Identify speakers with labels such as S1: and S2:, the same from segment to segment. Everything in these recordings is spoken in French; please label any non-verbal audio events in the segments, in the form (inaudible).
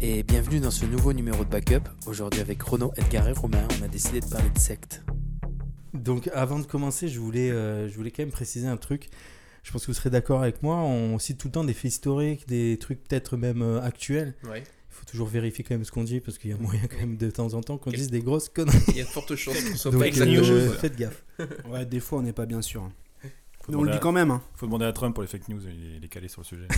S1: Et bienvenue dans ce nouveau numéro de Backup. Aujourd'hui avec Renaud, Edgar et Romain, on a décidé de parler de secte.
S2: Donc avant de commencer, je voulais, euh, je voulais quand même préciser un truc. Je pense que vous serez d'accord avec moi. On cite tout le temps des faits historiques, des trucs peut-être même euh, actuels.
S3: Ouais.
S2: Il faut toujours vérifier quand même ce qu'on dit parce qu'il y a moyen quand même de temps en temps qu'on dise des grosses conneries.
S3: Il y a de fortes chances qu'on soit
S2: Donc,
S3: pas exactement.
S2: euh,
S3: Voilà.
S2: faites gaffe.
S4: Ouais, des fois on n'est pas bien sûr. hein.
S5: Faut
S4: Mais on le
S5: demander,
S4: dit
S5: à,
S4: quand même. hein.
S5: faut demander à Trump pour les fake news, il est, il est calé sur le sujet.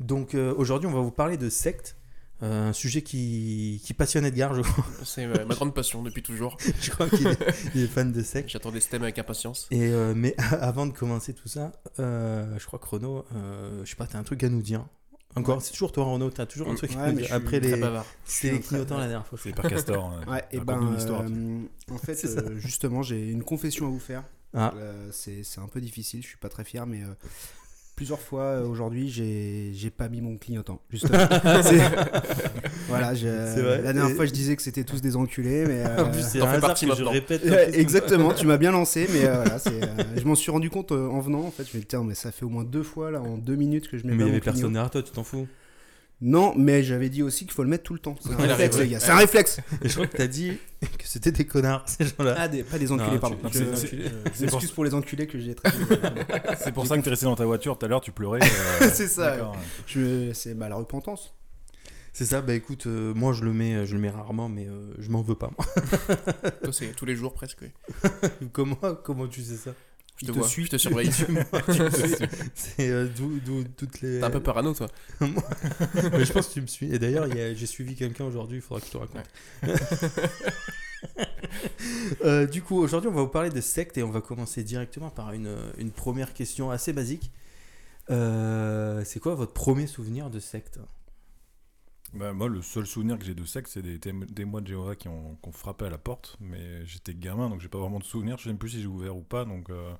S2: Donc euh, aujourd'hui, on va vous parler de secte. euh, un sujet qui, qui passionne Edgar, je crois, (laughs)
S3: C'est ma, ma grande passion depuis toujours.
S2: je crois qu'il est, il est fan de secte.
S3: J'attends des thèmes avec impatience.
S2: Et euh, mais (laughs) avant de commencer tout ça, euh, je crois que Renaud, euh, je sais pas, t'as un truc à nous dire. Encore, c'est toujours toi Renaud, t'as toujours un truc
S4: Mm, Ouais,
S2: à nous
S4: mais
S2: dire.
S4: je suis
S2: Après
S3: Très
S2: les,
S3: bavard.
S2: c'est
S4: Je suis
S2: les
S4: un
S2: clignotants
S4: très-
S2: la dernière fois. je
S5: C'est
S2: crois.
S5: hyper castor. hein.
S4: Ouais, et
S5: Raconte-nous
S4: ben,
S5: une histoire, toi.
S4: euh, en
S2: (laughs)
S4: fait,
S2: C'est ça.
S4: euh, justement, j'ai une confession à vous faire.
S2: Ah.
S4: Euh, c'est c'est un peu difficile, je suis pas très fier, mais euh, plusieurs fois euh, aujourd'hui, j'ai j'ai pas mis mon clignotant.
S2: (laughs)
S4: Justement. C'est- voilà, je-
S2: C'est vrai.
S4: la dernière
S2: Et-
S4: fois, je disais que c'était tous des enculés, mais. euh,
S2: (laughs) En plus, c'est
S3: T'en
S2: un
S3: fais
S2: hasard
S3: partie
S2: que je
S3: maintenant.
S2: répète. (laughs)
S4: Ouais, exactement, tu m'as bien lancé, mais euh, voilà, c'est, euh, je m'en suis rendu compte euh, en venant. En fait, je me suis dit, tiens, mais ça fait au moins deux fois là, en deux minutes que je
S2: Mais
S4: mets
S2: il
S4: pas
S2: y
S4: mon
S2: avait
S4: clignot.
S2: personne derrière toi, tu t'en fous.
S4: Non, mais j'avais dit aussi qu'il faut le mettre tout le temps. C'est un
S3: Il a
S4: réflexe,
S3: raison.
S4: les gars, c'est un réflexe.
S2: (laughs) Et je crois que t'as dit (laughs) que c'était des connards, (laughs) ces gens-là.
S4: Ah, des- pas des enculés,
S2: Non,
S4: pardon.
S2: tu-
S5: Non,
S4: Je- je-
S5: c'est- c'est-
S4: C'est
S5: C'est pour,
S4: excuse pour les enculés que
S2: (laughs)
S4: j'ai traité. (laughs) euh,
S5: c'est pour ça que t'es resté dans ta voiture tout à l'heure,
S4: (laughs)
S5: tu pleurais. euh,
S4: C'est ça.
S5: d'accord.
S4: je- C'est bah, la repentance.
S2: C'est ça, bah écoute, euh, moi je le mets je le mets rarement, mais euh, je m'en veux pas. Moi. (laughs)
S3: Toi, c'est tous les jours presque. oui.
S2: comment, comment tu sais ça
S3: Je
S4: Il
S3: te
S4: te
S3: vois,
S4: suit.
S3: je
S2: (laughs)
S3: te surveille.
S2: C'est euh, d'où d'où toutes les.
S3: T'es un peu parano, toi.
S2: Mais (laughs) je pense que tu me suis. Et d'ailleurs, il y a- j'ai suivi quelqu'un aujourd'hui, il faudra que je te raconte. (laughs) Euh, du coup, aujourd'hui, on va vous parler de secte et on va commencer directement par une, une première question assez basique. Euh, c'est quoi votre premier souvenir de secte
S5: Bah, moi, le seul souvenir que j'ai de sexe, c'est des témo- témoins de Jéhovah qui ont, qui ont frappé à la porte. Mais j'étais gamin, donc j'ai pas vraiment de souvenir. Je sais même plus si j'ai ouvert ou pas. Donc, euh,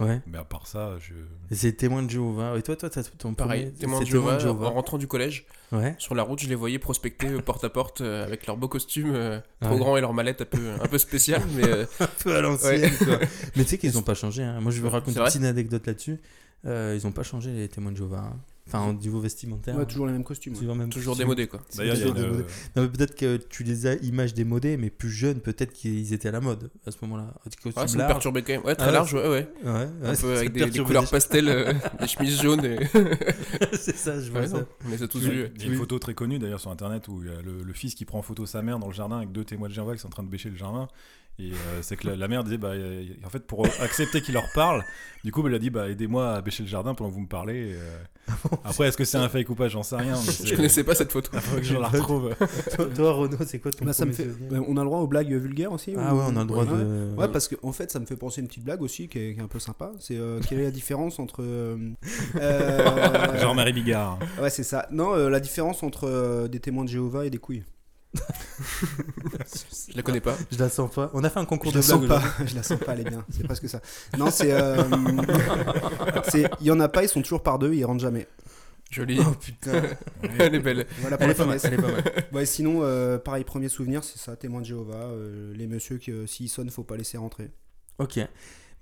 S2: Ouais.
S5: mais à part ça, je.
S2: C'est témoin de Jéhovah. Et toi, toi, t'as ton
S3: Pareil,
S2: premier-
S3: témoin de
S2: c'est témoin
S3: Jéhovah. En rentrant du collège,
S2: Ouais.
S3: sur la route, je les voyais prospecter euh, porte à porte euh, avec leurs beaux costumes euh, trop
S2: Ouais.
S3: grands et leurs mallettes un peu, un peu spéciales. Mais euh,
S2: Un peu à l'ancienne, quoi. Mais tu sais qu'ils n'ont pas changé. hein. Moi, je vais vous raconter
S3: C'est
S2: une
S3: vrai
S2: petite anecdote là-dessus. Euh, ils n'ont pas changé les témoins de Jéhovah. hein. Enfin, au niveau vestimentaire.
S4: Ouais, toujours les mêmes costumes.
S2: toujours même
S3: toujours
S2: costume.
S3: démodé, quoi.
S5: D'ailleurs, il y a
S2: plutôt
S5: une-
S2: démodé. Non, mais peut-être que tu les as images démodées, mais plus jeunes, peut-être qu'ils étaient à la mode à ce moment-là. Des costumes
S3: Ouais, ça me
S2: larges.
S3: perturbait quand même. Ouais, très
S2: Ah ouais,
S3: large, ouais, ouais.
S2: Ouais, ouais,
S3: Un
S2: ça
S3: peu avec
S2: te
S3: des, des
S2: perturbe
S3: couleurs
S2: déjà.
S3: pastel, euh, des chemises jaunes. Et...
S2: (laughs) c'est ça, je vois
S3: Ouais,
S2: ça.
S3: non, on les a tous
S5: Il y
S3: vus.
S5: a
S3: ouais.
S5: une photo très connue d'ailleurs sur internet où il y a le, le fils qui prend en photo sa mère dans le jardin avec deux témoins de Jéhovah qui sont en train de bêcher le jardin. Et euh, c'est que la, la mère disait, bah, euh, en fait, pour accepter qu'il leur parle, du coup, elle a dit, bah, aidez-moi à bêcher le jardin pendant que vous me parlez. Et, euh,
S2: Ah
S5: Après, est-ce que c'est un fake ou pas J'en sais rien. mais
S3: Je
S5: c'est-
S3: connaissais pas cette photo.
S5: Il faudrait que je la retrouve.
S2: Toi, toi, Renaud, c'est quoi ton
S4: Bah, ça me
S2: premier
S4: fait...
S2: souvenir
S4: bah, On a le droit aux blagues vulgaires aussi
S2: Ah
S4: ou-
S2: ouais, on a le droit
S4: Ouais.
S2: de.
S4: Ouais, parce que en fait, ça me fait penser à une petite blague aussi qui est, qui est un peu sympa. C'est euh, quelle est la différence
S2: (laughs)
S4: entre. euh, euh,
S5: Genre Marie Bigard.
S4: Ouais, c'est ça. Non, euh, la différence entre euh, des témoins de Jéhovah et des couilles.
S3: Je la connais pas.
S2: Je la sens pas. On a fait un concours
S4: Je la
S2: de blagues.
S4: sens pas, (laughs) je la sens pas, elle est bien. C'est presque ça. Non,
S2: (laughs)
S4: c'est. euh, c'est- Il y en a pas, ils sont toujours par deux, ils rentrent jamais.
S3: Jolie.
S2: aujourd'hui. Oh putain.
S3: (laughs) Elle est belle.
S4: Voilà pour
S2: Elle
S4: la
S2: est pas mal.
S4: finesse.
S2: Elle est pas mal.
S4: (laughs) Ouais, sinon, euh, pareil, premier souvenir, c'est ça, témoin de Jéhovah, euh, les messieurs qui, euh, s'ils sonnent, faut pas laisser rentrer.
S2: Mm. Ok.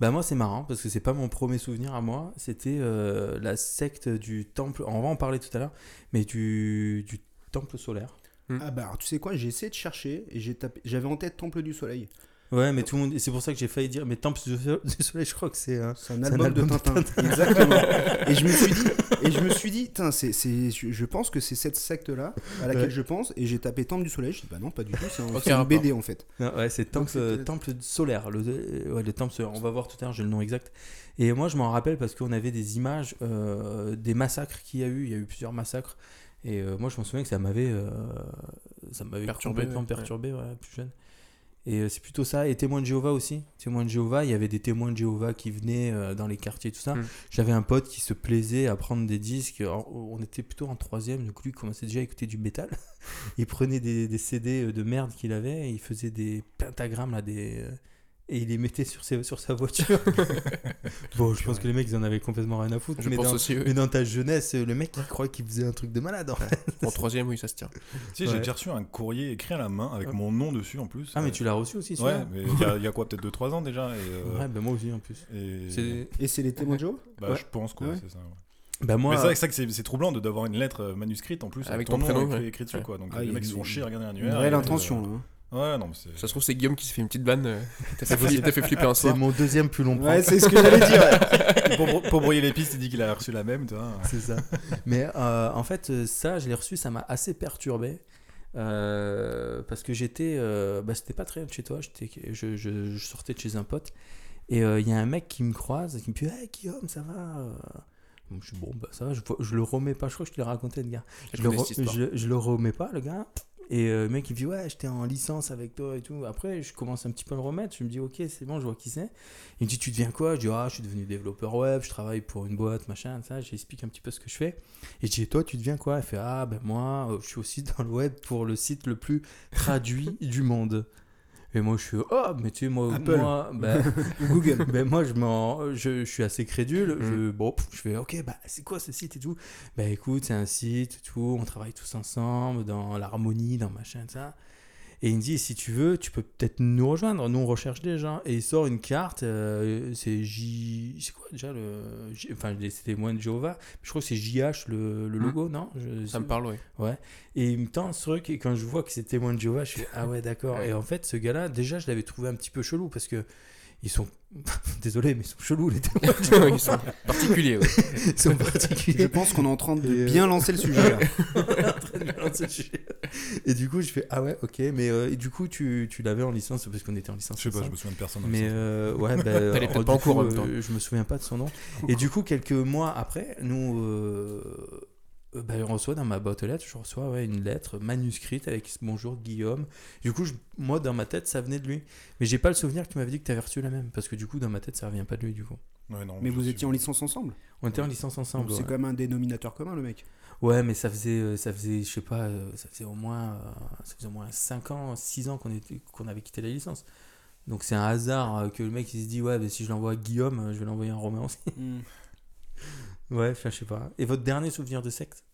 S2: Bah moi c'est marrant parce que c'est pas mon premier souvenir à moi, c'était euh, la secte du temple, on va en parler tout à l'heure, mais du, du temple solaire.
S4: Ah bah, alors, tu sais quoi, j'ai essayé de chercher et j'ai tapé, j'avais en tête Temple du Soleil.
S2: Ouais mais tout le monde, et c'est pour ça que j'ai failli dire, mais temple du du soleil je crois que Ah, c'est... euh, un
S4: C'est un album, de Tintin. (laughs)
S2: (laughs)
S4: Exactement. et je me suis dit, et je me suis dit, Tain, c'est, c'est- je je pense que c'est cette secte-là à laquelle
S2: Ouais.
S4: je pense et j'ai tapé Temple du Soleil. Je dis, bah non, pas du tout, c'est, un-
S3: Aucun
S4: c'est une
S3: rapport.
S4: BD en fait.
S2: Non, ouais, c'est
S4: Donc,
S2: temple,
S4: c'était-
S2: temple solaire. Le, euh, ouais, le temple solaire. On va voir tout à l'heure, j'ai le nom exact. Et moi, je m'en rappelle parce qu'on avait des images euh, des massacres qu'il y a eu. Il y a eu plusieurs massacres. Et euh, moi, je m'en souviens que ça m'avait euh, ça m'avait
S3: Perturbé,
S2: complètement
S3: ouais.
S2: perturbé, ouais, plus jeune. Et euh, c'est plutôt ça. Et témoins de Jéhovah aussi. Témoins de Jéhovah, il y avait des témoins de Jéhovah qui venaient euh, dans les quartiers, tout ça.
S3: Mm.
S2: J'avais un pote qui se plaisait à prendre des disques. En- On était plutôt en troisième, donc lui il commençait déjà à écouter du métal. Il prenait des, des CD de merde qu'il avait, et il faisait des pentagrammes là, des euh, et il les mettait sur, ses- sur sa voiture. (laughs) bon, je pense que les mecs ils en avaient complètement rien à foutre.
S3: Je
S2: mais,
S3: pense
S2: dans,
S3: aussi. oui.
S2: mais dans ta jeunesse, euh, le mec il croit qu'il faisait un truc de malade. en fait.
S3: En troisième, oui, ça se
S2: (laughs)
S3: tient.
S5: Si,
S2: Ouais.
S5: j'ai déjà reçu un courrier écrit à la main avec mon nom dessus en plus. Euh,
S2: Ah mais tu l'as reçu aussi,
S5: Ouais,
S2: celui-là
S5: mais il y a- il y, a quoi, peut-être 2-3 ans déjà et, euh,
S2: Ouais, ben moi aussi en plus.
S5: et-
S2: C'est-
S4: Et c'est les témoins de Jéhovah
S5: bah,
S2: ouais.
S5: Je pense quoi,
S4: Ouais.
S5: c'est ça. ouais.
S2: Bah moi,
S5: Mais c'est vrai que c'est- c'est c'est troublant de d'avoir une lettre euh, manuscrite en plus
S3: Avec
S5: avec,
S3: ton
S5: ton, nom
S3: prénom,
S5: écrit,
S3: ouais.
S5: écrit dessus
S3: Ouais.
S5: quoi. Donc
S4: Ah, il y
S5: les
S4: a
S5: mecs se
S4: une-
S5: font chier à regarder un
S4: Une
S5: annuaire.
S4: réelle
S5: et, euh,
S4: intention, là. hein.
S5: Ouais, non, mais c'est. (laughs)
S3: Ça se trouve, c'est Guillaume qui s'est fait une petite vanne. euh, T'as fait, t'as fait flipper un
S2: c'est
S3: soir.
S2: mon deuxième plus long prank.
S4: Ouais, c'est ce que
S2: (laughs)
S4: j'allais dire. ouais.
S5: pour, brou- pour brouiller les pistes, il dit qu'il a reçu la même, tu vois.
S2: C'est ça. Mais euh, en fait, euh, ça, je l'ai reçu, ça m'a assez perturbé. euh, parce que j'étais. euh, bah, c'était pas très loin de chez toi, j'étais- je, je- je sortais de chez un pote. Et euh, il y a un mec qui me croise et qui me dit Hey Guillaume, ça va Euh, donc, Je dis Bon, bah, ça va, je, vois- je le remets pas, je crois que je te l'ai raconté, le gars. Je,
S3: Je
S2: le,
S3: connais
S2: re-
S3: cette histoire.
S2: je- je le remets pas, le gars. Et euh, le mec, il me dit Ouais, j'étais en licence avec toi et tout. Après, je commence un petit peu à le remettre. Je me dis Ok, c'est bon, je vois qui c'est. Il me dit Tu deviens quoi Je dis Ah, je suis devenu développeur web, je travaille pour une boîte, machin, ça. J'explique un petit peu ce que je fais. Et je dis Et Toi, tu deviens quoi Il fait Ah, ben moi, euh, je suis aussi (laughs) dans le web pour le site le plus traduit du monde. Et moi, je suis Oh, mais tu sais, moi,
S4: Apple.
S2: moi, ben, Google. ben moi, je, m'en- je, je suis assez crédule. Je, bon, pff, je fais Ok, bah, c'est quoi ce site et tout bah écoute, c'est un site, et tout, on travaille tous ensemble, dans l'harmonie, dans machin, ça. Et il me dit, si tu veux, tu peux peut-être nous rejoindre, nous on recherche des gens. Et il sort une carte, euh, c'est J... C'est quoi déjà le... J- Enfin, c'était moins de Jéhovah, je crois que c'est JH le, le logo, non Je-
S3: Ça me parle,
S2: (laughs)
S3: ouais.
S2: et il me tend ce truc, et quand je vois que c'était témoin de Jéhovah, je fais Ah ouais, d'accord. Et en fait, ce gars-là, déjà, je l'avais trouvé un petit peu chelou parce que ils sont. (laughs) Désolé, mais ils sont chelous, les témoins de Jéhovah.
S3: Ils sont particuliers, ouais.
S2: Ils sont particuliers.
S4: Je pense qu'on est en train de
S2: Et, euh,
S4: bien lancer
S2: (laughs)
S4: le sujet, là.
S2: et du coup, je fais Ah ouais, ok, mais euh, et du coup, tu, tu l'avais en licence parce qu'on était en licence.
S5: Je sais pas,
S2: ensemble.
S5: je me souviens de personne. hein,
S2: Mais euh,
S3: (laughs)
S2: ouais, bah,
S3: T'allais peut-être
S2: du
S3: pas en cours en
S2: euh,
S3: même temps.
S2: Je me souviens pas de son nom. Et du coup, quelques mois après, nous, euh, euh, bah, on reçoit dans ma boîte aux lettres, je reçois ouais, une lettre manuscrite avec ce bonjour Guillaume. Du coup, je- moi, dans ma tête, ça venait de lui. Mais j'ai pas le souvenir que tu m'avais dit que tu avais reçu la même. Parce que du coup, dans ma tête, ça revient pas de lui. Du coup,
S5: Ouais, non,
S4: Mais
S5: je
S4: vous
S5: suis-
S4: étiez en licence ensemble.
S2: on était en licence
S4: Donc,
S2: ensemble.
S4: C'est
S2: ouais.
S4: quand même un dénominateur commun, le mec.
S2: Ouais, mais ça faisait, euh, ça faisait, je sais pas, euh, ça faisait au moins, euh, ça faisait au moins 5 ans, 6 ans qu'on était, qu'on avait quitté la licence. Donc c'est un hasard euh, que le mec il se dit ouais, mais si je l'envoie à Guillaume, euh, je vais l'envoyer à Romain
S4: (laughs)
S2: aussi.
S4: Hmm.
S2: ouais, enfin, je sais pas. Et votre dernier souvenir de secte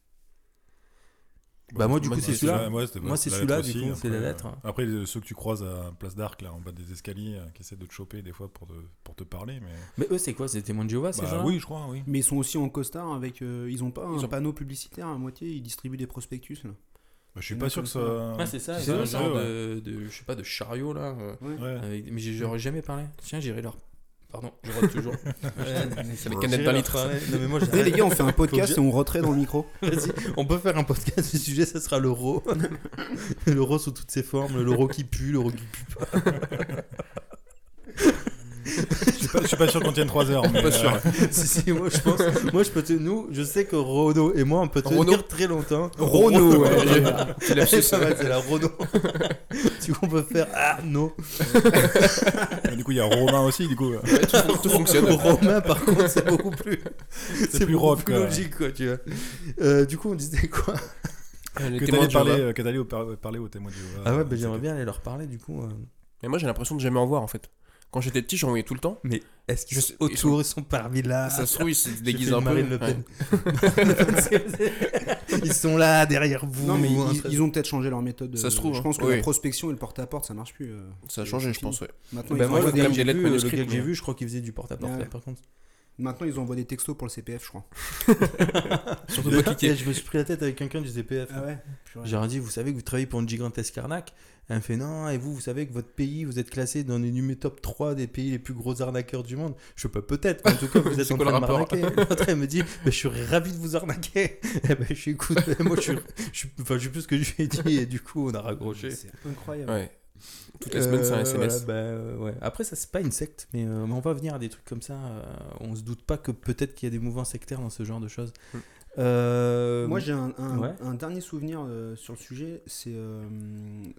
S2: Bah, moi, du coup, c'est
S5: c'était
S2: celui-là.
S5: la- ouais, c'était-
S2: Moi, c'est
S5: la lettre
S2: celui-là, du
S5: aussi,
S2: coup, c'est la
S5: après,
S2: lettre.
S5: euh, Après, euh, ceux que tu croises à Place d'Arc, là, en bas des escaliers, euh, qui essaient de te choper des fois pour te, pour te parler. Mais...
S2: Mais eux, c'est quoi Ah, C'est témoins de Jéhovah, ces
S5: Bah,
S2: gens
S5: oui, je crois, oui.
S4: Mais ils sont aussi en costard avec. euh, ils ont pas un
S3: Ils ont-
S4: panneau publicitaire à moitié, ils distribuent des prospectus, là.
S5: Bah, je suis
S4: Il y en
S5: pas
S4: a
S5: sûr
S4: comme
S5: que
S4: ça.
S5: ça.
S2: Ah, c'est ça,
S5: c'est
S2: c'est un
S5: ça,
S2: genre
S5: ouais.
S2: de, de- je sais pas, de chariot là. euh,
S5: Ouais.
S2: avec- mais j'ai- j'aurais jamais parlé. Tiens, j'irai leur. Pardon, je rate toujours.
S1: (laughs)
S2: (laughs)
S3: C'est les canettes d'un litre. ça.
S2: Non, mais moi,
S4: Vous savez, les gars, on
S3: (laughs)
S4: fait un podcast
S2: dire.
S4: et on retrait dans le micro.
S2: Vas-y, on peut faire un podcast du sujet, ça sera (laughs) l'euro. l'euro sous toutes ses formes, l'euro qui pue, l'euro qui pue.
S5: Je suis pas- je suis pas sûr qu'on tienne 3 heures. mais,
S3: Pas sûr.
S5: euh,
S2: si, si, moi je pense. Moi je peux te. Nous, je sais que Renaud et moi on peut tenir
S3: Renaud.
S2: très longtemps.
S4: Renaud, ouais.
S2: (laughs)
S3: Petit lapsus.
S2: Eh, ça va, c'est la Renaud. (laughs) tu vois, on peut faire ah, Arnaud.
S5: Du coup, il y a Romain
S2: (laughs)
S5: aussi, du coup. euh,
S3: Ouais, tout, fon- tout fonctionne.
S2: Romain, par contre, c'est beaucoup plus.
S5: C'est plus
S2: beaucoup
S5: rock,
S2: plus
S5: quoi.
S2: logique, quoi, tu vois. Euh, du coup, on disait quoi
S3: Les
S5: Que
S3: témoins
S5: t'allais
S3: de
S5: parler,
S3: Jéhovah.
S5: euh, que t'allais au par- parler aux témoins de Jéhovah.
S2: Ah ouais,
S5: euh,
S2: bah, j'aimerais
S5: c'était-
S2: bien aller leur parler, du coup. euh.
S3: Mais moi, j'ai l'impression de jamais en voir en fait. Quand j'étais petit, j'en voyais tout le temps.
S2: Est-ce qu'ils
S3: Je
S2: sont
S3: sais- ils
S2: autour, ils sont parmi là
S3: Ça se trouve, ils se
S2: Je fais
S3: déguisent un
S2: Ah. une
S3: peu.
S2: Marine Le Pen.
S3: Ouais.
S2: ils sont là derrière vous.
S4: Non, mais
S2: un
S4: ils,
S2: truc.
S4: ils ont peut-être changé leur méthode. euh,
S3: Ça se trouve,
S4: Je
S3: hein.
S4: pense que
S3: Oui.
S4: la prospection et le porte-à-porte, ça marche plus. euh.
S3: Ça a changé, je pense, ouais.
S4: Maintenant,
S2: Bah,
S4: ils
S2: moi,
S4: envoient
S2: le
S3: comme
S2: gars
S4: des-
S2: que j'ai
S3: des lettres
S2: vu, le
S3: manuscrites,
S2: gars que j'ai
S3: mais-
S2: vu, je crois qu'il faisait du porte-à-porte.
S4: Ouais.
S2: là, Par contre,
S4: maintenant, ils envoient des textos pour le CPF, je crois.
S3: Surtout pas
S2: Et
S3: cliquer.
S2: je me suis pris la tête avec quelqu'un du CPF.
S4: Ah, ouais
S2: J'ai rien dit, vous savez que vous travaillez pour une gigantesque arnaque. Elle me fait non, et vous, vous savez que votre pays, vous êtes classé dans les numéros top 3 des pays les plus gros arnaqueurs du monde. Je peux peut-être, mais en tout cas, vous êtes
S3: C'est
S2: en
S3: quoi
S2: train de
S3: le rapport
S2: m'arnaquer. L'autre, elle me dit, mais je serais ravi de vous arnaquer. (laughs) Eh ben, je suis écoute, moi, je suis, je suis- enfin, je sais plus ce que je lui ai dit, et du coup, on a raccroché.
S4: C'est incroyable.
S3: Ouais. Toutes les semaines, c'est un
S2: Euh,
S3: SMS.
S2: voilà, bah, euh, ouais. Après, ça, c'est pas une secte, mais, euh, mais on va venir à des trucs comme ça. euh, on se doute pas que peut-être qu'il y a des mouvements sectaires dans ce genre de choses.
S3: Mm.
S2: Euh,
S4: Moi, j'ai un, un-
S2: ouais.
S4: un dernier souvenir euh, sur le sujet. C'est euh,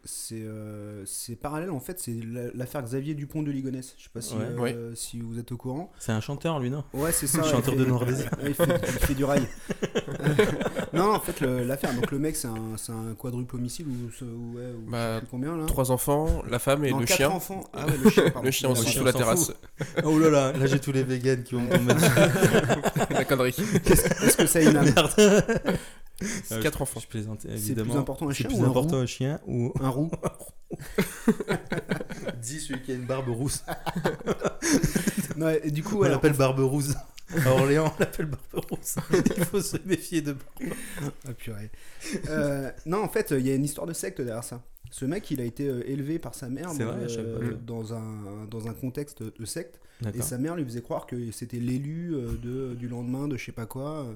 S4: c'est euh, c'est parallèle, en fait. C'est la- l'affaire Xavier Dupont de Ligonnès. Je sais pas si,
S2: Ouais.
S4: euh, si vous êtes au courant.
S2: C'est un chanteur, lui, non
S4: Ouais, c'est ça.
S2: Chanteur
S4: il fait-
S2: de Noir
S4: (laughs)
S2: Désir.
S4: Ouais, Il fait, il fait du rail. (laughs) non, en fait, le- l'affaire. Donc, le mec, c'est un, c'est un quadruple homicide ou, ce- ou, ouais, ou je
S3: Bah,
S4: sais plus combien là
S3: Trois enfants, la femme et
S4: Non,
S3: le
S4: quatre
S3: chien.
S4: enfants. Ah ouais, le chien, pardon.
S3: Le chien
S4: Ouais,
S3: aussi
S4: ouais.
S3: sous la
S2: s'en
S3: terrasse.
S2: fout. (laughs) Oh là là, là, j'ai tous les vegans qui vont me tomber dessus. (laughs)
S3: La connerie.
S4: Est-ce que ça a
S3: (laughs)
S4: une âme
S2: Merde.
S3: Quatre enfants.
S2: Ah, Je plaisante,
S4: C'est
S2: évidemment.
S4: plus important un
S2: C'est
S4: chien
S2: plus
S4: ou un
S2: important
S4: roux
S2: un chien ou.
S4: Un roux.
S2: (laughs) Dis celui qui a une barbe rousse.
S4: Non, et du coup,
S2: On
S4: alors,
S2: l'appelle barbe rousse. À Orléans, on l'appelle (laughs) Barberousse. Il faut se méfier de
S4: Ah, purée. Euh, non, en fait, il y a une histoire de secte derrière ça. Ce mec, il a été euh, élevé par sa mère
S2: C'est
S4: dans,
S2: vrai,
S4: euh,
S2: je savais
S3: Mm.
S2: pas.
S4: dans un, dans un contexte de secte. Et
S2: D'accord.
S4: sa mère lui faisait croire que c'était l'élu euh, de- du lendemain, de je sais pas quoi. euh,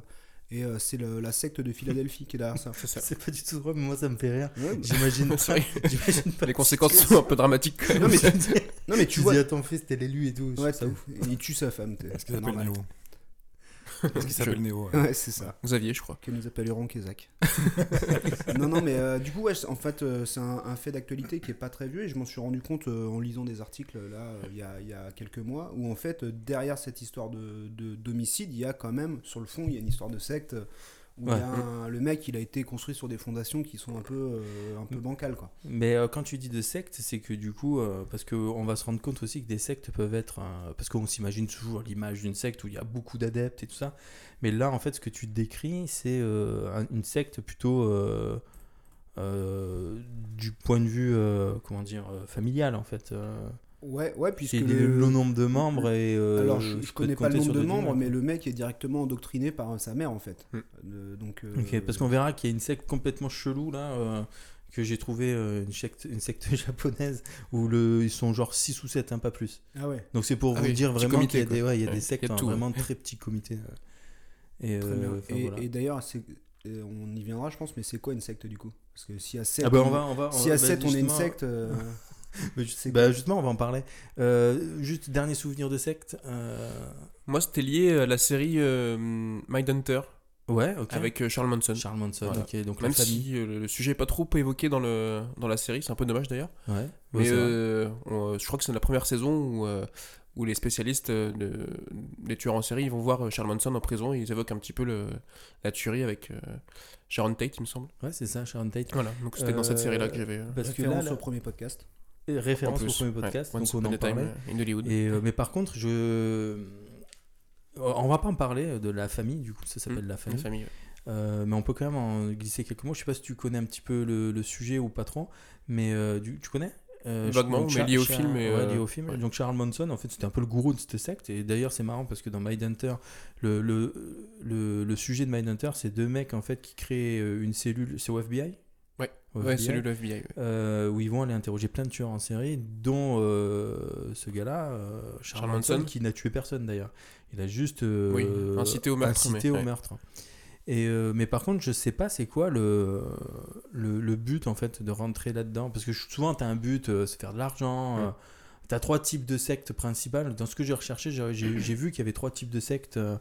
S4: Et euh, c'est le- la secte de Philadelphie qui est derrière ça.
S3: C'est ça.
S2: C'est pas du tout vrai, mais moi ça me fait rire.
S4: Ouais, bah-
S2: J'imagine
S1: (laughs)
S2: pas.
S3: (laughs) C'est vrai.
S2: J'imagine pas.
S3: Les conséquences (laughs) sont un peu dramatiques. quand même.
S4: non, mais,
S2: (laughs) Tu dis-
S4: non, mais tu
S2: tu
S4: vois.
S2: dis à ton fils, t'es l'élu et tout. je
S4: Ouais,
S2: trouve ça ouf.
S4: t'es- Il tue sa femme.
S5: Est-ce qu'il s'appelle Néo Est-ce qu'il s'appelle Néo ouais.
S4: Ouais, c'est ça.
S3: Vous aviez, je crois.
S4: que nous appellerons Kézak. (laughs) non, non, mais euh, du coup, ouais, en fait, euh, c'est un, un fait d'actualité qui est pas très vieux et je m'en suis rendu compte euh, en lisant des articles là, euh, il y, a, il y a quelques mois, où en fait, euh, derrière cette histoire de de- d'homicide, il y a quand même, sur le fond, il y a une histoire de secte euh, où il y
S2: Ouais.
S4: a un- le mec, il a été construit sur des fondations qui sont un peu, euh, un peu bancales, quoi.
S2: Mais euh, quand tu dis de secte, c'est que du coup, euh, parce qu'on va se rendre compte aussi que des sectes peuvent être. un- parce qu'on s'imagine toujours l'image d'une secte où il y a beaucoup d'adeptes et tout ça. Mais là, en fait, ce que tu décris, c'est euh, un- une secte plutôt. euh, euh, du point de vue, euh, comment dire, euh, familial en fait. euh,
S4: Ouais, ouais, puisque.
S2: c'est le,
S4: le-
S2: le nombre de membres et. euh,
S4: Alors, je,
S2: tu peux te
S4: je connais pas le
S2: compter
S4: nombre
S2: sur
S4: de
S2: deux doigts,
S4: membres,
S2: quoi.
S4: mais le mec est directement endoctriné par euh, sa mère, en fait.
S3: Hmm.
S4: Euh, donc, euh,
S2: Mm. Ok, parce qu'on verra qu'il y a une secte complètement chelou là, euh, que j'ai trouvé euh, une secte, une secte (laughs) japonaise où le, ils sont genre 6 ou 7, hein, pas plus.
S4: Ah ouais.
S2: Donc c'est pour
S3: Ah
S2: vous
S3: oui,
S2: dire
S3: petit
S2: vraiment qu'il y a,
S3: comité,
S2: des, ouais, il y a
S3: Ouais,
S2: des sectes
S3: il y a
S2: en
S3: tout,
S2: vraiment
S3: (laughs)
S2: très petits comités. euh. Et,
S4: Très
S2: euh,
S4: bien.
S2: enfin,
S4: et
S2: voilà.
S4: et d'ailleurs, c'est- euh, on y viendra, je pense, mais c'est quoi une secte du coup Parce que si à 7,
S2: Ah bah on va, on va, on
S4: si
S2: va-
S4: à
S2: bah,
S4: 7 on est une
S2: justement-
S4: secte, euh, (laughs)
S2: bah, ju-
S4: c'est-
S2: bah, justement, on va en parler. Euh, juste dernier souvenir de secte. euh,
S3: Moi, c'était lié à la série euh, Mindhunter
S2: Ouais, ok.
S3: avec euh, Charles Manson.
S2: Charles Manson.
S3: Voilà.
S2: Ok, donc
S3: Même
S2: la famille.
S3: si euh, le- le sujet est pas trop évoqué dans, le, dans la série, c'est un peu dommage d'ailleurs.
S2: Ouais. Ouais,
S3: Mais
S2: c'est vrai.
S3: euh, on- euh, je crois que c'est la première saison où, euh, où les spécialistes euh, de, des tueurs en série ils vont voir euh, Charles Manson en prison et ils évoquent un petit peu le, la tuerie avec euh, Sharon Tate, il me semble.
S2: Ouais, c'est ça, Sharon Tate.
S3: Voilà, donc c'était dans cette
S2: Euh,
S3: série-là que j'avais. euh,
S2: Parce que là,
S4: référence
S2: là
S4: au premier podcast.
S3: en
S2: référence
S3: plus.
S2: au premier
S3: Ouais,
S2: podcast,
S3: Once
S2: donc on
S3: Upon
S2: en
S3: a Time,
S2: parlait.
S3: euh, in Hollywood.
S2: Et, euh, mais par contre, je. euh, On va pas en parler euh, de la famille, du coup, ça s'appelle la
S3: Mm. La
S2: famille.
S3: famille.
S2: Euh, mais on peut quand même en glisser quelques mots. Je sais pas si tu connais un petit peu le, le sujet ou pas trop, mais euh, du- tu connais Euh, je-
S3: Vaguement,
S2: donc,
S3: mais
S2: Char-
S3: lié au
S2: Char-
S3: film et,
S2: ouais,
S3: euh,
S2: lié au film.
S3: ouais.
S2: Donc Charles Manson, en fait, c'était un peu le gourou de cette secte. Et d'ailleurs, c'est marrant parce que dans Mindhunter, le, le, le, le sujet de Mindhunter, c'est deux mecs en fait qui créent euh, une cellule. C'est au FBI
S3: Ouais.
S2: Au
S3: Ouais,
S2: FBI,
S3: celui de FBI. ouais.
S2: euh, où ils vont aller interroger plein de tueurs en série, dont euh, ce gars-là, euh, Charles,
S3: Charles
S2: Manson,
S3: Manson.
S2: qui n'a tué personne d'ailleurs. Il a juste euh,
S3: Oui, incité au meurtre,
S2: incité au
S3: mais- ouais.
S2: meurtre. Et euh, mais par contre, je sais pas c'est quoi le, le, le but en fait de rentrer là-dedans. Parce que souvent, tu as un but, euh, se faire de l'argent.
S3: Mm.
S2: tu as trois types de sectes principales. Dans ce que j'ai recherché, j'ai j'ai- j'ai vu qu'il y avait trois types de sectes euh,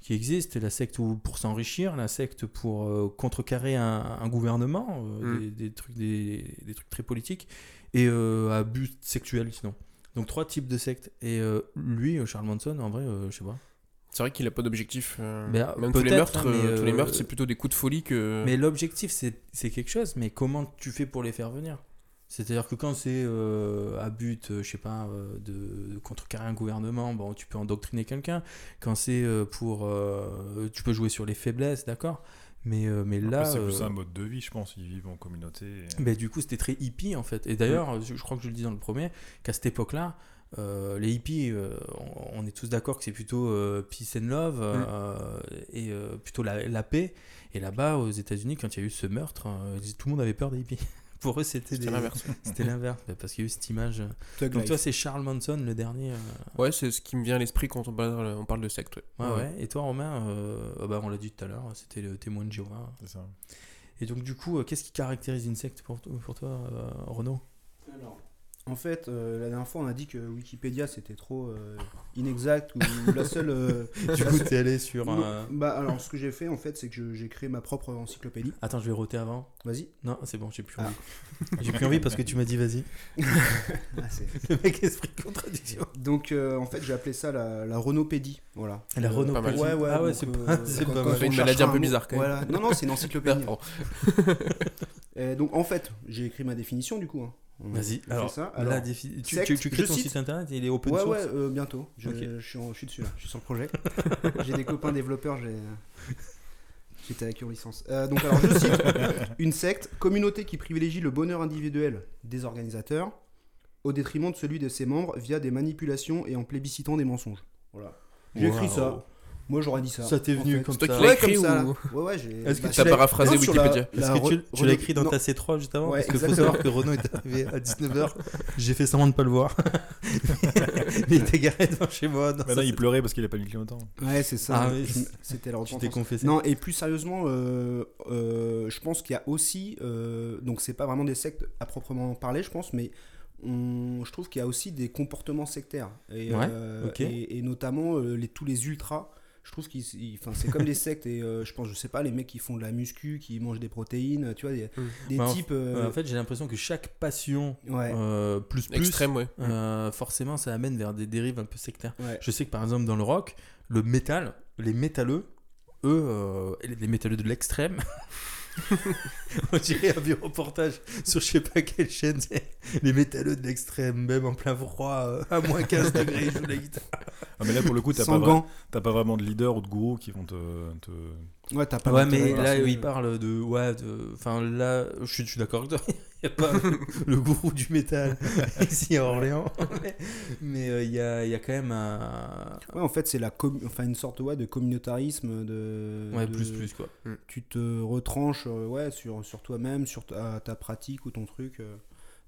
S2: qui existent. La secte où- pour s'enrichir, la secte pour euh, contrecarrer un, un gouvernement, euh,
S3: Mm.
S2: des, des trucs, des, des trucs très politiques, et euh, à but sexuel sinon. Donc trois types de sectes. Et euh, lui, euh, Charles Manson, en vrai, euh, je sais pas.
S3: C'est vrai qu'il a pas d'objectif. euh,
S2: Mais, euh,
S3: même tous les
S2: peut-être,
S3: meurtres,
S2: hein, mais,
S3: euh, tous les
S2: euh,
S3: meurtres, c'est plutôt des coups de folie
S5: Euh.
S3: que.
S2: Mais l'objectif, c'est c'est quelque chose, mais comment tu fais pour les faire venir C'est-à-dire que quand c'est euh, à but, euh, je sais pas, euh, de, de contrecarrer un gouvernement, bon, tu peux endoctriner quelqu'un. Quand c'est euh, pour. euh, tu peux jouer sur les faiblesses, d'accord mais, euh, mais là.
S5: Après, C'est plus
S2: euh, Mm.
S5: un mode de vie, je pense. Ils vivent en communauté. et-
S2: mais Bah, du coup, c'était très hippie en fait. Et d'ailleurs, je je crois que je le dis dans le premier, qu'à cette époque-là, euh, les hippies, euh, on, on est tous d'accord que c'est plutôt euh, peace and love euh, et euh, plutôt la, la paix. Et là-bas, aux États-Unis, quand il y a eu ce meurtre, euh, tout le monde avait peur des hippies. (laughs) Pour eux, c'était
S3: c'est
S2: des-
S3: l'inverse.
S2: (laughs) c'était l'inverse, Bah, parce qu'il y a eu cette image.
S4: Thug
S2: Donc,
S4: Life.
S2: toi, c'est Charles Manson, le dernier. euh,
S3: Ouais, c'est ce qui me vient à l'esprit quand on parle, euh, on parle de secte. ouais.
S2: Ouais, ouais. Et toi, Romain, euh, ah bah, on l'a dit tout à l'heure, c'était le témoin de Jéhovah.
S5: C'est ça.
S2: Et donc, du coup, euh, qu'est-ce qui caractérise une secte pour, to- pour toi, euh, (laughs) Renaud
S4: En fait, euh, la dernière fois, on a dit que Wikipédia c'était trop euh, inexact ou (laughs) la seule. euh,
S2: Du
S4: la
S2: coup,
S4: seule-
S2: t'es allé sur.
S4: Non,
S2: euh,
S4: Bah alors, ce que j'ai fait en fait, c'est que je- j'ai créé ma propre encyclopédie.
S2: Attends, je vais roter avant. (laughs)
S4: Vas-y.
S2: Non, c'est bon, j'ai plus
S4: Ah.
S2: envie. j'ai plus envie parce que tu m'as dit
S4: (laughs)
S2: vas-y.
S4: Ah, c'est-
S2: Le mec esprit de contradiction.
S4: Donc, euh, en fait, j'ai appelé ça la, la renopédie. Voilà.
S2: La
S3: Euh,
S2: Renault.
S3: pas mal.
S2: Peugeot.
S4: Ouais, ouais,
S2: ah ouais,
S4: donc,
S2: c'est
S4: euh,
S2: pas, c'est
S4: quand-
S2: pas
S4: quand
S2: mal.
S3: Fait une
S4: on
S3: maladie
S4: cherchera
S3: un peu
S4: mot-
S3: bizarre, quand même.
S4: voilà. Non, non, c'est une encyclopédie. hein.
S3: Pardon.
S4: Euh, donc en fait, j'ai écrit ma définition du coup. hein. On-
S2: Vas-y.
S4: on fait
S2: Alors,
S4: ça.
S2: la
S4: Alors,
S2: défi- tu,
S4: secte,
S2: tu- tu crées
S4: je
S2: ton
S4: cite.
S2: site internet et il est open
S4: ouais, ouais,
S2: source.
S4: euh, bientôt. Je,
S2: Ok.
S4: je, suis, en- je suis dessus là, je suis sur le projet. (laughs) j'ai des copains développeurs, j'ai. euh, J'étais avec en licence. Euh, donc alors je
S2: (laughs)
S4: cite une secte, communauté qui privilégie le bonheur individuel des organisateurs au détriment de celui de ses membres via des manipulations et en plébiscitant des mensonges. Voilà. J'ai écrit
S2: Waouh.
S4: ça. Moi, j'aurais dit ça.
S2: Ça t'est
S4: en
S2: venu
S4: fait.
S2: comme
S3: C'est toi
S2: ça.
S3: qui l'as
S4: Ouais,
S3: écrit
S4: comme ça.
S3: ou.
S4: là. Ouais, ouais, j'ai.
S2: Est-ce que
S4: bah,
S3: T'as
S4: je l'ai-
S3: paraphrasé
S4: non, sur la-
S3: Wikipédia.
S4: la
S2: Est-ce que tu,
S4: re-
S2: tu l'as écrit dans
S4: non,
S2: ta C3 justement
S4: Ouais,
S2: Parce qu'il faut
S4: exactement.
S2: savoir que Renaud est arrivé à 19h.
S4: (laughs)
S2: J'ai fait semblant de pas le voir. Mais il était garé devant chez moi. Bah Non,
S5: Mais
S2: ça,
S5: là, il
S2: c'est-
S5: pleurait parce qu'il a pas mis le clignotant.
S4: Ouais, c'est ça.
S2: Ah oui,
S4: Je- C'était la
S2: tu
S4: repentance.
S2: t'es confessé.
S4: Non, et plus sérieusement, euh, euh, je pense qu'il y a aussi, euh, donc c'est pas vraiment des sectes à proprement parler, je pense, mais on- je trouve qu'il y a aussi des comportements sectaires. Et,
S2: Ouais,
S4: euh,
S2: ok.
S4: et, et notamment euh, les, tous les ultras. Je trouve qu'ils, ils- enfin, c'est comme des sectes et euh, je pense, je sais pas, les mecs qui font de la muscu, qui mangent des protéines, tu vois, des,
S3: Mm.
S4: des
S2: Bah, en-
S4: types.
S2: Euh,
S4: euh,
S2: en fait, j'ai l'impression que chaque passion
S4: ouais,
S2: euh, plus plus
S3: Extrême, ouais.
S2: euh, forcément, ça amène vers des dérives un peu sectaires.
S4: ouais.
S2: Je sais que par exemple dans le rock, le métal, les métalleux, eux, euh, et les- les métalleux de l'extrême, (laughs) on dirait un vieux reportage sur je sais pas quelle chaîne, c'est les métalleux de l'extrême, même en plein froid, euh, à moins 15 degrés, ils jouent de la guitare.
S5: Ah, mais là, pour le coup, t'as pas,
S4: Sans
S5: vra-
S4: gants.
S5: t'as pas vraiment de leader ou de gourou qui vont te. te-
S4: Ouais, t'as pas
S2: ouais,
S4: d'intérêt
S2: mais là,
S4: personnel.
S2: il parle de. Ouais, de- Enfin, là, je suis, je suis d'accord avec toi. (laughs) Il n'y a pas le gourou du métal (laughs) ici à Orléans. Mais euh, il y, a, il y a quand même un.
S4: Ouais, en fait, c'est la com- enfin, une sorte ouais, de communautarisme. De,
S2: Ouais,
S4: de-
S2: plus, plus, quoi.
S4: tu te retranches euh, ouais, sur, sur toi-même, sur ta, ta pratique ou ton truc. euh.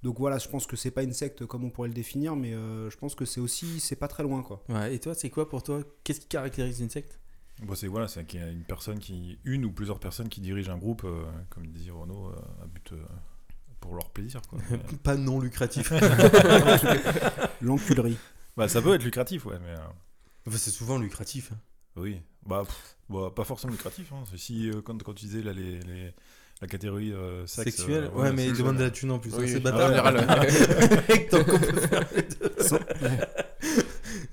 S4: Donc voilà, je pense que c'est pas une secte comme on pourrait le définir, mais euh, je pense que c'est aussi, c'est pas très loin (laughs) quoi.
S2: Ouais, et toi, c'est quoi pour toi Qu'est-ce qui caractérise une secte
S5: Bon, c'est voilà, c'est qu'il y a une personne qui, une ou plusieurs personnes qui dirigent un groupe, euh, comme disait Renaud, euh, à but euh, pour leur plaisir.
S2: (laughs)
S5: Quoi. Mais, euh,
S2: Pas non lucratif. (laughs)
S4: L'enculerie.
S5: bah, ça peut être lucratif, ouais, mais euh,
S2: Enfin, c'est souvent lucratif. hein.
S5: oui, bah, pff, bah, pas forcément lucratif. hein. Si euh, quand, quand tu disais là, les, les- la catégorie euh, sexe,
S2: Sexuel.
S5: euh,
S2: ouais,
S5: voilà,
S2: mais il
S5: sexuel.
S2: demande de la thune en plus. hein,
S3: Oui,
S2: c'est
S3: oui.
S5: Ah,
S2: bâtard.
S3: En
S5: ouais.
S3: général, ouais. (laughs)
S2: (laughs) Tant qu'on peut faire les deux. (laughs)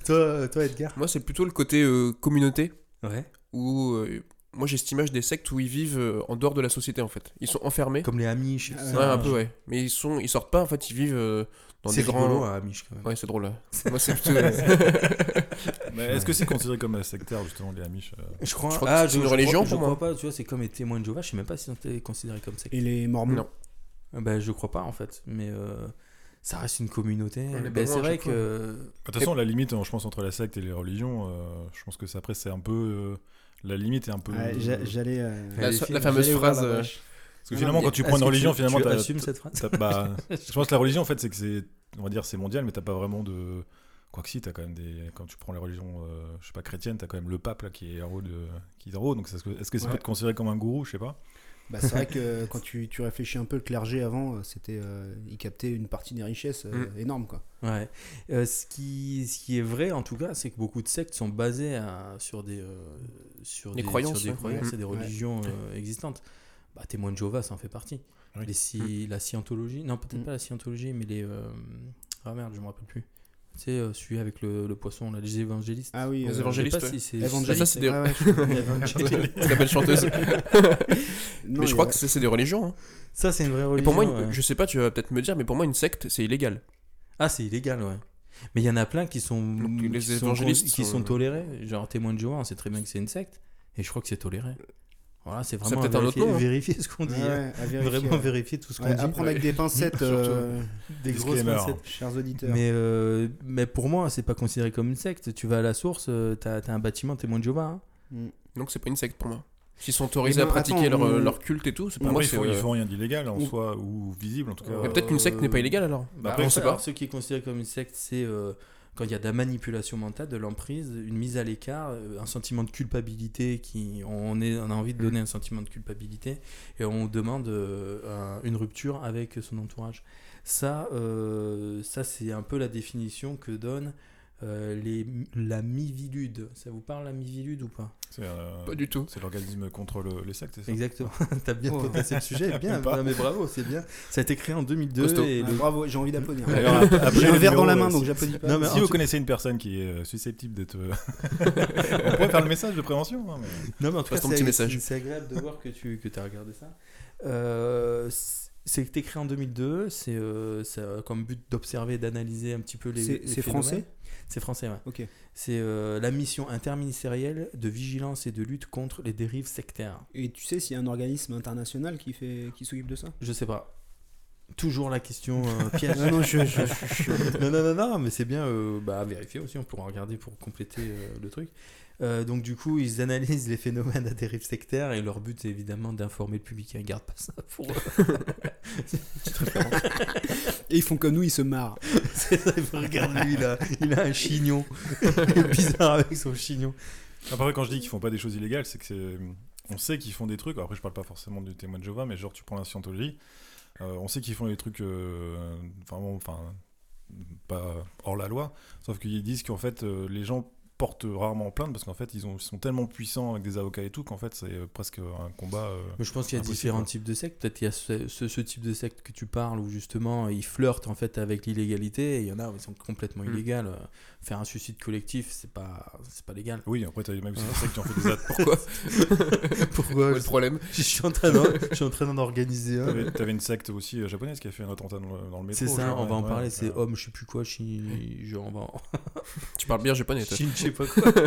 S2: toi, euh, toi, Edgar
S3: Moi, c'est plutôt le côté euh, communauté
S2: Ouais.
S3: où. euh, Moi, j'ai cette image des sectes où ils vivent euh, en dehors de la société, en fait. Ils sont enfermés.
S2: Comme les Amish. et tout
S4: Ouais,
S3: Ouais,
S2: ça.
S3: un peu, ouais. Mais ils, sont, ils sortent pas, en fait, ils vivent euh, dans
S2: C'est
S3: des grands.
S2: rigolo, hein, Ah, Amish quand même.
S3: Ouais, c'est drôle. ouais.
S2: (laughs)
S3: Moi, c'est plutôt.
S5: Mais est-ce que c'est considéré comme euh, sectaire justement les Amish euh,
S2: Je crois,
S3: Je crois que c'est une
S2: je
S3: religion,
S2: crois- je
S3: pour (laughs) moi.
S2: crois pas, tu vois, c'est comme les témoins de Jéhovah, je sais même pas si on considéré comme secte.
S4: Et les mormons.
S3: Non.
S2: Ah Ben, je crois pas en fait, mais euh, ça reste une communauté.
S3: On est pas
S2: Ben,
S3: loin
S2: c'est
S3: à
S2: vrai
S3: chaque fois.
S2: que.
S5: De toute façon, la limite, euh, je pense, entre la secte et les religions, euh, je pense que ça, après, c'est un peu. euh, la limite est un peu.
S4: Ouais, j'a- J'allais. euh,
S3: La,
S2: les
S3: so- la
S2: films,
S3: fameuse
S4: j'allais ouvrir
S3: phrase.
S4: la
S3: euh,
S4: brèche.
S5: Parce que finalement, quand tu prends
S2: Est-ce
S5: une
S2: que
S5: religion,
S2: tu-
S5: finalement,
S2: tu
S5: t'as-
S2: assumes cette phrase. (laughs)
S5: t'as- bah, je pense que la religion, en fait, c'est que c'est. On va dire, c'est mondial, mais t'as pas vraiment de. Quoi que si, t'as quand même des. Quand tu prends les religions, euh, je sais pas, chrétiennes, t'as quand même le pape, là, qui est héros de. Qui est héros, donc est-ce que est-ce que c'est
S4: Ouais.
S5: peut être considéré comme un gourou, je sais pas.
S4: Bah, c'est vrai que (laughs) quand tu, tu réfléchis un peu, le clergé avant, euh, c'était, euh, il captait une partie des richesses euh,
S3: Mm.
S4: énormes quoi.
S2: Ouais. Euh, ce, qui, ce qui est vrai en tout cas, c'est que beaucoup de sectes sont basées à- sur des, euh, sur
S3: Des
S2: sur
S3: croyances,
S2: des
S3: ouais.
S2: croyances
S3: Mm.
S2: et des religions euh, existantes. Bah, témoin de Jéhovah, ça en fait partie.
S5: Oui.
S2: Les sci-
S3: Hum.
S2: La scientologie, non, peut-être
S4: Mm.
S2: pas la scientologie, mais les. euh, Ah merde, je me rappelle plus. Tu sais, euh, celui avec le, le poisson, là, les évangélistes.
S4: Ah oui.
S3: Les
S4: euh,
S3: évangélistes,
S2: Je sais pas
S3: ouais.
S2: si c'est.
S4: évangélistes.
S3: Ça, c'est des-
S4: Ouais, ouais,
S3: (laughs)
S4: je-
S2: Évangélistes.
S3: la belle chanteuse.
S4: non,
S3: mais
S4: il y
S3: je
S4: a-
S3: crois que c'est c'est des religions. hein.
S2: Ça, c'est une vraie
S3: Et
S2: religion.
S3: pour moi, une-
S2: ouais.
S3: je sais pas, tu vas peut-être me dire, mais pour moi, une secte, c'est illégal.
S2: Ah, c'est illégal, ouais. Mais il y en a plein qui sont.
S3: Donc, les
S2: qui sont-
S3: évangélistes euh,
S2: qui
S3: sont-
S2: sont tolérés. Genre, témoin de Jéhovah, on sait très bien que c'est une secte. Et je crois que c'est toléré. Voilà, c'est vraiment.
S3: peut-être
S2: à
S3: un autre
S2: vérifier,
S3: nom, hein.
S2: vérifier ce qu'on dit.
S4: Ouais, ouais, à vérifier,
S2: (laughs) Vraiment
S4: ouais.
S2: vérifier tout ce qu'on
S4: Ouais,
S2: dit.
S4: à prendre avec des pincettes, euh,
S2: Des grosses
S5: Disclaimer.
S2: pincettes.
S4: chers auditeurs.
S2: Mais, euh, mais pour moi, c'est pas considéré comme une secte. Tu vas à la source, euh, t'as t'as un bâtiment témoin de Jéhovah. hein.
S4: Mm.
S3: Donc, c'est pas une secte pour moi. S'ils sont autorisés
S4: Eh ben,
S3: à pratiquer
S4: attends,
S3: leur,
S4: on-
S3: leur culte et tout, c'est pour
S5: Après,
S3: moi,
S5: ils
S3: c'est.
S5: font, ils
S3: euh,
S5: font rien d'illégal en
S4: on-
S5: soi, ou visible en tout cas.
S2: Ouais,
S3: Mais peut-être qu'une secte n'est pas illégale alors.
S5: Bah,
S2: Après,
S5: on sait pas.
S2: alors, Ce qui est considéré comme une secte, c'est euh, quand il y a de la manipulation mentale, de l'emprise, une mise à l'écart, euh, un sentiment de culpabilité. Qui, on, est, on a envie de donner un sentiment de culpabilité et on demande euh, un- une rupture avec son entourage. Ça, euh, ça c'est un peu la définition que donne euh, les, la mivilude. Ça vous parle la mivilude ou pas
S5: C'est, euh,
S3: Pas du tout.
S5: C'est l'organisme contre le- les sectes, c'est ça
S2: Exactement. (laughs) T'as bien
S4: Oh.
S2: potassé le sujet. Bien.
S5: Ou pas.
S2: Non, mais bravo, c'est bien. Ça a été créé en 2002
S3: Costaud.
S2: et
S4: Ah,
S2: le-
S4: Bravo, j'ai envie d'applaudir.
S5: D'ailleurs, après
S4: J'ai
S5: le
S4: un verre
S5: numéro,
S4: dans la
S5: euh,
S4: main,
S5: si-
S4: donc j'applaudis pas.
S2: Non, mais en
S5: si vous
S2: tout-
S5: connaissez une personne qui est euh, susceptible
S3: (laughs)
S5: d'être. euh, on pourrait faire le message de prévention. hein, mais-
S2: Non, mais en tout
S3: Passe
S2: cas,
S3: ton
S2: c'est
S3: petit message.
S2: c'est agréable de voir que tu que as regardé ça. Euh, c'est écrit en 2002, c'est euh, ça a comme but d'observer, d'analyser un petit peu les.
S4: C'est-
S2: les
S4: c'est
S2: phénomènes.
S4: français
S2: C'est français, ouais.
S4: Ok.
S2: C'est euh, la mission interministérielle de vigilance et de lutte contre les dérives sectaires.
S4: Et tu sais s'il y a un organisme international qui fait, qui s'occupe de ça
S2: Je sais pas. Toujours la question
S4: (laughs)
S2: euh, piège.
S4: Non, non, je- je-
S2: (laughs) non, non, non, non, mais c'est bien euh, bah, à vérifier aussi, on pourra regarder pour compléter euh, le truc. Euh, donc du coup, ils analysent les phénomènes à dérive sectaire et leur but c'est évidemment d'informer le public. Ils regardent pas ça pour
S6: Et ils font comme nous, ils se marrent.
S2: C'est ça, il faut regarder, lui, il a, il a un
S5: (laughs)
S2: chignon. Il est bizarre avec son chignon.
S5: Après, quand je dis qu'ils font pas des choses illégales, c'est que c'est. On sait qu'ils font des trucs. Après, je parle pas forcément du témoin de Jéhovah, mais genre, tu prends la scientologie, euh, on sait qu'ils font des trucs. euh, vraiment, enfin. Pas hors la loi. Sauf qu'ils disent qu'en fait, euh, les gens portent rarement plainte parce qu'en fait, ils, ont, ils sont tellement puissants avec des avocats et tout qu'en fait, c'est euh, presque un combat. euh,
S2: Mais je pense qu'il y a
S5: Impossible,
S2: différents
S5: quoi.
S2: types de sectes. Peut-être il y a ce, ce- ce type de secte que tu parles où justement ils flirtent en fait avec l'illégalité. Et Il y en a où ils sont complètement
S3: Mm.
S2: illégales. Euh, Faire un suicide collectif, c'est pas, c'est pas légal.
S5: Oui, après, t'as les mêmes sectes qui en fait des attaques.
S3: Pourquoi
S2: (laughs) Pourquoi
S3: Quel le problème
S2: Je suis en (laughs) train d'en- je suis en train d'en organiser un.
S5: T'avais t'avais une secte aussi euh, japonaise qui a fait un attentat dans le, dans le métro.
S2: C'est ça,
S5: genre,
S2: on va en
S5: ouais,
S2: parler.
S5: ouais,
S2: C'est
S5: euh,
S2: homme, je sais plus quoi, chi- genre on va en-
S3: Tu parles bien japonais, toi.
S2: Shin, je sais pas quoi. (laughs)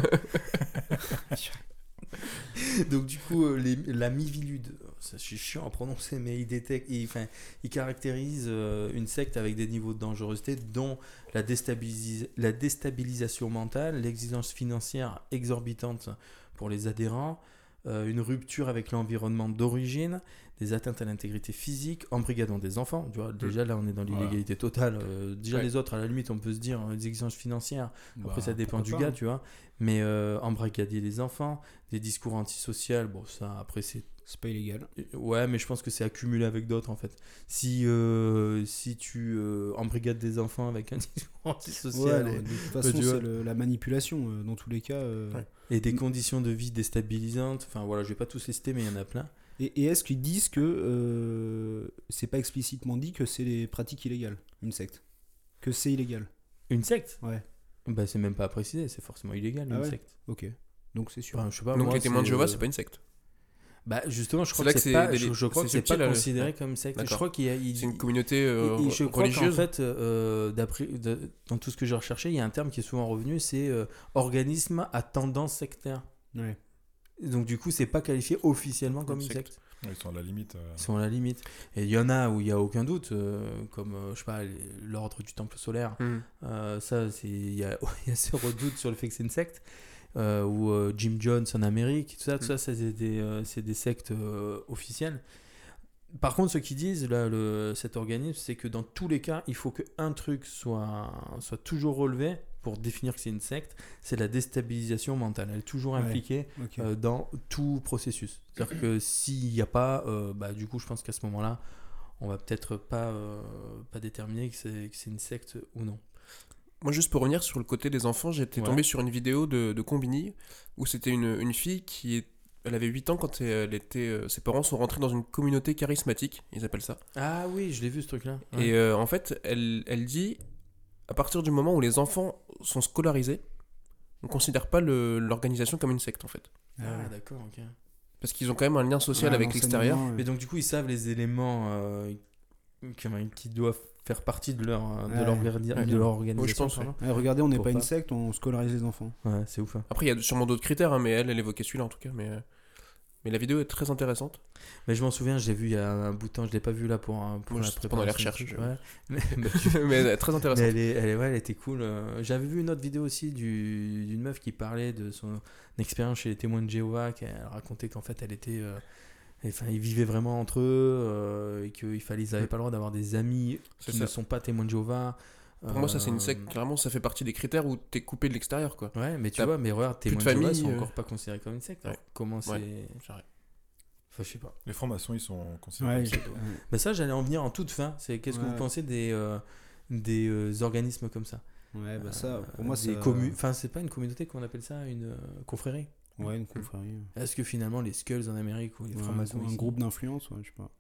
S2: Donc du coup, euh, les- la mivilude, ça je suis chiant à prononcer, mais il détecte, il, enfin, il caractérise euh, une secte avec des niveaux de dangerosité, dont la, déstabilis- la déstabilisation mentale, l'exigence financière exorbitante pour les adhérents, euh, une rupture avec l'environnement d'origine, des atteintes à l'intégrité physique, embrigadant des enfants. Tu
S5: Mm.
S2: vois, déjà là, on est dans l'illégalité totale. Euh, déjà
S3: Ouais.
S2: les autres, à la limite, on peut se dire euh, des exigences financières. Après,
S5: bah,
S2: ça dépend
S5: pourquoi
S2: du
S5: pas,
S2: gars,
S5: hein.
S2: tu vois. Mais euh, embrigadier les enfants, des discours antisociaux, bon, ça, après, c'est. euh,
S6: C'est pas illégal.
S2: Ouais, mais je pense que c'est accumulé avec d'autres, en fait. Si, euh, si tu euh, embrigades des enfants avec un (laughs) discours
S6: Ouais,
S2: antisocial
S6: non, de
S2: et-
S6: toute
S4: Bah,
S6: façon,
S2: tu vois.
S6: c'est le- la manipulation. euh, Dans tous les cas, euh,
S2: Ouais. et, des conditions de vie déstabilisantes, enfin voilà, je vais pas tous les citer, mais il y en a plein.
S6: Et, et est-ce qu'ils disent que euh, c'est pas explicitement dit que c'est les pratiques illégales, une secte Que c'est illégal
S2: Une secte
S6: Ouais.
S2: Bah, c'est même pas précisé, c'est forcément illégal,
S6: Ah
S2: une
S6: ouais
S2: secte.
S6: Ok. Donc c'est sûr.
S2: Enfin, je sais pas,
S3: Donc
S2: moi,
S3: les témoins de Jéhovah,
S2: euh,
S3: c'est pas une secte.
S2: Bah, justement, je
S3: C'est
S2: crois
S3: là
S2: que
S3: que
S2: c'est
S3: c'est
S2: pas,
S3: des-
S2: je, je crois que
S3: c'est
S2: c'est pas
S3: subtil, là, le-
S2: considéré
S3: ouais.
S2: comme secte. Je
S3: D'accord.
S2: crois qu'il y a. il-
S3: C'est une communauté
S2: Et-
S3: euh,
S2: et je crois qu'en
S3: religieuse.
S2: fait, euh, d'après, de- dans tout ce que j'ai recherché, il y a un terme qui est souvent revenu, c'est euh, organisme à tendance sectaire.
S6: Ouais.
S2: Donc du coup, c'est pas qualifié officiellement comme
S3: Comme
S2: une
S3: secte.
S2: secte.
S5: Ils sont à la limite. euh,
S2: Ils sont à la limite. Et il y en a où il y a aucun doute, euh, comme euh, je sais pas les- l'ordre du temple solaire.
S3: Hmm.
S2: Euh, ça, c'est il y, a (laughs) il y a zéro doute sur le fait que c'est une secte. Euh, ou euh, Jim Jones en Amérique, tout ça, tout
S3: Mm.
S2: ça, ça, c'est des, euh, c'est des sectes euh, officielles. Par contre, ce qu'ils disent, là, le, cet organisme, c'est que dans tous les cas, il faut qu'un truc soit, soit toujours relevé pour définir que c'est une secte, c'est la déstabilisation mentale. Elle est toujours
S6: Ouais.
S2: impliquée
S6: Ok.
S2: euh, dans tout processus. C'est-à-dire que s'il n'y a pas, euh, bah, du coup, je pense qu'à ce moment-là, on va peut-être pas, euh, pas déterminer que c'est que c'est une secte ou non.
S3: Moi, juste pour revenir sur le côté des enfants, j'étais
S2: Ouais.
S3: tombé sur une vidéo de, de Combini où c'était une, une fille qui est- Elle avait 8 ans quand elle était, euh, ses parents sont rentrés dans une communauté charismatique, ils appellent ça.
S2: Ah oui, je l'ai vu ce truc-là.
S3: Et euh, en fait, elle, elle dit à partir du moment où les enfants sont scolarisés, on ne considère pas le- l'organisation comme une secte en fait.
S6: Ah,
S2: d'accord, ok.
S3: Parce qu'ils ont quand même un lien social
S6: Ouais,
S3: avec l'extérieur.
S6: l'enseignement,
S2: Mais
S6: ouais.
S2: donc du coup, ils savent les éléments euh, qui, qui doivent faire partie de leur, euh, de
S6: Ouais.
S2: leur, organi-
S3: Ouais.
S2: de leur organisation.
S3: Ouais, je pense,
S2: pardon.
S6: Ouais, regardez, on n'est
S2: Pour
S6: pas une
S2: pas.
S6: secte, on scolarise les enfants.
S2: Ouais, c'est ouf. hein.
S3: Après, il y a sûrement d'autres critères, hein, mais elle, elle évoquait celui-là en tout cas. Mais, euh, mais la vidéo est
S2: (laughs)
S3: très intéressante. (laughs)
S2: Mais je m'en souviens, je l'ai vu il y a un bout de temps, je l'ai pas vu là pour, un- pour
S3: Moi,
S2: la
S3: je- pendant les
S2: préparation.
S3: recherches,
S2: Ouais. Mais, (laughs) mais-
S3: mais elle est très
S2: mais
S3: intéressante.
S2: elle, est- elle est- ouais, elle était cool. euh, J'avais vu une autre vidéo aussi du- d'une meuf qui parlait de son expérience chez les témoins de Jéhovah, qu'elle racontait qu'en fait elle était... euh, Enfin, ils vivaient vraiment entre eux euh, et qu'ils n'avaient pas le droit d'avoir des amis
S3: Mm. C'est
S2: qui
S3: ça.
S2: ne sont pas témoins de Jéhovah.
S3: Pour moi, ça, c'est
S2: Euh,
S3: une secte. Clairement, ça fait partie des critères où t'es coupé de l'extérieur, quoi.
S2: Ouais, mais tu
S3: T'as
S2: vois, mais regarde,
S3: de
S2: témoins de Jéhovah
S3: famille,
S2: sont
S3: euh.
S2: encore pas considérés comme une secte. alors comment c'est.
S3: J'arrête.
S2: Enfin, je sais pas.
S5: Les francs-maçons, ils sont considérés
S6: Ouais,
S5: comme ça.
S6: ouais.
S2: Mais ça, j'allais en venir en toute fin. C'est qu'est-ce que
S6: Ouais.
S2: vous pensez des, euh, des euh, organismes comme ça
S6: (laughs) Ouais, bah ça,
S2: Euh,
S6: pour moi,
S2: des
S6: c'est.
S2: commu- Enfin, c'est pas une communauté qu'on appelle ça, une euh, confrérie.
S6: Ouais,
S2: (laughs)
S6: une confrérie.
S2: Est-ce que finalement les Skulls en Amérique ou les
S6: Ouais,
S2: francs-maçons
S6: un, un
S2: ici-
S6: groupe d'influence, ouais, je sais pas.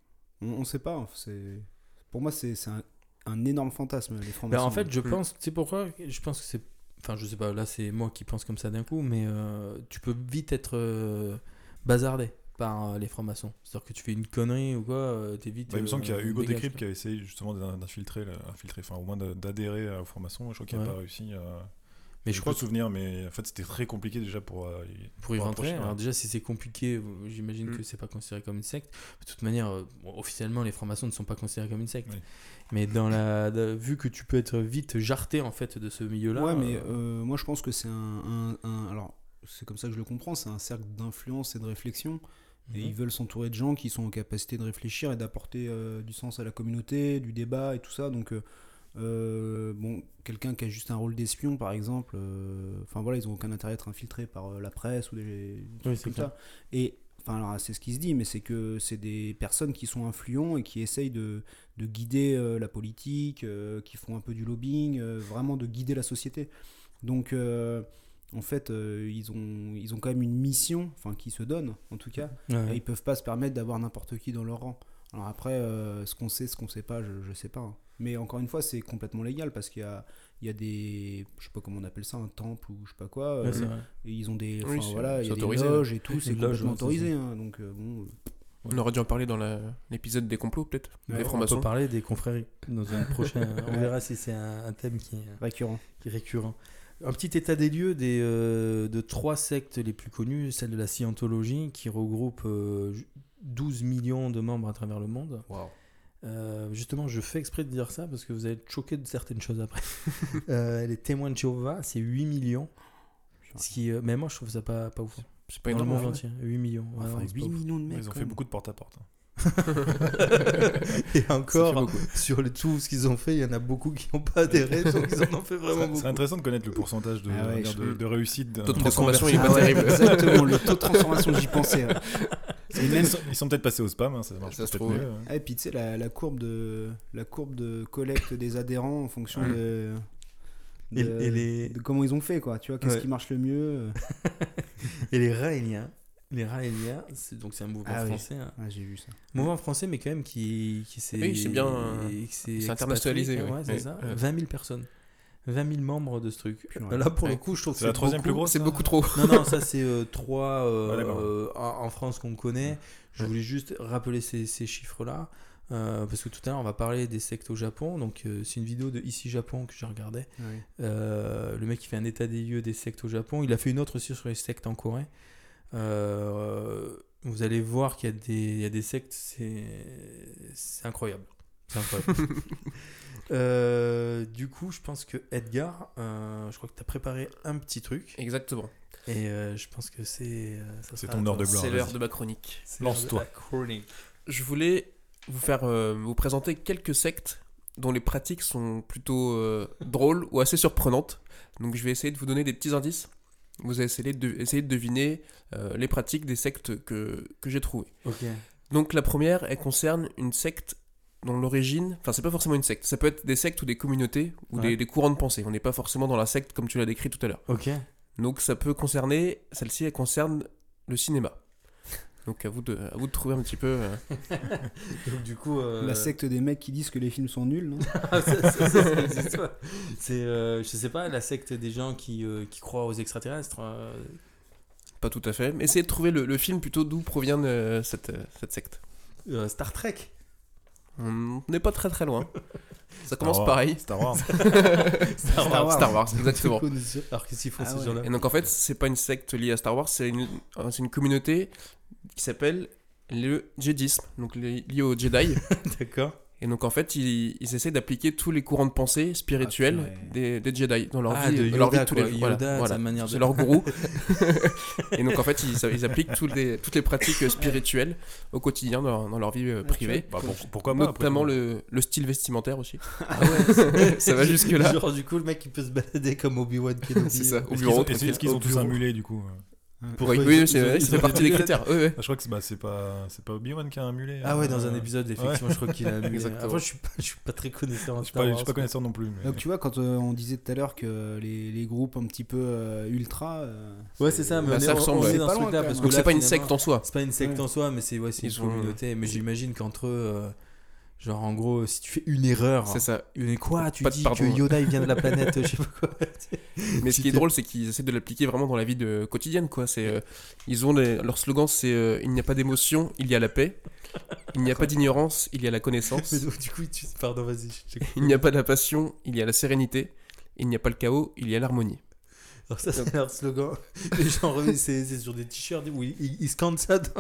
S6: On, on sait pas. hein, C'est pour moi c'est c'est un, un énorme fantasme les francs
S2: Ben, en fait, je
S3: Mm.
S2: pense, tu sais pourquoi Je pense que c'est. Enfin, je sais pas, là, c'est moi qui pense comme ça d'un coup, mais euh, tu peux vite être euh, bazardé par euh, les francs-maçons. C'est-à-dire que tu fais une connerie ou quoi, euh, t'es vite.
S5: Bah, il me semble
S2: euh,
S5: qu'il y a Hugo
S2: dégage,
S5: Décrypte
S2: quoi.
S5: qui a essayé justement d'in- d'infiltrer, la- infiltrer, enfin au moins d'a- d'adhérer à- aux formations. Je crois qu'il n'a
S2: Ouais.
S5: pas réussi. euh,
S2: Mais je crois
S5: me souvenir, mais en fait c'était très compliqué déjà pour. euh, y-
S2: pour y
S5: Pour
S2: rentrer.
S5: approcher, ouais.
S2: Alors déjà, si c'est compliqué, euh, j'imagine
S3: Mm.
S2: que c'est pas considéré comme une secte. De toute manière, euh, bon, officiellement, les francs-maçons ne sont pas considérés comme une secte.
S5: Oui.
S2: Mais dans la, de- vu que tu peux être vite jarté en fait de ce milieu-là.
S6: Ouais, mais
S2: euh,
S6: euh, moi je pense que c'est un, un- un- alors
S4: c'est comme ça que je le comprends, c'est un cercle d'influence et de réflexion. Et
S2: Mhm.
S4: ils veulent s'entourer de gens qui sont en capacité de réfléchir et d'apporter euh, du sens à la communauté, du débat et tout ça. Donc, euh, euh, bon, quelqu'un qui a juste un rôle d'espion, par exemple, euh, enfin voilà, ils n'ont aucun intérêt à être infiltrés par euh, la presse ou des, des trucs
S2: c'est
S4: comme
S2: clair.
S4: ça. Et, enfin, alors, c'est ce qui se dit, mais c'est que c'est des personnes qui sont influents et qui essayent de, de guider euh, la politique, euh, qui font un peu du lobbying, euh, vraiment de guider la société. Donc, euh, en fait, euh, ils, ont, ils ont quand même une mission, enfin, qui se donne, en tout cas. Et ils peuvent pas se permettre d'avoir n'importe qui dans leur rang. Alors après, euh, ce qu'on sait, ce qu'on sait pas, je, je sais pas. hein. Mais encore une fois, c'est complètement légal parce qu'il y a, il y a des, je sais pas comment on appelle ça, un temple ou je sais pas quoi. euh,
S2: Ouais, c'est vrai.
S4: et ils ont des,
S3: Oui,
S4: enfin,
S3: c'est-
S4: voilà,
S3: c'est
S4: il y a des
S3: autorisé,
S4: loges et tout,
S2: Une
S4: c'est
S2: loge,
S4: complètement
S2: ouais, c'est
S4: autorisé. hein. donc euh, bon, euh,
S3: On aurait dû en parler dans la- l'épisode des complots, peut-être. des
S4: Ouais, on
S2: On peut
S3: francs-maçons.
S2: parler des confréries dans un prochain. On verra si c'est un, un thème qui est,
S4: récurrent.
S2: qui est récurrent. Un petit état des lieux des, euh, de trois sectes les plus connues, celle de la Scientologie qui regroupe euh, 12 millions de membres à travers le monde. Euh, justement, je fais exprès de dire ça parce que vous allez être choqués de certaines choses après. Euh, les témoins de Jéhovah, c'est 8 millions. Ce qui, euh, mais moi, je trouve ça pas, pas ouf.
S3: C'est pas
S2: Dans le
S3: énorme.
S2: monde entier, 8 millions. Ouais,
S4: Enfin,
S2: non, c'est
S4: 8
S2: pas ouf.
S4: millions de mecs.
S5: Ils ont
S4: quand
S5: fait
S4: même.
S5: beaucoup de porte-à-porte. hein.
S3: (laughs)
S2: Et encore,
S3: beaucoup.
S2: sur le tout ce qu'ils ont fait, il y en a beaucoup qui n'ont pas adhéré, donc ils en ont fait vraiment
S5: C'est
S2: beaucoup.
S5: intéressant de connaître le pourcentage de,
S4: Ah ouais,
S5: de-
S4: je-
S5: de- de réussite. hein. d'un-
S3: Taux de transformation, il est
S4: Ah
S3: pas
S4: ouais,
S3: bah, terrible.
S2: (laughs)
S4: Exactement,
S3: (laughs)
S4: le taux de transformation, j'y pensais. hein. ouais. Et même
S5: Ils sont, ils sont peut-être passés au spam, hein, ça marche
S3: Ça se
S5: peut-être
S3: trouve,
S5: mieux, hein.
S4: Ah, et puis tu sais, la, la courbe de, la courbe de collecte des adhérents en fonction de,
S2: Et-
S4: de-
S2: et les-
S4: de comment ils ont fait, quoi. Tu vois, qu'est-ce
S2: Ouais.
S4: qui marche le mieux euh.
S2: Et les Raéliens, les Raéliens, c'est donc c'est un mouvement
S4: Ah oui.
S2: français, hein.
S4: ah, J'ai vu ça.
S2: mouvement français, mais quand même qui, qui s'est
S3: Oui, c'est bien, euh,
S2: et qui s'est
S3: il s'est
S2: expatrié,
S3: internationalisé,
S2: Ouais,
S3: oui.
S2: c'est
S3: Oui.
S2: ça.
S3: Ouais.
S2: 20 000 personnes, 20 000 membres de ce truc.
S4: Purée.
S2: Là, pour le
S3: Ouais.
S2: coup, je trouve que
S5: C'est la troisième plus
S2: beaucoup.
S5: grosse.
S3: C'est
S5: ça
S3: beaucoup trop.
S2: Non, non, ça c'est euh, trois euh,
S5: Ah, d'accord.
S2: euh, en en France qu'on connaît. Je
S3: Ouais.
S2: voulais juste rappeler ces, ces chiffres-là. euh, parce que tout à l'heure, on va parler des sectes au Japon. Donc, euh, c'est une vidéo de Ici Japon que j'ai regardée.
S4: Ouais.
S2: Euh, le mec qui fait un état des lieux des sectes au Japon. Il a fait une autre aussi sur les sectes en Corée. Euh, vous allez voir qu'il y a des, il y a des sectes, c'est c'est incroyable. C'est
S5: (laughs)
S2: incroyable. Euh, du coup, je pense que Edgar, euh, je crois que tu as préparé un petit truc.
S3: Exactement.
S2: Et euh, je pense que c'est. euh, ça
S5: C'est
S2: sera
S5: ton
S2: à
S5: heure de
S2: toi.
S5: gloire,
S3: C'est
S5: vas-y.
S3: l'heure de ma chronique.
S2: C'est l'heure de
S5: Lance-toi.
S2: la chronique.
S5: (laughs)
S3: Je voulais vous faire euh, vous présenter quelques sectes dont les pratiques sont plutôt euh, drôles ou assez surprenantes. Donc je vais essayer de vous donner des petits indices. Vous allez essayer de, essayer de deviner euh, les pratiques des sectes que, que j'ai trouvées.
S2: Ok.
S3: Donc la première, elle concerne une secte dont l'origine, enfin c'est pas forcément une secte, ça peut être des sectes ou des communautés ou
S2: Ouais.
S3: des, des courants de pensée. On n'est pas forcément dans la secte comme tu l'as décrit tout à l'heure.
S2: Ok.
S3: Donc ça peut concerner, celle-ci elle concerne le cinéma. Donc à vous de, à vous de trouver un petit peu. euh,
S2: Donc, du coup. euh,
S4: La secte des mecs qui disent que les films sont
S3: (laughs)
S4: nuls, non
S2: Ah, ça, ça, ça, ça existe, ouais. C'est, euh, je sais pas, la secte des gens qui, euh, qui croient aux extraterrestres. euh,
S3: Pas tout à fait, mais essayez de trouver le, le film plutôt d'où provient euh, cette, euh, cette secte.
S2: euh, Star Trek.
S3: On n'est pas très très loin. Ça commence
S5: Wars.
S3: pareil.
S5: Star
S3: (laughs)
S5: Wars.
S3: Star
S4: Wars.
S3: Star Wars, exactement.
S2: Alors qu'est-ce qu'ils font
S4: Ah
S2: ces
S4: ouais.
S2: gens-là
S3: Et donc en fait, c'est pas une secte liée à Star Wars, c'est une, euh, c'est une communauté qui s'appelle le Jedisme, donc li- lié aux Jedi.
S2: (laughs) D'accord.
S3: Et donc en fait, ils, ils essaient d'appliquer tous les courants de pensée spirituels
S4: Ah,
S3: des, des Jedi dans leur
S2: Ah,
S3: vie,
S2: de
S3: dans leur vie
S2: Yoda,
S3: tous
S2: quoi.
S3: les jours.
S2: Yoda,
S3: Voilà,
S2: de
S3: voilà.
S2: sa manière de-
S3: C'est leur
S2: (laughs)
S3: gourou. et donc en fait, ils, ils appliquent toutes les, toutes les pratiques spirituelles au quotidien dans, dans leur vie euh, privée.
S5: Bah, pour- pourquoi pas après
S3: Notamment
S5: tout.
S3: le, le style
S2: (laughs)
S3: vestimentaire aussi.
S2: Ah ouais. (laughs)
S3: Ça va jusque-là.
S2: Genre, du coup, le mec il peut se balader comme Obi-Wan Kenobi. euh,
S3: C'est ça, au
S5: Est-ce
S3: bureau.
S5: qu'ils ont- Est-ce qu'ils
S2: au
S5: ont tous
S2: bureau.
S5: un mulet du coup
S3: Oui,
S2: ils-
S3: oui,
S2: ils-
S3: c'est vrai,
S2: ils-
S3: ça fait partie des critères. Oui,
S2: (laughs)
S3: oui.
S5: Ah, Je crois que c'est bah, c'est pas, c'est pas Obi-Wan qui a un mulet.
S2: Ah ouais, dans un
S5: euh,
S2: épisode, effectivement, je crois qu'il (laughs) a. mis-
S3: Exactement.
S2: Après, je suis pas, je suis pas très connaisseur en
S5: Je suis
S2: Star
S5: pas, je
S2: Wars, Ah,
S5: suis pas
S2: mais-
S5: connaisseur non plus. mais-
S4: Donc tu vois, quand euh, on disait tout à l'heure que les, les groupes un petit peu euh, ultra. euh,
S2: Ouais, c'est ça, mais
S3: Bah,
S2: on
S3: ça
S2: est, on-
S3: ressemble,
S2: on est
S3: ouais.
S2: dans
S4: Pas
S2: ce
S4: loin,
S2: truc-là.
S4: quand
S2: parce
S4: même.
S2: que
S3: Donc
S2: là,
S3: c'est pas une
S2: finalement,
S3: secte en soi.
S2: C'est pas une secte
S4: Ouais.
S2: en soi, mais c'est ouais, c'est
S3: Ils
S2: une
S3: ont-
S2: communauté. Mais j'imagine qu'entre eux, euh, genre en gros, si tu fais une erreur,
S3: C'est ça.
S2: une quoi Tu
S3: Oh. Pas de
S2: dis
S3: pardon, hein.
S2: que
S3: ouais.
S2: Yoda il vient de la planète, je sais pas quoi.
S3: (laughs) Mais ce qui est drôle, c'est qu'ils essaient de l'appliquer vraiment dans la vie de, quotidienne, quoi. C'est, euh, ils ont les- leur slogan, c'est euh, il n'y a pas d'émotion, il y a la paix. Il n'y a pas d'ignorance, il y a la connaissance.
S2: Mais donc, du coup, tu... pardon, vas-y. je t'écoute.
S3: Il n'y a pas de la passion, il y a la sérénité. Il n'y a pas le chaos, il y a l'harmonie.
S2: Alors ça, c'est leur slogan. Les gens remettent, c'est c'est sur des t-shirts où ils, ils- ils scannent ça. dans-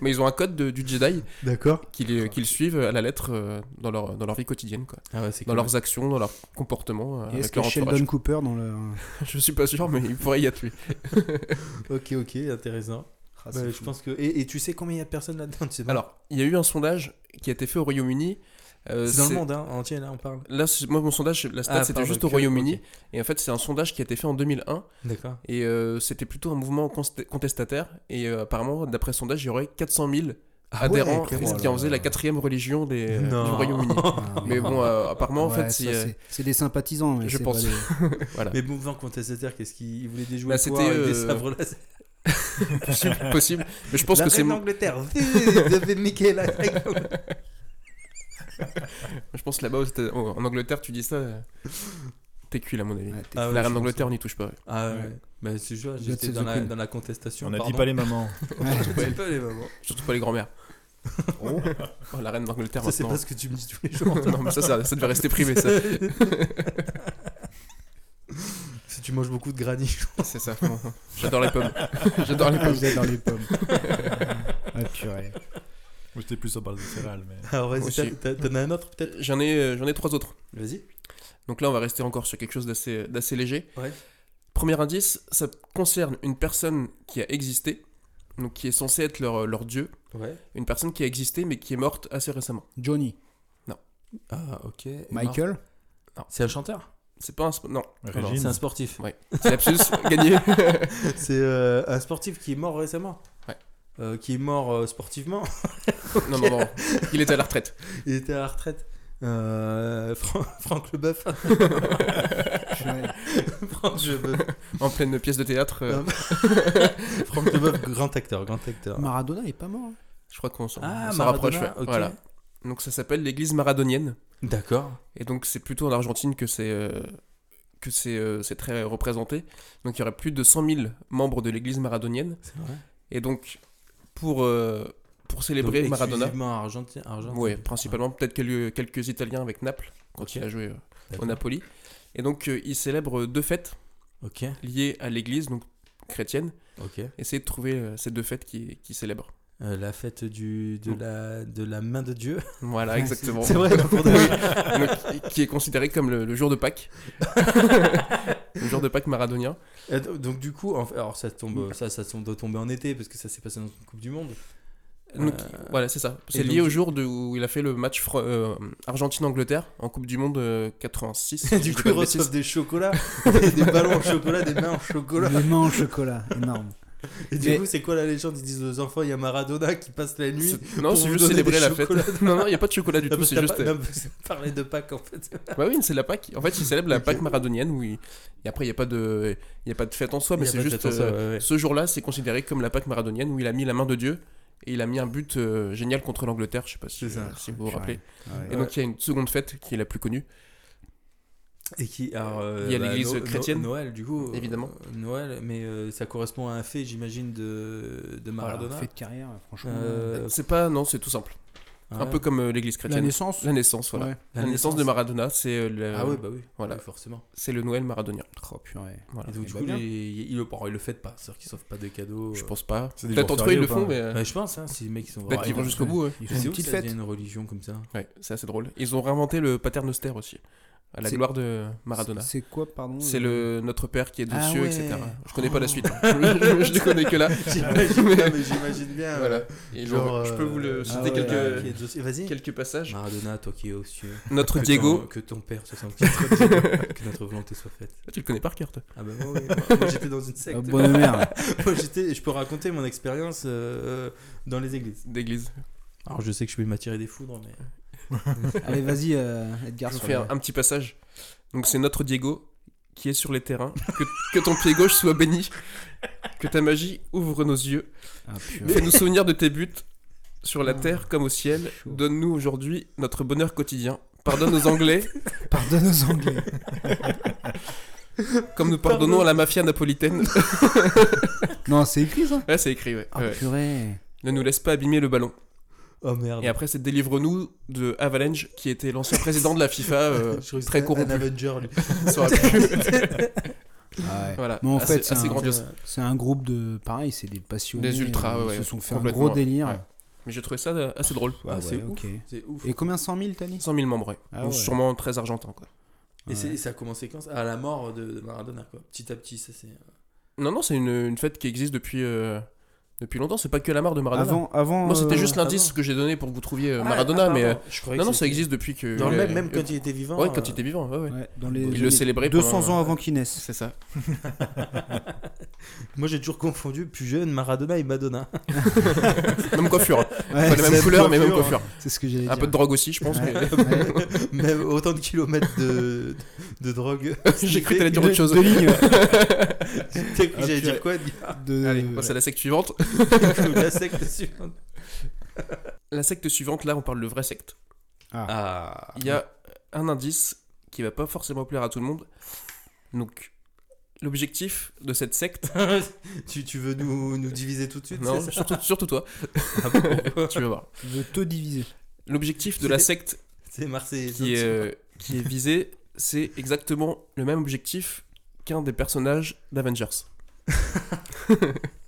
S3: Mais ils ont un code de- du Jedi
S2: D'accord.
S3: qu'ils euh, qu'ils suivent à la lettre euh, dans leur, dans leur vie quotidienne, quoi.
S2: Ah ouais, c'est
S3: Dans
S2: cool.
S3: leurs actions, dans leur comportement. euh,
S6: Et Est-ce
S3: avec
S6: que
S3: leur entourage.
S6: Sheldon Cooper dans le.
S4: euh, ah,
S3: (laughs) Je suis pas sûr, mais il pourrait
S2: (laughs)
S3: y être lui.
S2: Ok, ok, intéressant.
S6: Ah,
S2: Bah,
S6: c'est
S2: je
S6: fou.
S2: pense que. Et, et tu sais combien il y a de personnes là-dedans tu sais pas
S3: Alors, il y a eu un sondage qui a été fait au Royaume-Uni. euh,
S2: c'est dans
S3: c'est-
S2: le monde hein, entier, là, on parle.
S3: Là, c'est- moi, mon sondage, la stat,
S2: Ah,
S3: c'était
S2: pardon,
S3: juste au
S2: ok,
S3: Royaume-Uni.
S2: ok.
S3: Et en fait, c'est un sondage qui a été fait en 2001.
S2: D'accord.
S3: Et euh, c'était plutôt un mouvement const- contestataire. Et euh, apparemment, d'après le sondage, il y aurait 400 000
S2: Ah
S3: adhérents
S6: ouais, clairement.
S3: et ce qui en
S2: euh,
S3: faisait la quatrième religion des, euh, du
S2: Non. (laughs)
S3: Royaume-Uni.
S6: Ah,
S3: Mais bon, euh, apparemment, en
S6: ouais,
S3: fait,
S6: ça,
S3: c'est, euh,
S6: c'est c'est des sympathisants. mais
S3: je
S6: c'est
S3: pense.
S6: pas des-
S3: voilà.
S2: Mais mouvement contestataire, qu'est-ce qu'il il voulait déjouer
S3: Bah,
S2: le pouvoir
S3: c'était,
S2: avec des
S3: euh,
S2: sabres laser
S3: possible, possible. Mais je pense
S2: La
S3: que c'est
S2: reine
S3: mo-
S2: d'Angleterre. Vous avez niqué la
S3: je pense que là-bas aux États- oh, en Angleterre, tu dis ça, euh, t'es cuit à mon avis.
S6: Ouais, t'es-
S2: Ah ouais,
S3: la
S2: je pense.
S3: reine d'Angleterre, on n'y touche pas.
S2: (laughs) Ah ouais. Bah, c'est sûr,
S6: Just
S2: j'étais
S6: the
S2: dans la,
S6: queen.
S2: dans la contestation.
S5: On a dit
S2: pardon.
S5: pas les
S2: (laughs)
S5: mamans.
S4: (laughs)
S2: On dit pas les mamans.
S3: Surtout pas
S2: (laughs)
S3: les grands-mères. Oh, la reine d'Angleterre
S2: Ça, c'est
S3: maintenant.
S2: pas hein. ce que tu me dis tous les jours.
S3: (laughs) non, mais ça, ça, ça devait rester
S2: (laughs)
S3: privé, ça.
S2: si tu manges beaucoup de granit.
S3: C'est ça. vraiment. J'adore les pommes. (laughs) J'adore les pommes.
S6: J'adore les
S3: (laughs)
S6: pommes. ah purée.
S5: Moi, j'étais plus au bal de céréales, mais.
S2: Alors,
S3: Moi
S2: vas-y,
S3: aussi.
S2: t'as- t'as- t'en as un autre peut-être
S3: J'en ai, euh, j'en ai trois autres.
S2: Vas-y.
S3: Donc là, on va rester encore sur quelque chose d'assez, euh, d'assez léger.
S2: Ouais.
S3: Premier indice, ça concerne une personne qui a existé, donc qui est censée être leur, euh, leur dieu.
S2: Ouais.
S3: Une personne qui a existé, mais qui est morte assez récemment.
S6: Johnny.
S2: Ah, ok.
S6: Michael.
S2: C'est un chanteur
S3: C'est pas un... sp- Non,
S5: Régine.
S2: C'est un sportif.
S3: c'est lapsus, (laughs) gagné.
S2: C'est euh, un sportif qui est mort récemment.
S3: Ouais.
S2: Euh, qui est mort euh, sportivement. (laughs)
S3: Non, non, non. Il était à la retraite.
S2: Il était à la retraite. Euh, Fran- Franck Leboeuf. (laughs)
S6: Ouais.
S2: Franck Leboeuf.
S3: En pleine pièce de théâtre. euh,
S2: Franck Leboeuf, grand acteur, grand
S3: Ah.
S2: acteur.
S6: Maradona est pas mort. hein.
S3: Je crois qu'on s'en,
S2: Ah,
S3: on s'en
S2: Maradona,
S3: rapproche. ouais.
S2: ok.
S3: Voilà. Donc ça s'appelle l'église maradonienne.
S2: D'accord.
S3: Et donc c'est plutôt en Argentine que c'est euh, que c'est euh, c'est très représenté. Donc il y aurait plus de 100 000 membres de l'église maradonienne.
S2: C'est vrai.
S3: Et donc pour euh, pour célébrer
S2: Donc,
S3: Maradona.
S2: exclusivement argentin, argentin.
S3: Oui, principalement peut-être quelques, quelques Italiens avec Naples quand
S2: Ok.
S3: il a joué euh, au
S2: D'accord.
S3: Napoli. Et donc euh, il célèbre deux fêtes
S2: Ok,
S3: liées à l'église donc chrétienne.
S2: ok.
S3: Essayez de trouver euh, ces deux fêtes qui, qui célèbrent.
S2: Euh, la fête du, de,
S3: Mm.
S2: la, de la main de Dieu.
S3: Voilà,
S6: Ouais,
S3: exactement.
S2: C'est
S3: (laughs)
S2: vrai, non, pour de vrai.
S3: Donc, qui est considéré comme le, le jour
S2: (laughs)
S3: de Pâques. le jour de Pâques maradonien.
S2: (laughs) Et do- Donc, du coup, en fait- alors ça, tombe, ça, ça tombe- doit tomber en été parce que ça s'est passé dans une Coupe Mm. (laughs) du Monde.
S3: Donc,
S2: Euh,
S3: Voilà, c'est ça. C'est
S2: donc-
S3: lié au jour de- où il a fait le match Fro- euh, Argentine-Angleterre en Coupe du Monde euh, 86. si je
S2: (laughs)
S3: dis
S2: du coup,
S3: pas
S2: ils
S3: de bêtises.
S2: reçoivent des chocolats, (laughs) des des (laughs) ballons en chocolat, des mains en
S3: Oh
S2: chocolat.
S6: Les mains au chocolat. Énorme.
S2: Et du
S6: Mais-
S2: coup, c'est quoi la légende Ils disent aux enfants il y a Maradona qui passe la nuit.
S3: C'est- Non,
S2: pour
S3: c'est
S2: vous
S3: juste
S2: donner
S3: célébrer
S2: des
S3: la fête.
S2: chocolats.
S3: (laughs) Non, non, il n'y a pas de chocolat du
S2: Ah,
S3: tout.
S2: parce
S3: C'est
S2: que
S3: juste.
S2: t'as pas- non, parce que t'as parlé de Pâques en fait.
S3: Bah oui, c'est la Pâques. En fait, il célèbre la Pâques maradonienne. Où il- Et après, il n'y a, pas de... il y a pas de fête en soi, mais
S2: Il y a
S3: c'est
S2: pas de
S3: juste.
S2: fête en soi,
S3: euh,
S2: ouais, ouais.
S3: Ce jour-là, c'est considéré comme la Pâques maradonienne où il a mis la main de Dieu et il a mis un but euh, génial contre l'Angleterre. Je sais pas si, euh,
S2: C'est
S4: Euh,
S2: ça.
S3: si vous vous rappelez.
S6: Ouais.
S3: Et donc, il y a une seconde fête qui est la plus connue.
S2: Et qui, alors, euh,
S3: Il y a l'église
S2: No- No-
S3: chrétienne,
S2: Noël, du coup. euh,
S3: évidemment.
S2: Noël, mais euh, ça correspond à un fait, j'imagine, de, de Maradona.
S6: Voilà, fait de carrière, franchement.
S2: Euh,
S3: C'est pas, non, c'est tout simple. Un
S2: ouais.
S3: peu comme euh, l'église
S6: la
S3: chrétienne.
S6: naissance.
S3: La naissance, voilà.
S6: Ouais.
S3: La, naissance de Maradona, c'est euh, le,
S2: Ah ouais, bah oui.
S3: voilà.
S2: Oui, forcément.
S3: c'est le Noël maradonien.
S6: Oh purée.
S3: Voilà.
S2: Et donc,
S6: Eh
S2: du
S6: bah
S2: coup,
S6: bien.
S2: les- ils, ils le, bon, ils le fêtent pas. C'est-à-dire qu'ils sauvent pas de cadeaux.
S3: Je
S2: euh.
S3: pense pas.
S5: C'est des
S3: Peut-être
S5: jours
S3: entre eux, ils
S5: fériés
S3: le
S5: ou pas
S3: font, mais euh,
S2: Ouais, je pense, hein, si les mecs ils sont
S3: peut-être qu'ils
S2: vraiment-
S3: vont jusqu'au bout. ouais.
S6: Ils
S2: Mais
S6: font
S2: c'est
S6: une
S2: où que
S6: petite
S2: ça
S6: fête.
S2: devient une religion (laughs) comme ça
S3: Ouais, c'est assez drôle. Ils ont réinventé le paternoster aussi, à la
S6: C'est-
S3: gloire de Maradona.
S6: C'est quoi, pardon
S3: C'est
S6: euh,
S3: le Notre Père qui est de
S6: Ah
S3: cieux,
S6: ouais.
S3: etc. Je connais pas la suite.
S6: (laughs)
S3: hein. je, je- je ne connais que là. Mais
S2: j'imagine bien.
S3: voilà. Et
S2: Genre,
S3: genre, je peux vous le
S2: euh,
S3: citer
S6: ah ouais,
S3: quelques,
S6: ouais, ok.
S2: Vas-y.
S3: quelques passages.
S2: Maradona, toi qui es aux cieux.
S6: Ah,
S3: Notre
S2: que
S3: Diego.
S2: ton- Que ton père se sente (laughs) Que notre volonté soit faite.
S3: Tu le connais par cœur, toi.
S2: Ah bah ouais, ouais. (laughs) Moi j'étais dans une secte.
S4: Euh,
S6: Ah, bonne mère.
S2: Moi, j'étais, je peux raconter mon expérience euh, euh, dans les églises.
S3: D'église.
S2: Alors je sais que je vais m'attirer des foudres, mais.
S6: (laughs) Allez, vas-y, euh, Edgar.
S3: Je vous
S6: sur
S3: fais
S6: le-
S3: un, un petit passage. Donc c'est notre Diego qui est sur les terrains. Que, que ton pied gauche soit béni. Que ta magie ouvre nos yeux.
S6: Ah, purée.
S3: Fais-nous souvenir de tes buts sur la
S6: Ah.
S3: terre comme au ciel.
S6: Chaud.
S3: Donne-nous aujourd'hui notre bonheur quotidien. Pardonne aux Anglais
S6: (laughs) Pardonne aux
S4: (laughs)
S6: Anglais.
S3: comme nous pardonnons à la mafia napolitaine.
S6: non, c'est écrit ça
S3: Ouais, c'est écrit, ouais.
S6: Ah,
S4: bah,
S3: Ouais.
S6: purée.
S3: Ne nous laisse pas abîmer le ballon.
S2: Oh
S4: Ah
S2: merde.
S3: Et après, c'est délivre-nous de Avalanche, qui
S4: (laughs)
S3: était l'ancien président de la FIFA, euh,
S2: Je crois que c'était
S3: très
S2: un
S3: corrompu.
S2: Avenger, lui.
S3: Ça aurait pu-
S4: Ah ouais.
S3: Voilà,
S4: Mais en
S3: assez,
S4: fait, c'est
S3: assez
S4: un-
S3: grandiose.
S4: C'est un groupe de. Pareil, c'est des passionnés.
S3: Des ultras,
S4: euh,
S3: ouais,
S4: Ils
S3: ouais,
S4: se sont fait un
S3: complètement,
S4: gros délire.
S3: ouais. Mais j'ai trouvé ça euh, assez drôle.
S4: Ah,
S2: Ah,
S4: ouais,
S2: c'est ouf.
S4: ok.
S2: C'est ouf.
S4: Et combien 100 000, t'as dit
S3: 100 000 membres, ouais.
S4: Ah
S3: Donc
S4: ouais.
S3: sûrement très argentin, quoi.
S2: Et, c'est-
S4: Ouais.
S2: et ça a commencé quand ça À la mort de, de Maradona, quoi. Petit à petit, ça c'est. euh,
S3: Non, non, c'est une, une fête qui existe depuis, euh, depuis longtemps. C'est pas que la mort de Maradona.
S4: Avant, avant.
S3: Moi, c'était
S4: euh,
S3: juste l'indice
S2: avant.
S3: que j'ai donné pour que vous trouviez euh,
S2: Ah,
S3: Maradona,
S2: ah,
S3: mais. euh,
S2: pardon, je croyais
S3: Non,
S2: que
S3: non, ça
S2: c'était-
S3: existe depuis que.
S2: Dans le
S3: euh,
S2: même, même
S3: euh,
S2: quand il était vivant.
S3: Ouais, quand il
S2: euh,
S3: était vivant, ouais, ouais.
S4: Ouais, dans les.
S3: Il le célébrait
S4: 200
S3: pendant- euh,
S4: ans avant qu'il naisse.
S3: (laughs) C'est ça.
S2: Moi j'ai toujours confondu plus jeune Maradona et Madonna.
S3: Même coiffure.
S4: (laughs)
S3: hein.
S4: Ouais,
S3: pas les mêmes
S4: c'est-
S3: couleurs, mais même
S2: coiffure,
S3: coiffure.
S4: C'est ce que j'allais dire.
S3: Un peu de drogue aussi, je pense.
S4: (laughs)
S3: mais-
S4: Ouais.
S2: (laughs) Même autant de kilomètres de, de drogue.
S3: (laughs) J'ai cru que t'allais dire autre chose.
S4: Deux lignes.
S3: (laughs)
S2: T'as cru que j'allais
S4: Ah,
S2: dire quoi
S4: De...
S3: Allez, on passe à la secte suivante. (laughs)
S2: La secte suivante.
S3: La secte suivante, là, on parle de vraie secte.
S2: Ah.
S3: Il y a un indice qui va pas forcément plaire à tout le monde. Donc, l'objectif de
S2: (laughs)
S3: cette secte.
S2: tu, tu veux nous, nous diviser tout de suite
S3: non,
S2: c'est ça Ah
S3: surtout, surtout toi. (laughs) tu vas voir.
S4: De taux divisé.
S3: L'objectif de la secte
S2: C'est Marseille.
S3: qui est, euh, qui est visée, c'est exactement le même objectif qu'un des personnages d'Avengers.
S2: (laughs)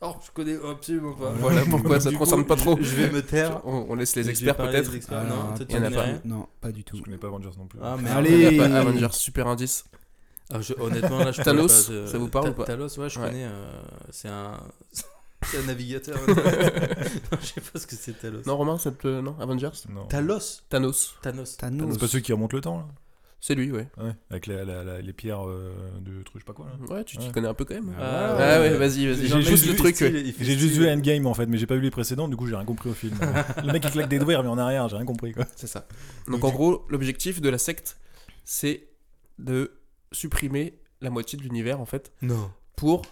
S2: Oh, je connais absolument pas.
S3: Voilà pourquoi ça
S2: Du
S3: te
S2: coup,
S3: concerne pas
S2: je-
S3: trop.
S2: Je vais me taire.
S3: On, on laisse les
S2: Je vais
S3: experts
S2: parler
S3: peut-être.
S2: des experts.
S4: Ah,
S2: non,
S4: non,
S2: toi,
S3: il
S2: tu
S3: y en a
S2: dis
S3: pas.
S2: rien.
S4: Non, pas du tout.
S5: Je connais pas Avengers non plus.
S2: Ah, merde.
S4: Allez.
S3: Il y a
S4: Et-
S3: pas Avengers, super indice.
S2: Ah, je- honnêtement,
S3: (laughs)
S2: là, je
S3: Thanos,
S2: connais pas de-
S3: ça vous parle
S2: Ta-
S3: ou pas
S2: Talos, ouais, je
S3: Ouais.
S2: connais. euh, c'est un. (laughs) C'est un
S3: (laughs)
S2: navigateur. non, je sais pas ce que c'est Talos.
S3: Non, Romain, ça te... non, Avengers
S5: Non.
S2: Talos
S3: Thanos.
S2: Thanos.
S4: Thanos.
S5: Ah, C'est pas ceux qui remontent le temps, là
S3: C'est lui, ouais.
S5: Ouais, avec la- la- la- les pierres euh, de truc, je sais pas quoi, là.
S3: Mmh. Ouais, tu t'y
S5: Ouais.
S3: connais un peu quand même.
S2: Ah,
S3: Ah,
S2: ouais.
S3: ouais, vas-y, vas-y.
S5: J'ai
S3: J'ai juste
S5: juste
S3: le
S5: vu
S3: truc. ouais.
S5: J'ai juste vu Endgame en fait, mais j'ai pas vu les précédents, du coup j'ai rien compris au film. le mec il claque des doigts, il revient en arrière, j'ai rien compris quoi.
S3: C'est ça. Donc en gros, l'objectif de la secte, c'est de supprimer la moitié de l'univers en fait
S2: Non.
S3: pour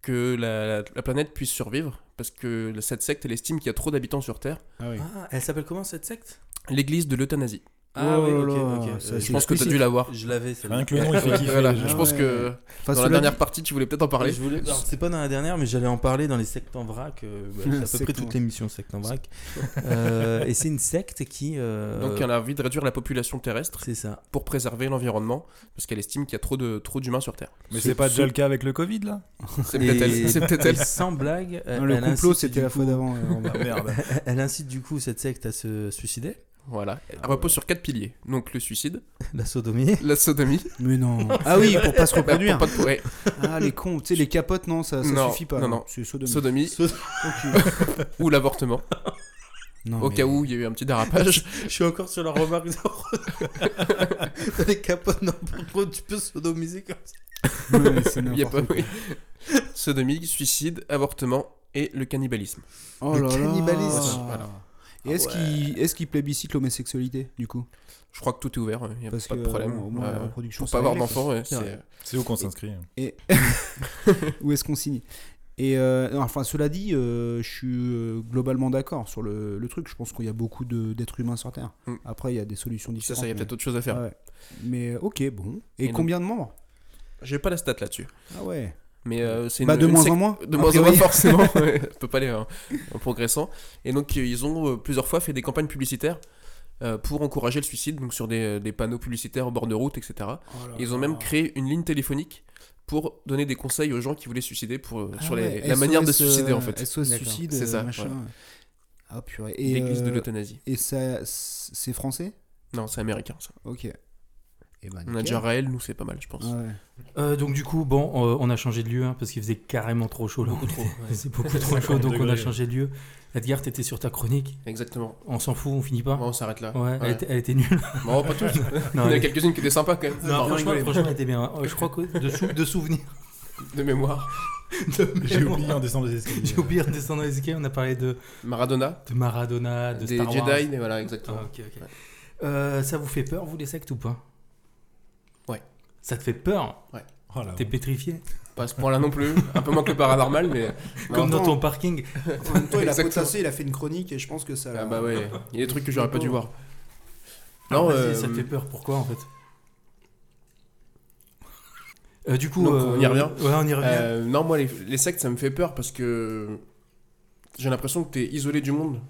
S3: que la, la- la planète puisse survivre parce que cette secte elle estime qu'il y a trop d'habitants sur Terre.
S4: Ah oui.
S2: Ah, elle s'appelle comment cette secte
S3: L'église de l'euthanasie.
S2: Ah
S4: Oh
S2: oui,
S4: là
S2: ok,
S4: là,
S2: ok.
S4: ça,
S2: Euh,
S4: c'est
S3: Je pense que t'as
S4: explicite.
S3: dû la voir.
S2: Je l'avais celle-là.
S5: Rien que le nom il fait kiffer.
S3: Voilà,
S5: les gens.
S3: je pense que dans
S4: Enfin,
S3: la
S4: cela
S3: dernière
S4: dit-
S3: partie tu voulais peut-être en
S2: Ouais,
S3: parler.
S2: je voulais... alors, c'est pas dans la dernière, mais j'allais en parler dans les sectes en vrac. euh, bah,
S3: (laughs)
S2: c'est à peu près
S4: Secte en-
S2: toute l'émission secte en vrac. Euh, et c'est une secte qui. euh,
S3: Donc elle a envie de réduire la population terrestre
S2: c'est ça. (laughs)
S3: pour préserver l'environnement parce qu'elle estime qu'il y a trop de trop d'humains sur Terre.
S5: Mais c'est pas déjà le cas avec le Covid là
S3: C'est peut-être elle. C'est peut-être
S2: et
S3: elle.
S2: Sans blague.
S4: Non,
S2: elle-
S4: le
S2: elle
S4: complot,
S2: incite du
S4: c'était la fois
S2: coup-
S4: d'avant.
S3: (laughs)
S4: euh, Romain.
S5: Ah, Merde.
S2: Elle- Elle incite du coup cette secte à se suicider,
S3: Voilà. Elle repose sur quatre piliers. Donc le suicide,
S2: la sodomie.
S3: la sodomie.
S4: Mais non. (laughs) Ah oui, pour pas
S3: (laughs)
S4: se
S3: Bah,
S4: reproduire.
S3: pour pas de- ouais,
S4: Ah, les cons. Tu sais, les capotes, non, ça, ça
S3: Non,
S4: suffit pas.
S3: non, non.
S4: C'est sodomie. (laughs)
S3: sodomie
S4: Ok.
S3: ou l'avortement.
S4: Non,
S3: Au
S4: mais-
S3: cas où il y a eu un petit dérapage.
S2: Je suis encore sur la remarque de les capotes, non, pourquoi tu peux sodomiser comme ça
S4: (laughs) Non, mais
S3: (laughs)
S4: c'est
S3: il y a pas.
S4: n'importe quoi.
S3: oui. Sodomie, suicide, avortement et le cannibalisme.
S4: Oh
S2: Le
S4: là là.
S2: cannibalisme.
S3: Voilà. Ah
S4: Et est-ce qu'il est-ce qu'il plébiscite l'homosexualité, du coup
S3: Je crois que tout est ouvert. Il n'y a
S4: Parce
S3: pas
S4: que
S3: de problème.
S4: euh, au moins, la
S3: Euh,
S4: reproduction.
S3: pour
S4: c'est
S3: pas avoir
S4: réglé,
S3: d'enfants, ouais, c'est-
S4: Ouais.
S5: C'est où qu'on s'inscrit hein
S3: (laughs)
S4: Et (laughs) où est-ce qu'on signe Et euh, non, enfin, cela dit, euh, je suis euh, globalement d'accord sur le, le truc. Je pense qu'il y a beaucoup de- d'êtres humains sur Terre.
S3: Mm.
S4: Après, il y a des solutions
S3: ça,
S4: différentes.
S3: ça, il y a
S4: mais-
S3: peut-être autre chose à faire.
S4: Ouais. Mais euh, ok, bon. Et,
S3: Et donc-
S4: combien de membres
S3: J'ai pas la stat là-dessus.
S4: Ah ouais.
S3: Mais euh, c'est une,
S4: Bah, de
S3: une
S4: moins
S3: secte-
S4: en moins.
S3: De
S4: a
S3: moins en moins,
S4: priori.
S3: forcément.
S4: (laughs)
S3: ouais. On peut pas aller en, en progressant. Et donc, euh, ils ont euh, plusieurs fois fait des campagnes publicitaires euh, pour encourager le suicide, donc sur des, des panneaux publicitaires au bord de route, etc.
S4: Oh là
S3: Ils ont
S4: là.
S3: même créé une ligne téléphonique pour donner des conseils aux gens qui voulaient se suicider pour, euh,
S4: Ah
S3: sur les-
S4: ouais,
S3: la manière de
S4: SOS,
S3: se suicider, en
S4: euh,
S3: fait.
S4: SOS
S2: D'accord.
S4: suicide, euh,
S3: C'est ça,
S4: machin.
S3: voilà.
S4: Ah purée. Et,
S3: L'église de
S4: euh,
S3: l'euthanasie.
S4: et ça, c'est français
S3: Non, c'est américain, ça.
S4: Ok. Et ben, Ah
S3: On a déjà Raël, nous, c'est pas mal, je pense.
S4: Ouais.
S2: Euh, donc du coup, bon, euh, on a changé de lieu hein, parce qu'il faisait carrément trop chaud là. (laughs) C'est beaucoup trop chaud,
S5: 50
S2: donc on a
S5: degrés.
S2: changé de lieu. Edgar, t'étais sur ta chronique.
S3: Exactement.
S2: On s'en fout, on finit
S3: Bon,
S2: pas.
S3: on s'arrête là.
S2: Ouais, Elle,
S3: Ouais.
S2: était, elle était nulle.
S3: Bon, pas tous. Il y
S2: Ah. (laughs) Non,
S3: en a
S2: elle-
S3: quelques-unes qui étaient sympas, quand même.
S2: Non,
S3: Bon,
S2: franchement, franchement, elle était bien. Euh, Je crois que de, sou- de souvenirs.
S3: De mémoire.
S2: de
S5: (laughs) J'ai
S2: mémoire.
S5: oublié en descendant des escaliers.
S2: J'ai oublié en descendant les escaliers. On a parlé de,
S3: Maradona,
S2: de Maradona, Ah, de
S3: des
S2: Star
S3: Jedi,
S2: Wars.
S3: mais voilà,
S2: Ah,
S3: exactement.
S2: ok, ok.
S3: Ouais.
S2: Euh, ça vous fait peur, vous, les sectes ou pas
S3: Ouais.
S2: Ça te fait peur
S5: Oh là,
S2: T'es pétrifié
S3: Pas à ce point-là non plus. Un peu moins que le paranormal, mais. Non,
S2: Comme dans
S4: attends.
S2: ton parking.
S4: En même temps, il a
S3: Exactement.
S4: potassé, il a fait une chronique et je pense que ça.
S3: Ah bah ouais, il y a des trucs que j'aurais pas dû voir.
S2: Alors,
S3: Non,
S2: Ah, vas-y,
S3: euh,
S2: ça te fait peur, pourquoi en fait
S3: (laughs)
S2: Euh, Du coup.
S3: Donc,
S2: euh,
S3: on y revient
S2: Ouais, on y revient.
S3: Euh, non, moi, les, les sectes, ça me fait peur parce que j'ai l'impression que t'es isolé du monde.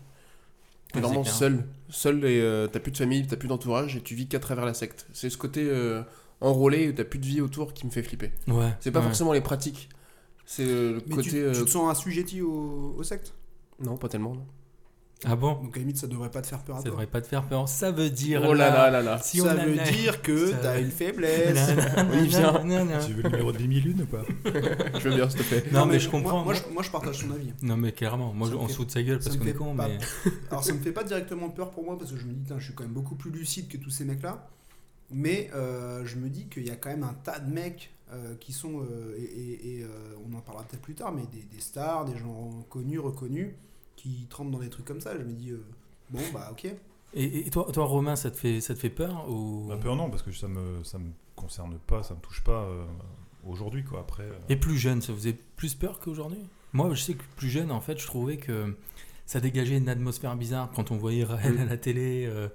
S3: T'es
S2: Ouais,
S3: vraiment
S2: c'est clair.
S3: seul. Seul et euh, t'as plus de famille, t'as plus d'entourage et tu vis qu'à travers la secte. C'est ce côté. euh, enrôlé où t'as plus de vie autour qui me fait flipper.
S2: Ouais.
S3: C'est pas
S2: ouais.
S3: forcément les pratiques. C'est euh, le
S4: Mais
S3: côté.
S4: tu,
S3: euh,
S4: tu te sens assujetti au, au secte
S3: Non, pas tellement. non.
S2: Ah bon
S4: Donc à la limite, ça devrait pas te faire peur à
S2: Ça
S4: toi.
S2: devrait pas te faire peur. Ça veut dire.
S3: Oh là là là là.
S2: Si
S4: ça
S2: on a
S4: veut
S2: la- (laughs)
S4: dire que
S2: ça-
S4: t'as une faiblesse.
S2: On
S3: y vient.
S5: Tu veux le numéro de Bimilune ou pas
S3: Je veux bien, s'il te plaît.
S2: Non, mais je comprends.
S4: Moi, moi, je, moi, je partage son avis.
S2: Non, mais clairement, moi
S4: Ça
S2: je-
S4: me
S2: on
S4: fait-
S2: se fout de sa gueule
S4: ça
S2: parce
S4: me
S2: qu'on est
S4: fait
S2: con,
S4: pas-
S2: mais.
S4: Alors ça me fait pas directement peur pour moi parce que je me dis, putain, je suis quand même beaucoup plus lucide que tous ces mecs-là. Mais euh, je me dis qu'il y a quand même un tas de mecs euh, qui sont, euh, et, et- et, euh, on en parlera peut-être plus tard, mais des, des stars, des gens connus, reconnus, qui trempent dans des trucs comme ça. Je me dis, euh, bon, bah ok.
S2: Et, et toi, toi, Romain, ça te fait, ça te fait peur ou...
S5: Un peu non, parce que ça me, ça me concerne pas, ça me touche pas euh, aujourd'hui, quoi. Après. euh,
S2: Et plus jeune, ça faisait plus peur qu'aujourd'hui Moi, je sais que plus jeune, en fait, je trouvais que ça dégageait une atmosphère bizarre quand on voyait
S3: Mm.
S2: Raël à la télé. euh,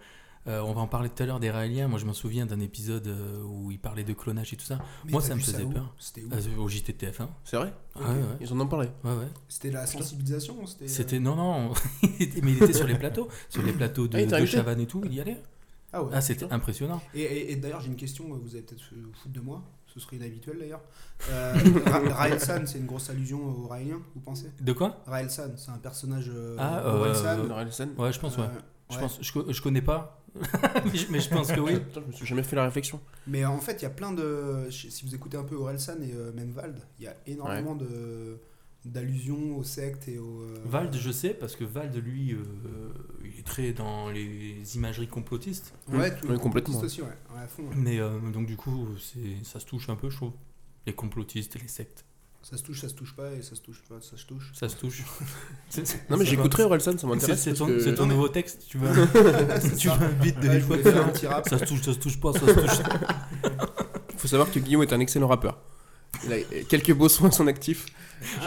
S2: euh, on va en parler tout à l'heure des Raéliens. Moi, je me souviens d'un épisode euh, où il parlait de clonage et tout ça.
S4: Mais
S2: Moi,
S4: t'as
S2: ça me
S4: vu
S2: faisait
S4: où
S2: peur.
S4: C'était où
S2: Euh, au JTTF1.
S3: C'est vrai
S2: Ouais, ouais,
S3: Ils en ont parlé.
S2: ouais, ouais.
S4: C'était la sensibilisation C'était. euh,
S2: C'était non non, (laughs) il était- mais il était sur les plateaux, sur les plateaux de,
S3: Ah, il t'a
S2: de
S3: invité
S2: Chavannes et tout, il y allait.
S4: Ah ouais.
S2: Ah c'était
S3: putain.
S2: impressionnant.
S4: Et, et- et d'ailleurs, j'ai une question, euh, vous allez peut-être vous foutre de moi, ce serait inhabituel d'ailleurs.
S2: (laughs)
S4: Euh, Ra- Rael San, c'est une grosse allusion au Raélien, vous pensez
S2: De quoi
S4: Rael San, c'est un personnage. euh,
S2: Ah,
S4: de Rael
S2: euh,
S4: San.
S2: Euh,
S3: Nora Ellison.
S2: Ouais je pense ouais.
S4: Euh,
S2: Je
S4: ouais.
S2: pense je, co- je connais pas, (laughs) mais, je, mais je pense que oui.
S3: Putain, je me suis jamais fait la réflexion.
S4: Mais en fait, il y a plein de. je- Si vous écoutez un peu Orelsan et euh, même Vald, il y a énormément de d'allusions aux sectes et aux. euh,
S2: Vald je sais parce que Vald lui euh, il est très dans les imageries complotistes,
S4: Ouais, tout,
S3: Oui, complètement.
S4: tout aussi, ouais, ouais, à fond. ouais.
S2: mais euh, donc du coup c'est ça se touche un peu je trouve. Les complotistes et les sectes,
S4: Ça se touche, ça se touche pas, et ça se touche pas, ça se
S2: (laughs)
S4: touche.
S2: ça se
S4: (laughs)
S2: touche. C'est- c'est-
S3: Non, mais
S2: c'est
S3: j'écouterai Orelsan, ça
S2: pas- C'est
S3: m'intéresse.
S2: c'est
S3: parce
S2: ton,
S3: que-
S2: c'est ton
S4: Non, mais-
S2: nouveau texte, tu veux tu
S4: (laughs) ça.
S2: veux un beat de
S4: Ouais, je
S2: hip-hop,
S4: voulais faire un petit rap.
S2: Ça se touche, ça se touche pas, ça se touche.
S3: (laughs) Faut savoir que Guillaume est un excellent rappeur. Il a quelques beaux soins à son actif.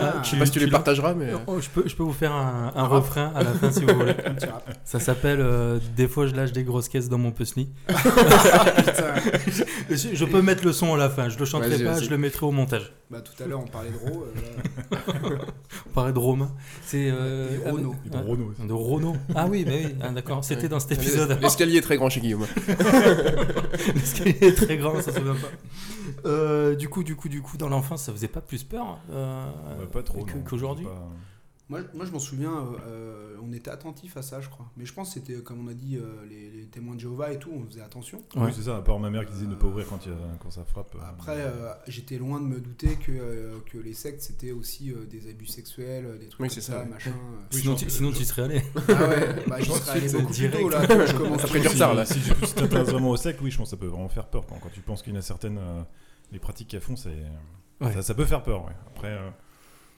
S4: Ah,
S3: Je sais pas si tu les partageras, mais. euh,
S2: Oh, je, peux, je peux vous faire un, un refrain à la fin si vous voulez.
S4: un petit rap.
S2: Ça s'appelle euh, Des fois je lâche des grosses caisses dans mon
S4: (laughs)
S2: puzzle.
S4: Putain.
S2: (laughs) Je, je peux mettre le son à la fin, je le chanterai
S3: Vas-y,
S2: pas,
S3: vas-y.
S2: je le mettrai au montage.
S4: Bah, tout à l'heure, on parlait de Ro. euh, là.
S2: On parlait de Romain. C'est. euh,
S4: Et Renaud.
S5: et de Renaud aussi.
S2: De Renaud. Ah oui, bah oui,
S4: (laughs)
S2: ah, d'accord. C'était dans cet épisode.
S3: L'escalier est très grand
S2: (laughs)
S3: chez Guillaume.
S2: Parce qu'il est très grand, ça se voit pas. Euh, du coup, du coup, du coup, dans l'enfance, ça faisait pas plus peur euh,
S5: Bah, pas trop.
S2: que-
S5: non.
S2: qu'aujourd'hui.
S5: Pas-
S4: Moi, je- moi, je m'en souviens, euh, euh, on était attentif à ça, je crois. Mais je pense que c'était, comme on a dit, euh, les, les témoins de Jéhovah et tout, on faisait attention.
S2: Ouais.
S5: Oui, c'est ça, à part ma mère qui disait de ne pas ouvrir quand, il y a- quand ça frappe. euh,
S4: Après, euh, j'étais loin de me douter que, euh, que les sectes, c'était aussi euh, des abus sexuels, euh, des trucs
S3: Oui,
S4: comme
S3: c'est
S4: ça,
S3: ça, ouais.
S4: machin. euh.
S2: Sinon, tu, sinon tu serais allé.
S5: euh,
S4: Ah ouais, bah, je
S2: Ensuite,
S4: serais allé
S2: c'est
S4: beaucoup plus
S2: direct.
S4: tôt, là, quand je commence
S3: Après du
S5: si-
S3: retard, là.
S5: Si tu si tu t'intéresses vraiment au sec, oui, je pense que ça peut vraiment faire peur. Quand, quand tu penses qu'il y en a certaines. euh, les pratiques qu'elles font, c'est.
S2: Ouais.
S5: Ça, ça peut faire peur, ouais. Après. euh,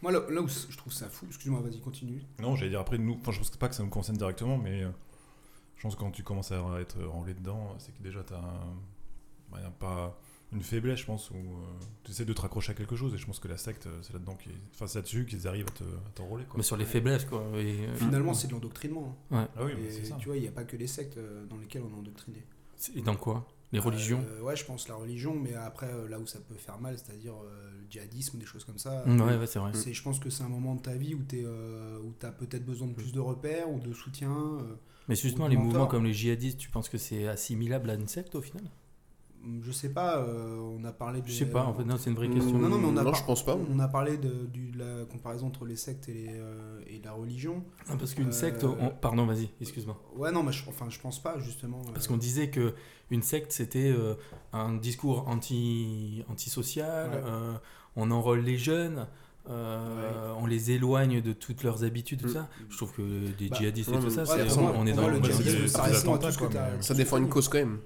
S4: Moi, là, là où c- je trouve ça fou, excuse-moi, vas-y, continue.
S5: Non, j'allais dire après, nous, enfin, je pense pas que ça nous concerne directement, mais euh, je pense que quand tu commences à être enlevé dedans, euh, c'est que déjà t'as un, bah, y a pas une faiblesse, je pense, où euh, tu essaies de te raccrocher à quelque chose, et je pense que la secte, euh, c'est là-dedans, qu'ils- enfin, c'est là-dessus qu'ils arrivent à te- à t'enrôler, quoi.
S2: Mais sur les faiblesses, quoi. et, euh,
S4: Finalement, c'est de l'endoctrinement. hein.
S5: Ah oui, mais
S4: Et
S5: c'est ça.
S4: tu vois, il n'y a pas que les sectes euh, dans lesquelles on est endoctriné.
S2: c'est dans quoi Les religions
S4: Euh, Ouais, je pense la religion, mais après, euh, là où ça peut faire mal, c'est-à-dire euh, le djihadisme, des choses comme ça.
S2: Mm, Ouais, ouais, c'est vrai.
S4: C'est- Je pense que c'est un moment de ta vie où tu as peut-être besoin de plus de repères ou de soutien. euh,
S2: Mais justement,
S4: Ou
S2: les
S4: de mentor.
S2: mouvements comme les djihadistes, tu penses que c'est assimilable à une secte au final
S4: je sais pas, euh, on a parlé de.
S2: Je sais pas, en fait, non, c'est une vraie question.
S4: Non, non, mais on a
S3: Mm, Non,
S4: pas-
S3: je pense pas.
S4: On a parlé de, du- de la comparaison entre les sectes et, les, euh, et la religion.
S2: Non, Ah, parce qu'une
S4: Euh,
S2: secte, on- pardon, vas-y, excuse-moi.
S4: Ouais, non, mais je, enfin, je pense pas, justement. euh,
S2: Parce qu'on disait que une secte, c'était euh, un discours anti antisocial.
S4: Ouais.
S2: euh, on enrôle les jeunes. euh, On les éloigne de toutes leurs habitudes, tout
S3: Mm.
S2: ça. Je trouve que des
S4: Bah,
S2: djihadistes et
S3: ouais,
S2: tout
S3: mais
S2: ça,
S4: ouais,
S2: c'est-
S3: pour
S2: on,
S3: moi-
S2: est
S4: pour
S2: dans
S4: moi,
S2: le
S4: le djihadisme,
S5: c'est
S4: ça
S5: des
S4: reste
S5: attentats,
S4: tout ce que
S5: quoi,
S4: t'as-
S5: mais-
S4: tout
S3: Ça
S4: ce
S3: défend
S4: que
S3: une
S4: t'as.
S3: cause quand même.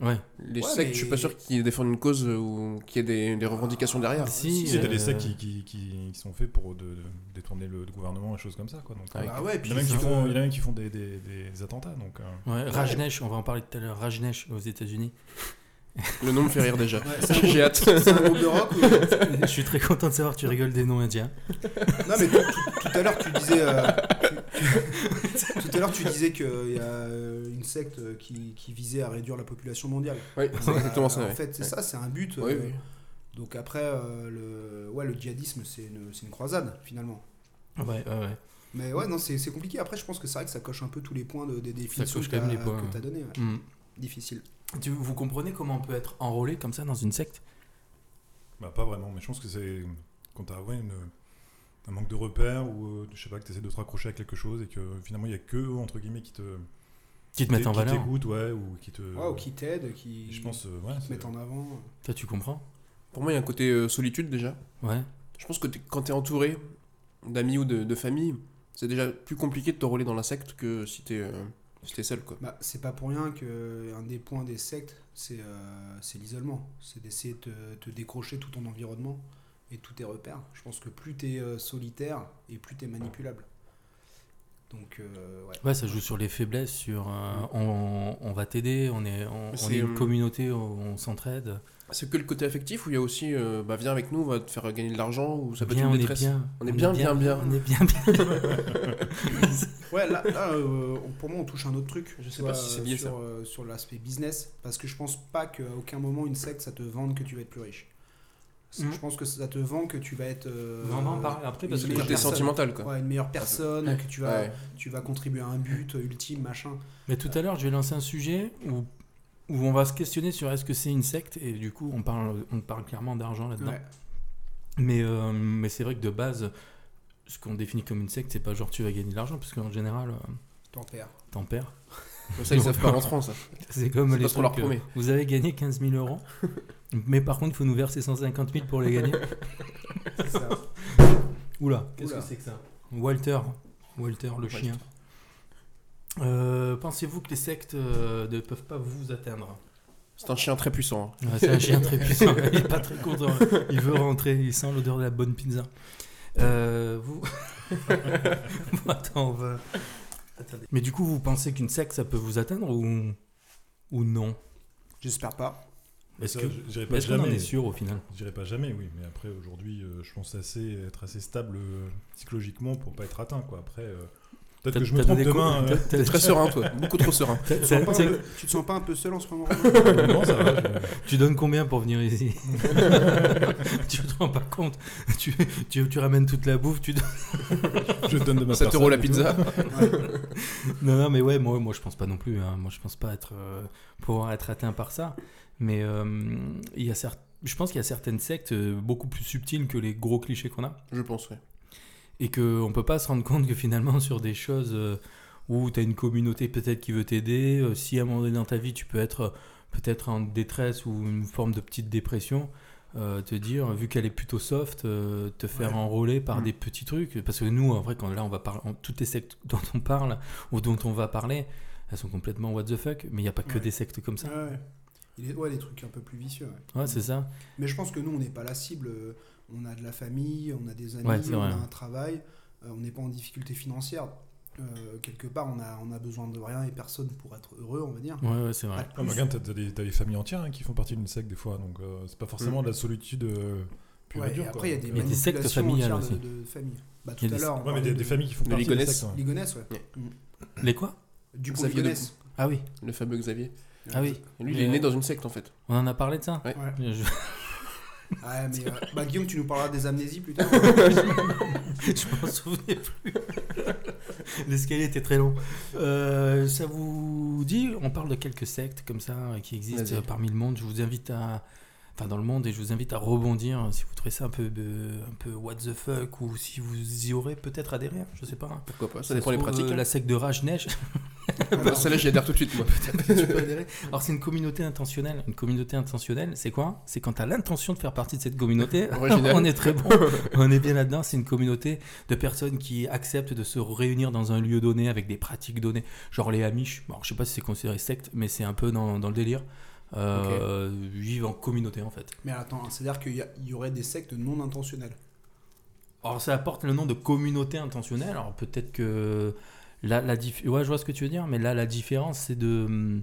S2: Ouais.
S3: Les
S4: Ouais,
S3: sectes, je suis
S4: mais-
S3: pas sûr qu'ils défendent une cause euh, ou qu'il y ait des, des revendications derrière.
S2: Si,
S5: Si, t'as
S2: euh,
S5: des sectes qui, qui, qui, qui sont faits pour de, de détourner le, gouvernement et choses comme ça, quoi. Donc,
S3: Ah,
S5: euh,
S4: Bah ouais,
S5: il
S4: puis
S5: y en a même
S4: ça-
S5: qui font, il y en a même qui font des, des, des attentats, donc. euh,
S2: ouais, Rajneesh, on va en parler tout à l'heure. Rajneesh aux États-Unis.
S3: Le nom me fait rire déjà. (laughs)
S4: (laughs) Ouais, c'est-
S3: J'ai
S4: (laughs)
S3: hâte.
S2: euh,
S4: C'est un
S2: (laughs)
S4: groupe de rock
S2: Je
S4: ou-
S2: suis très content de savoir que tu rigoles des noms indiens.
S4: Non mais tout, tout- tout à l'heure tu disais euh, tu- tu- tout à l'heure tu disais qu'il y a euh, une secte euh, qui, qui visait à réduire la population mondiale.
S3: Oui, c'est exactement ça.
S4: En
S3: ouais.
S4: fait c'est
S3: Ouais.
S4: ça, c'est un but. euh,
S3: Oui, oui.
S4: Donc après euh, le ouais le djihadisme c'est une, c'est une croisade finalement.
S2: Ouais, ouais, ouais.
S4: Mais ouais non c'est c'est compliqué. Après je pense que c'est vrai que ça coche un peu tous les points de, des définitions
S2: coche
S4: que
S2: quand même
S4: t'as-
S2: les points,
S4: que
S2: ouais.
S4: t'as donné. ouais.
S2: Mm.
S4: Difficile.
S2: Tu- vous comprenez comment on peut être enrôlé comme ça dans une secte
S5: Bah, pas vraiment, mais je pense que c'est quand t'as ouais, une- un manque de repères ou euh, je sais pas, que t'essaies de te raccrocher à quelque chose et que finalement il y a que eux, entre guillemets, qui te.
S2: Qui te mettent en
S5: qui
S2: valeur.
S5: t'écoutent, ouais, ou qui te.
S4: Ouais, ou qui t'aident, qui
S5: Euh, Je pense, euh, ouais.
S4: qui te
S5: c'est-
S4: mettent en avant.
S2: Toi, tu comprends
S3: Pour moi, il y a un côté euh, solitude déjà.
S2: Ouais.
S3: Je pense que t'es- quand t'es entouré d'amis ou de, de famille, c'est déjà plus compliqué de t'enrôler dans la secte que si t'es euh, si t'es seul, quoi.
S4: Bah, c'est pas pour rien que euh, un des points des sectes, c'est euh, c'est l'isolement. C'est d'essayer de te, te décrocher tout ton environnement et tous tes repères. Je pense que plus t'es es solitaire et plus t'es manipulable. Donc, euh, ouais.
S2: Ouais, ça joue sur les faiblesses, sur euh, on, on va t'aider, on est, on, on
S3: C'est,
S2: est une
S3: euh,
S2: communauté, on, on s'entraide.
S3: C'est que le côté affectif où il y a aussi, euh, bah viens avec nous, on va te faire gagner de l'argent ou ça peut
S2: Bien, on
S3: être une
S2: est
S3: détresse.
S2: bien.
S3: On est bien, bien, bien.
S2: On est bien, bien.
S4: Ouais, là, là, euh, on- pour moi, on touche un autre truc. Je sais
S3: pas si c'est lié,
S4: sur, euh, sur l'aspect business, parce que je pense pas qu'à aucun moment une secte ça te vende que tu vas être plus riche. C'est-
S2: Mhm.
S4: Je pense que ça te vend que tu vas être euh,
S2: On va en parler après parce
S4: une
S2: que
S3: Le côté
S4: meilleure
S2: j'étais
S4: personne.
S3: sentimental, quoi.
S4: Ouais, une meilleure personne, que tu vas,
S3: Ouais.
S4: tu vas contribuer à un but ultime, machin.
S2: Mais tout à l'heure, je vais lancer un sujet où, où on va se questionner sur est-ce que c'est une secte et du coup, on parle, on parle clairement d'argent là-dedans.
S4: Ouais.
S2: Mais, euh, mais c'est vrai que de base, ce qu'on définit comme une secte, c'est pas genre tu vas gagner de l'argent parce qu'en général, euh,
S4: T'en perds.
S2: t'en perds.
S3: Ça, ils savent pas hein. rentrer, ça.
S2: C'est comme
S3: C'est
S2: les
S3: parce qu'on leur
S2: trucs,
S3: promet.
S2: euh, Vous avez gagné 15 000 euros, mais par contre, il faut nous verser 150 000 pour les gagner.
S3: (laughs)
S4: C'est ça.
S2: Oula, qu'est-ce
S4: Oula.
S2: que c'est que ça Walter, Walter le
S3: Walter.
S2: chien. Euh, Pensez-vous que les sectes euh, ne peuvent pas vous atteindre
S3: C'est un chien très puissant. hein.
S2: (laughs) Ouais, C'est un chien très puissant, il est pas très content. Il veut rentrer, il sent l'odeur de la bonne pizza. Euh, vous. Bon, attends, on va. Attendez. Mais du coup, vous pensez qu'une secte, ça peut vous atteindre ou, ou non
S4: J'espère pas.
S2: Est-ce
S5: Ça,
S2: que.
S5: j'irai pas
S2: Est-ce qu'on en
S5: jamais.
S2: est sûr au final
S5: Je dirais pas jamais, oui, mais après aujourd'hui, euh, je pense assez, être assez stable euh, psychologiquement pour pas être atteint, quoi. Après, euh, peut-être que je me trompe demain. euh,
S3: T'es très serein, toi. Beaucoup trop serein.
S4: Tu te sens pas un peu seul en ce
S3: (laughs)
S4: moment
S5: euh, (laughs) non, ça va. je-
S2: Tu donnes combien pour venir ici (laughs) Tu te rends pas compte tu, tu, tu ramènes toute la bouffe, tu donnes-
S5: Je te donne de ma
S3: 7 euros la
S5: personne et
S3: pizza.
S2: Non, non, mais ouais, moi, moi je pense pas non plus. hein. Moi je pense pas être, euh, pouvoir être atteint par ça. Mais euh, il y a certes- je pense qu'il y a certaines sectes euh, beaucoup plus subtiles que les gros clichés qu'on a.
S3: Je pense, ouais.
S2: Et qu'on peut pas se rendre compte que finalement sur des choses euh, où tu as une communauté peut-être qui veut t'aider, euh, si à un moment donné dans ta vie tu peux être euh, peut-être en détresse ou une forme de petite dépression, euh, te dire, vu qu'elle est plutôt soft, euh, te faire enrôler par
S3: Mm.
S2: des petits trucs. Parce que nous, en vrai, quand là on va parler, en- toutes les sectes (laughs) dont on parle ou dont on va parler, elles sont complètement what the fuck, mais il n'y a pas que
S4: Ouais.
S2: des sectes comme ça.
S4: ouais. Il est, ouais, des trucs un peu plus vicieux. ouais.
S2: Ouais, c'est ça.
S4: Mais je pense que nous, on n'est pas la cible. Euh, On a de la famille, on a des amis,
S2: Ouais, c'est
S4: on
S2: vrai.
S4: a un travail, euh, on n'est pas en difficulté financière. Euh, quelque part, on a, on a besoin de rien et personne pour être heureux, on va dire.
S2: Ouais, ouais, c'est vrai.
S4: Pas de
S5: tout. Ah,
S4: plus.
S5: mais regarde, t'as t'as des, t'as des familles entières hein, qui font partie d'une secte des fois, donc euh, c'est pas forcément
S3: Mm.
S5: de la solitude euh, pure
S4: Ouais,
S5: et dure.
S4: et
S5: quoi.
S4: après, il y a des
S2: Il y a des sectes
S4: manipulations
S2: familiales
S4: entières
S2: aussi.
S4: De, de famille. Bah,
S2: Il
S4: tout
S2: y a
S4: à
S2: des-
S4: l'heure, on
S5: Ouais, mais
S4: parlait
S5: des,
S4: de-
S5: des familles qui font
S3: de
S5: partie des
S3: Ligonesse.
S5: sectes. ouais.
S4: Ligonesse, ouais.
S2: Les quoi
S4: Du coup,
S3: Xavier
S4: Ligonesse.
S2: Ah oui,
S3: Le fameux Xavier.
S2: ah oui.
S3: Et lui, il est
S2: Mais-
S3: né dans une secte, en fait.
S2: On en a parlé de ça
S3: Ouais.
S2: Je-
S4: Ouais, mais, euh, bah, Guillaume, tu nous parleras des amnésies plus
S2: (laughs)
S4: tard.
S2: Je m'en souvenais plus. (laughs) L'escalier était très long. Euh, ça vous dit On parle de quelques sectes comme ça euh, qui existent
S3: Vas-y.
S2: euh, parmi le monde. Je vous invite à, enfin dans le monde, et je vous invite à rebondir euh, si vous trouvez ça un peu, euh, un peu what the fuck ou si vous y aurez peut-être adhéré. Je sais pas.
S3: Pourquoi pas Ça, dépend des
S2: se trouve,
S3: pratiques.
S2: euh,
S3: hein.
S2: la secte de rage neige.
S3: Bah, Celle-là, j'y adhère tout de suite, moi.
S2: tu peux adhérer. Alors c'est une communauté intentionnelle. Une communauté intentionnelle, c'est quoi C'est quand t'as l'intention de faire partie de cette communauté.
S3: Original.
S2: (laughs) on est très bon. On est bien là-dedans. C'est une communauté de personnes qui acceptent de se réunir dans un lieu donné avec des pratiques données. Genre les Amish. Bon, je sais pas si c'est considéré secte, mais c'est un peu dans, dans le délire. Euh, Vivent en communauté en fait.
S4: mais attends, hein, c'est-à-dire qu'il y, a- il y aurait des sectes non intentionnelles.
S2: Alors ça apporte le nom de communauté intentionnelle. Alors peut-être que là, la dif- ouais, je vois ce que tu veux dire, mais là la différence c'est de, hum,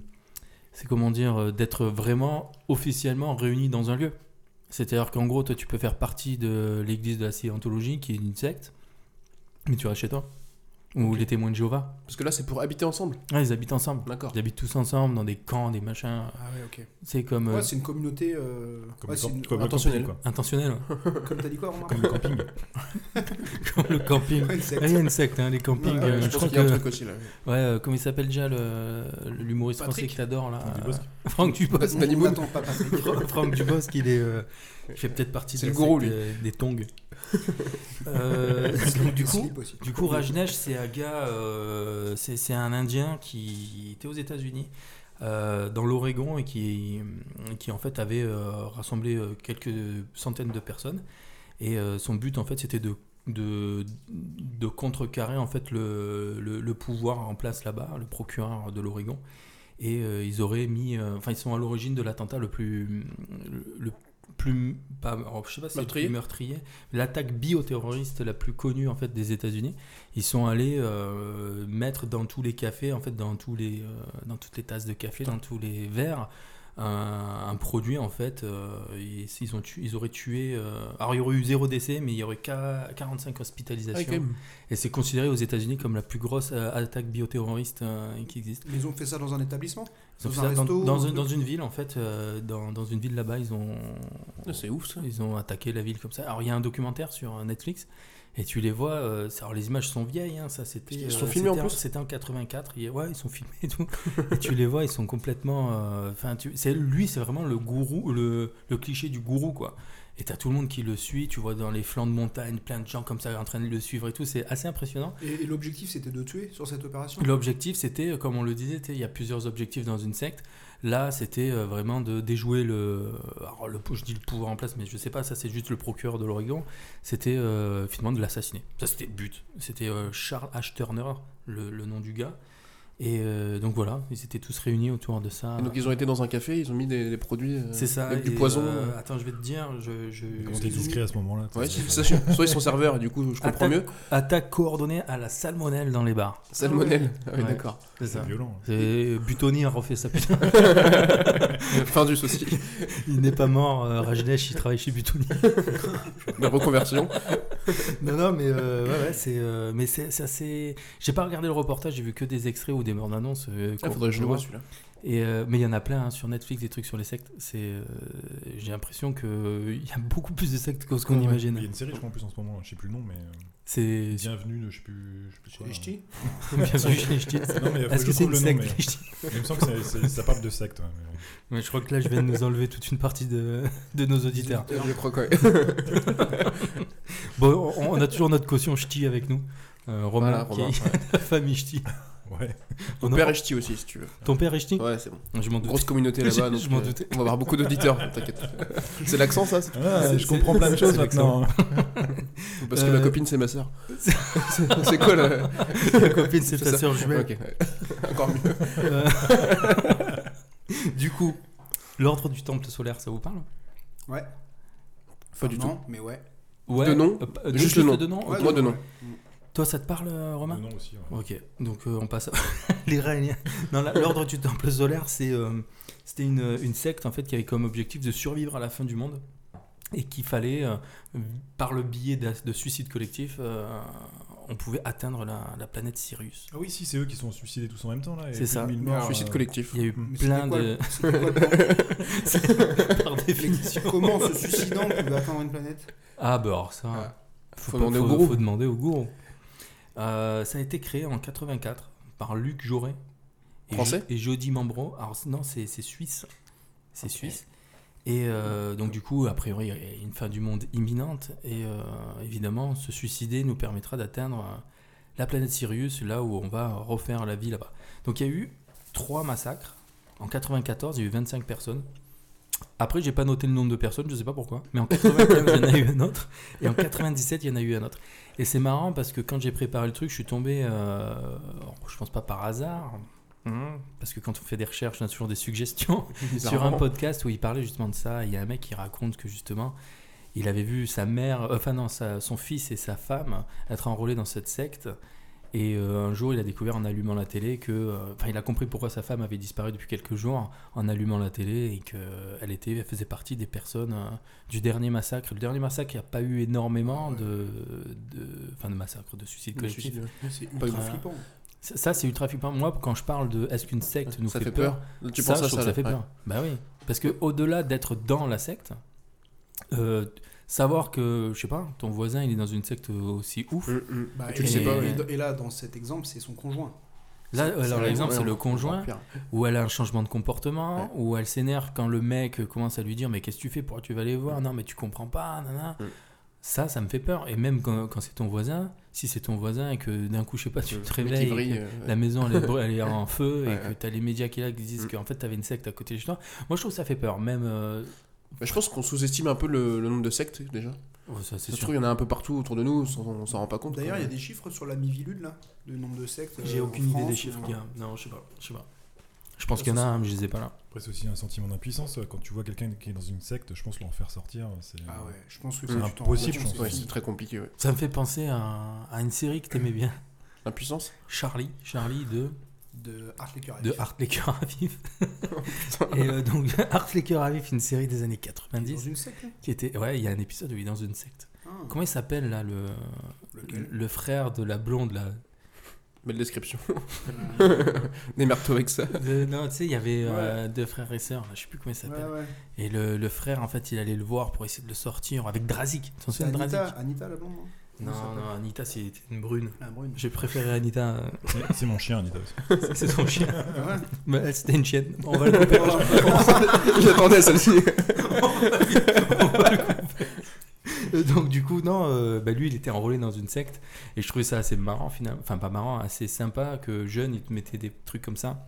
S2: c'est comment dire, euh, d'être vraiment officiellement réunis dans un lieu. C'est-à-dire qu'en gros, toi, tu peux faire partie de l'église de la scientologie, qui est une secte, mais tu restes chez toi. ou les témoins de Jéhovah.
S3: Parce que là, c'est pour habiter ensemble.
S2: Ouais, ils habitent ensemble.
S3: D'accord.
S2: Ils habitent tous ensemble dans des camps, des machins.
S3: Ah ouais, ok.
S2: C'est comme euh,
S6: Ouais, c'est une communauté. euh,
S5: Comme
S6: ouais,
S5: le
S6: c'est
S5: camp-
S6: une-
S5: comme le
S3: intentionnel.
S5: camping,
S2: intentionnel, ouais.
S6: Comme t'as dit quoi, Romain
S4: (laughs)
S5: quoi. Comme le camping.
S2: comme (laughs) le
S3: (laughs)
S2: camping.
S6: Ouais, une
S2: Ah,
S6: secte.
S2: Il y a une secte, hein, les campings.
S6: Ouais,
S2: euh,
S6: ouais,
S2: je
S3: Ah, je pense
S2: crois
S3: qu'il y a un
S2: que-
S3: truc aussi là.
S2: Ouais, euh, comment il s'appelle déjà le- l'humoriste français
S6: Patrick.
S2: que t'adores là
S5: Franck
S2: euh, (laughs)
S5: Dubosc.
S2: Franck Dubosc.
S3: (laughs) C'est Danny
S6: On
S3: Boone.
S6: n'attend pas Patrick.
S2: Fra- Franck Dubosc, il est. euh, il fait peut-être partie
S3: C'est
S2: de
S3: le
S2: la
S3: gourou,
S2: secte,
S3: lui.
S2: euh, des
S3: (laughs)
S2: tongs. Euh, donc, du coup,
S6: Slip aussi.
S2: du coup, Rajneesh, c'est un gars, euh, c'est c'est un Indien qui était aux États-Unis, euh, dans l'Oregon, et qui, qui en fait avait euh, rassemblé euh, quelques centaines de personnes. Et euh, son but, en fait, c'était de de, de contrecarrer en fait le, le, le pouvoir en place là-bas, le procureur de l'Oregon. Et euh, ils auraient mis, euh, enfin ils sont à l'origine de l'attentat le plus, le plus, pas, alors, je sais pas si c'est le plus
S3: Meurtrier.
S2: meurtrier, l'attaque bioterroriste la plus connue en fait des États-Unis. Ils sont allés euh, mettre dans tous les cafés, en fait dans tous les, euh, dans toutes les tasses de café, dans tous les verres. Un, un produit en fait, euh, ils, ils ont tu- ils auraient tué. euh, alors il y aurait eu zéro décès, mais il y aurait qua-
S6: Ah,
S2: 45 hospitalisations. Et c'est considéré aux États-Unis comme la plus grosse euh, attaque bioterroriste euh, qui existe.
S6: Mais ils ont fait ça dans un établissement
S2: Ils ont
S6: Dans
S2: fait
S6: un
S2: ça Dans,
S6: resto,
S2: dans
S6: un
S2: un- dans
S6: truc
S2: une ville, en fait, euh, dans, dans une ville là-bas, ils ont,
S3: C'est ouf ça.
S2: ils ont attaqué la ville comme ça. Alors, il y a un documentaire sur euh, Netflix, et tu les vois. euh, c'est- alors, les images sont vieilles, hein, ça c'était.
S3: Ils sont filmés en
S2: c'était
S3: plus
S2: C'était en 84. il y a- ouais, ils sont filmés et tout. et tu les vois, ils sont complètement. euh, Enfin, tu- c'est lui, c'est vraiment le gourou, le, le cliché du gourou, quoi. Et t'as tout le monde qui le suit, tu vois dans les flancs de montagne, plein de gens comme ça en train de le suivre et tout. C'est assez impressionnant.
S6: Et, et l'objectif, c'était de tuer sur cette opération
S2: L'objectif, c'était, euh, comme on le disait, tu sais, il y a plusieurs objectifs dans une secte. Là, c'était euh, vraiment de déjouer le, alors, le. Je dis le pouvoir en place, mais je sais pas, ça c'est juste le procureur de l'Oregon. C'était euh, finalement de l'assassiner. Ça c'était le but. C'était euh, Charles H. Turner, le, le nom du gars. Et euh, donc voilà, ils étaient tous réunis autour de ça.
S3: Et Donc ils ont été dans un café, ils ont mis des, des produits. euh,
S2: Ah. C'est ça.
S3: Avec du
S2: et,
S3: poison.
S2: euh, attends, je vais te dire. Je, je-
S5: Comment t'es discret à ce moment-là
S3: Ouais,
S5: t'sais,
S3: c'est ça. je- Soit ils sont serveurs, du coup je comprends
S2: Attaque-
S3: mieux.
S2: Attaque coordonnée à la salmonelle dans les bars.
S3: Salmonelle. Ah oui,
S2: Ouais. (laughs)
S3: d'accord.
S2: C'est
S5: C'est
S2: ça.
S5: violent. hein.
S2: Et Butoni a refait ça, putain.
S3: fin du souci.
S2: Il n'est pas mort, euh, Rajneesh, il travaille chez Butoni.
S3: La reconversion.
S2: Non, non, mais euh, ouais, ouais, c'est, euh, mais c'est, c'est assez. J'ai pas regardé le reportage, j'ai vu que des extraits ou des bandes annonces. euh,
S3: Il
S2: qu'on-
S3: Ah, faudrait que je
S2: qu'on
S3: le vois
S2: voit.
S3: celui-là.
S2: Et euh, mais il y en a plein hein, sur Netflix des trucs sur les sectes. C'est, euh, j'ai l'impression que euh, il y a beaucoup plus de sectes que ce qu'on
S5: Ouais. Il
S2: imagine.
S5: y a une série, je crois, en plus en ce moment, je sais plus le nom, mais. euh,
S2: C'est
S5: Bienvenue, de- je sais plus. Je sais plus quoi, là.
S6: Ch'ti
S2: bien sûr les ch'tis.
S5: Non, mais il faut que
S2: Est-ce
S5: je
S2: que c'est
S5: trouve
S2: une
S5: le nom,
S2: secte
S5: mais-
S2: les ch'tis
S5: Il me semble que c'est- c'est- ça parle de secte. ouais, mais-
S2: Mais je crois que là, je viens de nous enlever toute une partie de, de nos auditeurs.
S3: Euh, Je crois quoi.
S2: Bon, on, on a toujours notre caution ch'ti avec nous. Euh, Romain,
S3: Voilà,
S2: qui
S3: Romain.
S2: est
S3: ouais.
S2: la famille ch'ti.
S5: Ouais.
S2: On
S3: Mon père est ch'ti aussi
S2: (laughs)
S3: si tu veux.
S2: en- Ton père est ch'ti
S3: Ouais, c'est bon.
S2: Je m'en doute.
S3: Grosse communauté
S2: (laughs) Je-
S3: là-bas.
S2: je
S3: donc,
S2: m'en
S3: euh,
S2: doutais.
S3: On va avoir
S2: (laughs)
S3: beaucoup d'auditeurs, t'inquiète. C'est l'accent ça c'est-
S5: Ah,
S2: c'est-
S5: je comprends plein de
S2: c'est
S5: choses maintenant. hein.
S3: Parce que
S2: Euh,
S3: ma copine c'est
S2: (laughs)
S3: ma sœur. (laughs) c'est quoi le.
S2: Ta copine, c'est
S3: C'est
S2: ta
S3: ça.
S2: sœur jumelle.
S3: Ok. ouais. Encore mieux.
S2: Euh, (laughs) du coup, l'ordre du temple solaire, ça vous parle
S6: Ouais. Ah
S3: Pas du tout.
S6: Non, mais ouais.
S2: ouais,
S3: De nom
S2: euh, euh,
S3: Juste le nom.
S2: de nom
S3: Ouais,
S2: ok.
S3: moi, de nom.
S2: Toi, ça te parle, euh,
S5: Le
S2: Romain
S5: nom aussi, ouais.
S2: Ok, donc euh, on passe à- (laughs) les règnes. Non, la- l'ordre du temple solaire, c'est euh, c'était une, une secte en fait qui avait comme objectif de survivre à la fin du monde et qu'il fallait, euh, par le biais d'as- de suicides collectifs, euh, on pouvait atteindre la, la planète Sirius.
S5: Ah oui, si, c'est eux qui sont suicidés tous en même temps là. et
S2: C'est
S5: plus
S2: ça.
S5: de 1000
S6: Mais
S5: morts,
S3: Suicide
S5: euh,
S3: collectif.
S2: Il y a eu
S5: Mais
S6: c'était
S2: plein
S6: quoi le-
S2: (laughs) de...
S6: C'était quoi le plan
S2: par définition.
S6: Comment, en se suicidant, on pouvait atteindre une planète
S2: Ah bah alors ça,
S3: Ah.
S2: faut,
S3: Faut
S2: pas-
S3: demander au
S2: faut-
S3: gourou.
S2: faut demander au gourou. Euh, ça a été créé en 84 par Luc Jauré et,
S3: Français
S2: Jo- et Jody Mambro. Alors c- non, c'est c'est suisse. C'est suisse. Et euh, donc du coup, a priori, il y a une fin du monde imminente. Et euh, évidemment, se suicider nous permettra d'atteindre euh, la planète Sirius, là où on va refaire la vie là-bas. Donc il y a eu trois massacres. En 94, il y a eu 25 personnes. Après, j'ai pas noté le nombre de personnes, je sais pas pourquoi. Mais en 95, il y en a eu un autre. Et en 97, il y en a eu un autre. Et c'est marrant parce que quand j'ai préparé le truc, je suis tombé, euh, je pense pas par hasard, hein, parce que quand on fait des recherches, on a toujours des suggestions, sur un
S3: Bizarrement.
S2: podcast où il parlait justement de ça. Il y a un mec qui raconte que justement, il avait vu sa mère, euh, enfin non, sa- son fils et sa femme être enrôlés dans cette secte. Et euh, un jour, il a découvert en allumant la télé que. euh, Enfin, il a compris pourquoi sa femme avait disparu depuis quelques jours en allumant la télé et qu'elle était, elle faisait partie des personnes euh, du dernier massacre. Le dernier massacre, il n'y a pas eu énormément de. de- Enfin, de massacre, de suicide
S3: Le
S2: collectif.
S3: suicide, ouais.
S4: C'est
S2: Pas
S4: ultra
S2: grave.
S4: flippant.
S2: Ça, ça, c'est ultra flippant. Moi, quand je parle de est-ce qu'une secte nous
S3: ça
S2: fait,
S3: fait
S2: peur,
S3: peur. Tu
S2: ça,
S3: penses
S2: je
S3: à
S2: trouve
S3: ça,
S2: que ça fait
S3: ouais.
S2: peur. Bah oui, parce que au-delà d'être dans la secte, euh, savoir que je sais pas, ton voisin il est dans une secte aussi ouf.
S3: Mm, mm.
S4: Bah,
S2: Tu
S4: et,
S2: le sais pas,
S4: et-
S2: ouais.
S4: et là, dans cet exemple, c'est son conjoint.
S2: Là,
S4: c'est-
S2: alors
S4: c'est-
S2: l'exemple
S3: Ouais,
S2: c'est le
S3: encore
S2: conjoint
S3: pire.
S2: où elle a un changement de comportement,
S3: Ouais.
S2: où elle s'énerve quand le mec commence à lui dire mais qu'est-ce que tu fais, pourquoi tu vas les voir, non mais tu comprends pas, nanana.
S3: Mm.
S2: Ça, ça me fait peur. Et même quand, quand c'est ton voisin, si c'est ton voisin et que d'un coup, je sais pas, tu
S3: Le
S2: te
S3: mec qui
S2: réveilles, et que-
S3: brille, euh,
S2: la maison
S3: (laughs)
S2: elle est, br- elle est en feu
S3: Ouais,
S2: et que
S3: ouais.
S2: t'as les médias qui là qui disent
S3: Mm.
S2: qu'en fait t'avais une secte à côté de chez toi. Moi je trouve que ça fait peur, même. euh,
S3: Bah, je pense qu'on sous-estime un peu le, le nombre de sectes déjà.
S2: oh, ça c'est
S3: Ça se
S2: sûr.
S3: trouve, il y en a un peu partout autour de nous, on, on s'en rend pas compte.
S4: D'ailleurs,
S3: quoi.
S4: il y a des chiffres sur la Mivilude, là, le nombre de sectes.
S2: J'ai
S4: euh, en
S2: aucune idée
S4: France,
S2: des chiffres,
S4: ou-
S2: gars. Non, je sais pas, je sais pas. Je pense qu'il y en a, hein, mais je les ai pas là.
S5: Après, c'est aussi un sentiment d'impuissance. euh, Quand tu vois quelqu'un qui est dans une secte, je pense l'en faire sortir. euh, C'est
S4: Ah ouais, je pense que
S3: C'est
S4: ça, tu t'en rends
S5: impossible,
S4: compte,
S5: je pense.
S3: Ouais,
S4: c'est-
S3: c'est très compliqué. Ouais.
S2: Ça me fait penser à, à une série que t'aimais bien,
S3: L'impuissance
S2: Charlie, Charlie de
S4: de Art Liquor.
S2: de Heartlicker à (laughs) vif. et euh, donc (laughs) Heartlicker à vif, une série des années
S4: Dans
S2: 90
S4: une secte hein là
S2: qui était ouais, il y a un épisode où il est dans une secte.
S4: Ah,
S2: Comment il s'appelle là le
S4: lequel
S2: le frère de la blonde là
S3: Belle
S4: (laughs)
S3: description. (laughs)
S4: Euh,
S3: Démerde-toi avec
S2: (laughs)
S3: ça.
S2: Euh, non, tu sais, il y avait euh, deux frères et sœurs, là, je sais plus comment ils s'appellent.
S4: Ouais, ouais.
S2: Et le, le frère, en fait, il allait le voir pour essayer de le sortir avec Drazik. Tu t'en
S4: C'est
S2: souviens de
S4: Anita,
S2: Drazik
S4: Anita la blonde, non
S2: Non, non, Anita, c'était une brune.
S4: La brune.
S2: J'ai préféré Anita, euh,
S5: C'est- C'est mon chien, Anita. aussi.
S2: (laughs) c'est son chien.
S4: Ah ouais.
S2: Mais elle, c'était une chienne. On (laughs) va le couper.
S3: J'attendais celle-ci.
S2: Euh, Donc, du coup, non, euh, bah, lui, il était enrôlé dans une secte. Et je trouvais ça assez marrant, finalement. Enfin, pas marrant, assez sympa que jeune, il te mettait des trucs comme ça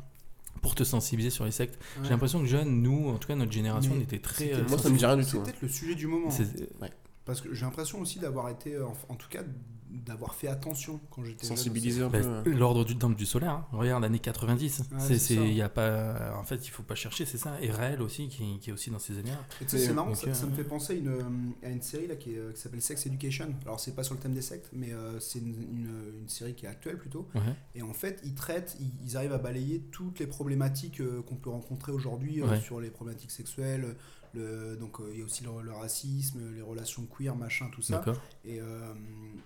S2: pour te sensibiliser sur les sectes. J'ai l'impression que jeune, nous, en tout cas, notre génération,
S4: Mais
S2: on était très.
S4: c'était-
S2: euh,
S3: Moi, ça me dit rien du
S4: C'est
S3: tout. hein.
S4: peut-être le sujet du moment.
S2: c'est-
S4: Parce que j'ai l'impression aussi d'avoir été, euh, en, en tout cas, d'avoir fait attention quand j'étais jeune.
S3: Sensibiliser un
S2: Bah,
S3: peu. euh.
S2: L'ordre du temple du solaire, hein. regarde l'année 90.
S4: Ouais,
S2: c'est,
S4: c'est
S2: c'est-
S4: ça.
S2: y a pas, en fait, il faut pas chercher, c'est ça. Et Raël aussi, qui, qui est aussi dans ces années-là.
S4: Et tu sais, c'est marrant,
S2: Donc,
S4: ça,
S2: euh,
S4: ça me fait penser à une, euh, à une série là, qui, est, euh, qui s'appelle Sex Education. Alors, c'est pas sur le thème des sectes, mais euh, c'est une, une- une série qui est actuelle plutôt.
S2: Ouais.
S4: Et en fait, ils traitent, ils, ils arrivent à balayer toutes les problématiques euh, qu'on peut rencontrer aujourd'hui euh,
S2: Ouais.
S4: sur les problématiques sexuelles. Le, donc, euh, il y a aussi le, le racisme, les relations queer, machin, tout ça.
S2: D'accord.
S4: Et, euh,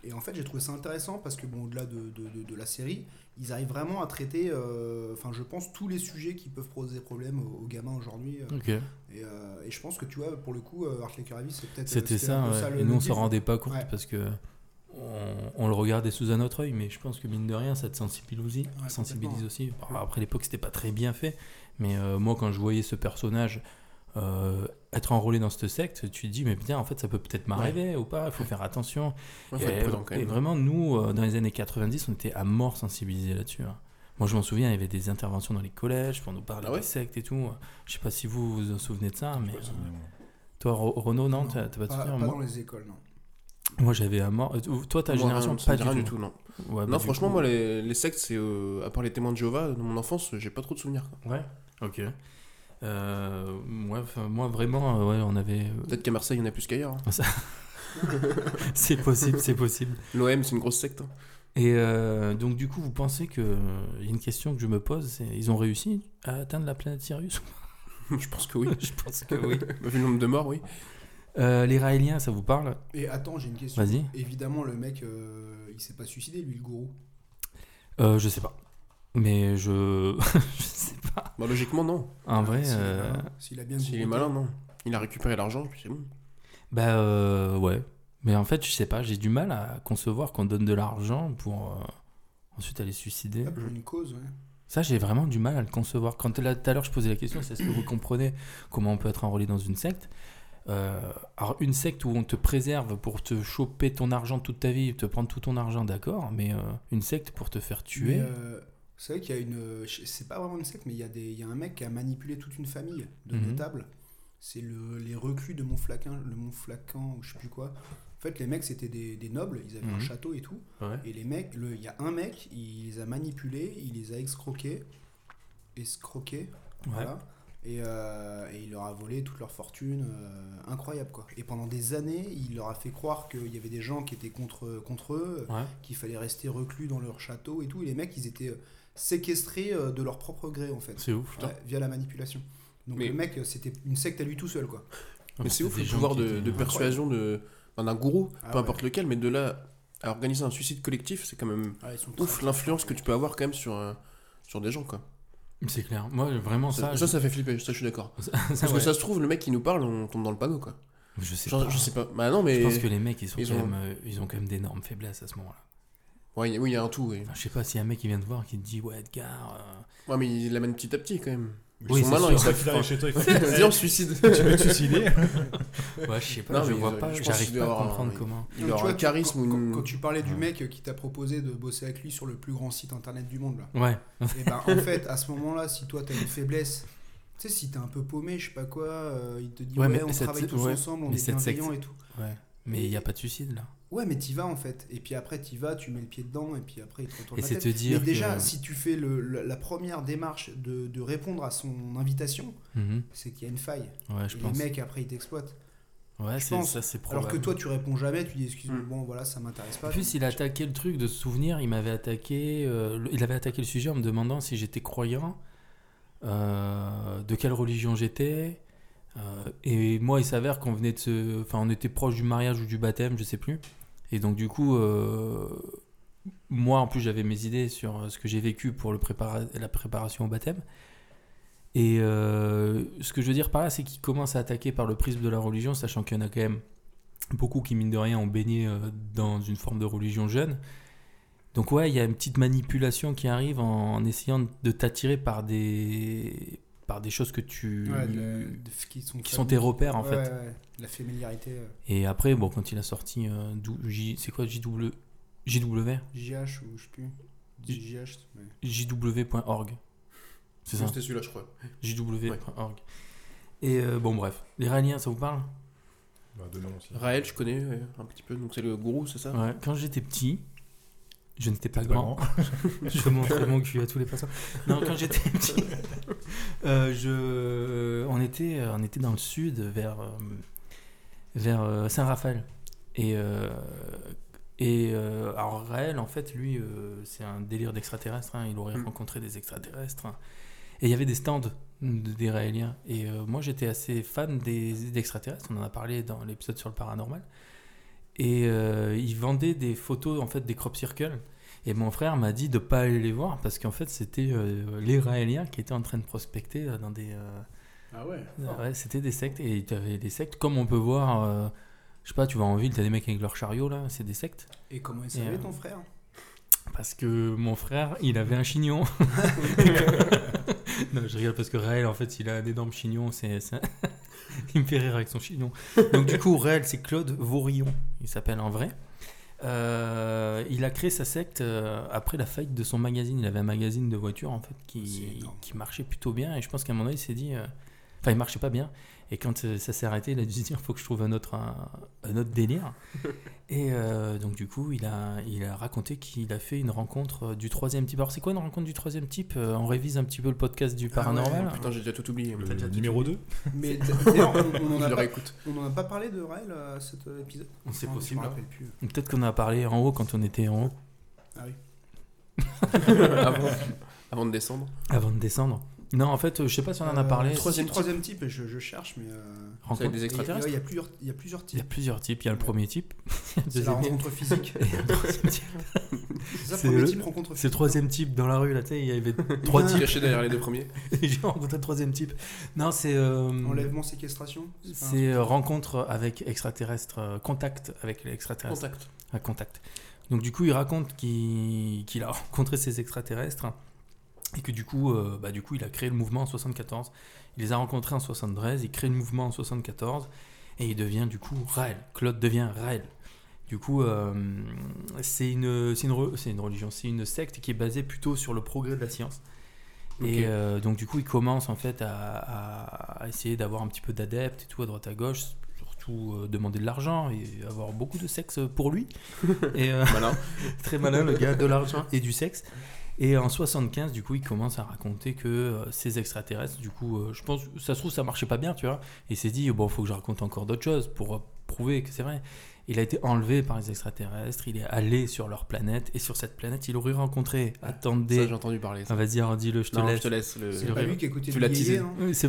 S4: et en fait, j'ai trouvé ça intéressant parce que, bon, au-delà de, de- de- de la série, ils arrivent vraiment à traiter, euh, enfin, je pense, tous les sujets qui peuvent poser problème aux, aux gamins aujourd'hui. euh,
S2: Ok.
S4: et, euh, et je pense que tu vois, pour le coup, euh, Art Laker Avis, c'est peut-être.
S2: C'était ça. ouais. Et nous, on s'en rendait pas compte
S4: Ouais.
S2: parce que on, on le regardait sous un autre œil. Mais je pense que mine de rien, ça te sensibilise aussi.
S4: complètement.
S2: sensibilise aussi. Bon, après l'époque, c'était pas très bien fait. Mais euh, moi, quand je voyais ce personnage. euh, être enrôlé dans cette secte, tu te dis mais putain en fait ça peut peut-être m'arriver ou pas, il faut faire attention.
S3: Ouais, faut
S2: Et,
S3: être prudent quand
S2: et
S3: même.
S2: vraiment, nous, euh, dans les années 90, on était à mort sensibilisés là-dessus. hein. Moi, je m'en souviens, il y avait des interventions dans les collèges pour nous parler
S3: Ah ouais
S2: des sectes et tout. Je sais pas si vous vous en souvenez de ça, mais
S5: Je me souviens, moi.
S2: toi, Ro- Renaud, non,
S4: Non,
S2: t'as t'as pas de
S4: Pas,
S2: souvenir
S4: pas
S2: Moi,
S4: dans les écoles, non.
S2: moi, j'avais à mort. Euh, Toi, ta
S3: Moi,
S2: génération,
S3: ça me
S2: pas du,
S3: dit rien
S2: tout.
S3: du tout, non.
S2: Ouais, bah,
S3: non,
S2: du
S3: franchement,
S2: coup-
S3: moi, les, les sectes, c'est. euh, à part les témoins de Jéhovah, dans mon enfance, j'ai pas trop de souvenirs. quoi.
S2: Ouais, ok. Euh, moi, enfin, moi, vraiment, euh, ouais, on avait.
S3: (laughs)
S2: (laughs)
S3: Peut-être qu'à Marseille, il y en a plus qu'ailleurs. hein.
S2: c'est possible, c'est possible.
S3: L'OM, c'est une grosse secte. hein. (laughs)
S2: Et euh, donc, du coup, vous pensez que. Il y a une question que je me pose c'est ils ont réussi à atteindre la planète Sirius
S3: je pense que oui.
S2: Je pense que oui.
S3: Bah, Vu le nombre de morts, oui.
S2: (laughs) Euh, les Raéliens, ça vous parle
S4: Et attends, j'ai une question.
S2: Vas-y.
S4: Évidemment, le mec, euh, il s'est pas suicidé, lui, le gourou.
S2: Euh, je sais pas. Mais je. (laughs) je sais pas.
S3: Bah, logiquement, non.
S2: (laughs) En vrai.
S4: S'il est
S2: euh,
S4: malin, S'il a bien
S3: S'il est
S4: gourou-
S3: malin, non. Il a récupéré l'argent, puis c'est bon.
S2: Bah euh, ouais. Mais en fait, je sais pas, j'ai du mal à concevoir qu'on donne de l'argent pour euh, ensuite aller se suicider.
S4: Ah, pour une cause, ouais.
S2: Ça, j'ai vraiment du mal à le concevoir. Quand là, tout à l'heure, je posais la question, c'est est-ce que vous comprenez comment on peut être enrôlé dans une secte Euh, Alors, une secte où on te préserve pour te choper ton argent toute ta vie, te prendre tout ton argent, d'accord, mais euh, une secte pour te faire tuer.
S4: Mais, euh, c'est vrai qu'il y a une. euh, je- C'est pas vraiment une secte, mais il y, a des- il y a un mec qui a manipulé toute une famille de
S2: Mhm.
S4: notables. C'est le, les reclus de Montflaquin, le Montflacan, ou je sais plus quoi. En fait, les mecs, c'était des, des nobles, ils avaient un
S2: Mhm.
S4: château et tout.
S2: Ouais.
S4: Et les mecs, le- il y a un mec, il les a manipulés, il les a escroqués. Escroqués,
S2: Ouais.
S4: voilà. Et, euh, et il leur a volé toute leur fortune, euh, incroyable quoi. Et pendant des années, il leur a fait croire qu'il y avait des gens qui étaient contre, contre eux,
S2: Ouais.
S4: qu'il fallait rester reclus dans leur château et tout. Et les mecs, ils étaient euh, séquestrés euh, de leur propre gré en fait,
S2: C'est ouf.
S4: Ouais, via la manipulation. Donc
S3: Mais-
S4: le mec, euh, c'était une secte à lui tout seul quoi.
S2: Ah,
S3: Mais
S2: des
S3: c'est ouf le
S2: gens
S3: pouvoir
S2: qui
S3: de,
S2: étaient- euh,
S3: de persuasion de, enfin, d'un gourou,
S4: Ah
S3: peu importe lequel, mais de là à organiser un suicide collectif, c'est quand même
S4: Ah, ils sont
S3: ouf
S4: très-
S3: l'influence que tu peux avoir quand même sur, un- sur des gens. quoi.
S2: C'est clair. Moi, vraiment,
S3: Ça,
S2: ça.
S3: ça, ça fait flipper, ça je suis d'accord.
S2: je- ça,
S3: Parce
S2: ouais.
S3: que ça se trouve, le mec qui nous parle, on tombe dans le panneau. quoi.
S2: Je sais
S3: Genre,
S2: pas.
S3: je sais pas. Bah non,
S2: Je
S3: mais.
S2: pense que les mecs, ils, sont
S3: ils
S2: quand
S3: ont-
S2: Même, euh, ils ont quand même d'énormes faiblesses à ce moment-là.
S3: Ouais, y a- oui, il y a un tout. oui.
S2: Enfin, je sais pas si un mec qui vient te voir qui te dit Ouais, Edgar. euh,
S3: Ouais, mais il l'amène petit à petit
S2: (laughs)
S3: quand même. Ils
S2: Oui,
S3: sont
S2: c'est
S3: malins,
S2: sûr.
S3: ils savent.
S5: Il arrive chez
S3: (laughs)
S5: toi, il fait
S3: Vas-y, on se suicide.
S5: Eh, Tu veux te suicider
S3: (laughs)
S2: euh, Ouais, je sais pas,
S3: Non,
S2: je
S3: mais
S2: vois
S3: ils-
S2: pas,
S3: je pense
S2: j'arrive
S3: qu'il doit
S2: pas à
S3: avoir un-
S2: comprendre
S3: oui.
S2: comment.
S4: Non,
S3: Il
S4: tu
S3: aura
S4: vois,
S3: un
S4: tu-
S3: charisme
S4: quand,
S3: ou une.
S4: quand- quand tu parlais du
S2: Ouais.
S4: mec qui t'a proposé de bosser avec lui sur le plus grand site internet du monde là.
S2: Ouais,
S4: Et ben en fait, à ce moment-là, si toi t'as une faiblesse, tu sais, si t'es un peu paumé, je sais pas quoi, euh, il te dit
S2: Ouais,
S4: ouais,
S2: mais
S4: on
S2: cette-
S4: travaille tous
S2: ouais,
S4: ensemble, on
S2: mais
S4: est
S2: cette secte-
S4: bienveillants et tout.
S2: ouais. Mais il n'y a pas de suicide là.
S4: Ouais, mais t'y vas en fait. Et puis après, t'y vas, tu mets le pied dedans, et puis après, il te retourne
S2: Et
S4: la
S2: c'est
S4: tête.
S2: te dire.
S4: mais déjà,
S2: que-
S4: si tu fais le- la, la première démarche de, de répondre à son invitation,
S2: Mhm.
S4: c'est qu'il y a une faille.
S2: Ouais, je
S4: et
S2: pense.
S4: les mecs, après, ils t'exploitent.
S2: Ouais,
S4: je
S2: c'est-
S4: pense.
S2: ça, c'est probable.
S4: Alors que toi, tu réponds jamais, tu dis excuse-moi,
S3: Mm.
S4: bon voilà, ça m'intéresse pas.
S2: En plus, il a attaqué le truc de se souvenir. Il m'avait attaqué. euh, le- il avait attaqué le sujet en me demandant si j'étais croyant, euh, de quelle religion j'étais. euh, et moi, il s'avère qu'on venait de se, enfin, on était proche du mariage ou du baptême, je sais plus. Et donc, du coup, euh, moi, en plus, j'avais mes idées sur euh, ce que j'ai vécu pour le prépara- la préparation au baptême. Et euh, ce que je veux dire par là, c'est qu'il commence à attaquer par le prisme de la religion, sachant qu'il y en a quand même beaucoup qui, mine de rien, ont baigné euh, dans une forme de religion jeune. Donc ouais, il y a une petite manipulation qui arrive en, en essayant de t'attirer par des, par des choses que tu,
S4: Ouais, de- de- qui sont,
S2: qui sont tes repères en
S4: Ouais,
S2: fait.
S4: ouais, ouais. La familiarité, euh,
S2: Et après, bon, quand il a sorti, euh, dou- J- c'est quoi JW JW
S4: JH ou je sais plus.
S2: J-
S4: JH, ouais.
S2: JW.org. C'est ça
S3: C'était celui-là, je crois.
S2: JW.org. Et euh, bon, bref. Les Iraniens, ça vous parle
S5: Bah, de nom aussi.
S3: Raël, je connais ouais, un petit peu, donc c'est le gourou, c'est ça Oh,
S2: Ouais. Quand j'étais petit, je n'étais pas
S5: Pas
S2: grand.
S5: grand.
S2: (laughs) je montrais mon cul à tous les passants. Non, quand j'étais
S3: (laughs)
S2: petit, euh, je, on, était, euh, on était dans le sud, vers, euh, vers euh, Saint-Raphaël. Et, euh, et euh, alors, Raël, en fait, lui, euh, c'est un délire d'extraterrestre. hein. il aurait
S3: Mm.
S2: rencontré des extraterrestres. hein. Et il y avait des stands de- des Raéliens. Et euh, moi, j'étais assez fan des, d'extraterrestres. On en a parlé dans l'épisode sur le paranormal. Et euh, ils vendaient des photos, en fait, des crop circles. Et mon frère m'a dit de pas aller les voir parce qu'en fait c'était euh, les Raéliens qui étaient en train de prospecter euh, dans des. euh,
S4: Ah ouais.
S2: ouais, c'était des sectes et tu avais des sectes comme on peut voir. euh, je sais pas, tu vas en ville, t'as des mecs avec leur chariot là, c'est des sectes.
S4: Et comment il
S2: Et, euh,
S4: savait ton (laughs) frère
S2: Parce que mon frère, il avait un
S4: (laughs)
S2: chignon. non, je rigole parce que Raël, en fait, il a un énorme chignon. C'est, c'est un- (laughs) il me fait rire avec son chignon. Donc, du coup, Raël, c'est Claude Vaurillon. Il s'appelle en vrai. Euh, il a créé sa secte euh, après la faillite de son magazine. Il avait un magazine de voitures, en fait,
S4: C'est
S2: qui,
S4: énorme.
S2: qui marchait plutôt bien. Et je pense qu'à un moment donné, il s'est dit. euh, Enfin, il marchait pas bien. Et quand euh, ça s'est arrêté, il a dû se dire faut que je trouve un autre, un, un autre (laughs) délire. Et euh, donc, du coup, il a, il a raconté qu'il a fait une rencontre euh, du troisième type. Alors, c'est quoi une rencontre du troisième type Euh, On révise un petit peu le podcast du paranormal.
S3: Ah, Putain, j'ai déjà tout oublié.
S5: Le numéro 2
S4: Mais (laughs) d'ailleurs, on on en
S3: Je
S4: a
S3: le
S4: pas-
S2: (laughs)
S3: réécoute.
S4: on n'en a, pas parlé de Raël à cet euh, épisode
S2: On sait
S4: Non,
S2: possible,
S4: Je
S2: hein.
S4: me rappelle plus.
S2: Peut-être qu'on en a parlé en haut quand on était en haut,
S4: Ah oui.
S3: avant, avant de descendre.
S2: avant de descendre. Non, en fait, euh, je sais pas si on en a
S4: Euh,
S2: parlé.
S4: si,
S3: Troisième
S4: Troisième,
S3: type.
S4: type, je, je cherche, mais. euh,
S3: C'est avec
S2: Rencontre-
S3: des extraterrestres
S4: Il y, a- il y a plusieurs- il y a plusieurs
S2: Il y a
S4: types.
S2: plusieurs types. Il y a le premier type. (laughs) il y a le
S4: C'est la
S2: deuxième type. (laughs)
S4: rencontre
S3: (laughs)
S4: physique.
S2: Et il y a le troisième type.
S4: C'est ça,
S2: C'est
S4: premier
S2: le-
S4: type, rencontre physique.
S2: C'est le troisième type dans la rue, là, tu sais, (laughs) il y avait trois types.
S3: Caché derrière les deux premiers.
S2: Et J'ai rencontré le troisième type. Non, c'est. euh,
S4: Enlèvement, séquestration c'est pas un-
S2: C'est euh, rencontre avec extraterrestre, euh, contact avec l'extraterrestre.
S3: Contact.
S2: Un contact. Donc du coup, il raconte qu'il qu'il a (laughs) rencontré ces extraterrestres et que du coup, euh, bah, du coup, il a créé le mouvement en 74. Il les a rencontrés en 73, il crée le mouvement en 74 et il devient du coup Raël. Claude devient Raël. Du coup, euh, c'est une, c'est une, re- c'est une religion, c'est une secte qui est basée plutôt sur le progrès de la science.
S3: Ok.
S2: Et euh, donc du coup, il commence en fait à, à- à essayer d'avoir un petit peu d'adeptes et tout à droite à gauche, surtout euh, demander de l'argent et avoir
S3: (laughs)
S2: beaucoup de sexe pour lui. et euh, (laughs)
S3: Malin.
S2: Très malin le gars, de l'argent et du sexe. Et en 75, du coup, il commence à raconter que euh, ces extraterrestres, du coup, euh, je pense, ça se trouve, ça marchait pas bien, tu vois. Et il s'est dit, bon, faut que je raconte encore d'autres choses pour euh, prouver que c'est vrai. Il a été enlevé par les extraterrestres, il est allé sur leur planète, et sur cette planète, il aurait rencontré,
S3: Ça,
S2: attendez,
S3: j'ai entendu parler. ça.
S2: Ah, vas-y, alors, dis-le, je te
S3: Non,
S2: laisse.
S3: je te laisse. euh, le-
S2: C'est
S6: Pas
S2: vrai.
S6: lui qui écoutait du
S3: Tu l'as
S6: yéyé,
S3: teasé.
S6: hein.
S2: Oui, c'est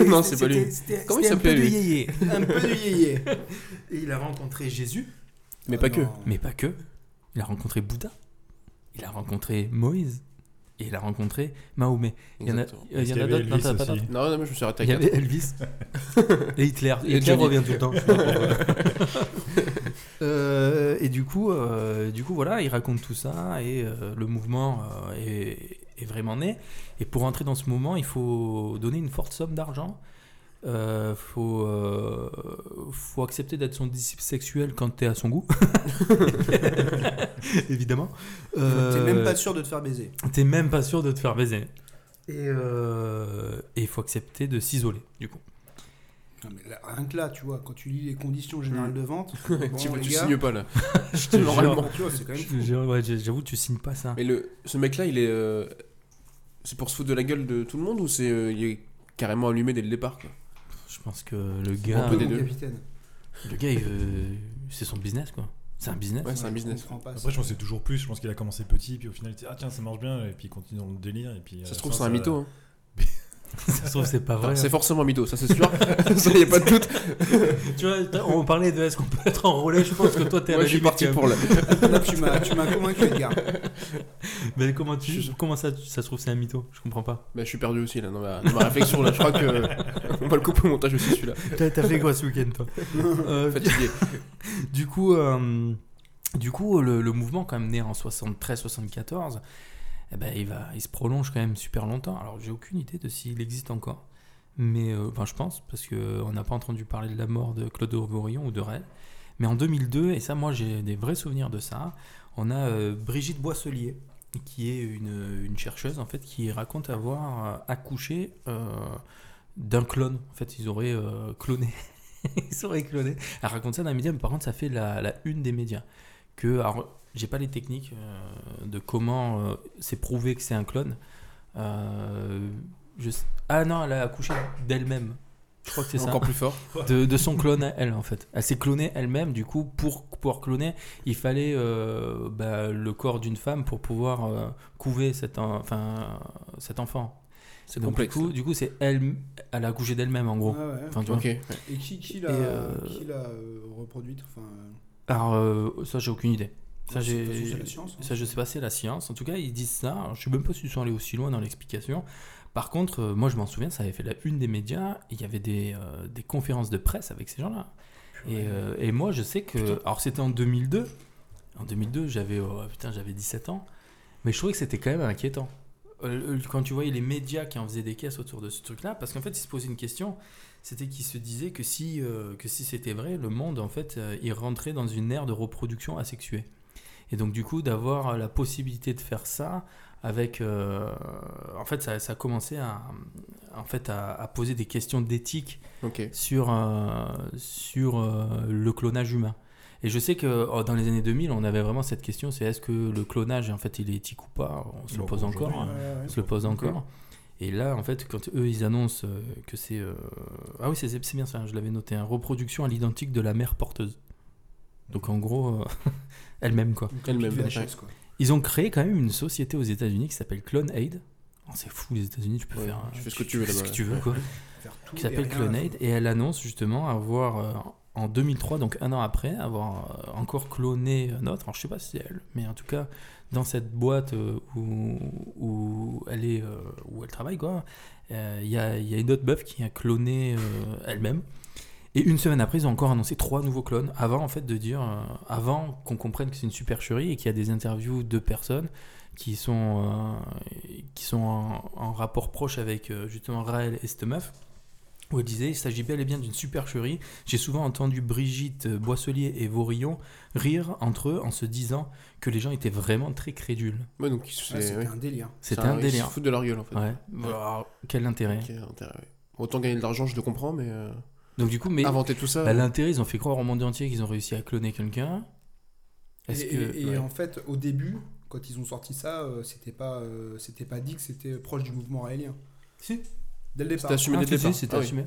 S2: (laughs)
S3: Non, c'est pas lui.
S2: C'était- c'était-
S3: Comment il
S2: c'était un peu
S3: s'appelait,
S2: du
S3: lui
S2: yéyé.
S6: Un peu du
S3: (laughs)
S6: yéyé.
S2: Et il a rencontré Jésus.
S3: Mais pas que.
S6: Non.
S2: Mais pas que. Il a rencontré Bouddha. Il a rencontré Moïse. Et il a rencontré Mahomet. Il y en a, euh,
S3: Exactement.
S2: il y en
S5: Est-ce
S2: a
S5: qu'il y avait
S2: d'autres. Non,
S5: Elvis
S2: t'as pas
S5: aussi
S2: d'autres.
S3: Non, non, mais je me suis arrêté à
S2: Il y
S3: quatre.
S6: (laughs)
S2: avait Elvis. et Hitler.
S3: Et
S2: Hitler
S3: Johnny.
S2: revient tout le temps. je sais pas pourquoi. (laughs) Euh, et du coup, euh, du coup, voilà, il raconte tout ça et euh, le mouvement euh, est, est vraiment né. Et pour entrer dans ce mouvement, il faut donner une forte somme d'argent. Euh, faut, euh, faut accepter d'être son disciple sexuel quand t'es à son goût. (laughs) Évidemment.
S6: T'es
S2: Euh,
S6: même pas sûr de te faire baiser.
S2: T'es même pas sûr de te faire baiser. Et euh, et il faut accepter de s'isoler, du coup.
S6: Non, mais là, rien que là, tu vois, quand tu lis les conditions générales de
S3: (laughs)
S6: vente, bon,
S3: tu
S6: les
S3: tu
S6: gars,
S3: signes pas là.
S2: Je te
S3: Normalement.
S6: tu vois, c'est quand même fou.
S2: Je- je- ouais, j'ai- J'avoue, tu signes pas ça.
S3: Mais le, ce mec-là, il est. euh, c'est pour se foutre de la gueule de tout le monde ou c'est euh, il est carrément allumé dès le départ quoi
S2: Je pense que le
S3: Un
S2: gars,
S3: peu
S6: Mon
S3: des deux.
S6: capitaine.
S2: le gars, il veut- c'est son business quoi. C'est un business.
S3: Ouais, c'est un
S6: je
S3: business.
S6: comprends pas
S5: Après,
S6: ça.
S5: je pense que c'est toujours plus. Je pense qu'il a commencé petit, puis au final, il dit, ah tiens, ça marche bien, et puis il continue dans le délire. Et puis, à
S3: Ça
S5: la
S3: se trouve,
S2: euh,
S5: fin,
S3: c'est un
S5: ça-
S3: mytho. hein.
S2: Ça se trouve, c'est pas
S3: Enfin,
S2: vrai.
S3: C'est forcément un mytho, ça c'est sûr. (laughs) ça y a pas de doute.
S2: Tu vois, t'as- on parlait de est-ce qu'on peut être en relais. Je pense que toi, (laughs) t'es à
S3: Moi,
S2: la
S3: je suis
S2: limite,
S3: parti
S2: quand
S3: pour là.
S6: Là, tu m'as tu m'as convaincu,
S2: (laughs)
S6: Edgar.
S2: même. Mais comment tu, comment ça, tu- ça se trouve, c'est un mytho Je comprends pas.
S3: Bah, je suis perdu aussi là dans ma, dans ma réflexion là. Je crois que on va le couper au montage aussi
S2: (laughs)
S3: celui-là.
S2: T'as t'as fait quoi ce week-end, toi Euh,
S3: Fatigué.
S2: (laughs) Du coup, euh, du coup le, le mouvement, quand même né en 73-74, eh ben, il, va, il se prolonge quand même super longtemps. Alors, j'ai aucune idée de s'il existe encore. Mais euh, enfin, je pense, parce qu'on n'a pas entendu parler de la mort de Claude Orgorion ou de Rennes. Mais en 2002, et ça, moi, j'ai des vrais souvenirs de ça, on a euh, Brigitte Boisselier, qui est une, une chercheuse, en fait, qui raconte avoir euh, accouché euh, d'un clone. En fait, ils auraient euh, cloné. (laughs) ils auraient cloné. Elle raconte ça dans les médias, mais par contre, ça fait la, la une des médias. Que, alors, j'ai pas les techniques euh, de comment euh, c'est prouvé que c'est un clone. Euh, je sais- Ah non, elle a accouché d'elle-même. Je crois que c'est ça
S3: Encore plus fort.
S2: de, de son clone à elle en fait. Elle s'est clonée elle-même, du coup, pour pouvoir cloner, il fallait euh, bah, le corps d'une femme pour pouvoir euh, couver cet, en- enfin, cet enfant.
S3: C'est
S2: Donc,
S3: complexe.
S2: Du coup, du coup, c'est elle, elle a accouché d'elle-même en gros.
S6: Ouais, ouais.
S2: Enfin, tu vois.
S3: Ok. ouais.
S6: Et qui, qui l'a
S2: Et, euh,
S6: qui l'a, euh, reproduite enfin, euh,
S2: Alors, euh, ça, j'ai aucune idée. Ça,
S6: de toute façon,
S2: j'ai,
S6: c'est la science, hein.
S2: ça, je sais pas, c'est la science. En tout cas, ils disent ça. Alors, Je sais même pas s'ils sont allés aussi loin dans l'explication. Par contre, euh, moi, je m'en souviens, ça avait fait la une des médias. Il y avait des, euh, des conférences de presse avec ces gens-là. Et, euh, et moi, je sais que. Alors, c'était en 2002. En 2002, j'avais oh, putain, j'avais 17 ans. Mais je trouvais que c'était quand même inquiétant. Euh, euh, Quand tu voyais les médias qui en faisaient des caisses autour de ce truc-là, parce qu'en fait, ils se posaient une question c'était qu'ils se disaient que si, euh, que si c'était vrai, le monde, en fait, euh, il rentrait dans une ère de reproduction asexuée. Et donc, du coup, d'avoir euh, la possibilité de faire ça avec. euh, en fait, ça, ça a commencé à, en fait, à- à poser des questions d'éthique
S3: Ok.
S2: sur, euh, sur euh, le clonage humain. Et je sais que oh, dans les années 2000, on avait vraiment cette question, c'est est-ce que le clonage, en fait, il est éthique ou pas On se le
S5: Bon,
S2: pose
S5: aujourd'hui,
S2: encore.
S5: ouais.
S2: hein.
S6: Ouais, ouais.
S2: On se le pose encore. Et là, en fait, quand eux, ils annoncent euh, que c'est... euh, Ah oui, c'est c'est bien ça, je l'avais noté. hein, Reproduction à l'identique de la mère porteuse. Donc en gros, euh, (laughs) elle-même, quoi.
S6: Une
S3: Elle-même,
S6: copie de
S3: ouais.
S6: VHS, quoi.
S2: Ils ont créé quand même une société aux États-Unis qui s'appelle CloneAid. Oh, c'est fou, les États-Unis, tu peux
S3: Ouais,
S2: faire...
S3: tu
S2: euh,
S3: fais ce que tu veux
S2: fais ce
S3: là-bas,
S2: que tu veux,
S3: ouais.
S2: quoi
S6: Faire tout
S2: qui
S6: et
S2: s'appelle
S6: rien Ah, à
S2: Clonade
S6: foutre.
S2: et elle annonce justement avoir euh, en 2003 donc un an après avoir euh, encore cloné un autre alors je sais pas si c'est elle mais en tout cas dans cette boîte euh, où, où elle est euh, où elle travaille quoi euh, il y, a, il y a une autre meuf qui a cloné euh, elle-même et une semaine après ils ont encore annoncé trois nouveaux clones avant en fait de dire euh, avant qu'on comprenne que c'est une supercherie et qu'il y a des interviews de personnes qui sont, euh, qui sont en, en rapport proche avec euh, justement Raël et cette meuf où elle disait il s'agit bel et bien d'une supercherie. J'ai souvent entendu Brigitte euh, Boisselier et Vaurillon rire entre eux en se disant que les gens étaient vraiment très crédules.
S3: Ouais, donc
S6: Ouais,
S3: c'est.
S6: C'était
S3: ouais.
S6: un délire.
S2: C'était
S3: C'est
S2: Ah, un
S3: Ils se
S2: délire.
S3: foutent de leur gueule en fait.
S2: Ouais. Alors, quel intérêt.
S3: Ok, intérêt, ouais. Autant gagner de l'argent, je le comprends, mais euh,
S2: Donc du coup, mais
S3: inventer tout ça. euh,
S2: bah, l'intérêt, ils ont fait croire au monde entier qu'ils ont réussi à cloner quelqu'un.
S6: Et,
S2: Est-ce
S6: et-
S2: que
S6: et
S3: ouais.
S6: en fait, au début,
S4: Quand ils ont sorti ça, euh, c'était pas, euh, c'était pas dit que c'était proche du mouvement raélien.
S2: Si.
S4: Dès le départ.
S3: C'était assumé
S2: Ah,
S3: dès le
S2: si, si,
S3: départ.
S2: c'était
S3: Ah oui.
S2: assumé.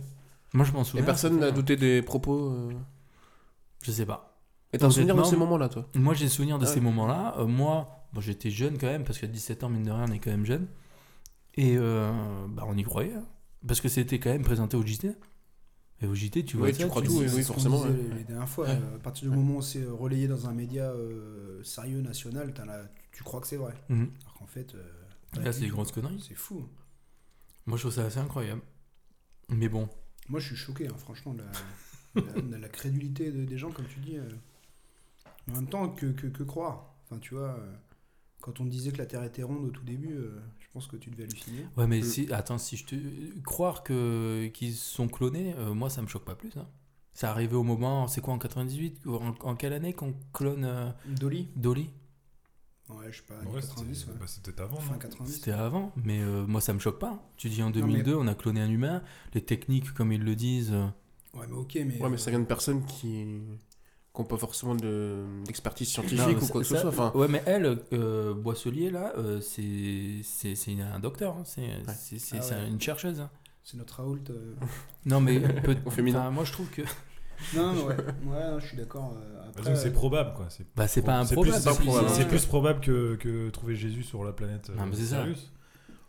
S2: Moi, je m'en
S3: Et
S2: souviens.
S3: personne n'a douté des propos. euh.
S2: Je sais pas.
S3: Et t'as un
S2: Honnêtement,
S3: souvenir de ces moments-là, toi
S2: Moi, j'ai le souvenir de
S3: Ah
S2: ces
S3: ouais.
S2: moments-là. Euh, moi, bon, j'étais jeune quand même, parce qu'à 17 ans, mine de rien, on est quand même jeune. Et euh, bah, on y croyait. hein. Parce que c'était quand même présenté au JT. Et au JT, tu vois,
S3: Ouais,
S2: ça,
S3: tu crois
S4: Mais
S3: tout,
S4: c'est-
S3: oui,
S4: c'est
S3: oui,
S4: ce qu'on
S3: forcément,
S4: disait
S3: ouais.
S4: les- les dernières fois,
S3: Ouais.
S4: euh, à partir du moment où c'est euh, relayé dans un média euh, sérieux national, t'as la- tu, tu crois que c'est vrai.
S2: Mhm.
S4: Alors qu'en fait. euh,
S2: Là,
S4: pas
S2: c'est
S4: du
S2: des
S4: tout.
S2: grosses conneries.
S4: C'est fou.
S2: Moi, je trouve ça assez incroyable. Mais bon,
S4: Moi, je suis choqué, hein, franchement, de la, de la- de la crédulité de- des gens, comme tu dis. euh. Mais en même temps, que, que, que croire Enfin, tu vois, euh, quand on disait que la Terre était ronde au tout début, euh, je pense que tu devais halluciner.
S2: ouais, mais
S3: Le-
S2: si, attends, si je te. Croire que qu'ils sont clonés, euh, moi, ça me choque pas plus. hein. C'est arrivé au moment, c'est quoi, en 98 ou en, en quelle année qu'on clone euh,
S4: Dolly
S2: Dolly
S4: Ouais, je sais pas,
S5: Ouais,
S4: 90,
S5: c'était-
S4: ouais.
S5: bah, c'était avant. non
S4: Fin 90.
S2: C'était avant, mais euh, moi ça me choque pas. Tu dis en
S4: mais-
S2: 2002, on a cloné un humain, les techniques comme ils le disent. euh,
S4: Ouais, mais ok, mais.
S3: Ouais, mais ça vient de personnes qui n'ont pas forcément de- d'expertise
S2: non, mais
S3: scientifique ou
S2: ça-
S3: quoi que ce
S2: ça-
S3: soit. Enfin,
S2: Ouais, mais elle, euh, Boisselier, là, euh, c'est c'est- c'est un docteur, hein, c'est c'est- c'est-
S4: Ah
S2: c'est
S4: ouais.
S2: une chercheuse. hein.
S4: C'est notre Raoult. euh.
S2: Non, mais peut-
S3: Au féminin.
S2: enfin, moi je trouve que.
S4: Non, non, ouais, ouais, non, je suis d'accord. euh,
S5: Bah,
S4: après,
S5: C'est
S4: euh,
S5: probable, quoi. C'est
S2: Bah, c'est pas un
S5: C'est
S2: problème.
S5: plus-
S3: c'est pas probable.
S5: c'est plus probable que, que trouver Jésus sur la planète. euh,
S2: Non, mais c'est ça.
S5: Sirius.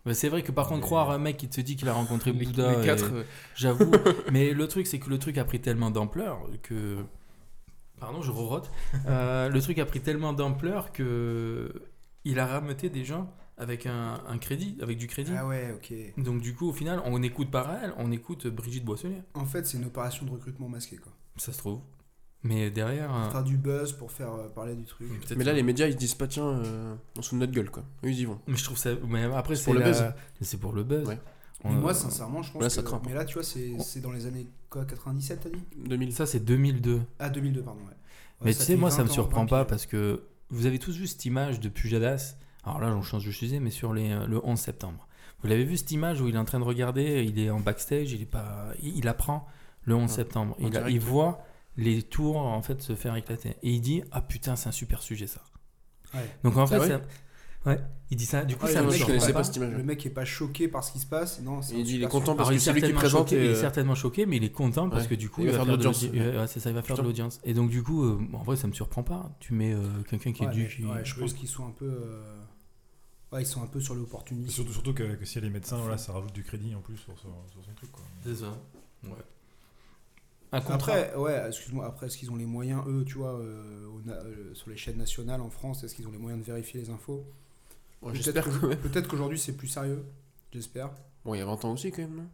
S2: Mais c'est vrai que par contre,
S5: Mais-
S2: croire un mec qui te dit qu'il a rencontré
S3: les,
S2: Bouddha.
S3: les
S2: et-
S3: quatre, euh,
S2: J'avoue.
S3: (laughs)
S2: mais le truc, c'est que le truc a pris tellement d'ampleur que. Pardon, je rorote. Euh, le truc a pris tellement d'ampleur que. Il a rameuté des gens avec un, un crédit, avec du crédit.
S4: Ah ouais, ok.
S2: Donc, du coup, au final, on écoute par elle, on écoute Brigitte Boisselier.
S4: En fait, c'est une opération de recrutement masqué, quoi.
S2: Ça se trouve. Mais derrière. euh,
S4: Faire du buzz pour faire euh, parler du truc.
S2: peut-être-
S3: Mais là, les médias, ils se disent pas, tiens, euh, on se fout de notre gueule, quoi. Eux, ils y vont.
S2: Mais je trouve ça. Mais après, c'est
S3: pour le
S2: la-
S3: buzz.
S2: C'est pour le buzz.
S3: Ouais.
S2: On-
S4: Mais moi, sincèrement, je pense
S3: là, ça
S4: que.
S3: craint.
S4: Mais là, tu vois, c'est c'est dans les années quoi, 97, t'as dit
S3: 2000.
S2: Ça, c'est 2002.
S4: Ah, 2002, pardon, ouais. Ouais,
S2: Mais
S4: ça
S2: tu sais,
S4: fait
S2: moi, ça
S4: 20
S2: me
S4: ans,
S2: surprend
S4: 20
S2: pas
S4: piges.
S2: parce que vous avez tous vu cette image de Pujadas. Alors là, j'en change de sujet, mais sur les, euh, le 11 septembre. Vous l'avez vu cette image où il est en train de regarder, il est en backstage, il est pas, il, il apprend le 11
S3: Ouais,
S2: septembre.
S3: en
S2: Il, a-
S3: direct.
S2: il voit les tours en fait se faire éclater et il dit ah putain c'est un super sujet ça.
S4: Ouais.
S2: Donc en
S3: Ah
S2: fait
S3: ouais
S2: ça- ouais, il dit ça. Du coup
S4: Ouais,
S2: ça
S4: le
S2: me
S3: Ah,
S4: mec,
S3: je
S2: surprend
S3: connaissais
S4: comprend
S3: pas cette image.
S4: Le mec est pas choqué par ce qui se passe. Non, c'est
S3: Il
S4: un
S3: dit, il est
S4: super
S3: content
S4: sujet.
S2: Alors,
S3: parce que
S2: il, est
S3: c'est lui qui
S2: certainement
S3: présente.
S2: choqué,
S3: et,
S2: il est
S3: euh,
S2: certainement choqué, mais il est content parce
S3: ouais,
S2: que du coup,
S3: il va faire de l'audience,
S2: l'audi- ouais, ouais, c'est ça, il va faire de
S3: Putain.
S2: l'audience. Et donc, du coup, euh, bon, en vrai, ça me surprend pas. Tu mets euh, quelqu'un qui
S4: Ouais,
S2: est du.
S4: mais-
S2: qui-
S4: ouais, je
S5: Oui.
S4: pense qu'ils sont un peu. euh, Ouais, ils sont un peu sur
S5: Et
S4: l'opportunisme.
S5: Surtout, surtout que, que si elle est médecin, voilà, ça rajoute du crédit en plus sur son, sur son truc. Quoi.
S2: C'est ça. Ouais. Un contrat.
S4: Après, ouais, excuse-moi. Après, est-ce qu'ils ont les moyens, eux, tu vois, euh, au na- euh, sur les chaînes nationales en France, est-ce qu'ils ont les moyens de vérifier les infos
S3: ouais,
S4: Peut-être
S3: J'espère
S4: que-
S3: quand même.
S4: peut-être qu'aujourd'hui c'est plus sérieux. J'espère.
S3: (laughs) Bon, il y a 20 ans aussi, quand même, non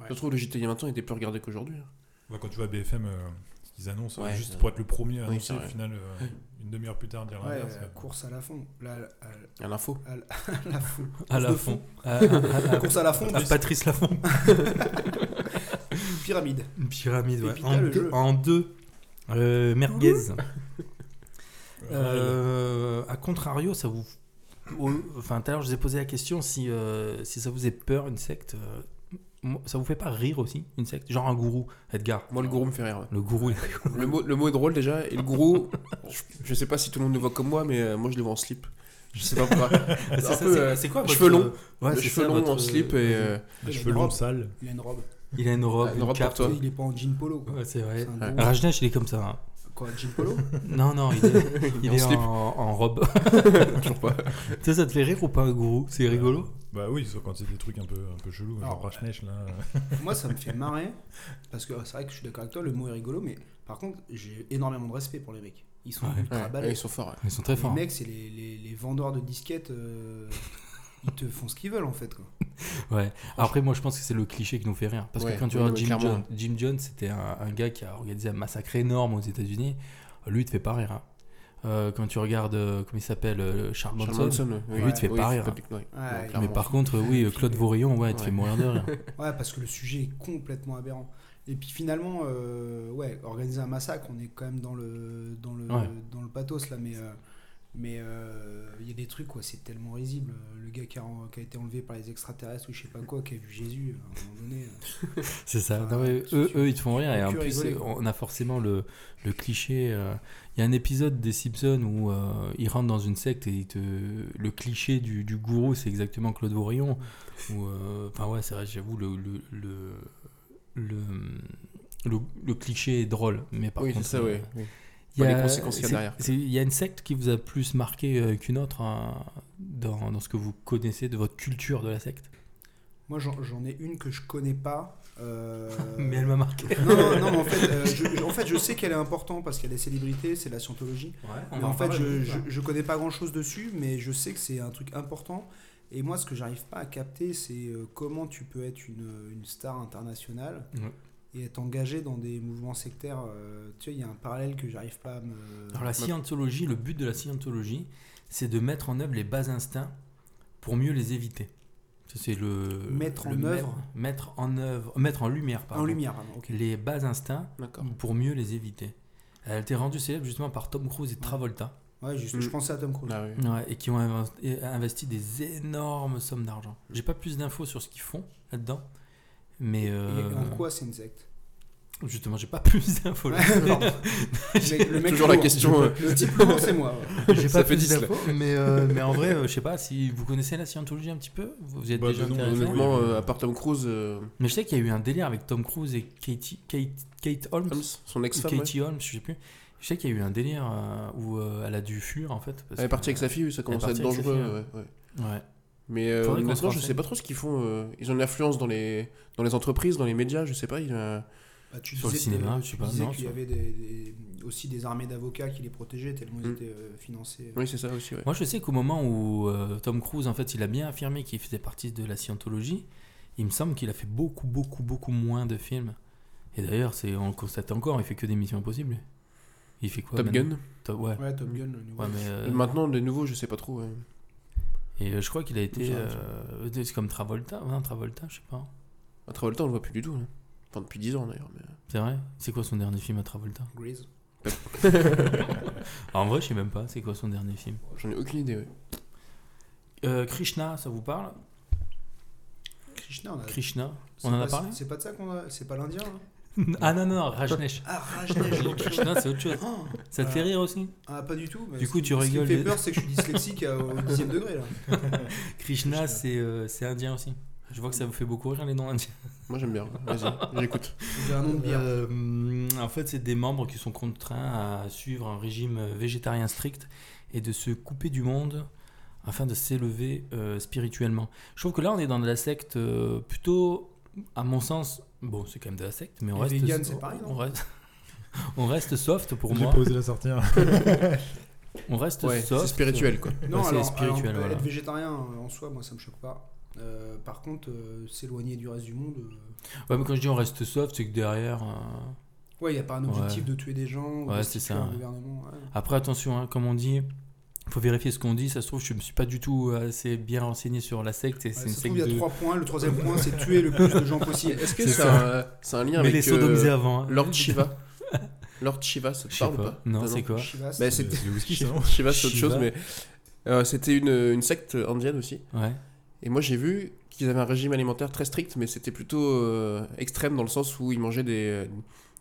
S4: Ouais.
S3: Je trouve le JT il y a 20 ans était plus regardé qu'aujourd'hui. hein.
S5: Ouais, quand tu vois BFM, euh, ce qu'ils annoncent,
S3: Ouais,
S5: juste
S3: euh,
S5: pour être le premier à
S3: oui,
S5: annoncer,
S3: c'est
S5: au
S3: vrai.
S5: final, euh, une demi-heure plus tard, dire
S4: Ouais,
S5: l'inverse.
S4: euh, course à la fond. Là, à,
S3: Il y a l'info.
S4: à- à la (laughs) fond.
S2: À la
S4: de
S2: fond.
S4: fond.
S3: (laughs)
S2: À- à- à- à-
S4: course à la fond,
S2: à
S4: du-
S2: Patrice Lafont.
S4: pyramide.
S2: Une pyramide, ouais.
S4: Et puis,
S2: En,
S4: t'as le
S2: deux-
S4: jeu.
S2: en deux. Euh, merguez.
S5: Euh,
S2: Euh, à contrario, ça vous. au- Enfin, tout à l'heure, je vous ai posé la question si, euh, si ça vous faisait peur, une secte. euh, moi, ça vous fait pas rire aussi, une secte Genre un gourou, Edgar.
S3: Moi, le gourou me fait rire. ouais.
S2: Le gourou, il-
S3: Le mot, le mot est drôle déjà, et le gourou, je, je sais pas si tout le monde le voit comme moi, mais euh, moi je le vois en slip. Je sais pas pourquoi.
S2: Ah, C'est ça,
S3: un
S2: c'est-
S3: peu, euh,
S2: c'est quoi votre- euh,
S3: cheveux longs.
S2: Ouais,
S3: le
S2: c'est
S3: cheveu
S2: ça,
S3: long
S2: votre-
S3: en slip et. euh,
S4: Il a
S5: les
S4: une
S5: cheveux
S4: robe.
S5: longs, sales.
S4: Il a une robe.
S2: Il a une robe,
S3: Ah, une
S2: une,
S3: robe pour
S2: cape.
S3: toi.
S4: Il est pas en jean polo. Quoi.
S2: Ouais, c'est vrai.
S4: C'est un
S3: Ouais.
S4: gros-
S2: Rajnesh, il est comme ça. hein.
S4: Quoi, jean polo
S2: Non, non, il est, (laughs) il
S3: en
S2: est en,
S3: slip.
S2: en (laughs) robe.
S3: toujours pas.
S2: ça, ça te fait rire ou pas, gourou C'est rigolo
S5: Bah oui, sauf quand c'est des trucs un peu, un peu chelous, genre
S4: Alors,
S5: Rachnesh là. euh,
S4: Moi, ça me fait marrer. Parce que ah, c'est vrai que je suis d'accord avec toi, le mot est rigolo, mais par contre, j'ai énormément de respect pour les mecs. Ils sont
S2: Ouais.
S4: ultra
S3: Ouais,
S4: balèzes.
S3: ouais, ils sont forts. ouais.
S2: Ils sont très
S4: Les
S2: forts. hein.
S4: mecs, c'est les, les- les vendeurs de disquettes. euh, ils te font ce qu'ils veulent en fait. Quoi.
S2: Ouais. Après, moi, je pense que c'est le cliché qui nous fait rire. Parce
S3: Ouais,
S2: que quand tu
S3: ouais,
S2: vois
S3: ouais,
S2: Jim
S3: clairement.
S2: Jones, Jim Jones, c'était un, un gars qui a organisé un massacre énorme aux États-Unis. Lui, il te fait pas rire. hein. Euh, quand tu regardes, euh, comment il s'appelle, euh, Charles
S3: Charles
S2: Manson.
S3: Manson, ouais,
S2: lui,
S3: ouais,
S2: te fait
S3: oui,
S2: pas
S3: il
S2: rire,
S3: pas
S2: hein.
S3: piquer, ouais.
S4: Ouais,
S3: Ouais,
S4: il-
S2: Mais
S3: clairement.
S2: par contre, euh, oui, euh, Claude Vaurillon, ouais, il te
S3: Ouais.
S2: fait mourir de rire.
S4: Ouais, parce que le sujet est complètement aberrant. Et puis finalement, euh, ouais, organiser un massacre, on est quand même dans le, dans le,
S2: Ouais.
S4: dans le pathos là, mais, euh, Mais euh, il y a des trucs, quoi, c'est tellement risible. Le gars qui a, en- qui a été enlevé par les extraterrestres ou je sais pas quoi, qui a vu Jésus, à un moment donné. euh,
S2: C'est ça.
S4: Enfin,
S2: Non, mais
S4: tu-
S2: eux,
S4: tu-
S2: eux, ils te font rire.
S4: tu
S2: Et
S4: peux
S2: en
S4: que
S2: plus,
S4: rigoler, quoi.
S2: on a forcément le, le cliché. euh, Il y a un épisode des Simpsons où euh, ils rentrent dans une secte et ils te... le cliché du, du gourou, c'est exactement Claude Bourillon. Ou, euh, Enfin, ouais, c'est vrai, j'avoue, le. le, le, le le- le cliché est drôle, mais par
S3: oui, c'est
S2: contre,
S3: ça,
S2: euh,
S3: ouais. oui.
S2: il y
S3: Pas
S2: a-
S3: les conséquences qu'il y a
S2: c'est-
S3: derrière, quoi.
S2: c'est- Il y a une secte qui vous a plus marqué euh, qu'une autre hein, dans, dans ce que vous connaissez de votre culture de la secte.
S4: Moi, j'en j'en ai une que je connais pas. euh,
S2: (laughs) Mais elle m'a marqué.
S4: (laughs) Non, non, non, mais en fait, euh, je, je- en fait, je sais qu'elle est importante parce qu'elle est célébrité, c'est la scientologie. Mais en fait, je, je, je connais pas grand chose dessus, mais je sais que c'est un truc important. Et moi, ce que j'arrive pas à capter, c'est euh, comment tu peux être une, une star internationale
S2: Ouais.
S4: et être engagé dans des mouvements sectaires. euh, tu sais, il y a un parallèle que j'arrive pas à me.
S2: Alors la scientologie, le but de la scientologie, c'est de mettre en œuvre les bas instincts pour mieux les éviter. Ça, C'est le
S4: Mettre
S2: le
S4: en
S2: ma-
S4: œuvre
S2: mettre en œuvre, mettre en lumière, pardon,
S4: en lumière, pardon, ok.
S2: les bas instincts
S3: D'accord.
S2: pour mieux les éviter. Elle a été rendue célèbre justement par Tom Cruise et Travolta,
S4: Ouais, juste,
S3: Mm.
S4: je pensais à Tom Cruise.
S3: Ah, oui.
S2: Ouais, et qui ont inven- et investi des énormes sommes d'argent. J'ai pas plus d'infos sur ce qu'ils font là-dedans, mais
S4: Et
S2: euh,
S4: en quoi c'est une secte
S2: justement, j'ai pas (laughs) plus d'infos. là-dessus.
S4: Pardon.
S2: (laughs)
S4: Le- le mec
S3: Toujours la
S4: lourd.
S3: question, euh,
S4: Le type lourd, c'est moi.
S2: J'ai
S3: Ça
S2: pas
S3: fait
S2: plus
S3: 10, là.
S2: d'infos, mais, euh, mais en vrai, euh, je sais pas si vous connaissez la scientologie un petit peu, vous y êtes
S5: Bah,
S2: déjà
S5: de nom,
S2: intéressé.
S3: Honnêtement, euh, à part Tom Cruise, euh,
S2: Mais je sais qu'il y a eu un délire avec Tom Cruise et Katie, Kate, Kate Holmes,
S3: Holmes,
S2: ou
S3: son ex-femme, ouais.
S2: Katie Holmes, je sais plus. Je sais qu'il y a eu un délire euh, où euh, elle a dû fuir en fait. parce
S3: elle est
S2: que-
S3: partie avec sa fille, oui, ça commence à être
S2: partie avec sa
S3: dangereux.
S2: fille,
S3: ouais, ouais.
S2: Ouais.
S3: Mais euh,
S2: Faudrait qu'on se
S3: honnêtement, je
S2: renseigne.
S3: sais pas trop ce qu'ils font. euh, Ils ont une influence dans les, dans les entreprises, dans les médias, je sais pas. il y a-
S4: Bah, tu
S2: Sur le
S4: disais que-
S2: cinéma, je
S4: tu
S2: sais pas,
S4: disais
S2: non,
S4: qu'il y
S2: sur-
S4: avait des- des- aussi des armées d'avocats qui les protégeaient tellement ils
S3: Mm.
S4: étaient euh, financés.
S3: Oui, c'est ça aussi, ouais.
S2: Moi, je sais qu'au moment où euh, Tom Cruise, en fait, il a bien affirmé qu'il faisait partie de la scientologie, il me semble qu'il a fait beaucoup, beaucoup, beaucoup moins de films. Et d'ailleurs, c'est on le constate encore, il fait que des missions impossibles. Il fait quoi
S3: Top
S2: maintenant
S3: Gun.
S2: Top- ouais.
S4: Ouais, Top Gun, le nouveau.
S2: Ouais, mais, euh,
S3: Maintenant, de nouveau, je sais pas trop. ouais.
S2: Et euh, je crois qu'il a été.
S3: Ça, ça.
S2: euh, c'est comme Travolta. Non, Travolta, je sais pas.
S3: À Travolta, on le voit plus du tout. hein. Enfin, depuis 10 ans d'ailleurs. mais- euh,
S2: C'est vrai C'est quoi son dernier film à Travolta
S4: Grease.
S2: Ah, En vrai, je sais même pas. C'est quoi son dernier film
S3: J'en ai aucune idée, ouais.
S2: Euh, Krishna, ça vous parle
S4: Krishna, on a-
S2: Krishna
S4: c'est
S2: On en
S4: pas-
S2: a parlé
S4: C'est pas de ça qu'on a. C'est pas l'Indien. hein
S2: Ah non, non, Rajneesh.
S4: Ah,
S2: (laughs)
S4: Rajneesh.
S2: Le Krishna, c'est autre chose. Ça te fait rire aussi
S4: Ah, pas du tout. mais
S2: Du coup,
S4: ce-
S2: tu
S4: Ce qui me
S2: rigoles
S4: fait
S2: des-
S4: peur, c'est que je suis dyslexique à- au
S2: (laughs)
S4: dixième degré là.
S2: Krishna, c'est euh, c'est indien aussi. Je vois que ça vous fait beaucoup rire les noms indiens.
S3: Moi, j'aime bien.
S2: (laughs)
S3: Vas-y, j'écoute.
S4: J'ai un nom de bière.
S2: Euh, hum, en fait, c'est des membres qui sont contraints à suivre un régime euh, végétarien strict et de se couper du monde afin de s'élever euh, spirituellement. Je trouve que là, on est dans de la secte euh, plutôt, à mon sens, bon, c'est quand même de la secte, mais on
S4: Les
S2: reste,
S4: véganes, c'est pareil,
S2: on
S4: non
S2: reste, (laughs) on reste soft pour
S5: (laughs) J'ai
S2: moi.
S5: pas osé la hein. sortir.
S2: On reste
S3: Ouais,
S2: soft.
S3: c'est spirituel, quoi.
S4: Non,
S2: bah, c'est
S4: alors,
S2: spirituel,
S4: alors,
S2: voilà.
S4: être végétarien euh, en soi, moi, ça me choque pas. Euh, par contre, euh, s'éloigner du reste du monde. euh,
S2: Ouais, mais quand je dis on reste soft, c'est que derrière. euh,
S4: Ouais, il n'y a pas un objectif de tuer des gens. ou
S2: Ouais,
S4: de
S2: c'est
S4: stipuler
S2: ça,
S4: un
S2: ouais.
S4: gouvernement. ouais.
S2: Après, attention, hein, comme on dit. Faut vérifier ce qu'on dit, ça se trouve, je me suis pas du tout assez bien renseigné sur la secte. et
S4: Ouais,
S2: c'est
S4: ça
S2: une
S4: se
S2: secte
S4: trouve, il y a
S2: de-
S4: trois points. Le
S2: (laughs)
S4: troisième point, c'est tuer le plus de gens possible.
S3: Est-ce que
S2: C'est
S3: c'est un, c'est un lien
S2: Mais les
S3: avec
S2: sodomisés
S3: euh,
S2: avant. hein. (laughs)
S3: Lord Shiva Lord Shiva,
S2: Je
S3: ça te
S2: sais
S3: parle ou
S2: pas.
S3: pas
S2: Non, c'est quoi
S4: Shiva, c'est-
S3: Bah,
S5: (laughs) C'est
S3: c'était-
S5: du whisky, ça, non
S3: Shiva, c'est autre
S2: Shiva.
S3: chose, mais euh, c'était une, une secte indienne aussi.
S2: Ouais.
S3: Et moi, j'ai vu qu'ils avaient un régime alimentaire très strict, mais c'était plutôt euh, extrême dans le sens où ils mangeaient des, euh,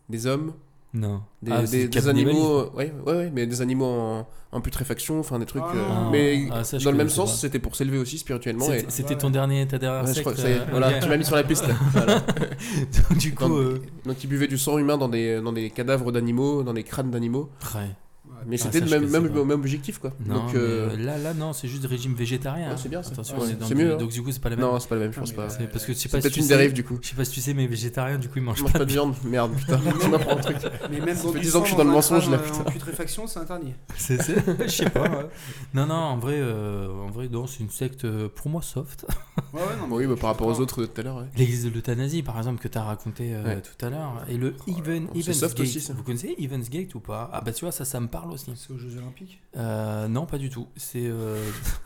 S3: des hommes,
S2: Non.
S3: des,
S2: Ah,
S3: des-
S2: c'est
S3: des
S2: cannibalisme.
S3: animaux, euh, ouais, ouais, ouais, mais des animaux en, en putréfaction, enfin des trucs.
S4: Ah,
S3: euh,
S4: non.
S3: mais
S2: Ah, ça, je
S3: dans le même
S2: connaissais
S3: sens,
S2: pas.
S3: c'était pour s'élever aussi spirituellement. Et...
S2: C'était- C'était
S4: Ouais.
S2: ton dernier, ta dernière
S3: Ouais, je
S2: secte,
S3: crois que ça y est,
S2: euh,
S3: voilà,
S2: ok.
S3: tu m'as mis sur la piste. là. Voilà.
S2: (laughs) du
S3: Quand-
S2: coup, euh,
S3: Donc ils buvaient du sang humain dans des, dans des cadavres d'animaux, dans des crânes d'animaux.
S2: ouais.
S4: Ouais.
S3: Mais
S2: Ah,
S3: c'était
S2: ça,
S3: le
S2: je
S3: même,
S2: connaissais
S3: même,
S2: pas.
S3: même objectif quoi.
S2: Non,
S3: Donc,
S2: mais,
S3: euh,
S2: euh, là, là, non, c'est juste régime végétarien.
S3: Ouais,
S2: hein.
S3: c'est bien, ça.
S2: Attention,
S3: Ouais,
S2: on est dans
S3: c'est
S2: du-
S3: mieux, hein.
S2: Donc du coup, c'est pas la même.
S3: non, c'est pas le même, je
S4: Ah,
S3: pense
S4: mais
S3: pas.
S4: là,
S2: C'est parce que je sais
S3: C'est
S2: pas si
S3: peut-être
S2: tu
S3: une
S2: sais-
S3: dérive du coup.
S2: Je sais pas si tu sais, mais végétarien, du coup, ils mangent
S3: Je mange
S2: pas
S3: pas de viande, merde, putain. Tu m'apprends un truc.
S4: Mais même dans
S3: fait
S4: du
S3: 10 ans que je
S4: sang
S3: suis dans le
S4: un
S3: mensonge, là,
S4: crâne, euh,
S3: putain.
S4: En putréfaction, c'est interdit.
S2: (laughs) C'est- c'est- Je
S3: (laughs)
S2: sais pas. ouais. Non, non, en vrai, euh, en vrai, non, c'est une secte euh, pour moi soft.
S4: Ouais, ouais, non,
S3: Bon, oui, bah, par rapport aux autres de tout à l'heure, ouais.
S2: L'église de l'euthanasie, par exemple, que t'as raconté euh,
S3: Ouais.
S2: tout à l'heure, et le Even,
S3: c'est
S2: Evans
S3: soft
S2: Gate.
S3: aussi, ça.
S2: Vous connaissez Evans Gate ou pas Ah bah tu vois, ça, ça me parle aussi.
S4: C'est aux Jeux Olympiques
S2: Euh, non, pas du tout. C'est
S3: (laughs)
S2: euh,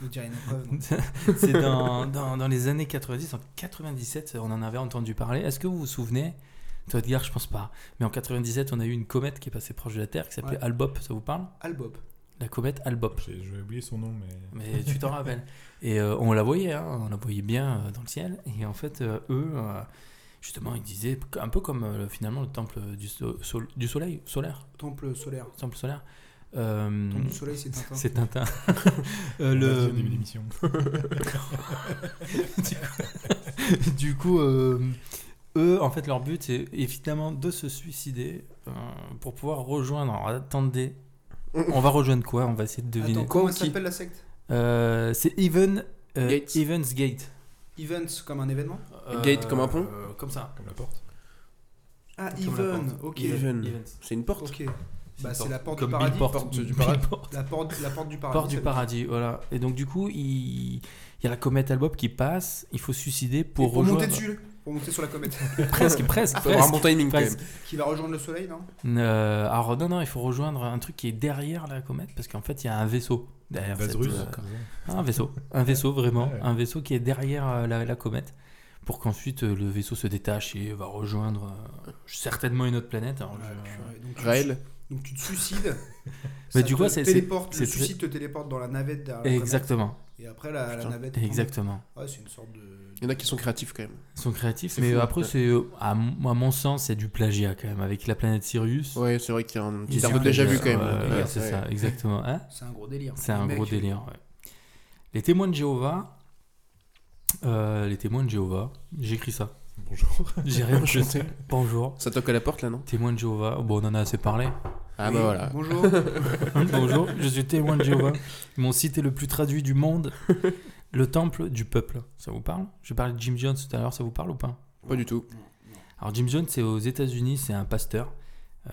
S4: Ne dirais une preuve. non.
S2: c'est dans, dans, dans les années 90, en 97, on en avait entendu parler. Est-ce que vous vous souvenez Toi, Edgar, je pense pas. Mais en 97, on a eu une comète qui est passée proche de la Terre qui s'appelait
S4: Ouais.
S2: Albop. Ça vous parle
S4: Al Bob.
S2: La comète Albop.
S5: J'ai j'ai oublié son nom, mais.
S2: Mais tu t'en rappelles. Et euh, on la voyait, hein, on la voyait bien euh, dans le ciel. Et en fait, euh, eux, euh, justement, ils disaient, un peu comme euh, finalement le temple du, so- sol- du soleil, solaire,
S4: Temple solaire.
S2: temple solaire. euh,
S4: Temple du soleil, c'est Tintin.
S2: Hmm. c'est Tintin. (laughs) Euh,
S5: Vas-y,
S2: le,
S5: au début d'émission.
S2: (laughs) du coup, euh, eux, en fait, leur but, c'est évidemment de se suicider euh, pour pouvoir rejoindre. Alors, attendez, on va rejoindre quoi On va essayer de deviner.
S4: Attends, comment elle
S2: Qui-
S4: s'appelle la secte
S2: Euh, c'est Even, euh,
S3: Gates.
S2: Evans Gate.
S4: Events comme un événement
S3: Gate comme un pont
S2: euh, Comme ça.
S5: Comme la porte.
S4: Ah,
S2: Comme la
S4: Even,
S2: porte.
S4: ok.
S3: Even.
S2: Evans.
S3: C'est une porte.
S4: Ok. Bah, c'est
S2: Une
S4: la porte
S2: Hmm.
S4: du
S2: Comme
S4: paradis.
S2: Bill Porte.
S4: Porte du
S2: Bill
S4: paradis.
S2: Porte.
S4: La porte, la porte du paradis.
S2: Porte du
S4: ça veut
S2: paradis, voilà. Et donc, du coup, il... il y a la comète Albop qui passe. Il faut se suicider
S4: dire. Et
S2: pour,
S4: Pour,
S2: rejoindre.
S4: monter dessus, Ah, pour monter sur
S3: (laughs)
S4: la comète.
S2: (laughs) Presque, presque,
S3: Faut avoir un
S2: presque.
S3: bon timing quand
S2: presque.
S3: même.
S4: qui va rejoindre le soleil, non
S2: Euh, alors non, non, il faut rejoindre un truc qui est derrière la comète parce qu'en fait il y a un vaisseau derrière
S5: Base
S2: cette,
S5: russe.
S2: euh, un vaisseau, un vaisseau vraiment,
S5: Ouais.
S2: un vaisseau qui est derrière euh, la, la comète pour qu'ensuite euh, le vaisseau se détache et va rejoindre euh, certainement une autre planète. Alors, je-
S4: Ah, Purée, donc, tu
S3: Oh, Raël,
S4: te- donc tu
S2: (laughs)
S4: te suicides.
S2: Mais
S4: ça
S2: du
S4: te
S2: coup, c'est- c'est-
S4: téléporte,
S2: c'est
S4: le
S2: très-
S4: suicide te téléporte dans la navette derrière la comète.
S2: Exactement,
S4: Et après, la, la
S2: Putain,
S4: navette.
S2: exactement.
S4: Ouais, c'est une sorte de.
S3: il y en a qui sont créatifs quand même.
S2: Ils sont créatifs,
S3: C'est
S2: mais
S3: fou,
S2: euh, après
S3: ouais.
S2: c'est euh, à, mon à mon sens c'est du plagiat quand même avec la planète Sirius.
S3: Ouais, c'est vrai qu'il y a un
S2: Ils
S3: petit peu
S2: ont-
S3: déjà
S2: euh,
S3: vu quand même.
S2: ouais,
S3: Ouais,
S2: c'est
S3: ouais.
S2: ça, exactement. Hein
S4: C'est un gros délire.
S2: C'est
S4: Les
S2: un
S4: mecs,
S2: gros délire. ouais. Les témoins de Jéhovah. euh, les témoins de Jéhovah. J'écris ça.
S5: Bonjour.
S2: (laughs) J'ai rien je sais. Bonjour.
S3: Ça toque à la porte là, non
S2: Témoin de Jéhovah. Bon, on en a assez parlé. (laughs)
S3: Ah
S4: oui,
S3: bah voilà.
S4: Bonjour.
S2: Bonjour, je suis témoin de Jéhovah. Mon site est le plus traduit du monde. Le temple du peuple. Ça vous parle Je parlais de Jim Jones tout à l'heure. Ça vous parle ou pas
S3: Pas du tout.
S2: Alors Jim Jones, c'est aux États-Unis, c'est un pasteur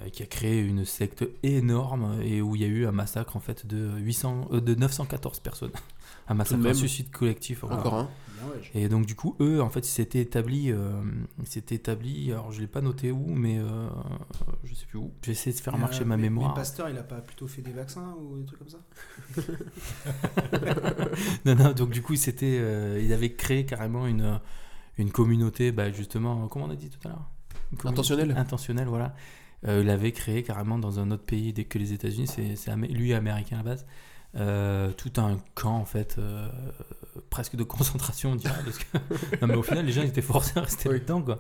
S2: euh, qui a créé une secte énorme et où il y a eu un massacre en fait de 800, euh, de 914 personnes. (laughs) Un massacre,
S3: même.
S2: un suicide collectif. voilà.
S3: Encore un.
S4: Bien, ouais, je-
S2: Et donc du coup, eux, en fait, ils s'étaient établis, euh, ils s'étaient établis. Alors je l'ai pas noté où, mais euh, je sais plus où. J'ai essayé de faire
S4: Mais,
S2: marcher
S4: euh,
S2: ma
S4: mais-
S2: mémoire.
S4: Mais Pasteur, il a pas plutôt fait des vaccins ou des trucs comme ça
S2: (laughs) Non, non, donc du coup, ils s'étaient, euh, ils avaient créé carrément une euh, une communauté, bah, justement, comment on a dit tout à l'heure. Une communauté-
S3: Intentionnelle.
S2: Intentionnelle, voilà. Euh, il avait créé carrément dans un autre pays dès que les États-Unis, c'est, c'est amé- lui américain à la base, euh, tout un camp en fait, euh, presque de concentration on dirait, parce que
S3: (laughs)
S2: non mais au final les gens ils étaient forcés à rester
S3: Oui.
S2: dedans quoi.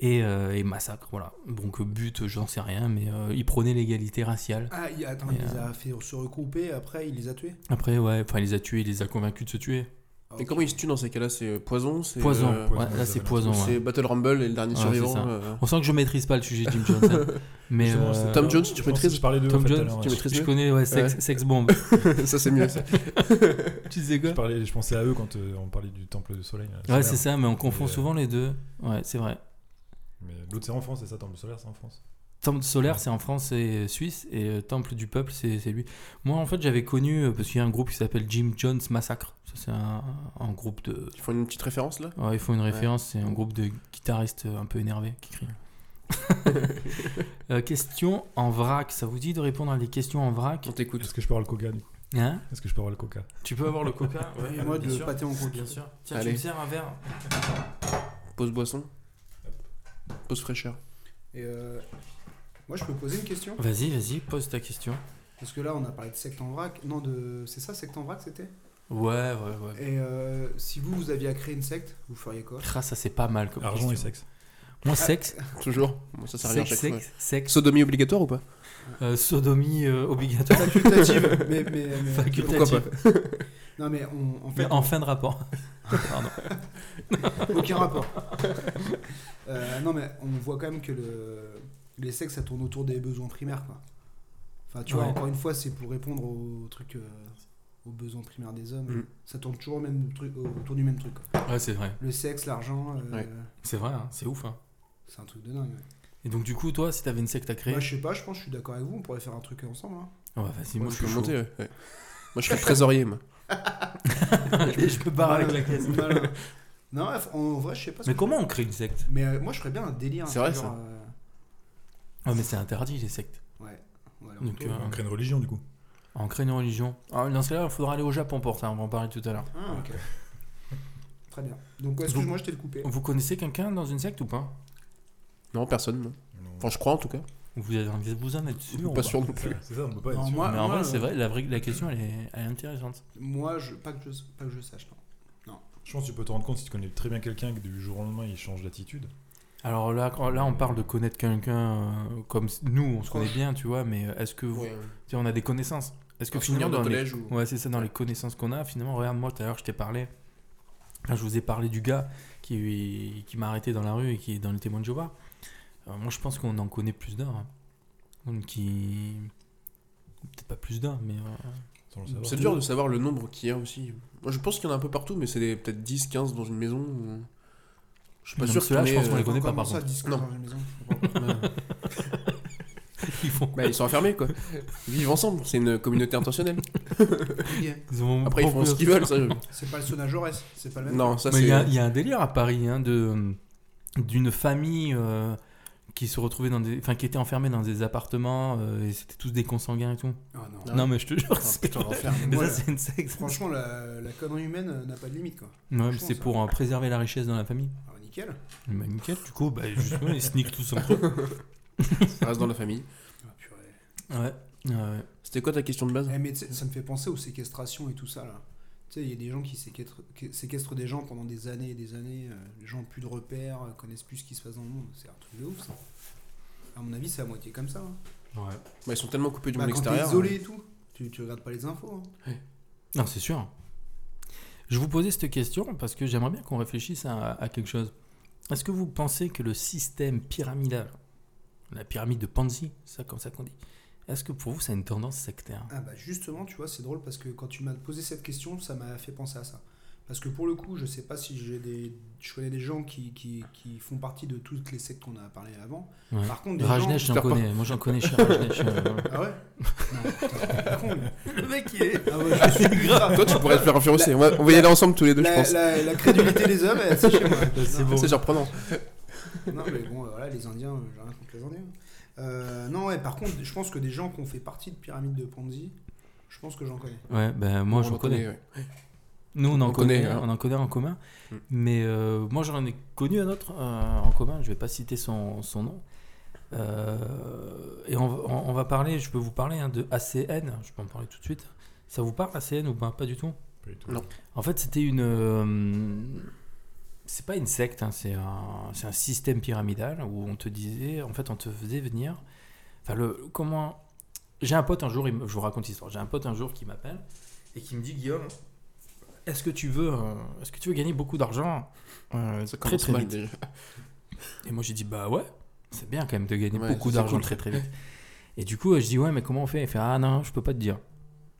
S2: Et, euh, et massacre, voilà. Donc but, j'en sais rien, mais euh, ils prenaient l'égalité raciale.
S4: Ah, il, attends,
S2: Et,
S4: il les a fait se regrouper, après il les a tués.
S2: Après ouais, enfin il les a tués, il les a convaincus de se tuer.
S4: Ah,
S3: Et
S4: ok.
S3: comment ils se tuent dans ces cas-là C'est euh, poison c'est,
S2: Poison,
S3: euh,
S5: poison,
S2: ouais, là
S5: ils
S2: c'est
S5: avaient
S2: poison. ouais.
S3: C'est Battle Rumble et le dernier
S2: Ouais, c'est ça.
S3: survivant. euh,
S2: On sent que je maîtrise pas le sujet Jim Jones. hein. Mais
S5: Justement,
S2: euh,
S5: c'est-
S3: Tom Jones, tu
S5: je pense que
S3: maîtrises
S5: Je parlais de
S2: Tom
S5: en fait, tout à
S2: Jones,
S5: l'heure,
S3: tu
S5: ouais.
S3: maîtrises
S2: je
S3: mieux
S2: connais ouais, sex,
S3: Ouais.
S2: Sex bomb.
S3: euh, (laughs) ça c'est mieux. Ça.
S2: (laughs) tu sais
S5: Je
S2: quoi
S5: parlais, je pensais à eux quand euh, on parlait du temple du soleil. là,
S2: Ouais,
S5: solaire.
S2: c'est ça, mais on confond
S5: euh,
S2: souvent les deux. Ouais, c'est vrai.
S5: Mais l'autre c'est en France, c'est ça, temple solaire, c'est en France.
S2: Temple solaire, c'est en France et Suisse, et euh, Temple du peuple, c'est c'est lui. Moi, en fait, j'avais connu, euh, parce qu'il y a un groupe qui s'appelle Jim Jones Massacre. Ça, c'est un, un groupe de.
S3: Ils font une petite référence là
S2: Ouais, ils font une référence, c'est un groupe de guitaristes euh, un peu énervés qui crient. Euh, questions en vrac, ça vous dit de répondre à des questions en vrac
S3: On t'écoute.
S5: Est-ce que je peux avoir le coca du coup
S2: Hein
S5: Est-ce que je peux avoir le coca
S2: Tu peux avoir le coca
S4: Et moi, de pâté en croûte.
S2: Ah, Bien sûr. Tiens,
S3: Allez.
S2: tu me sers un verre.
S3: Pause boisson.
S2: (laughs)
S3: Pause fraîcheur.
S4: Et euh, moi, je peux poser une question
S2: Vas-y, vas-y, pose ta question.
S4: Parce que là, on a parlé de secte en vrac. Non, de. C'est ça, secte en vrac, c'était
S2: Ouais, ouais, ouais.
S4: Et euh, si vous, vous aviez à créer une secte, vous
S2: (laughs)
S4: feriez quoi
S2: Ah, ça, c'est pas mal comme
S5: Argent et
S2: question.
S5: sexe.
S2: Moi, sexe,
S3: Toujours. Bon, ça sert à rien à
S2: sexe,
S3: chaque fois.
S2: sexe, sexe,
S3: Sodomie obligatoire ou pas
S2: euh, sodomie euh, obligatoire.
S4: Facultative mais, mais, mais-
S2: Facultative.
S3: Pourquoi pas
S4: Non, mais (laughs) on, en fait,
S2: Mais en fin de rapport. Pardon.
S4: (laughs) aucun rapport. Euh, non, mais on voit quand même que le... les sexes, ça tourne autour des besoins primaires, quoi. Enfin, tu vois,
S2: Ouais.
S4: encore une fois, c'est pour répondre aux trucs. euh, aux besoins primaires des hommes.
S3: Mm.
S4: Ça tourne toujours au même truc, autour du même truc. quoi.
S2: Ouais, c'est vrai.
S4: Le sexe, l'argent, euh,
S3: Ouais.
S2: C'est vrai, hein, c'est ouf. hein.
S4: c'est un truc de dingue. ouais.
S2: Et donc, du coup, toi, si t'avais une secte à créer.
S4: Bah, je sais pas, je pense que je suis d'accord avec vous, on pourrait faire un truc ensemble. hein.
S2: Ouais, vas-y, moi,
S3: Moi,
S2: je suis
S3: peux
S2: chaud.
S3: monter. ouais, ouais. Moi, je suis le trésorier, moi.
S2: (laughs) Et je peux barrer Bah,
S4: (laughs)
S2: avec la caisse.
S4: Malin. Non, ouais, en vrai, je sais pas. ce
S2: Mais
S4: que-
S2: comment on crée une secte
S4: Mais euh, moi, je ferais bien un délire. un
S3: C'est vrai,
S4: truc
S3: ça.
S4: genre, euh,
S2: Ah, mais c'est interdit, les sectes.
S4: Ouais. Voilà.
S2: Donc, euh,
S5: On crée une religion du coup.
S2: on crée une religion. Ah, dans ce cas-là, il faudra aller au Japon pour ça, on va en parler tout à l'heure.
S4: Ah,
S2: (laughs)
S4: ok. Très bien. Donc, excuse-moi, je t'ai coupé.
S2: Vous connaissez quelqu'un dans une secte ou pas
S3: Non, personne, non. Enfin, je crois en tout cas.
S2: Vous avez vous besoin d'être sûr. ou
S5: pas
S2: pas
S5: sûr non plus. C'est ça, on peut pas
S4: Non,
S5: être sûr.
S4: moi-
S2: Mais en vrai,
S4: euh,
S2: c'est vrai, la, vraie- la question, elle est, elle est intéressante.
S4: Moi, je, pas, que je, pas que je sache, non.
S5: Je pense que tu peux te rendre compte si tu connais très bien quelqu'un que du jour au lendemain il change d'attitude.
S2: Alors là, quand- là, on parle de connaître quelqu'un euh, comme s- nous, on se connaît
S4: Proche.
S2: bien, tu vois, mais euh, est-ce que vous,
S3: Ouais.
S2: tu sais, on a des connaissances Est-ce que
S3: Un souvenir
S2: finalement,
S3: de
S2: dans les,
S3: collège ou.
S2: ouais, c'est ça, dans les connaissances qu'on a, finalement, regarde, moi, tout à l'heure, je t'ai parlé, enfin, je vous ai parlé du gars qui, qui m'a arrêté dans la rue et qui est dans le témoin de Jéhovah. Euh, moi, je pense qu'on en connaît plus d'un. hein. Donc, qui. Peut-être pas plus d'un, mais. euh,
S5: Sans le savoir.
S3: C'est dur de savoir le nombre qu'il y a aussi. Moi, je pense qu'il y en a un peu partout, mais c'est des- peut-être 10, 15 dans une maison. ou- Je suis pas
S2: Non,
S3: sûr
S2: mais ceux-là,
S3: qu'on
S2: je
S3: ait,
S2: pense qu'on
S3: euh,
S2: les connaît pas,
S4: Comment
S2: par
S4: ça,
S2: contre.
S4: disque
S3: Non.
S4: dans la maison Je comprends pas.
S3: (laughs)
S2: Ils, font...
S3: Bah, ils sont enfermés quoi. Ils vivent ensemble, c'est une communauté intentionnelle.
S4: Ok.
S2: (laughs) ils ont
S3: Après, ils font ce qu'ils veulent, ça. je-
S4: C'est pas le Sona Jaurès, c'est pas le même.
S3: Non, ça
S2: Mais il
S3: c'est.
S2: y, a- il y a un délire à Paris hein, de d'une famille euh, qui se retrouvait dans des, enfin qui était enfermée dans des appartements euh, et c'était tous des consanguins et tout.
S4: Oh, non.
S2: Non mais je te jure,
S4: Oh,
S2: c'est-
S4: putain, l'enfer.
S2: mais
S4: Moi,
S2: ça c'est une secte.
S4: Franchement, la, la connerie humaine euh, n'a pas de limite, quoi.
S2: Ouais, mais
S4: franchement,
S2: c'est
S4: ça.
S2: pour euh, préserver la richesse dans la famille.
S4: Alors, nickel.
S2: Bah, nickel, du coup, bah, justement, ils se niquent tous entre eux.
S3: Ça reste dans la famille.
S4: Ah, purée.
S2: Ouais, ouais.
S3: C'était quoi ta question de base Bah,
S4: Eh, mais tu sais, ça me fait penser aux séquestrations et tout ça, là. Tu sais, il y a des gens qui séquestrent, qui séquestrent des gens pendant des années et des années. euh, les gens ont plus de repères, euh, connaissent plus ce qui se passe dans le monde. C'est un truc de ouf, ça. À mon avis, c'est à moitié comme ça. hein.
S3: Bah, Ils sont tellement coupés du
S4: Bah,
S3: monde
S4: quand t'es
S3: extérieur.
S4: isolé et tout, tu, tu regardes pas les infos. hein.
S2: Non, c'est sûr. Je vous posais cette question parce que j'aimerais bien qu'on réfléchisse à, à quelque chose. Est-ce que vous pensez que le système pyramidal, la pyramide de Ponzi, ça comme ça qu'on dit, est-ce que pour vous ça a une tendance sectaire
S4: Ah bah justement, tu vois, c'est drôle parce que quand tu m'as posé cette question, ça m'a fait penser à ça. Parce que pour le coup, je sais pas si j'ai des, je connais des gens qui, qui, qui font partie de toutes les sectes qu'on a parlé avant.
S2: Ouais.
S4: Par contre, des
S2: Rajneesh,
S4: gens...
S2: j'en connais. Moi, j'en connais chez Rajneesh. euh,
S4: Ah ouais Non, putain, t'es con, lui.
S2: Le mec, il est.
S4: Ah ouais, je suis (laughs) grave.
S3: euh. Toi, tu pourrais te faire influencer. On va, on va y aller ensemble tous les deux, je
S4: La,
S3: pense.
S4: la- la crédulité des hommes, elle, (laughs) c'est chez moi.
S2: C'est
S4: Non,
S2: bon.
S3: C'est surprenant.
S4: Non, mais bon, euh, voilà, les Indiens, euh, j'ai rien contre les Indiens. Euh, non, ouais, par contre, je pense que des gens qui ont fait partie de Pyramide de Ponzi, je pense que j'en connais.
S2: Ouais, ben moi,
S3: On euh,
S2: j'en
S3: en
S2: connais.
S3: ouais.
S2: Nous, on en
S3: On
S2: connaît,
S3: connaît, hein.
S2: on en connaît en commun.
S3: Mm.
S2: Mais euh, moi, j'en ai connu un autre euh, en commun. Je vais pas citer son, son nom. Euh, et on, va- on- on va parler, je peux vous parler hein, de ACN. Je peux en parler tout de suite. Ça vous parle, ACN ou pas Pas du tout
S5: Pas du tout.
S3: Non.
S2: En fait, c'était une. euh, c'est pas une secte, hein, c'est un, c'est un système pyramidal où on te disait. En fait, on te faisait venir. Enfin, le, comment. J'ai un pote un jour, il me- je vous raconte l'histoire. J'ai un pote un jour qui m'appelle et qui me dit Guillaume, est-ce que tu veux, euh, est-ce que tu veux gagner beaucoup d'argent euh,
S3: Ça
S2: très
S3: commence
S2: très
S3: mal
S2: vite
S3: déjà.
S2: Et moi j'ai dit bah ouais, c'est bien quand même de gagner
S3: Ouais,
S2: beaucoup
S3: c'est
S2: d'argent
S3: cool.
S2: très très
S3: (laughs)
S2: vite. Et du coup euh, je dis ouais mais comment on fait Il fait ah non je peux pas te dire.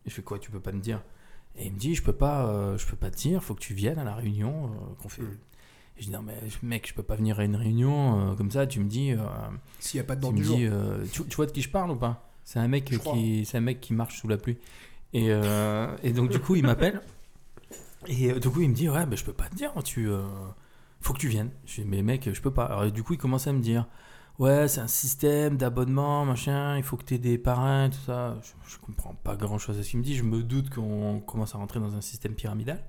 S2: Et je fais quoi tu peux pas me dire Et il me dit je peux pas, euh, je peux pas te dire, faut que tu viennes à la réunion euh, qu'on fait.
S3: Mm.
S2: Et je dis non mais mec je peux pas venir à une réunion euh, comme ça. Tu me dis, euh,
S4: S'il n'y a pas de
S2: tu,
S4: bande
S2: me
S4: du jour.
S2: dis euh, tu, tu vois de qui je parle ou pas C'est un mec
S4: Je crois.
S2: qui, c'est un mec qui marche sous la pluie. Et, euh, et donc du coup il m'appelle. Et euh, du coup, il me dit Ouais, mais je peux pas te dire, tu. euh, faut que tu viennes. Je dis Mais mec, je peux pas. Alors, du coup, il commence à me dire Ouais, c'est un système d'abonnement, machin, il faut que tu aies des parrains, tout ça. Je, je comprends pas grand chose à ce qu'il me dit. Je me doute qu'on commence à rentrer dans un système pyramidal.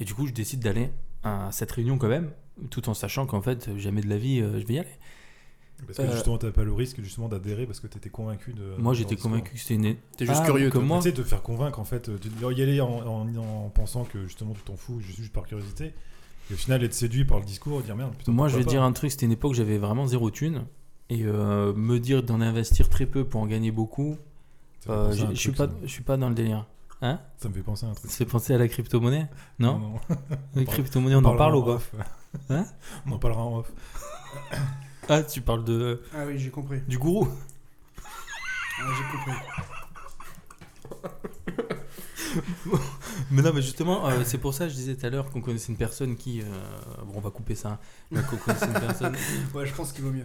S2: Et du coup, je décide d'aller à cette réunion quand même, tout en sachant qu'en fait, jamais de la vie, euh, je vais y aller.
S5: Parce que
S2: Euh,
S5: justement, t'as pas le risque justement d'adhérer parce que t'étais convaincu
S4: Euh,
S5: de.
S2: Moi,
S5: de
S2: j'étais
S5: leur discours.
S2: convaincu que c'était une.
S3: T'es juste
S2: Ah,
S3: curieux.
S2: comme
S3: toi.
S2: moi.
S5: Tu sais, te faire convaincre en fait, de de y aller en, en- en pensant que justement tu t'en fous juste, juste par curiosité. Et au final, être séduit par le discours, dire merde, putain.
S2: Moi, je
S5: pourquoi
S2: vais
S5: pas
S2: dire un truc, c'était une époque où j'avais vraiment zéro thune. Et euh, me dire d'en investir très peu pour en gagner beaucoup,
S5: hein. Ça
S2: euh,
S5: me fait penser
S2: je
S5: à un
S2: je suis
S5: truc,
S2: pas,
S5: ça.
S2: je suis pas dans le délire. Hein
S5: Ça me fait penser à un truc.
S2: C'est penser à la crypto-monnaie Non, Les
S5: parle-
S2: crypto-monnaies, on en parle ou
S5: en
S2: pas
S5: off.
S2: (laughs) Hein Euh,
S5: On en parlera en off.
S2: Ah, tu parles de,
S4: Ah oui, j'ai compris.
S2: du gourou (laughs)
S4: Ah, j'ai compris.
S2: Mais non, mais justement, euh, c'est pour ça que je disais tout à l'heure qu'on connaissait une personne qui. euh, bon, on va couper ça. hein. Mais qu'on connaissait une
S5: (laughs)
S2: personne.
S4: Ouais, je pense qu'il vaut
S2: (laughs)
S4: mieux.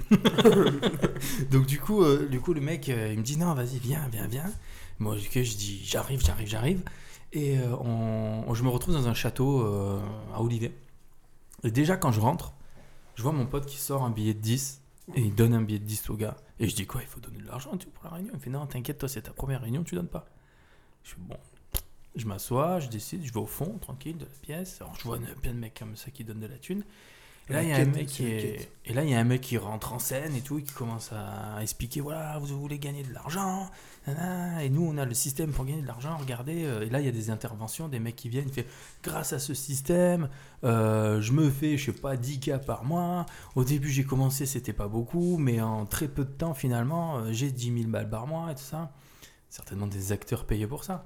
S2: Donc, du coup, euh, du coup le mec, euh, il me dit non, vas-y, viens, viens, viens. Moi, ok, je dis j'arrive, j'arrive, j'arrive. Et euh, on- on- je me retrouve dans un château euh, à Olivet. Et déjà, quand je rentre, je vois mon pote qui sort un billet de 10 et il donne un billet de 10 au gars. Et je dis quoi, il faut donner de l'argent tu vois, pour la réunion. Il fait non, t'inquiète, toi, c'est ta première réunion, tu donnes pas. Je fais bon. Je m'assois, je décide, je vais au fond, tranquille, de la pièce. Alors je vois une- plein de mecs comme ça qui donnent de la thune. Et là,
S4: La
S2: il y a un
S4: quête,
S2: mec
S4: c'est
S2: qui
S4: la
S2: est-
S4: quête.
S2: et là, il y a un mec qui rentre en scène et tout, et qui commence à expliquer voilà, vous voulez gagner de l'argent, nanana, et nous, on a le système pour gagner de l'argent, regardez. euh, Et là, il y a des interventions, des mecs qui viennent, il fait grâce à ce système, euh, je me fais, je sais pas, 10 cas par mois. Au début, j'ai commencé, c'était pas beaucoup, mais en très peu de temps, finalement, euh, j'ai 10 000 balles par mois et tout ça. Certainement des acteurs payés pour ça.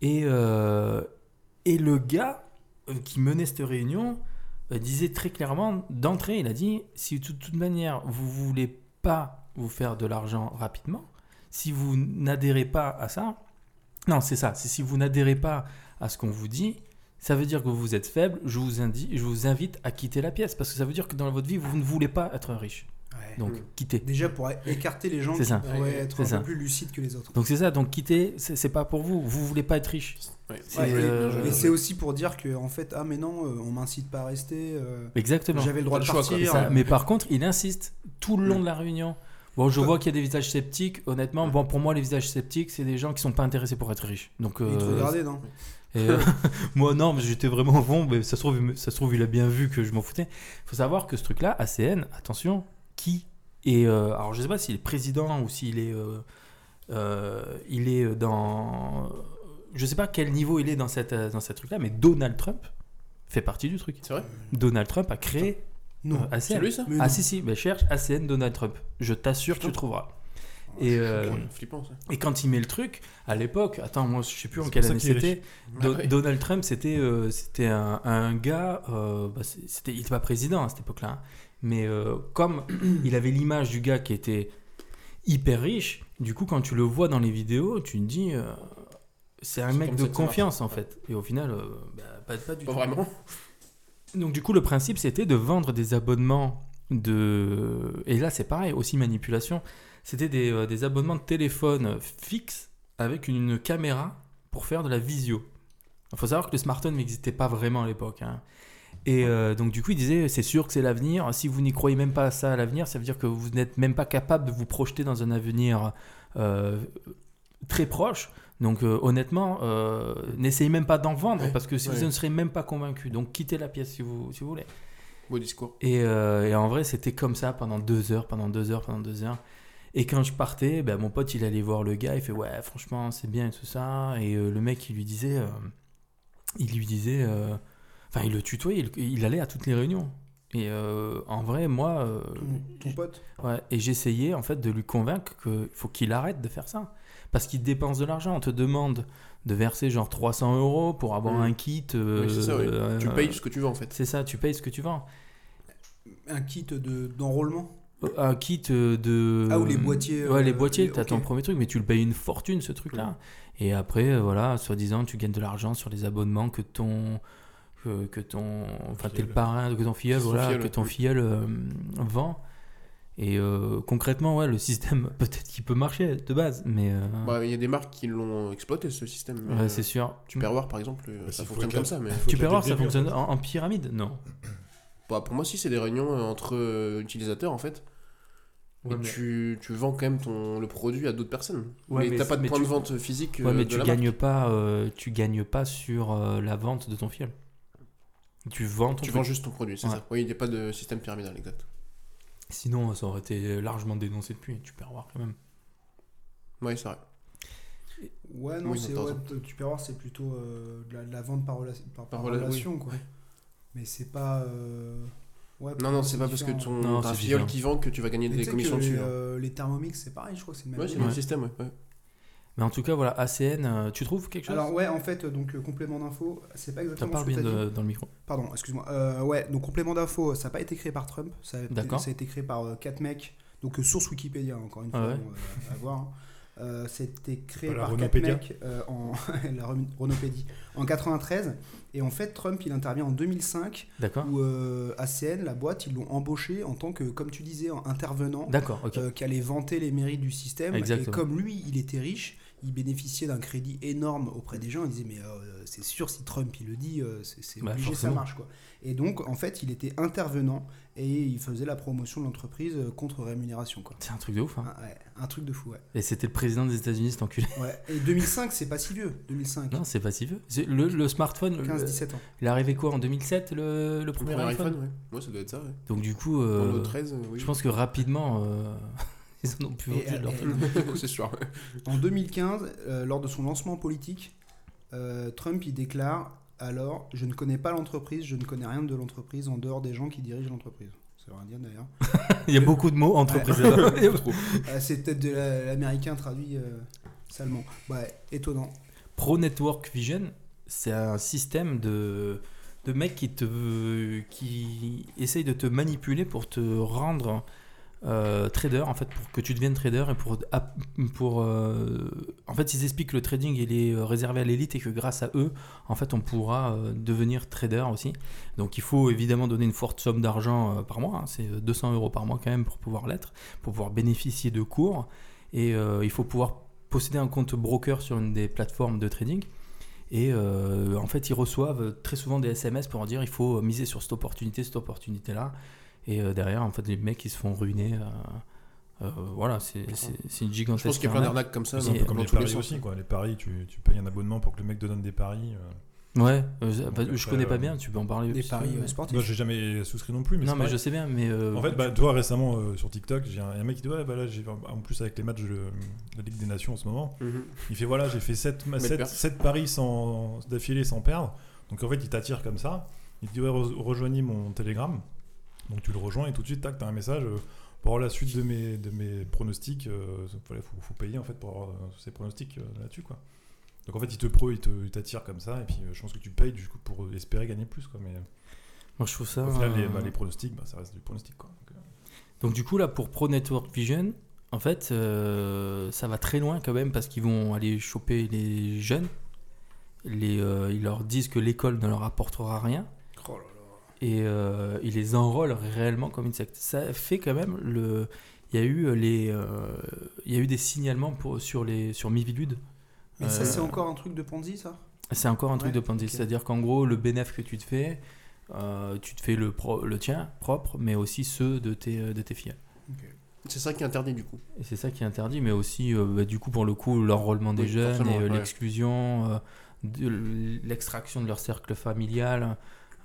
S2: Et, euh, et le gars euh, qui menait cette réunion, euh, disait très clairement d'entrée, il a dit si de toute- toute manière vous voulez pas vous faire de l'argent rapidement, si vous n'adhérez pas à ça, non c'est ça, c'est si vous n'adhérez pas à ce qu'on vous dit, ça veut dire que vous êtes faible. Je vous indi- je vous invite à quitter la pièce parce que ça veut dire que dans votre vie vous ne voulez pas être riche,
S4: Ouais.
S2: donc quittez.
S4: Déjà pour écarter les gens
S2: C'est
S4: qui
S2: ça.
S4: pourraient être
S2: C'est
S4: un
S2: ça.
S4: peu plus lucides que les autres.
S2: Donc c'est ça, donc quitter, c'est c'est pas pour vous. Vous voulez pas être riche. C'est,
S4: Ouais, et-
S2: euh,
S4: et c'est aussi pour dire que en fait ah mais non euh, on m'incite pas à rester euh,
S2: Exactement.
S4: j'avais le droit
S3: Pas
S4: de
S3: le choix, quoi.
S4: partir
S2: Ça, mais par contre, il insiste tout le long de la réunion. Bon, je
S4: Toi-
S2: vois qu'il y a des visages sceptiques. Honnêtement, bon, pour moi, les visages sceptiques, c'est des gens qui sont pas intéressés pour être riches. Donc,
S4: Et
S2: euh,
S4: ils te regardaient non
S2: et, euh, (laughs) moi, non, mais j'étais vraiment bon. Mais ça se trouve, il me- ça se trouve, il a bien vu que je m'en foutais. Faut savoir que ce truc-là, ACN, attention, qui est euh, alors, je sais pas s'il est président ou s'il est, euh, euh, il est dans, je sais pas quel niveau il est dans cette euh, dans cette truc-là, mais Donald Trump fait partie du truc.
S3: C'est vrai
S2: Donald Trump a créé
S4: non
S2: euh, ACN.
S3: C'est lui ça
S4: Mais
S2: Ah
S4: non.
S2: si si, bah, cherche ACN Donald Trump. Je t'assure, tu trouveras. Et, euh,
S3: Ouais, Flippant ça.
S2: et quand il met le truc, à l'époque, attends, moi je sais plus en
S5: C'est
S2: quelle
S5: pour ça
S2: année
S5: qu'il est
S2: c'était,
S3: Ah
S2: Do-
S3: ouais.
S2: Donald Trump, c'était euh, c'était un, un gars, euh, bah, c'est- c'était, il n'était pas président à cette époque-là, hein. mais euh, comme il avait l'image du gars qui était hyper riche, du coup quand tu le vois dans les vidéos, tu te dis, euh, c'est un
S3: C'est
S2: mec
S3: comme
S2: de
S3: ça que ça
S2: confiance en
S3: marche.
S2: fait. Et au final, euh, bah, pas, pas du
S3: Pas
S2: tout.
S3: vraiment.
S2: Donc du coup, le principe, c'était de vendre des abonnements de... Et là, c'est pareil, aussi manipulation. C'était des, euh, des abonnements de téléphone fixe avec une, une caméra pour faire de la visio. Il faut savoir que le smartphone n'existait pas vraiment à l'époque. hein. Et euh, donc du coup, il disait, c'est sûr que c'est l'avenir. Si vous n'y croyez même pas à ça à l'avenir, ça veut dire que vous n'êtes même pas capable de vous projeter dans un avenir euh, très proche. Donc euh, honnêtement, euh, n'essayez même pas d'en vendre
S3: Ouais,
S2: parce que si
S3: ouais.
S2: vous ne serez même pas convaincu, donc quittez la pièce si vous, si vous voulez.
S3: Beau discours.
S2: Et, euh, et en vrai, c'était comme ça pendant deux heures, pendant deux heures, pendant deux heures. Et quand je partais, ben, mon pote, il allait voir le gars, il fait ouais, franchement, c'est bien et tout ça. Et euh, le mec, il lui disait, euh, il lui disait, euh, enfin, il le tutoyait, il, il allait à toutes les réunions. Et euh, en vrai, moi, euh,
S4: ton, ton pote
S3: Mm.
S2: Ouais, et j'essayais en fait de lui convaincre qu'il faut qu'il arrête de faire ça. Parce qu'il dépense de l'argent. On te demande de verser genre 300 euros pour avoir
S3: Mm.
S2: un kit. euh,
S3: Oui, c'est ça, oui.
S2: euh,
S3: Tu payes ce que tu veux en fait.
S2: C'est ça, tu payes ce que tu vends.
S4: un kit de d'enrôlement
S2: Euh, Un kit euh, de.
S4: Ah, ou les boîtiers,
S2: Ouais, les
S4: euh,
S2: boîtiers,
S4: les-
S2: t'as
S4: ok.
S2: ton premier truc, mais tu le payes une fortune ce truc-là. Et après, euh, voilà, soi-disant, tu gagnes de l'argent sur les abonnements que ton. Que, que ton. Enfin, t'es le
S5: Filleul.
S2: parrain, que ton filleul,
S3: Son
S2: voilà,
S3: filleul,
S2: que ton
S3: oui.
S2: filleul euh, vend. Et euh, concrètement, ouais, le système, (laughs) peut-être qu'il peut marcher de base, mais. euh,
S3: Bah, Il y a des marques qui l'ont exploité ce système.
S2: ouais,
S3: Euh,
S2: c'est sûr. Tu,
S3: Tupperware par exemple, euh,
S5: Bah,
S3: ça
S5: s'il faut
S3: fonctionne
S5: éclater.
S3: comme ça, mais
S5: Faut
S2: tu peux
S5: éclater
S2: voir,
S5: le
S2: ça
S5: délire.
S2: fonctionne en, en pyramide Non.
S3: bah, pour moi si c'est des réunions euh, entre euh, utilisateurs en fait. Et tu, tu vends quand même ton, le produit à d'autres personnes.
S2: Ouais, mais
S3: mais t'as pas de
S2: mais
S3: point
S2: tu-
S3: de vente physique. euh,
S2: Ouais, mais
S3: de
S2: tu
S3: la
S2: gagnes, pas, euh, tu gagnes pas sur euh, la vente de ton filleul. Tu vends ton
S3: Tu
S2: truc.
S3: vends juste ton produit, c'est
S2: Ouais.
S3: ça. Oui, il n'y a pas de système pyramidal, exact.
S2: Sinon, ça aurait été largement dénoncé depuis, tu peux voir quand même.
S3: Oui, c'est vrai.
S4: ouais non
S3: Oui,
S4: c'est
S3: t'as
S4: ouais,
S3: raison.
S4: t- tu peux voir c'est plutôt euh, de, la, de la vente par, rela- par, par
S3: Par rela- oui.
S4: relation quoi mais c'est pas euh, ouais, pour
S3: Non,
S4: moi,
S3: non, c'est pas parce que
S4: différent.
S3: ton
S2: Non,
S3: t'as un
S2: c'est
S3: filleul
S2: différent.
S3: qui vend que tu vas gagner
S4: Mais tu
S3: des
S4: sais
S3: commissions
S4: que les,
S3: dessus. là.
S4: euh, les Thermomix c'est pareil je crois que c'est le même
S3: Ouais, c'est
S4: délire.
S3: le même
S2: Ouais.
S3: système, ouais, ouais.
S2: Mais en tout cas, voilà, ACN, euh, tu trouves quelque chose
S4: alors ouais en fait donc euh, complément d'info c'est pas
S2: Ça
S4: exactement
S2: parle
S4: ce que
S2: bien
S4: t'as dit.
S2: de- dans le micro.
S4: Pardon, excuse-moi. Euh, ouais, donc complément d'info, ça n'a pas été créé par Trump, ça a,
S2: D'accord.
S4: ça a été créé par euh, quatre mecs, donc euh, source Wikipédia, encore une
S2: Ah
S4: fois,
S2: ouais.
S4: bon, euh, à voir. hein. Euh, C'était créé
S5: Pas la
S4: par quatre
S5: Renopédia.
S4: mecs euh, en (laughs) la Ren- Renopédie en 93 et en fait Trump il intervient en 2005
S2: D'accord
S4: où euh, ACN la boîte ils l'ont embauché en tant que comme tu disais en intervenant
S2: D'accord, ok.
S4: euh, qui allait vanter les mérites du système
S2: Exactement.
S4: et comme lui il était riche il bénéficiait d'un crédit énorme auprès des gens. Il disait, mais euh, c'est sûr, si Trump il le dit, euh, c'est c'est
S2: Bah,
S4: obligé,
S2: forcément.
S4: ça marche. Quoi. Et donc, en fait, il était intervenant et il faisait la promotion de l'entreprise euh, contre rémunération. Quoi.
S2: C'est un truc de ouf. hein.
S4: Un, ouais, un truc de fou, ouais.
S2: Et c'était le président des États-Unis, cet
S4: (laughs)
S2: enculé.
S4: ouais. Et 2005, c'est pas si vieux, 2005.
S2: Non, c'est pas si vieux. C'est Le, le smartphone, le-
S4: 15-17 ans.
S2: il est arrivé quoi en 2007, le, le
S3: Le
S2: premier iPhone,
S3: ouais. Ouais, ça doit être ça, ouais.
S2: Donc, du coup, euh,
S3: En 13, euh, oui. (laughs)
S2: je pense que rapidement, euh, (laughs) ils en ont plus
S4: Et,
S2: vendu de leur
S4: euh,
S2: truc.
S3: c'est sûr. ouais.
S4: En 2015, euh, lors de son lancement politique, euh, Trump il déclare alors je ne connais pas l'entreprise, je ne connais rien de l'entreprise en dehors des gens qui dirigent l'entreprise. Ça veut rien dire d'ailleurs.
S2: Il y a beaucoup de mots entreprise. Il y a beaucoup.
S4: Euh, c'est peut-être de la- l'américain traduit euh, salement. Ouais, étonnant.
S2: Pro Network Vision, c'est un système de, de mecs qui, te, qui essayent de te manipuler pour te rendre euh, trader, en fait, pour que tu deviennes trader et pour. app- pour euh, en fait, ils expliquent que le trading il est euh, réservé à l'élite et que grâce à eux, en fait, on pourra euh, devenir trader aussi. Donc, il faut évidemment donner une forte somme d'argent euh, par mois, hein, c'est 200 euros par mois quand même pour pouvoir l'être, pour pouvoir bénéficier de cours. Et euh, il faut pouvoir posséder un compte broker sur une des plateformes de trading. Et euh, en fait, ils reçoivent très souvent des SMS pour en dire il faut miser sur cette opportunité, cette opportunité-là. Et euh, derrière, en fait, les mecs, ils se font ruiner. euh, euh, voilà, c'est c'est- c'est une
S3: Je pense
S2: gigantesque.
S3: qu'il y a plein
S2: arnaque.
S3: d'arnaques comme ça.
S2: C'est
S3: dans-
S2: un peu
S3: dans
S5: Comme les
S3: tous les
S5: paris
S3: sens.
S5: aussi, quoi. Les paris, tu, tu payes un abonnement pour que le mec te donne des paris. euh.
S2: Ouais, euh, bah,
S5: après,
S2: je connais pas
S5: euh,
S2: bien, tu peux en parler.
S4: Des
S2: parce que-
S4: paris euh, sportifs.
S5: Moi, j'ai jamais souscrit non plus. Mais
S2: non,
S5: c'est
S2: mais
S5: pareil.
S2: je sais bien, mais. euh,
S5: En fait, bah, toi récemment euh, sur TikTok, j'ai un, un mec qui dit Ouais, bah là, j'ai, en plus avec les matchs de la Ligue des Nations en ce moment,
S3: Mhm.
S5: il fait Voilà, j'ai fait 7,
S3: Mais le perd.
S5: paris sans, d'affilée sans perdre. Donc en fait, il t'attire comme ça. Il te dit Ouais, re- rejoignez mon Telegram. Donc tu le rejoins et tout de suite, tac, t'as un message. euh, pour avoir la suite de mes, de mes pronostics, euh, voilà, faut, faut payer en fait pour avoir euh, ces pronostics euh, là-dessus. quoi. Donc en fait, il te pro, il, te, il t'attire comme ça. Et puis euh, je pense que tu payes du coup pour euh, espérer gagner plus. Quoi. Mais
S2: moi, je trouve ça.
S5: au final, les,
S2: euh,
S5: bah, les pronostics, bah, ça reste du pronostic. Quoi. Donc, euh,
S2: Donc du coup là pour Pro Network Vision, en fait euh, ça va très loin quand même parce qu'ils vont aller choper les jeunes. Les, euh, ils leur disent que l'école ne leur apportera rien
S4: Oh là
S2: et euh, ils les enrôlent réellement comme une secte. Ça fait quand même le. Il y a eu les. euh, il y a eu des signalements pour, sur les sur Mivilude.
S4: Mais ça,
S2: Euh,
S4: c'est encore un truc de Ponzi, ça
S2: c'est encore un truc
S4: Ouais,
S2: de Ponzi,
S4: ok.
S2: c'est-à-dire qu'en gros, le bénéfice que tu te fais, euh, tu te fais le, pro- le tien propre, mais aussi ceux de tes, euh, de tes filles.
S3: C'est ça qui est interdit du coup.
S2: Et c'est ça qui est interdit, mais aussi, euh, bah, du coup, pour le coup, l'enrôlement des
S3: Oui,
S2: jeunes et
S3: forcément,
S2: euh,
S3: ouais.
S2: l'exclusion, euh, de l'extraction de leur cercle familial.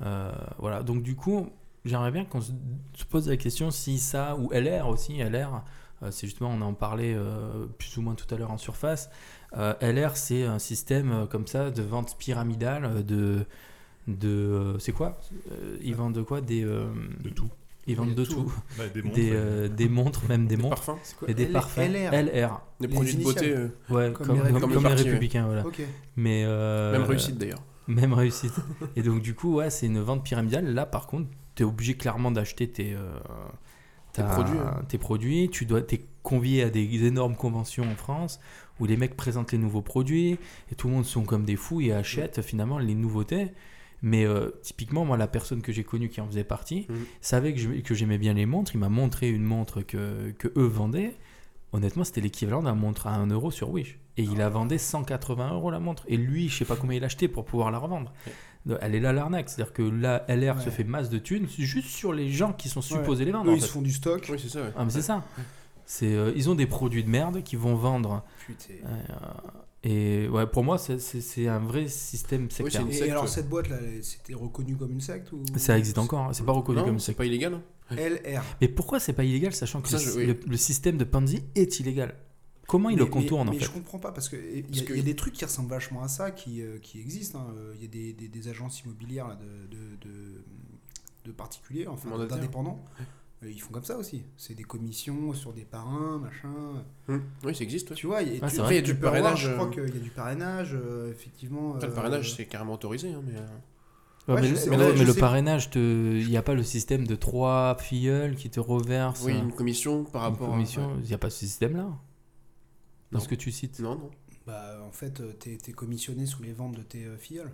S2: euh, voilà, donc du coup, j'aimerais bien qu'on se se pose la question si ça, ou LR aussi, LR, euh, c'est justement, on en parlait euh, plus ou moins tout à l'heure en surface, euh, LR, c'est un système euh, comme ça de vente pyramidale, euh, de... de euh, c'est quoi Euh, Ils vendent de quoi des, euh,
S5: de tout.
S2: Ils vendent
S4: de
S2: de
S4: tout.
S2: tout.
S5: Ouais, Bah, des montres,
S2: Des,
S5: ouais.
S2: euh, des montres, même des
S3: (laughs) Des
S2: montres.
S3: parfums, c'est quoi
S2: Et des
S4: L-
S2: parfums
S4: LR.
S2: LR.
S3: Des
S4: Les
S3: produits de beauté,
S4: initiales.
S3: euh,
S2: Ouais,
S4: Comme
S2: comme, comme- comme
S4: les
S2: les,
S4: républicains.
S2: républicains, voilà.
S4: Ok.
S2: Mais euh,
S3: même réussite d'ailleurs.
S2: Même réussite. Et donc du coup, ouais, c'est une vente pyramidale. Là, par contre, t'es obligé clairement d'acheter tes, euh,
S3: Tes
S2: ta-
S3: produits, hein.
S2: tes produits. Tu dois t'es convié à des énormes conventions en France où les mecs présentent les nouveaux produits et tout le monde sont comme des fous et achètent finalement les nouveautés. Mais euh, typiquement, moi, la personne que j'ai connue qui en faisait partie
S3: Mhm.
S2: savait que je- que j'aimais bien les montres. Il m'a montré une montre que, que eux vendaient. Honnêtement, c'était l'équivalent d'un montre à 1 euro sur Wish. Et
S3: Ah.
S2: il a vendu 180 euros la montre. Et lui, je sais pas combien il a acheté pour pouvoir la revendre. Donc, Elle est là l'arnaque. C'est-à-dire que là, LR se
S4: Ouais.
S2: fait masse de thunes juste sur les gens qui sont supposés les vendre.
S4: Eux,
S2: en
S4: ils se
S2: fait.
S4: font du stock.
S3: Oui, c'est ça, ouais.
S2: Ah, mais c'est ça. C'est, euh, ils ont des produits de merde qui vont vendre.
S4: Putain.
S2: Euh, et ouais, pour moi, c'est- c'est c'est un vrai système sectaire.
S3: Une
S4: Et
S3: secte, ouais.
S4: alors, cette boîte-là, elle- c'était reconnu comme une secte ou...
S2: ça existe encore. hein. C'est pas reconnu
S3: Non,
S2: comme
S3: c'est
S2: secte.
S3: pas illégal. hein.
S4: LR.
S2: Mais pourquoi c'est pas illégal, sachant que
S3: Ça,
S2: le,
S3: je- oui.
S2: le- le système de Ponzi est illégal Comment ils le
S4: Mais-
S2: contournent
S4: mais,
S2: en
S4: mais
S2: fait
S4: je comprends pas parce que il y,
S3: Parce
S4: a-
S3: que-
S4: il y a des trucs qui ressemblent vachement à ça qui, euh, qui existent. hein. Euh, Il y a des, des- des agences immobilières là, de, de, de- de particuliers, enfin
S3: Mandataires.
S4: d'indépendants. Euh, Ils font comme ça aussi. C'est des commissions sur des parrains, machin.
S3: Hum. Oui, ça existe. ouais.
S4: Hmm. Tu vois, et
S2: Ah,
S4: tu-
S2: c'est vrai.
S4: après, il y a
S3: Tu
S4: du
S3: peux avoir,
S4: parrainage.
S3: euh,
S4: Je crois qu'il y a du parrainage, euh, effectivement.
S3: Putain, Le
S4: euh,
S3: parrainage, c'est carrément autorisé. hein, mais... euh,
S2: Ouais,
S4: Ouais,
S2: mais,
S4: je
S2: le-
S4: sais,
S2: mais
S4: ouais,
S2: non,
S4: je
S2: mais le
S4: sais.
S2: parrainage, te- il n'y a pas le système de trois filleuls qui te reversent
S3: Oui,
S2: euh,
S3: une commission par
S2: une
S3: rapport
S2: commission.
S3: à.
S2: Il n'y a pas ce système-là. Dans
S3: Non.
S2: ce que tu cites.
S3: Ouais. Non, non.
S4: Bah, en fait, euh, t'es es commissionné sur les ventes de tes euh, filleules.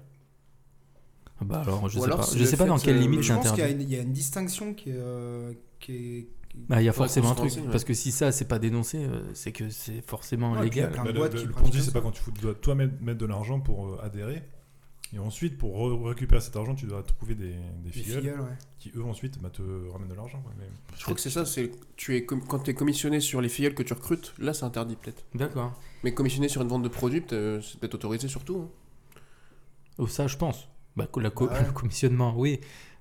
S2: Bah alors, je
S3: Ou
S2: sais
S3: alors,
S2: pas.
S3: c'est
S2: bah Je
S3: le
S2: sais pas dans
S3: fait,
S2: quelle
S3: euh,
S2: limite
S4: Mais je
S2: c'est
S4: pense qu'il y, a
S2: interdit.
S4: une- il y a une distinction qui est, euh, qui est-
S2: Bah, il y a
S3: Ouais,
S2: forcément un
S3: qu'on se
S2: truc.
S3: renseigne, ouais.
S2: Parce que si ça, c'est pas dénoncé, euh, c'est que c'est forcément
S4: Ouais, puis
S2: légal.
S4: il y a plein
S5: Bah,
S4: de
S5: le-
S4: boîtes
S5: le-
S4: qui
S5: le
S4: pratiquent
S5: Ponzi, c'est
S4: ça.
S5: pas quand tu fous- tu dois toi mettre, mettre de l'argent pour euh, adhérer. Et ensuite, pour re- récupérer cet argent, tu dois trouver des, des
S4: Des
S5: filleuls
S4: filleules, ouais.
S5: qui, eux, ensuite, bah, te ramènent de l'argent. quoi. Mais-
S3: Je crois que c'est ça, c'est tu es com- quand tu es commissionné sur les filleuls que tu recrutes, là c'est interdit peut-être.
S2: D'accord.
S3: Mais commissionné sur une vente de produits, peut- euh, c'est peut-être autorisé surtout. hein.
S2: Oh, ça, je pense. Bah, co- la co-
S4: Ouais.
S2: (laughs) Le commissionnement, oui.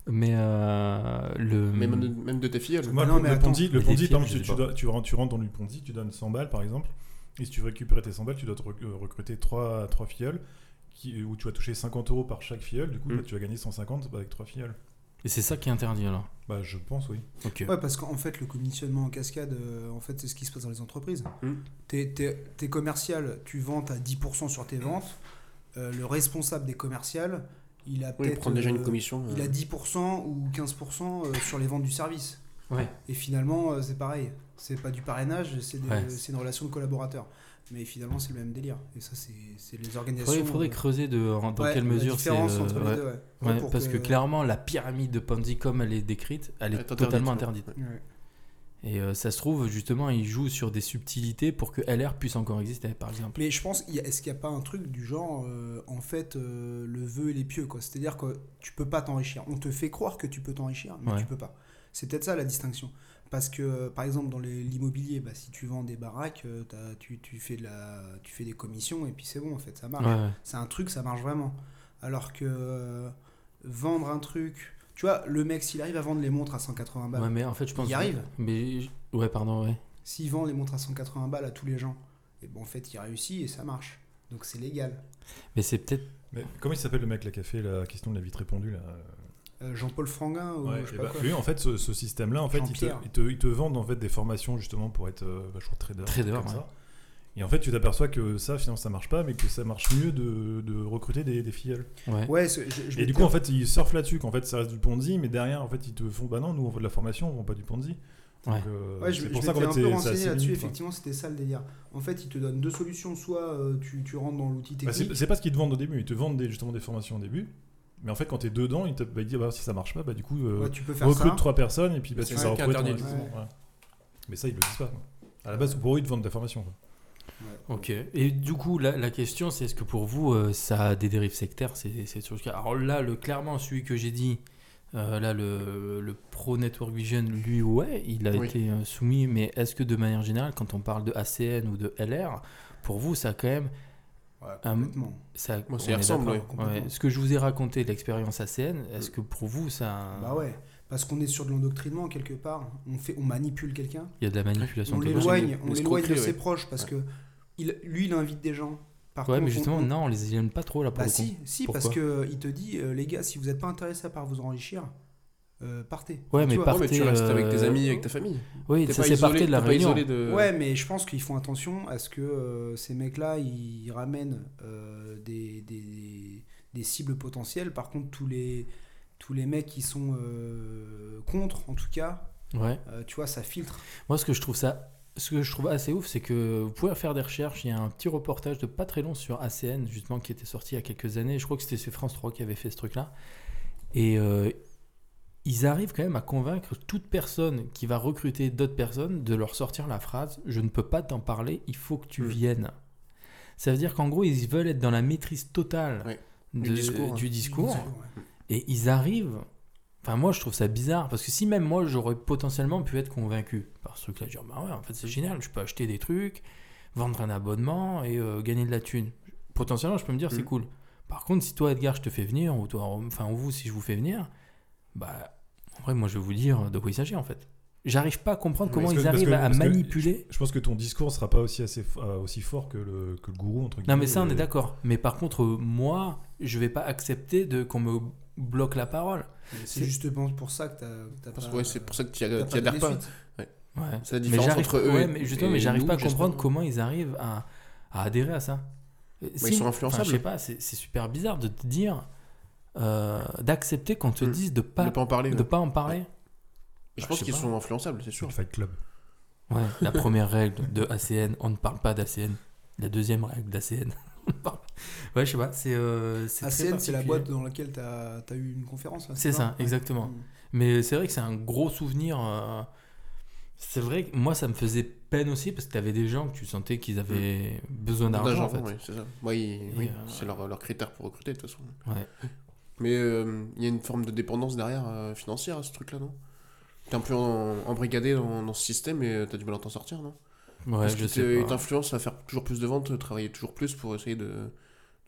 S2: Mais euh, le.
S3: Mais même de, même de tes filleuls.
S5: Moi,
S4: non,
S5: le,
S4: mais
S5: le
S4: attends,
S5: Ponzi, le
S2: les
S5: Ponzi,
S2: films,
S5: par exemple,
S2: je
S5: tu,
S2: sais
S5: tu
S2: pas.
S5: dois- tu rentres, tu rentres dans le Ponzi, tu donnes 100 balles par exemple, et si tu veux récupérer tes 100 balles, tu dois te rec- euh, recruter 3, trois filleuls, qui, euh, où tu vas toucher 50 euros par chaque filleul, du coup
S3: Mm.
S5: bah, tu vas gagner 150 avec 3 filleuls.
S2: Et c'est ça qui est interdit alors.
S5: Bah je pense oui.
S2: Ok.
S4: Ouais, parce qu'en fait, le commissionnement en cascade, euh, en fait, c'est ce qui se passe dans les entreprises.
S3: Mm.
S4: T'es, t'es- t'es commercial, tu vends à 10% sur tes ventes. Euh, le responsable des commerciales, il a
S3: Oui,
S4: peut-être.
S3: prendre déjà
S4: euh,
S3: une commission.
S4: Il
S3: euh,
S4: a 10% ou 15% euh, sur les ventes du service.
S2: Ouais.
S4: Et finalement, euh, c'est pareil. C'est pas du parrainage, c'est, des-
S2: Ouais.
S4: c'est une relation de collaborateurs. Mais finalement, c'est le même délire. Et ça, c'est, c'est les
S2: Il
S4: organisations. euh,
S2: faudrait, faudrait creuser de, en- dans
S4: Ouais,
S2: quelle
S4: la
S2: mesure c'est.
S4: différence
S2: euh,
S4: entre les
S2: ouais.
S4: deux, ouais.
S2: Ouais,
S4: Ouais, pour
S2: parce que... clairement, la pyramide de Ponzi, comme elle est décrite, elle est,
S3: elle est
S2: totalement
S3: interdite,
S2: interdite.
S3: ouais.
S4: Ouais.
S2: Et euh, ça se trouve, justement, ils jouent sur des subtilités pour que LR puisse encore exister, par exemple.
S4: Mais je pense, il y a- est-ce qu'il n'y a pas un truc du genre, euh, en fait, euh, le vœu et les pieux, quoi. C'est-à-dire que tu peux pas t'enrichir. On te fait croire que tu peux t'enrichir, mais
S2: Ouais.
S4: tu peux pas. C'est peut-être ça la distinction. Parce que, euh, par exemple, dans les- l'immobilier, bah, si tu vends des baraques, euh, t'as- tu, tu fais de la, tu fais des commissions et puis c'est bon, en fait, ça marche.
S2: Ouais, ouais.
S4: C'est un truc, ça marche vraiment. Alors que euh, vendre un truc. Tu vois, le mec, s'il arrive à vendre les montres à 180 balles,
S2: Ouais, mais en fait, je pense.
S4: Bah, il y arrive.
S2: Mais je- ouais, pardon, ouais.
S4: S'il vend les montres à 180 balles à tous les gens, et ben en fait il réussit et ça marche. Donc c'est légal.
S2: Mais c'est peut-être.
S5: Mais comment il s'appelle le mec là qui a fait la question de la vite répondue là
S4: Euh, Jean-Paul Franguin ou
S5: Ouais,
S4: je sais
S5: et
S4: pas
S5: bah,
S4: quoi.
S5: Lui en fait ce, ce système là en fait ils te,
S4: Jean-Pierre.
S5: ils te- ils te vendent en fait des formations justement pour être euh, bah, je crois, trader.
S2: Trader,
S5: comme
S2: ouais.
S5: ça. Et en fait tu t'aperçois que ça finalement ça marche pas mais que ça marche mieux de, de recruter des, des filleuls.
S2: Ouais.
S4: Ouais, c'est- je, je
S5: Et
S4: m'étais-
S5: du coup, en fait, ils surfent là-dessus, qu'en fait, ça reste du Ponzi, mais derrière, en fait, ils te font, bah non, nous, on veut de la formation, on vend pas du Ponzi. Donc,
S2: Ouais.
S5: euh,
S4: ouais, je,
S5: c'est
S4: je
S5: pour ça qu'en
S4: m'étais un peu
S5: fait, c'est- c'est
S4: renseigné
S5: assez
S4: là-dessus,
S5: limite, quoi.
S4: effectivement c'était ça le délire. En fait, il te donne deux solutions soit euh, tu, tu rentres dans l'outil
S5: Bah,
S4: technique.
S5: c'est c'est pas ce qu'ils te vendent au début, ils te vendent des- justement des formations au début, mais en fait, quand t'es dedans, ils te bah, ils disent, bah, si ça marche pas, bah, du coup, euh,
S4: Ouais, tu peux faire
S5: recrute
S4: ça.
S5: trois personnes, et puis, bah,
S3: C'est
S5: tu
S3: ça
S5: vas
S3: qui est
S5: recruter ton
S3: interdit.
S5: investissement, ouais. Mais ça, ils le disent pas. quoi. À la base, pour eux, ils te vendent de la formation. quoi.
S2: Ok. Et du coup, la, la question, c'est est-ce que pour vous, euh, ça a des dérives sectaires C'est c'est sur le cas. Alors là, le, clairement, celui que j'ai dit, euh, là, le, le Pro Network Vision, lui, ouais, il a
S3: Oui.
S2: été euh, soumis. Mais est-ce que de manière générale, quand on parle de ACN ou de LR, pour vous, ça a quand même.
S4: Ouais,
S2: un-
S4: complètement.
S2: ça,
S3: Moi, ça
S2: on
S3: y
S2: est
S3: ressemble, Euh,
S2: d'accord.
S3: ouais,
S4: complètement.
S2: Ouais. Ce que je vous ai raconté, l'expérience ACN, est-ce que pour vous, ça.
S4: Bah ouais, parce qu'on est sur de l'endoctrinement quelque part. On fait on manipule quelqu'un.
S2: Il y a de la manipulation
S4: on
S2: de
S4: l'éloigne,
S3: des
S4: on l'éloigne de
S3: escroqueries,
S4: ses
S3: ouais.
S4: proches parce
S3: Ouais.
S4: que il, lui il invite des gens. Par
S2: Ouais, mais
S4: contre, on-
S2: justement,
S4: on-
S2: non, on les aime pas trop là pour
S4: Bah
S2: le
S4: si, si
S2: Pourquoi
S4: parce que euh, il te dit euh, les gars, si vous n'êtes pas intéressés par vous enrichir, euh, partez.
S2: coup. Ouais, mais
S4: tu vois,
S3: Ouais, mais
S2: partez.
S3: tu restes avec tes
S2: euh,
S3: amis, avec ta famille.
S2: Oui,
S3: T'es
S2: ça
S3: pas
S2: c'est
S3: isolé-
S2: parti de la
S3: t'es pas
S2: réunion.
S3: isolé de-
S4: Ouais, mais je pense qu'ils font attention à ce que euh, ces mecs-là, ils ramènent euh, des, des- des cibles potentielles. Par contre, tous les, tous les mecs qui sont euh, contre, en tout cas,
S2: Ouais.
S4: euh, tu vois, ça filtre.
S2: Moi, ce que je trouve ça, ce que je trouve assez ouf, c'est que vous pouvez faire des recherches. Il y a un petit reportage de pas très long sur ACN justement qui était sorti il y a quelques années. Je crois que c'était sur France 3 qui avait fait ce truc-là. Et euh, ils arrivent quand même à convaincre toute personne qui va recruter d'autres personnes de leur sortir la phrase "Je ne peux pas t'en parler. Il faut que tu
S3: Mm.
S2: viennes." Ça veut dire qu'en gros, ils veulent être dans la maîtrise totale
S3: Ouais.
S2: de-
S3: Du discours, hein.
S2: du discours.
S4: Ouais.
S2: Et ils arrivent. Enfin, moi, je trouve ça bizarre parce que si même moi, j'aurais potentiellement pu être convaincu par ce truc-là, dire bah ouais, en fait, c'est génial, je peux acheter des trucs, vendre un abonnement et euh, gagner de la thune. Potentiellement, je peux me dire,
S5: Mm.
S2: c'est
S3: Mhm.
S2: cool. Par contre, si toi, Edgar, je te fais venir, ou toi, enfin, ou vous, si je vous fais venir, bah, en vrai, moi, je vais vous dire de quoi il s'agit en fait. J'arrive pas à comprendre
S5: Ouais,
S2: comment
S5: parce
S2: ils
S5: que- parce
S2: arrivent
S5: que-
S2: à
S5: parce que-
S2: manipuler.
S5: Je pense que ton discours sera pas aussi, assez, fo- euh, aussi fort que le, que le gourou, entre guillemets. euh,
S2: Non, mais ça, on est
S5: Et-
S2: d'accord. Mais par contre, euh, moi, je vais pas accepter de qu'on me bloque la parole.
S4: C'est justement pour ça que t'as- t'as
S3: Parce que
S4: pas-
S3: ouais, c'est pour ça que tu
S4: t'as
S3: n'y
S4: pas
S3: adhères
S4: donné
S3: pas.
S4: suite.
S2: Ouais.
S3: C'est la
S2: Mais
S3: différence
S2: j'arrive-
S3: entre eux
S2: ouais,
S3: et-
S2: mais justement,
S3: et
S2: mais j'arrive
S3: nous,
S2: pas à
S3: j'espère.
S2: comprendre comment ils arrivent à, à adhérer à ça. Euh, si-
S3: Bah, ils sont
S2: enfin,
S3: influençables.
S2: je sais pas, c'est c'est super bizarre de te dire, euh, d'accepter qu'on te
S3: Mm.
S2: dise de pas,
S3: ne pas en parler.
S2: de
S3: ouais.
S2: pas en parler.
S3: Je
S2: Bah,
S3: pense
S2: je sais
S3: qu'ils
S2: pas.
S3: sont influençables, c'est
S5: Sur
S3: sûr.
S5: le Fight Club.
S2: Ouais, la
S3: (laughs)
S2: première règle de ACN, on ne parle pas d'ACN. La deuxième règle d'ACN, (laughs) on ne parle pas. Ouais, je sais pas, c'est. euh, c'est très
S4: ACN, c'est la
S2: particulier.
S4: boîte dans laquelle t'as as eu une conférence. là,
S2: C'est ça,
S4: Ouais.
S2: exactement.
S4: Mm.
S2: Mais c'est vrai que c'est un gros souvenir. euh, C'est vrai que moi, ça me faisait peine aussi parce que t'avais des gens que tu sentais
S3: Mm.
S2: qu'ils avaient besoin d'argent en fait.
S3: oui, c'est ça. Ouais, ils-
S2: Et,
S3: oui,
S2: euh,
S3: c'est leur, leur critère pour recruter de toute façon.
S2: Ouais.
S3: Mais euh, il y a une forme de dépendance derrière euh, financière à ce truc-là, non T'es un peu en- embrigadé dans, dans ce système et euh, t'as du mal à t'en sortir, non
S2: Ouais,
S3: Parce
S2: je
S3: que t'es-
S2: sais
S3: il
S2: pas.
S3: t'influence à faire toujours plus de ventes, travailler toujours plus pour essayer de,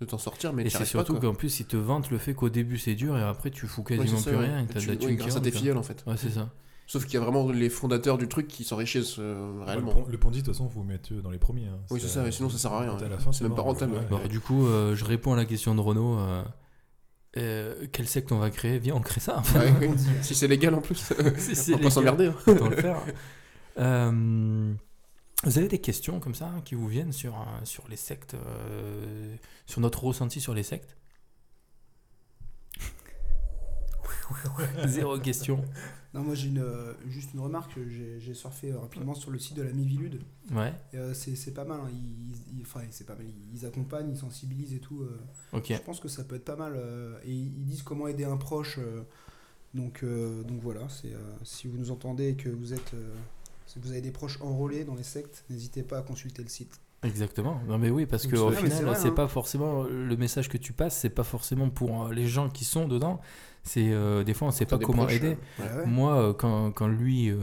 S3: de t'en sortir, mais
S2: Et
S3: t'y
S2: c'est
S3: arrives pas,
S2: surtout
S3: quoi.
S2: qu'en plus, ils te vantent le fait qu'au début c'est dur et après tu fous
S3: Ouais, c'est
S2: quasiment
S3: ça,
S2: plus
S3: ouais.
S2: rien et que t'as de
S3: Tu-
S2: la
S3: ouais,
S2: thune qui
S3: grâce à
S2: rentre,
S3: tes
S2: quoi.
S3: filleuls en fait.
S2: Ouais, c'est ça.
S3: Sauf qu'il y a vraiment les fondateurs du truc qui s'en réchissent euh,
S5: Ouais, le,
S3: réellement.
S5: pon- le Ponzi, de toute façon, vous mettez dans les premiers. hein.
S3: Oui, c'est ça, mais sinon, ça sert à rien,
S5: quand t'es
S3: ouais.
S5: la fin,
S3: C'est même
S5: mort,
S3: pas rentable,
S5: ouais.
S3: ouais.
S2: Bon, du coup, euh, je réponds à la question de Renaud. euh, euh, quel secte on va créer Viens, on crée ça.
S3: (laughs) Ouais, oui.
S4: Mmh.
S3: Si c'est légal en
S2: (laughs)
S3: plus,
S2: Si c'est
S3: on va
S2: légal.
S3: pas s'emmerder. hein.
S2: Autant le faire. (laughs) Euh, vous avez des questions comme ça hein, qui vous viennent sur, euh, sur les sectes, euh, sur notre ressenti sur les sectes Zéro question.
S4: Non, moi j'ai une, euh, juste une remarque. J'ai j'ai surfé euh, rapidement sur le site de la Mivilude.
S2: Ouais,
S4: Et, euh, c'est c'est pas mal. hein. Ils, ils- ils- enfin, c'est pas mal. Ils accompagnent, ils sensibilisent et tout. euh.
S2: ok.
S4: Je pense que ça peut être pas mal. euh, et ils ils disent comment aider un proche. euh. donc, euh, donc voilà. c'est, euh, si vous nous entendez et que vous êtes, euh, si vous avez des proches enrôlés dans les sectes, n'hésitez pas à consulter le site.
S2: Exactement. Non mais oui, parce
S4: Donc,
S2: que
S4: c'est-
S2: au
S4: non, mais c'est
S2: final,
S4: vrai,
S2: c'est
S4: hein.
S2: pas forcément le message que tu passes, c'est pas forcément pour euh, les gens qui sont dedans. C'est euh, des fois on sait
S3: T'as
S2: pas
S3: des
S2: comment
S3: proches,
S2: aider.
S4: Ouais, ouais.
S2: Moi, euh, quand, quand lui, euh,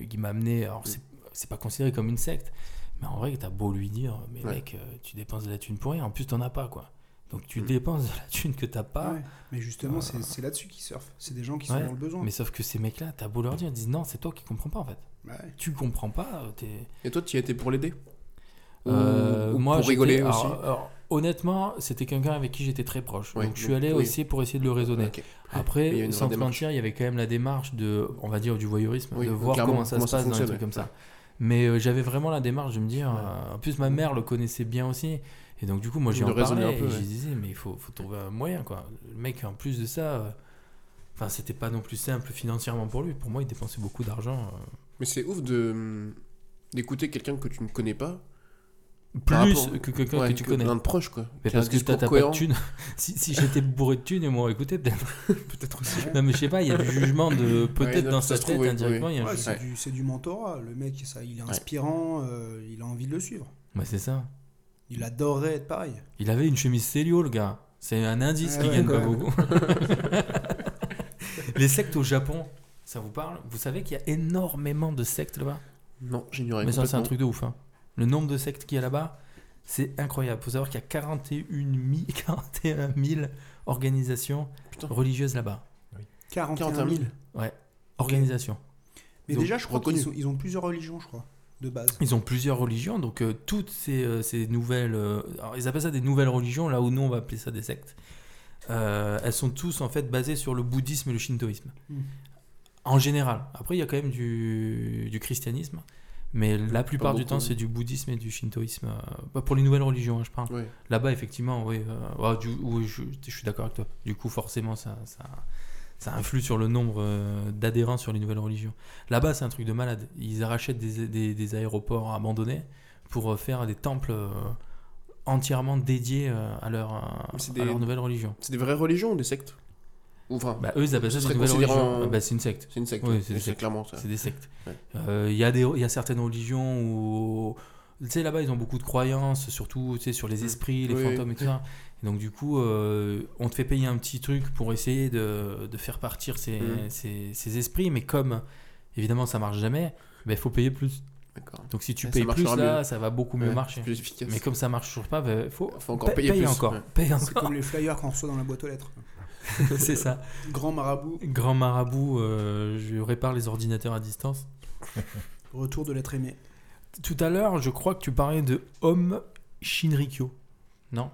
S2: il m'a amené, alors c'est, c'est pas considéré comme une secte, mais en vrai, t'as beau lui dire, mais
S3: Ouais.
S2: mec, euh, tu dépenses de la thune pour rien, en plus t'en as pas, quoi. Donc tu
S3: Mm.
S2: dépenses de la thune que t'as pas,
S4: Ah Ouais. Mais justement, c'est c'est là-dessus qu'ils surfent. C'est des gens qui
S2: Ah. Ouais,
S4: sont dans le besoin.
S2: mais sauf que ces mecs-là, t'as beau leur dire, ils disent non, c'est toi qui comprends pas, en fait.
S4: Ouais.
S2: Tu comprends pas, euh, t'es...
S3: Et toi, tu y étais pour l'aider Ou-
S2: Euh,
S3: ou
S2: moi,
S3: pour
S2: j'étais-
S3: rigoler
S2: alors,
S3: aussi
S2: alors, honnêtement, c'était quelqu'un avec qui j'étais très proche,
S3: Ouais,
S2: donc je suis
S3: donc,
S2: allé
S3: oui.
S2: aussi pour essayer de le raisonner.
S3: Ok. Il y a
S2: Après,
S3: une
S2: sans
S3: vraie
S2: te
S3: démarche.
S2: mentir, il y avait quand même la démarche de, on va dire, du voyeurisme,
S3: Oui,
S2: de voir
S3: clairement,
S2: comment ça
S3: comment
S2: se
S3: ça
S2: passe dans des
S3: fonctionne,
S2: trucs comme ça.
S3: ouais.
S2: Mais euh, j'avais vraiment la démarche de me dire, euh, en plus ma mère le connaissait bien aussi, et donc du coup moi j'ai
S3: De
S2: en parlé
S3: raisonner
S2: et
S3: un peu,
S2: je
S3: ouais.
S2: disais mais il faut, faut trouver un moyen quoi. Le mec en plus de ça, euh, enfin c'était pas non plus simple financièrement pour lui. Pour moi il dépensait beaucoup d'argent. euh,
S3: Mais c'est ouf de hum, d'écouter quelqu'un que tu ne connais pas. Par
S2: plus
S3: rapport-
S2: que quelqu'un
S3: Ouais,
S2: que tu connais.
S3: Un proche, quoi.
S2: Mais
S3: Qui a un
S2: parce que t'as
S3: discours
S2: t'as pas de
S3: cohérent.
S2: thunes. (laughs) si si j'étais bourré de thunes, ils m'auraient écouté
S3: (laughs)
S2: peut-être.
S3: Peut-être aussi.
S2: non mais je sais pas, il y a du jugement de
S3: Ouais,
S2: peut-être
S3: non,
S2: dans
S3: ça
S2: sa
S3: se trouve,
S2: tête
S3: oui,
S2: indirectement. il y a un
S4: Ouais,
S2: jugement.
S4: c'est
S3: Ouais.
S4: du, c'est du mentorat. Le mec, ça, il est inspirant, euh, il a envie de le suivre.
S2: Ouais, c'est ça.
S4: Il adorerait être pareil.
S2: Il avait une chemise Célio, le gars. C'est un indice
S4: Ah
S2: qui
S4: ouais,
S2: gagne pas
S4: quand même.
S2: beaucoup. (laughs) Les sectes au Japon, ça vous parle Vous savez qu'il y a énormément de sectes là-bas
S3: Non, j'ignorais.
S2: Mais ça, c'est un
S3: complètement.
S2: truc de ouf. hein. Le nombre de sectes qu'il y a là-bas, c'est incroyable. faut savoir qu'il y a 41 (laughs) 000, 41 000 organisations
S3: Putain.
S2: religieuses là-bas.
S4: 41 000.
S3: 41 000.
S2: Organisations.
S4: Mais
S3: Donc,
S4: déjà, je crois qu'ils
S3: reconnu.
S4: sont- ils ont plusieurs religions, je crois,
S2: (laughs)
S4: de base.
S2: Ils ont plusieurs religions, donc euh, toutes ces, euh, ces nouvelles. euh, alors, ils appellent ça des nouvelles religions, là où nous on va appeler ça des sectes. Euh, elles sont tous en fait basées sur le bouddhisme et le shintoïsme.
S3: Hmm.
S4: Mm.
S2: En général. Après, il y a quand même du, du christianisme, mais la plupart du
S3: beaucoup,
S2: temps,
S3: oui.
S2: c'est du bouddhisme et du shintoïsme. euh, bah, pour les nouvelles religions, hein, je parle.
S3: Ouais.
S2: Là-bas, effectivement, oui. euh, ouais, du- oui, je, je suis d'accord avec toi. Du coup, forcément, ça, ça, ça influe sur le nombre euh, d'adhérents sur les nouvelles religions. Là-bas, c'est un truc de malade. Ils rachètent des, des- des aéroports abandonnés pour euh, faire des temples euh, entièrement dédiés euh, à leur, euh,
S3: Mais c'est
S2: à
S3: des-
S2: leur nouvelle religion.
S3: C'est des vraies religions ou des sectes Ou Enfin,
S2: Bah, eux, ils appellent ça
S3: Ce
S2: des
S3: serait
S2: nouvelles
S3: considéré
S2: religions.
S3: en-
S2: Ah, bah, c'est une secte.
S3: c'est une secte.
S2: oui,
S3: ouais.
S2: c'est des
S3: c'est
S2: sectes.
S3: clairement ça.
S2: C'est des sectes.
S3: (laughs) Ouais.
S2: Euh, Il y a des il y a certaines religions où. Tu sais, là-bas, ils ont beaucoup de croyances, surtout tu sais, sur les
S3: Mm.
S2: esprits, les
S3: Oui,
S2: fantômes et
S3: oui.
S2: tout ça. Et donc, du coup, euh, on te fait payer un petit truc pour essayer de, de faire partir ces,
S3: Mm.
S2: ces- ces esprits, mais comme évidemment ça marche jamais, il faut payer plus.
S3: D'accord.
S2: Donc, si tu
S3: Et ça
S2: payes plus,
S3: marchera
S2: là, ça va beaucoup mieux
S3: Ouais,
S2: marcher.
S3: c'est Plus efficace.
S2: Mais comme ça marche toujours pas, il faut,
S3: Faut encore
S2: pa-
S3: payer
S2: paye
S3: plus,
S2: encore.
S3: ouais. (laughs)
S2: Paye
S4: C'est
S2: encore. (laughs)
S4: comme les flyers qu'on reçoit dans la boîte aux lettres.
S2: C'est ça.
S4: Grand marabout,
S2: Grand marabout, euh, je répare les ordinateurs à distance.
S4: retour de l'être aimé.
S2: Tout à l'heure, je crois que tu parlais de Homme Shinrikyo. Non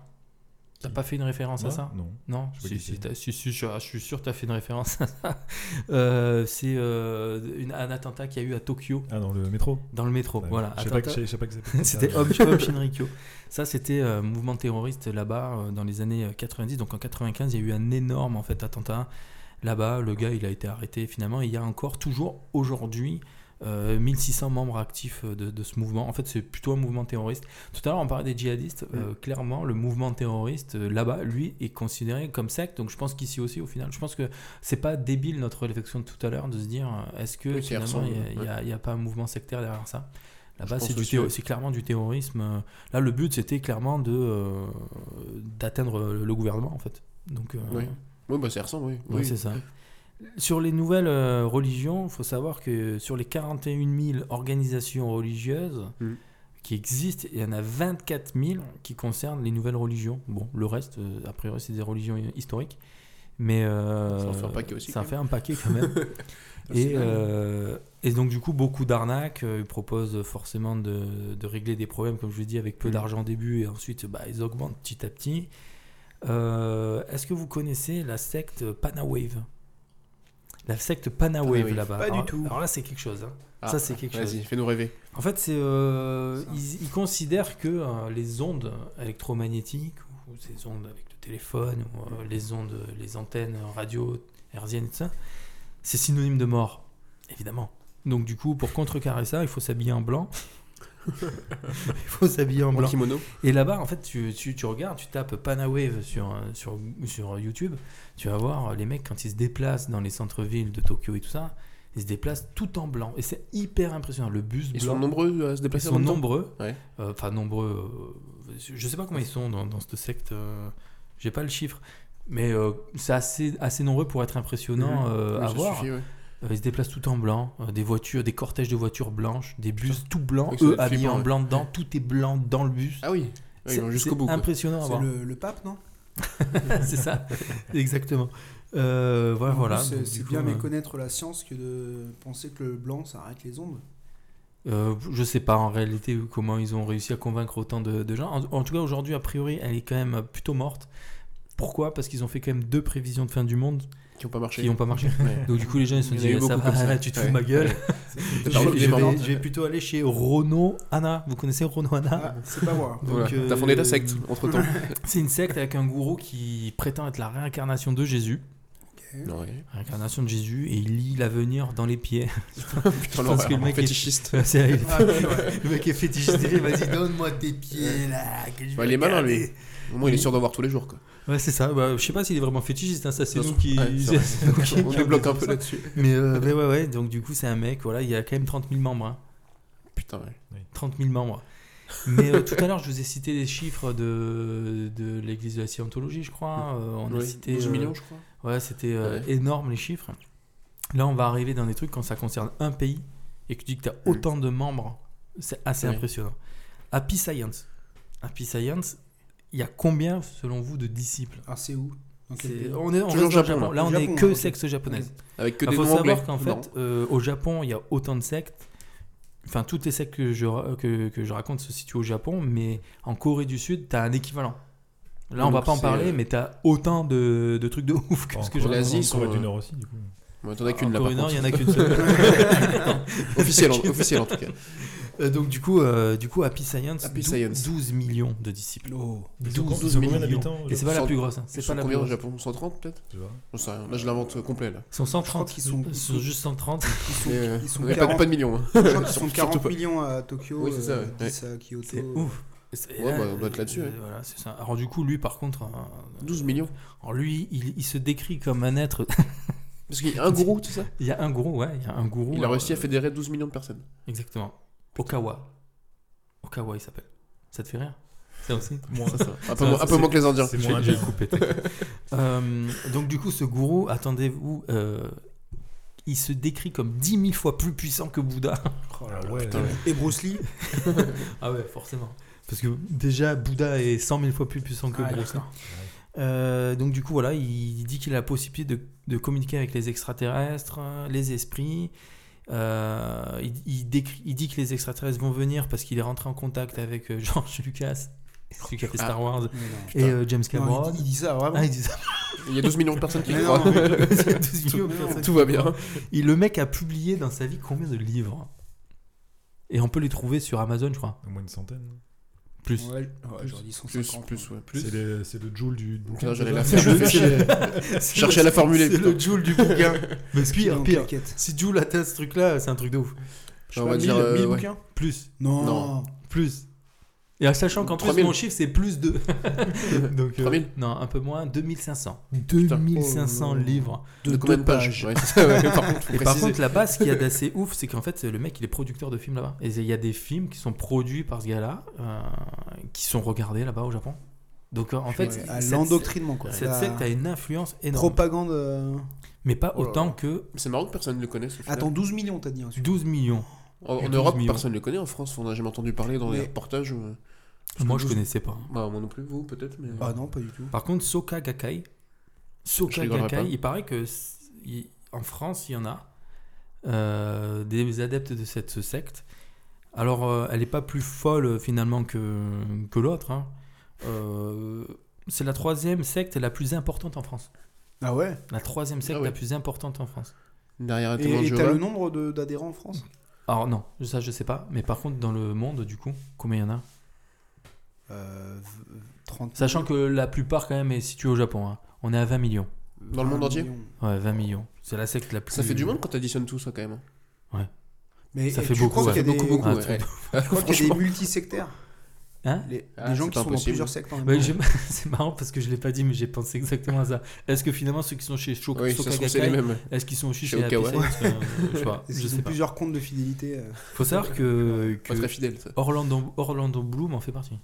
S2: T'as
S5: Qui
S2: pas fait une référence à
S5: Moi
S2: ça
S5: Non.
S2: Non
S5: Je sais pas
S2: si,
S5: qui
S2: si,
S5: c'est.
S2: t'as- si, si, je, je suis sûr que t'as fait une référence à ça. Euh, c'est euh, une- un attentat qu'il y a eu à Tokyo,
S5: Ah, dans le métro
S2: dans le métro.
S5: Ouais.
S2: Voilà,
S5: Je sais pas, que-
S2: attentat-
S5: je sais pas
S2: (laughs)
S5: que c'est.
S2: c'était Homme, Homme Shinrikyo. Ça, c'était euh, mouvement terroriste là-bas euh, dans les années euh, 90. Donc en 95, il y a eu un énorme en fait attentat là-bas. Le gars, il a été arrêté finalement. Et il y a encore toujours aujourd'hui euh, 1600 membres actifs euh, de, de ce mouvement. En fait, c'est plutôt un mouvement terroriste. Tout à l'heure, on parlait des djihadistes. Euh, clairement, le mouvement terroriste, euh, là-bas, lui, est considéré comme secte. Donc, je pense qu'ici aussi, au final, je pense que c'est pas débile notre réflexion de tout à l'heure de se dire euh, est-ce que
S3: Oui, ça y
S2: finalement, il n'y a,
S3: ressemble,
S2: il y a- il y a pas un mouvement sectaire derrière ça Là-bas,
S3: Je pense
S2: c'est, du
S3: aussi,
S2: théo-
S3: ouais.
S2: c'est clairement du terrorisme. euh, Là, le but, c'était clairement de, euh, d'atteindre le gouvernement, en fait. Donc, euh,
S3: Oui. Oui, bah ça ressemble, oui.
S2: Ouais,
S3: Oui.
S2: c'est ça. Sur les nouvelles euh, religions, il faut savoir que sur les 41 000 organisations religieuses
S3: Mm.
S2: qui existent, il y en a 24 000 qui concernent les nouvelles religions. Bon, le reste, euh, a priori, c'est des religions hi- historiques. Mais euh,
S3: Ça en fait un paquet aussi,
S2: Ça en
S3: quand
S2: fait un paquet quand
S3: (laughs)
S2: même. et, euh, et donc, du coup, beaucoup d'arnaques. euh, Ils proposent forcément de, de régler des problèmes, comme je vous dis, avec peu
S3: Mm.
S2: d'argent au début et ensuite bah, ils augmentent petit à petit. Euh, Est-ce que vous connaissez la secte Panawave La secte Panawave
S3: Panawave,
S2: là-bas.
S4: pas du
S2: Alors-
S4: tout.
S2: Alors là, c'est quelque chose. hein.
S3: Ah,
S2: ça, c'est quelque chose.
S3: Vas-y, fais-nous rêver.
S2: En fait, c'est euh,
S4: Ça.
S2: ils, ils considèrent que euh, les ondes électromagnétiques ou ces ondes avec le téléphone ou euh, les ondes, les antennes radio hertziennes et tout ça, c'est synonyme de mort, évidemment. Donc du coup, pour contrecarrer ça, il faut s'habiller en
S4: (laughs)
S2: blanc. il faut s'habiller en
S3: En
S2: blanc.
S3: kimono.
S2: Et là-bas, en fait, tu, tu, tu regardes, tu tapes Panawave sur, euh, sur, sur YouTube, tu vas voir euh, les mecs quand ils se déplacent dans les centres-villes de Tokyo et tout ça, ils se déplacent tout en blanc. Et c'est hyper impressionnant. Le bus
S3: Ils
S2: blanc.
S3: sont nombreux à se
S2: Ils
S3: déplacer en
S2: sont
S3: même temps
S2: nombreux.
S3: Ouais.
S2: Euh, Enfin, nombreux. euh, je sais pas combien ils sont dans, dans cette secte. euh, J'ai pas le chiffre. Mais euh, c'est assez, assez nombreux pour être impressionnant euh,
S3: Mmh. Oui,
S2: à
S3: ça
S2: voir.
S3: suffit, ouais.
S2: Euh, ils se déplacent tout en blanc, euh, des voitures, des cortèges de voitures blanches, des bus tout blancs,
S3: Oui, ça doit
S2: eux
S3: être
S2: habillés
S3: flippant,
S2: en
S3: ouais.
S2: blanc dedans, tout est blanc dans le bus.
S3: Ah oui, Ouais, ils
S2: C'est
S3: vont jusqu'au bout.
S2: c'est
S3: quoi.
S2: impressionnant à
S4: C'est
S2: voir.
S4: le, le pape, non
S2: (laughs) c'est
S3: (laughs)
S2: ça, exactement. Euh, voilà,
S4: En plus,
S2: voilà.
S4: C'est
S2: Donc,
S4: c'est
S2: du
S4: bien
S2: coup, euh,
S4: méconnaître la science que de penser que le blanc, ça arrête les ondes.
S2: euh, je sais pas en réalité comment ils ont réussi à convaincre autant de, de gens. En, en tout cas, aujourd'hui, a priori, elle est quand même plutôt morte. Pourquoi Parce qu'ils ont fait quand même deux prévisions de fin du monde
S3: Qui n'ont pas marché.
S2: qui
S3: (laughs)
S2: n'ont pas marché.
S3: Ouais.
S2: Donc du coup, les gens ils se sont
S3: Il y en a eu
S2: dit, Ah, ça
S3: beaucoup
S2: va,
S3: comme ça.
S2: là, (laughs) tu te fous de
S3: Ouais.
S2: ma
S3: (laughs)
S2: gueule. Je,
S3: Dans
S2: je
S3: le
S2: vais,
S3: démarrant.
S2: je vais plutôt aller chez Renault Anna. Vous connaissez Renault Anna
S4: Ah, c'est pas moi.
S2: Donc,
S3: Voilà.
S2: euh,
S3: T'as fondé ta secte
S2: (laughs)
S3: entre temps.
S2: C'est une secte avec un gourou qui prétend être la réincarnation de Jésus.
S3: ouais.
S2: Réincarnation de Jésus et il lit l'avenir dans les pieds.
S3: Putain,
S2: pense
S3: l'horreur.
S2: que le mec est-
S3: fétichiste.
S2: (laughs) Ouais, (laughs) c'est-
S4: Ah,
S3: (laughs)
S2: le mec est fétichiste, il dit, vas-y
S4: (laughs)
S2: donne-moi tes pieds là. que je
S3: Bah,
S2: vais
S3: il est malin,
S2: regarder.
S3: lui. Au moins, il est sûr d'en voir tous les jours. Quoi.
S2: Ouais, c'est ça. Bah, je sais pas s'il est vraiment fétichiste, hein, ça c'est
S3: Ça se
S2: nous (laughs)
S3: trouve-
S2: qui.
S3: ouais, c'est vrai.
S2: c'est nous qui-
S3: On débloque un peu là-dessus.
S2: Mais euh, ouais, ouais, ouais, donc du coup, c'est un mec, voilà, il y a quand même 30 000 membres. hein.
S3: Putain, ouais.
S2: 30 000 membres. Mais euh, tout à l'heure, je vous ai cité les chiffres de, de l'église de la Scientologie, je crois. Euh, on a
S3: Ouais,
S2: cité.
S3: 12
S2: euh,
S3: millions, je crois.
S2: Ouais, c'était euh,
S3: Ouais.
S2: énorme les chiffres. Là, on va arriver dans des trucs quand ça concerne un pays et que tu dis que tu as
S3: Mm.
S2: autant de membres, c'est assez
S3: Ouais.
S2: impressionnant. Happy Science. Happy Science, il y a combien, selon vous, de disciples
S4: Ah, c'est où Dans quel
S2: C'est-
S4: pays
S2: on est, on
S3: Toujours
S2: reste dans le
S3: Japon,
S2: Japon.
S3: là.
S2: Là, on
S4: Japon,
S2: est que
S4: ok.
S2: secte japonaise.
S3: Avec que
S2: Il
S3: des
S2: Bah, faut
S3: noms anglais.
S2: savoir qu'en
S3: Non.
S2: fait, euh, au Japon, il y a autant de sectes. Enfin, toutes les sectes que je, ra- que, que je raconte se situent au Japon, mais en Corée du Sud, tu as un équivalent. Là, on
S3: Donc,
S2: va pas en
S3: c'est,
S2: parler,
S3: euh,
S2: mais tu as autant de, de trucs de ouf que ce que je raconte.
S3: Corée, l'Asie, ils
S5: Asie,
S3: sont,
S5: on va
S3: euh,
S5: du Nord aussi, du coup.
S3: Bon, t'en as qu'une
S2: En
S3: là,
S2: Corée
S3: par
S2: du Nord, il
S3: contre.
S2: y en a qu'une seule.
S3: Officielle, en- officielle, en tout cas.
S2: (laughs) Euh, donc du coup, euh, du coup, Happy Science,
S3: Happy
S2: dou-
S3: Science. Oh.
S2: 12 millions de disciples.
S5: Ils ont combien- ils ont combien d'habitants au
S2: Et c'est pas la
S3: Cent-
S2: plus grosse. hein,
S3: Ils
S2: C'est pas
S3: sont
S2: la plus
S3: combien au
S2: grosse.
S3: Japon 130 peut-être
S5: Je sais pas.
S3: J'en sais rien. Là, je l'invente euh, complet. Là.
S2: Ils sont 130.
S4: qu'ils sont-
S2: Ils sont juste
S3: (laughs)
S2: 130.
S4: Ils sont,
S3: Mais, euh,
S4: ils sont
S3: on est pas-
S4: 40,
S3: pas, de millions. hein. (laughs)
S4: je crois qu'ils
S3: Ils
S4: sont
S3: sont
S4: 40
S3: surtout pas-
S4: millions à Tokyo,
S3: Oui, c'est ça,
S4: euh,
S3: ouais.
S4: 10 à Kyoto.
S2: C'est ouf. Et
S3: Ouais, bah, on doit être là-dessus, ouais.
S2: Voilà, c'est ça. Alors du coup, lui, par contre, euh,
S3: 12 millions.
S2: alors, lui, il, il se décrit comme un être. (laughs)
S3: Parce qu'il y a un gourou, tu sais.
S2: il y a un gourou, ouais, il y a un gourou.
S3: Il a
S2: alors,
S3: réussi à
S2: euh,
S3: fédérer 12 millions de personnes.
S2: Exactement. Okawa. Okawa, il s'appelle. Ça te fait rire Ça aussi
S3: Ça, ça va. Un peu
S2: Ça,
S3: moins- un peu
S2: c'est-
S3: moins que les Indiens.
S5: C'est
S2: Je
S5: moins
S2: vais- je
S5: bien.
S2: vais couper, t'inquiète. Euh, donc du coup, ce gourou, attendez-vous, euh, il se décrit comme 10 000 fois plus puissant que Bouddha.
S5: Oh là, ouais,
S3: putain,
S5: ouais.
S4: Et Bruce Lee
S2: Ah ouais, forcément. Parce que déjà, Bouddha est 100 000 fois plus puissant que
S4: Ah,
S2: Bruce.
S4: d'accord.
S2: Euh, donc du coup, voilà, il dit qu'il a la possibilité de, de communiquer avec les extraterrestres, les esprits. Euh, il, il décrit- il dit que les extraterrestres vont venir parce qu'il est rentré en contact avec euh, (laughs) George Lucas, celui qui a fait
S3: Ah.
S2: Star Wars,
S4: Mais non.
S2: et euh, James Cameron.
S4: Non, il, il dit ça, vraiment.
S2: Ah, il dit ça.
S3: Il y a 12 millions de personnes qui
S4: Mais
S3: le
S4: non,
S3: croient.
S2: (laughs)
S4: mais-
S2: Tout-
S4: personnes
S3: Tout va bien.
S2: hein. Et le mec a publié dans sa vie combien de livres Et on peut les trouver sur Amazon, je crois.
S5: Au moins une centaine.
S2: Plus.
S4: Ouais, ouais, j'aurais dit
S3: Plus,
S4: 150.
S3: plus, ouais.
S5: C'est le, c'est le Joule du du bouquin.
S3: Putain, j'allais la
S4: C'est
S3: faire.
S5: (laughs)
S2: (laughs)
S4: le-
S3: Chercher à la formuler.
S2: C'est
S3: putain.
S2: le Joule du bouquin. Mais pire,
S4: Non,
S2: pire.
S4: t'inquiète.
S2: Si Joule atteint ce truc-là, c'est un truc de ouf.
S4: Je sais
S3: Bah, On
S4: pas,
S3: va
S4: 1000,
S3: dire, euh,
S4: 1000
S3: ouais.
S4: bouquins
S2: Plus,
S4: Non.
S3: Non.
S2: plus. Et en sachant qu'en plus,
S3: 3000.
S2: mon chiffre, c'est plus
S3: (laughs)
S2: 2. Donc, euh,
S3: 3000.
S2: non, un peu moins, 2500.
S3: Putain. Oh.
S2: 2500 livres.
S3: De combien de pages Ouais, c'est ça, ouais. Par contre, faut
S2: Et par
S3: préciser.
S2: contre, là-bas, ce qu'il y a d'assez ouf, c'est qu'en fait, le mec, il est producteur de films là-bas. Et il y a des films qui sont produits par ce gars-là, euh, qui sont regardés là-bas au Japon. Donc, euh, en fait,
S4: Ouais, à
S2: cette-
S4: l'endoctrinement quoi.
S2: Cette
S4: La
S2: secte a une influence énorme.
S4: propagande. euh,
S2: Mais pas
S3: Oh là
S2: autant
S3: là.
S2: que
S3: c'est marrant que personne ne le connaisse. au final.
S4: Attends, 12 millions t'as dit. hein, celui-là.
S2: 12 millions.
S3: En, en
S2: 12
S3: Europe,
S2: millions.
S3: personne ne le connaît. En France, on n'a jamais entendu parler dans les
S4: Mais-
S3: reportages. ou- euh,
S2: Moi, je
S4: 12
S2: connaissais pas.
S3: Bah, moi non plus, vous peut-être, mais.
S4: Ah non, pas du tout.
S2: Par contre, Soka Gakkai.
S3: Je
S2: Soka
S3: rigolerais
S2: Gakkai,
S3: pas.
S2: il paraît que c- il- en France, il y en a euh, des adeptes de cette secte. Alors, euh, elle n'est pas plus folle euh, finalement que, que l'autre. hein. Euh, c'est la troisième secte la plus importante en France.
S4: Ah ouais
S2: La troisième secte
S3: Ah ouais.
S2: la plus importante en France.
S3: Derrière les témoins
S4: Et
S3: de
S4: et t'as
S3: Jéhovah.
S4: le nombre de- d'adhérents en France
S2: Alors, non, ça je sais pas. Mais par contre, dans le monde, du coup, combien il y en a
S4: euh, v- 30
S2: Sachant que la plupart, quand même, est située au Japon. hein. On est à 20 millions.
S3: Dans le monde
S4: 20
S3: entier
S4: millions.
S2: Ouais, 20 millions. C'est la secte la plus.
S3: Ça fait du monde quand t'additionnes tout ça quand même.
S4: Mais
S2: Ça
S4: et
S2: fait
S4: tu
S2: beaucoup,
S4: crois
S2: ouais.
S4: qu'il y a
S3: beaucoup,
S4: des-
S3: beaucoup.
S2: Ah,
S3: ouais.
S2: c'est-
S3: Ouais,
S4: Je crois qu'il y a
S3: franchement.
S4: des multisectaires.
S2: Hein
S4: Les, des
S3: Ah,
S4: gens
S3: c'est
S4: qui sont dans
S3: impossible.
S4: plusieurs sectes en même
S2: Ouais,
S4: temps.
S2: Bah, j'ai- (laughs) c'est marrant parce que je l'ai pas dit, mais j'ai pensé exactement à ça. Est-ce que finalement ceux qui sont chez Shok-
S3: Oui, ça se
S2: Soka
S3: trouve, c'est les
S2: Gakkai,
S3: mêmes.
S2: est-ce qu'ils sont aussi
S3: Chez
S2: chez Happy
S3: Okawa.
S2: Sense, euh, je sais pas.
S4: Ils
S2: Je
S4: ont
S2: sais pas.
S4: plusieurs comptes de fidélité euh,
S2: Faut savoir que, que
S3: Pas très fidèle, ça.
S2: Orlando, Orlando Bloom en fait partie.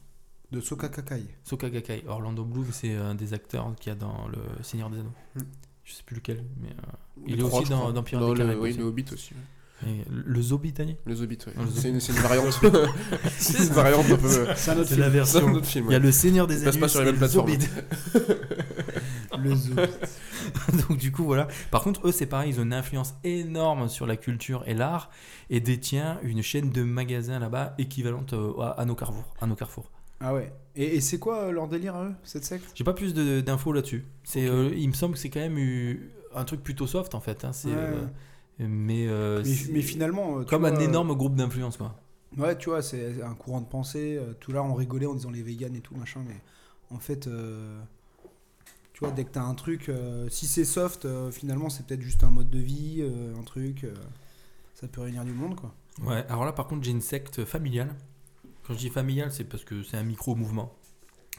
S4: de Soka Kakai.
S2: Soka Gakkai. Orlando Bloom, c'est un des acteurs qu'il y a dans Le Seigneur des Anneaux.
S3: Hmm.
S2: Je sais plus lequel, mais euh,
S3: Le
S2: il est
S3: trois,
S2: aussi
S3: je
S2: dans-
S3: crois.
S2: dans Pierre des
S3: le-
S2: Caraïbes
S3: Oui,
S2: aussi.
S3: le Hobbit aussi. ouais.
S2: et le zombie
S3: (laughs)
S2: Tani.
S3: Les Hobbits, oui.
S2: Ah, le
S3: C'est
S2: Hobbit.
S3: une, c'est une variante. (laughs) c'est une variante un peu.
S4: C'est un autre
S2: C'est la
S4: film.
S3: C'est un
S2: version.
S3: autre film.
S2: Il y a
S3: (laughs) ouais.
S2: le Seigneur des
S3: Il passe
S2: Anneaux
S3: pas sur les
S2: et
S3: mêmes
S2: le
S3: plateformes.
S2: zombie
S4: Le zoo.
S2: (laughs) Donc du coup voilà. Par contre eux c'est pareil, ils ont une influence énorme sur la culture et l'art et détient une chaîne de magasins là-bas équivalente euh, à, à nos carrefours. À nos carrefours.
S4: Ah ouais. Et, et c'est quoi euh, leur délire à eux, cette secte
S2: J'ai pas plus de- d'infos là-dessus. C'est euh, il me semble que c'est quand même eu un truc plutôt soft en fait. hein. C'est,
S4: Ouais.
S2: euh, mais euh,
S4: mais,
S2: c'est
S4: mais finalement. euh, tu
S2: comme un
S4: vois, euh,
S2: énorme groupe d'influence quoi.
S4: Ouais, tu vois, c'est un courant de pensée. euh, Tout là, on rigolait en disant les véganes et tout, machin, mais en fait, euh, tu vois, dès que t'as un truc, euh, si c'est soft, euh, finalement, c'est peut-être juste un mode de vie, euh, un truc, euh, ça peut réunir du monde, quoi.
S2: Ouais. Alors là par contre j'ai une secte familiale. Quand je dis familiale c'est parce que c'est un micro mouvement.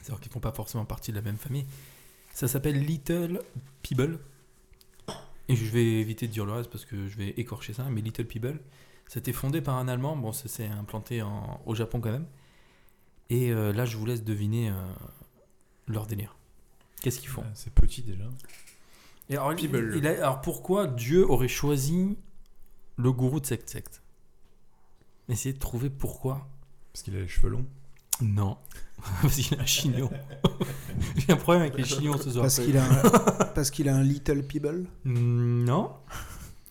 S2: C'est-à-dire qu'ils font pas forcément partie de la même famille. Ça s'appelle Little People. Et je vais éviter de dire le reste parce que je vais écorcher ça, mais Little People, c'était fondé par un Allemand, bon, ça s'est implanté en- au Japon quand même. Et euh, là, je vous laisse deviner euh, leur délire. Qu'est-ce qu'ils font
S5: Ouais, Ah, C'est petit déjà.
S2: Et alors, il-
S3: People.
S2: il a- alors, pourquoi Dieu aurait choisi le gourou de cette secte Essayez de trouver pourquoi.
S5: Parce qu'il a les cheveux longs.
S2: Non. (laughs) Parce qu'il a un chignon. J'ai un problème avec les chignons ce soir.
S4: Parce qu'il a, un- (laughs) parce qu'il a un little people.
S2: Mm, Non.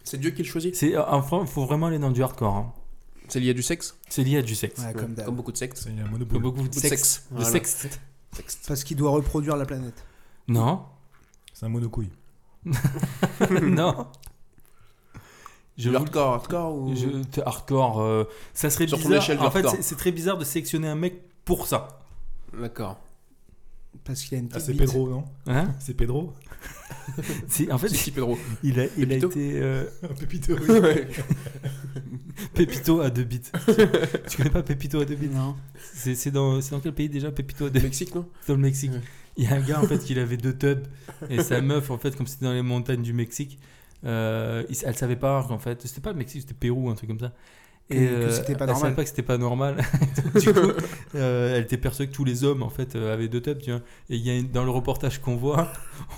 S3: C'est Dieu qui le choisit.
S2: C'est enfin, faut vraiment aller dans du hardcore. hein.
S3: C'est lié à du sexe.
S2: C'est lié à du sexe.
S4: Ouais, Ah, comme d'hab.
S3: beaucoup de sexe.
S5: C'est un
S2: Comme
S5: monopole.
S2: beaucoup de
S3: de
S2: sexe.
S3: sexe.
S2: De
S3: Voilà.
S2: sexe.
S4: Parce qu'il doit reproduire la planète.
S2: Non,
S5: C'est un monocouille.
S2: non. Je,
S3: Je hardcore, hardcore ou.
S2: je- t- hardcore. euh, ça serait
S3: Sur ton
S2: bizarre.
S3: échelle de
S2: en fait,
S3: hardcore.
S2: c'est- c'est très bizarre de sélectionner un mec pour ça.
S3: D'accord.
S4: Parce qu'il a une
S5: Ah,
S4: petite
S5: c'est
S4: bite.
S5: Pedro, non
S2: Hein
S5: C'est Pedro (laughs)
S2: C'est- en fait,
S3: C'est qui Pedro
S2: il a, il a
S3: Pépito
S2: été euh,
S5: Pépito,
S3: (laughs)
S5: oui.
S3: Ouais.
S2: Pépito à deux bits. tu connais pas Pépito à deux bits
S4: Non.
S2: C'est c'est dans, c'est dans quel pays déjà Pépito à deux bits
S3: Mexique, non
S2: Dans le Mexique.
S3: Ouais.
S2: Il y a un gars en fait
S4: (laughs)
S2: qui avait deux tubs et sa meuf en fait comme c'était dans les montagnes du Mexique, euh, il- elle savait pas qu'en fait c'était pas le Mexique c'était Pérou un truc comme ça. euh,
S4: Que- que c'était pas
S2: elle savait
S4: normal.
S2: pas que c'était pas
S4: (laughs)
S2: normal. (laughs) du coup, euh, elle était persuadée que tous les hommes en fait euh, avaient deux tubs, tu vois. Et il y a une- dans le reportage qu'on voit,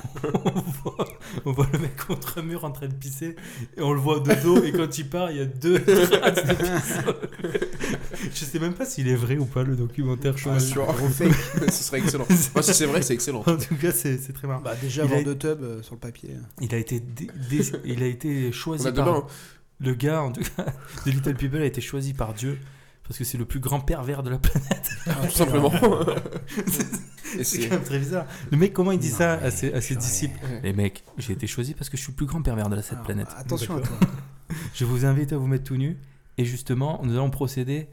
S2: (laughs) on voit, on voit le mec contre un mur en train de pisser et on le voit de dos et quand il part, il y a deux (laughs) traces de
S4: (laughs)
S2: pisse. Je sais même pas s'il est vrai ou pas le documentaire. je (laughs)
S3: Ah,
S2: sais pas.
S3: sûr. (laughs) Ce serait excellent. Moi, si c'est vrai, c'est
S2: (laughs)
S3: excellent.
S2: En tout cas, c'est c'est très marrant.
S4: Bah, déjà,
S2: Il
S4: avoir
S2: a-
S4: deux tubs euh, sur le papier.
S2: Il a été, dé- dé- il a été
S3: On
S2: choisi
S3: a
S2: par
S3: demain. hein.
S2: le gars, en tout cas, de Little People a été choisi par Dieu parce que c'est le plus grand pervers de la planète.
S3: Tout simplement.
S2: C'est
S3: Et c'est.
S2: quand même très bizarre. Le mec, comment il dit
S4: Non,
S2: ça
S4: mais
S2: à ses, à ses
S4: purée.
S2: disciples Ah.
S3: Ouais.
S2: Les mecs, j'ai été choisi parce que je suis le plus grand pervers de la- cette
S4: Alors,
S2: planète.
S4: Attention à toi.
S2: Je vous invite à vous mettre tout nu et justement, nous allons procéder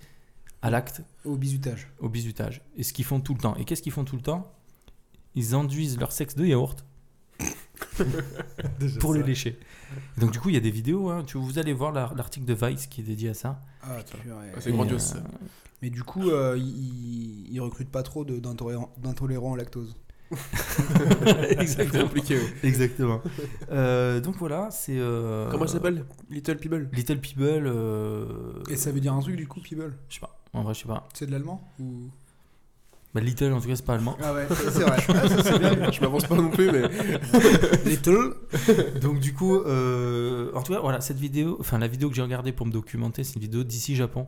S2: à l'acte,
S4: Au bisutage.
S2: au bisutage. Et ce qu'ils font tout le temps. Et qu'est-ce qu'ils font tout le temps Ils enduisent leur sexe de yaourt pour le lécher. Et donc du coup, il y a des vidéos. hein. Tu, vous allez voir la- l'article de Vice qui est dédié à ça.
S4: Ah, purée.
S3: Ah, c'est
S2: Et,
S3: grandiose. ça.
S2: euh,
S4: Mais du coup, euh, ils ils recrutent pas trop de- d'intolérants d'intolérants au lactose.
S3: (laughs) C'est
S2: Exactement.
S3: compliqué. ouais.
S2: Exactement. Euh, donc voilà, c'est. euh,
S3: Comment ça s'appelle Little People.
S2: Little People. euh,
S4: Et ça veut dire un truc du coup, People
S2: Je sais pas. En vrai, je sais pas.
S4: C'est de l'allemand ou...
S2: Bah, Little, en tout cas, c'est pas
S4: (laughs)
S2: allemand.
S4: Ah ouais, c'est vrai.
S3: (laughs)
S4: Ah, ça, c'est bien.
S3: Je m'avance pas non plus, mais.
S4: Little.
S2: Donc du coup, euh, en tout cas, voilà, cette vidéo, enfin la vidéo que j'ai regardée pour me documenter, c'est une vidéo d'ici Japon.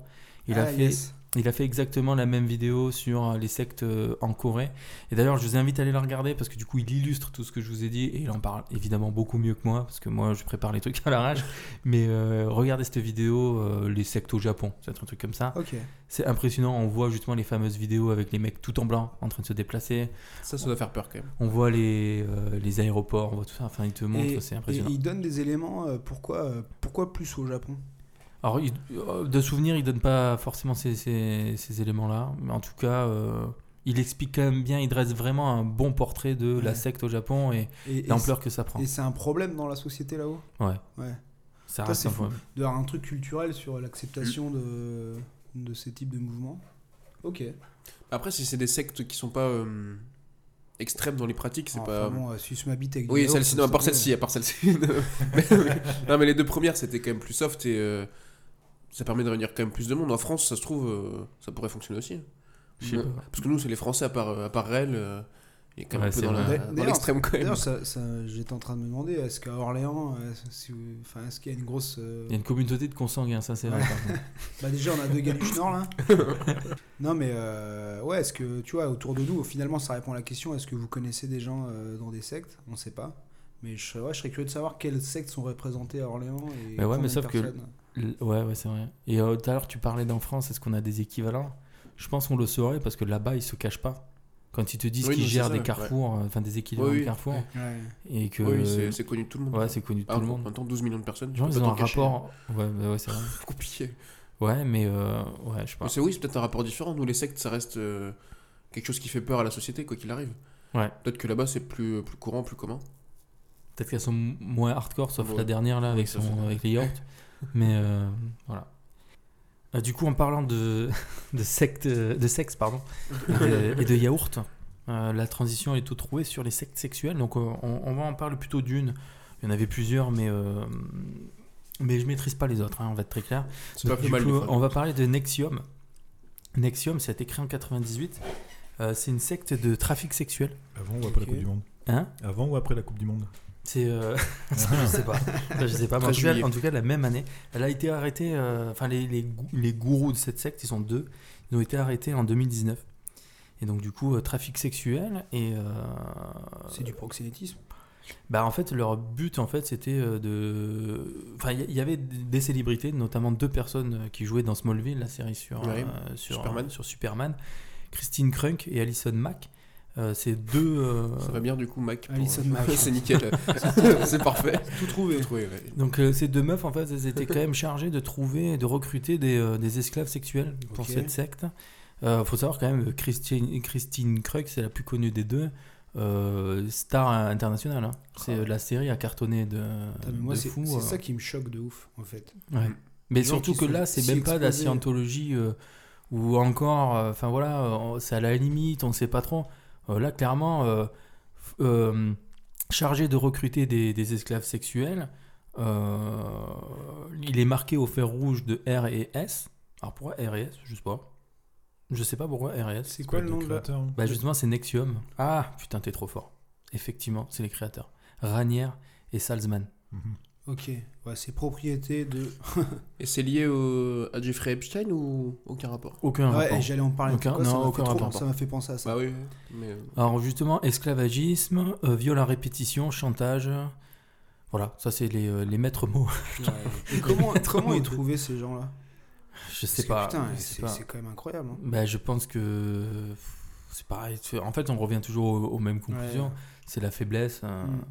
S2: Il, a
S4: Ah,
S2: fait,
S4: yes.
S2: il a fait exactement la même vidéo sur euh, les sectes euh, en Corée. Et d'ailleurs, je vous invite à aller la regarder parce que du coup, il illustre tout ce que je vous ai dit et il en parle évidemment beaucoup mieux que moi parce que moi, je prépare les trucs à l'arrache. Mais euh, regardez cette vidéo, euh, les sectes au Japon, c'est un truc comme ça.
S4: Ok.
S2: C'est impressionnant, on voit justement les fameuses vidéos avec les mecs tout en blanc en train de se déplacer.
S3: Ça, ça doit faire peur quand même.
S2: On voit les, euh, les aéroports, on voit tout ça. Enfin, il te montre,
S4: Et-
S2: c'est
S4: Et
S2: impressionnant.
S4: ils donnent des éléments euh, pourquoi, euh, pourquoi plus au Japon
S2: Alors, il- euh, de souvenir, il donne pas forcément ces, ces- ces éléments-là. Mais en tout cas, euh, il explique quand même bien, il dresse vraiment un bon portrait de la
S4: Ouais.
S2: secte au Japon et
S4: Et- et
S2: l'ampleur que ça prend.
S4: c'est- Et c'est un problème dans la société là-haut
S2: Ouais.
S4: Ouais.
S2: Ça
S4: Ça,
S2: reste
S4: c'est
S2: un
S4: fou.
S2: problème.
S4: D'avoir un truc culturel sur l'acceptation de, de ces types de mouvements. Ok.
S3: Après, si c'est des sectes qui sont pas euh, extrêmes dans les pratiques, c'est
S4: Alors,
S3: pas.
S4: enfin bon, euh, suce ma bite avec du
S3: Oui,
S4: yaourt,
S3: celle-ci, non, à
S4: ça,
S3: part
S4: c'est-
S3: celle-ci, à part celle-ci. (laughs) non, mais- non, mais les deux premières, c'était quand même plus soft et euh, ça permet de réunir quand même plus de monde. En France, ça se trouve, euh, ça pourrait fonctionner aussi.
S2: Je sais
S3: Ouais.
S2: pas.
S3: Parce que nous, c'est les Français, à part, euh, à part Rennes, euh, il y a quand
S2: Ouais,
S3: même un peu
S2: c'est
S3: dans
S2: vrai.
S3: la-
S4: D'ailleurs,
S3: dans l'extrême quand même.
S4: D'ailleurs, ça- ça- j'étais en train de me demander, est-ce qu'à Orléans, euh, si vous- enfin, est-ce qu'il y a une grosse... euh,
S2: Il y a une communauté de consanguins, ça c'est vrai.
S4: Ouais.
S2: par
S3: (laughs)
S2: contre.
S4: Bah déjà, on a deux galuches
S2: (laughs)
S4: nord, là. non, mais euh, ouais, est-ce que, tu vois, autour de nous, finalement, ça répond à la question, est-ce que vous connaissez des gens euh, dans des sectes On sait pas. Mais je, serais- ouais, je serais curieux de savoir quelles sectes sont représentées à Orléans. Et
S2: Mais ouais, mais
S4: combien de
S2: sauf que-
S4: personnes.
S2: L- Ouais, ouais, c'est vrai. Et euh, tout à l'heure, tu parlais d'en France, est-ce qu'on a des équivalents Je pense qu'on le saurait parce que là-bas, ils se cachent pas. Quand ils te disent
S3: Oui,
S2: qu'ils
S3: non, c'est
S2: gèrent
S3: ça,
S2: des
S3: ouais.
S2: carrefours, euh, enfin des équilibres
S3: Oui,
S2: de
S3: oui,
S2: carrefours,
S3: ouais.
S4: Ouais.
S2: et que.
S3: Oui, c'est- c'est connu de tout le monde.
S2: ouais, c'est connu de
S3: Ah,
S2: tout le monde.
S3: En même temps, 12 millions de personnes. tu
S2: Genre,
S3: peux
S2: ils
S3: pas
S2: ont
S3: t'en
S2: un
S3: cacher. hein.
S2: rapport. Ouais, bah ouais, c'est vrai.
S3: compliqué.
S2: Ouais, mais euh, ouais, je sais pas.
S3: Mais c'est oui, c'est peut-être un rapport différent. Nous, les sectes, ça reste euh, quelque chose qui fait peur à la société, quoi qu'il arrive.
S2: Ouais.
S3: Peut-être que là-bas, c'est plus, plus courant, plus commun.
S2: Peut-être qu'elles sont m- moins hardcore, sauf
S3: Ouais.
S2: la dernière là avec,
S3: sauf
S2: son-
S3: la-
S2: avec les
S3: (laughs)
S2: yaourts. mais euh, voilà. Euh, du coup, en parlant de, (laughs) de, secte, de sexe pardon, et
S3: (laughs)
S2: de, et de yaourt, euh, la transition est tout trouvée sur les sectes sexuelles. Donc, euh, on, on va en parler plutôt d'une. Il y en avait plusieurs, mais, euh, mais je maîtrise pas les autres, hein, on va être très clair.
S3: C'est
S2: Donc,
S3: pas plus
S2: du
S3: mal.
S2: coup,
S3: des fois.
S2: on va parler de Nexium. Nexium, ça a été créé en 98. Euh, c'est une secte de trafic sexuel.
S5: Avant ou
S4: Ok.
S5: après la Coupe du Monde
S2: Hein
S5: Avant ou après la Coupe du Monde
S2: C'est. euh, (laughs) ça, je
S3: (laughs)
S2: sais pas. Ça, je sais pas. mais en,
S3: Très
S2: tout cas,
S3: juillet.
S2: en tout cas, la même année, elle a été arrêtée. euh, Enfin, les, les, gou- les gourous de cette secte, ils sont deux. Ils ont été arrêtés en 2019. Et donc, du coup, euh, trafic sexuel. Et. euh,
S4: C'est du proxénétisme.
S2: bah, en fait, leur but, en fait, c'était euh, de. Enfin, il y- il y avait des célébrités, notamment deux personnes euh, qui jouaient dans Smallville, la série sur,
S3: Ouais,
S2: euh, sur,
S3: Superman.
S2: sur Superman. Christine Crunk et Alison Mack. Euh, c'est deux. euh,
S3: Ça va bien, du coup, Mac. pour- euh,
S4: Alison
S3: (laughs)
S4: Mac.
S3: c'est nickel. C'est- c'est parfait.
S4: Tout trouvé.
S3: Tout trouvé, ouais.
S2: Donc euh, ces deux meufs, en fait, elles
S4: (laughs)
S2: étaient quand même chargées de trouver et de recruter des, euh, des esclaves sexuels pour
S4: Ok.
S2: cette secte. Euh, faut savoir quand même, Christine, Christine Krug, c'est la plus connue des deux, euh, star internationale. hein. C'est la série à cartonner de,
S4: Ah Putain, mais moi,
S2: de
S4: c'est
S2: fou.
S4: c'est
S2: euh.
S4: ça qui me choque de ouf, en fait.
S2: Ouais. Mais
S4: gens
S2: surtout
S4: qui
S2: que
S4: se-
S2: là, c'est
S4: s'y
S2: même pas de la
S4: exposaient.
S2: scientologie euh, ou encore, euh, enfin voilà, euh, on- c'est à la limite, on ne sait pas trop. Euh, là, clairement, euh, f- euh, chargé de recruter des, des esclaves sexuels, euh, il est marqué au fer rouge de R et S. Alors pourquoi R et S Je sais pas. Je sais pas pourquoi R et S.
S4: C'est quoi le nom de la...
S5: créateur hein
S2: Bah justement, c'est Nexium. Ah putain, t'es trop fort. Effectivement, c'est les créateurs. Ranière et Salzman.
S5: Mhm.
S4: Ok, ouais, c'est propriété de...
S3: Et c'est lié au- à Jeffrey Epstein ou aucun rapport
S2: Aucun
S4: ouais,
S2: rapport.
S4: et j'allais en parler.
S2: Aucun-
S4: Pourquoi ça
S2: non,
S4: m'a fait
S2: aucun
S4: trop-
S2: rapport.
S4: Ça m'a fait penser à ça.
S3: Bah oui, mais euh,
S2: Alors justement, esclavagisme, euh, viol à répétition, chantage. euh, Voilà, ça c'est les, euh, les maîtres mots. (laughs) Bah,
S4: Et comment, comment
S2: Comment
S4: ils
S2: on-
S4: trouvaient ces gens-là
S2: Je sais
S4: Parce que,
S2: pas.
S4: Putain,
S2: je sais
S4: c'est
S2: pas.
S4: c'est quand même incroyable. hein.
S2: Bah, je pense que pff, c'est pareil. tu- En fait, on revient toujours aux, aux mêmes conclusions.
S4: Ouais.
S2: C'est la faiblesse. euh,
S4: Mm.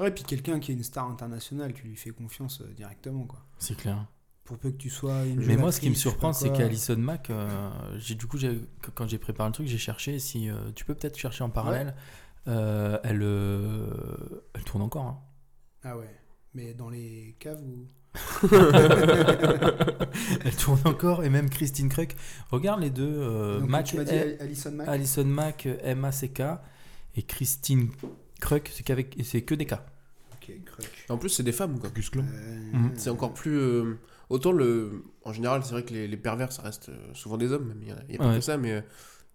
S4: Ouais, et puis quelqu'un qui est une star internationale, tu lui fais confiance euh, directement, quoi.
S2: C'est clair.
S4: Pour peu que tu sois une
S2: Mais moi, ce qui me
S4: actrice, je sais
S2: surprend,
S4: pas
S2: c'est
S4: quoi.
S2: qu'Alison Mack, euh, j'ai du coup, j'ai- qu- quand j'ai préparé le truc, j'ai cherché si euh, tu peux peut-être chercher en parallèle. euh, elle, euh, elle tourne encore. hein.
S4: Ah ouais. Mais dans les caves ou.
S2: (laughs) elle tourne encore et même Christine Cruck. Regarde les deux. euh,
S4: Donc,
S2: Mack,
S4: tu m'as dit
S2: elle-
S4: Alison Mack.
S2: Alison Mack, euh, M-A-C-K et Christine Cruck. C'est qu'avec, c'est que des cas.
S4: Ok, cruc.
S3: En plus, c'est des femmes, quoi.
S2: Mhm.
S3: C'est encore plus. euh, autant le. En général, c'est vrai que les, les pervers, ça reste euh, souvent des hommes, même il y a- il y a, pas
S2: Ouais.
S3: que ça, mais euh,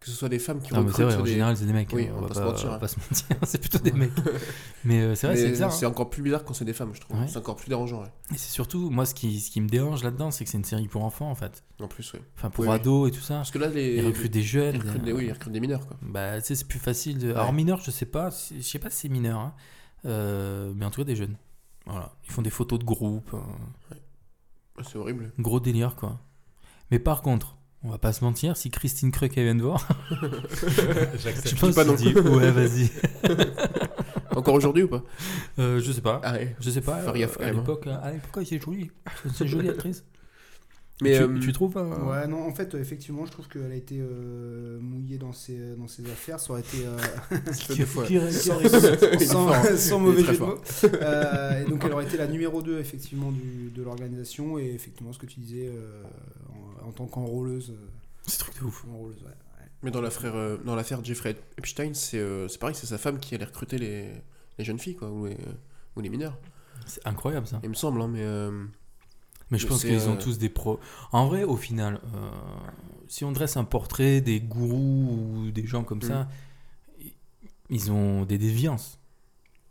S3: que ce soit des femmes qui
S2: Ah, mais c'est
S3: recrutent
S2: vrai, en
S3: des-
S2: général, c'est des mecs.
S3: Oui,
S2: hein,
S3: on
S2: on, va
S3: va pas se mentir,
S2: on va
S3: hein.
S2: se mentir, (laughs) c'est plutôt des
S3: (laughs)
S2: mecs. Mais euh, c'est vrai, c'est
S3: Mais
S2: bizarre. hein.
S3: C'est encore plus bizarre quand c'est des femmes, je trouve.
S2: Ouais.
S3: C'est encore plus dérangeant, ouais.
S2: Et c'est surtout, moi, ce qui, ce qui me dérange là-dedans, c'est que c'est une série pour enfants, en fait.
S3: En plus, oui.
S2: Enfin, pour
S3: Oui, oui.
S2: ados et tout ça.
S3: Parce que là, les.
S2: Ils recrutent des jeunes. euh.
S3: ils recrutent
S2: des-
S3: des- oui, ils recrutent des mineurs, quoi.
S2: Bah, tu sais, c'est plus facile de. Alors, mineur, je sais pas. si- Je sais pas si c'est mineur. hein. Euh, mais en tout cas, des jeunes. Voilà. Ils font des photos de groupe. euh,
S3: C'est horrible.
S2: Gros délire, quoi. Mais par contre, on va pas se mentir, si Christine Cruck elle vient de voir, (laughs) je
S5: J'accepte.
S2: pense
S3: pas
S2: qu'elle
S3: non
S2: dit Ouais,
S3: (laughs)
S2: vas-y.
S3: Encore aujourd'hui ou pas
S2: Euh, je sais pas.
S3: Ah, ouais.
S2: Je sais pas.
S3: Faire
S2: euh,
S3: gaffe, quand
S2: à
S3: même, hein.
S2: l'époque, hein. Ah, pourquoi c'est joli C'est
S3: (laughs)
S2: jolie actrice.
S3: Mais
S2: tu,
S3: euh,
S2: tu trouves euh, (laughs)
S4: Ouais, non, en fait, euh, effectivement, je trouve qu'elle a été euh, mouillée dans ses, dans ses affaires. Ça aurait été.
S3: (laughs)
S4: euh,
S3: des fois.
S4: sans, (laughs) sans
S3: Il est
S4: mauvais
S3: très
S4: jeu de mots. Euh,
S3: (laughs)
S4: et donc, elle aurait été la numéro 2, effectivement, du, de l'organisation. Et effectivement, ce que tu disais, euh, en, en tant qu'enrôleuse. euh,
S2: (laughs) C'est truc de ouf.
S4: enrôleuse, ouais.
S3: Mais dans l'affaire, euh, dans l'affaire Jeffrey Epstein, c'est euh, c'est pareil, c'est sa femme qui allait recruter les, les jeunes filles, quoi, ou les, ou les mineurs.
S2: C'est incroyable ça.
S3: Il me semble, hein, mais. euh,
S2: Mais je
S3: Mais
S2: pense
S3: c'est,
S2: qu'ils ont
S3: euh,
S2: tous des pros. En vrai, au final, euh, si on dresse un portrait des gourous ou des gens comme
S3: Mm.
S2: ça, i- ils ont des déviances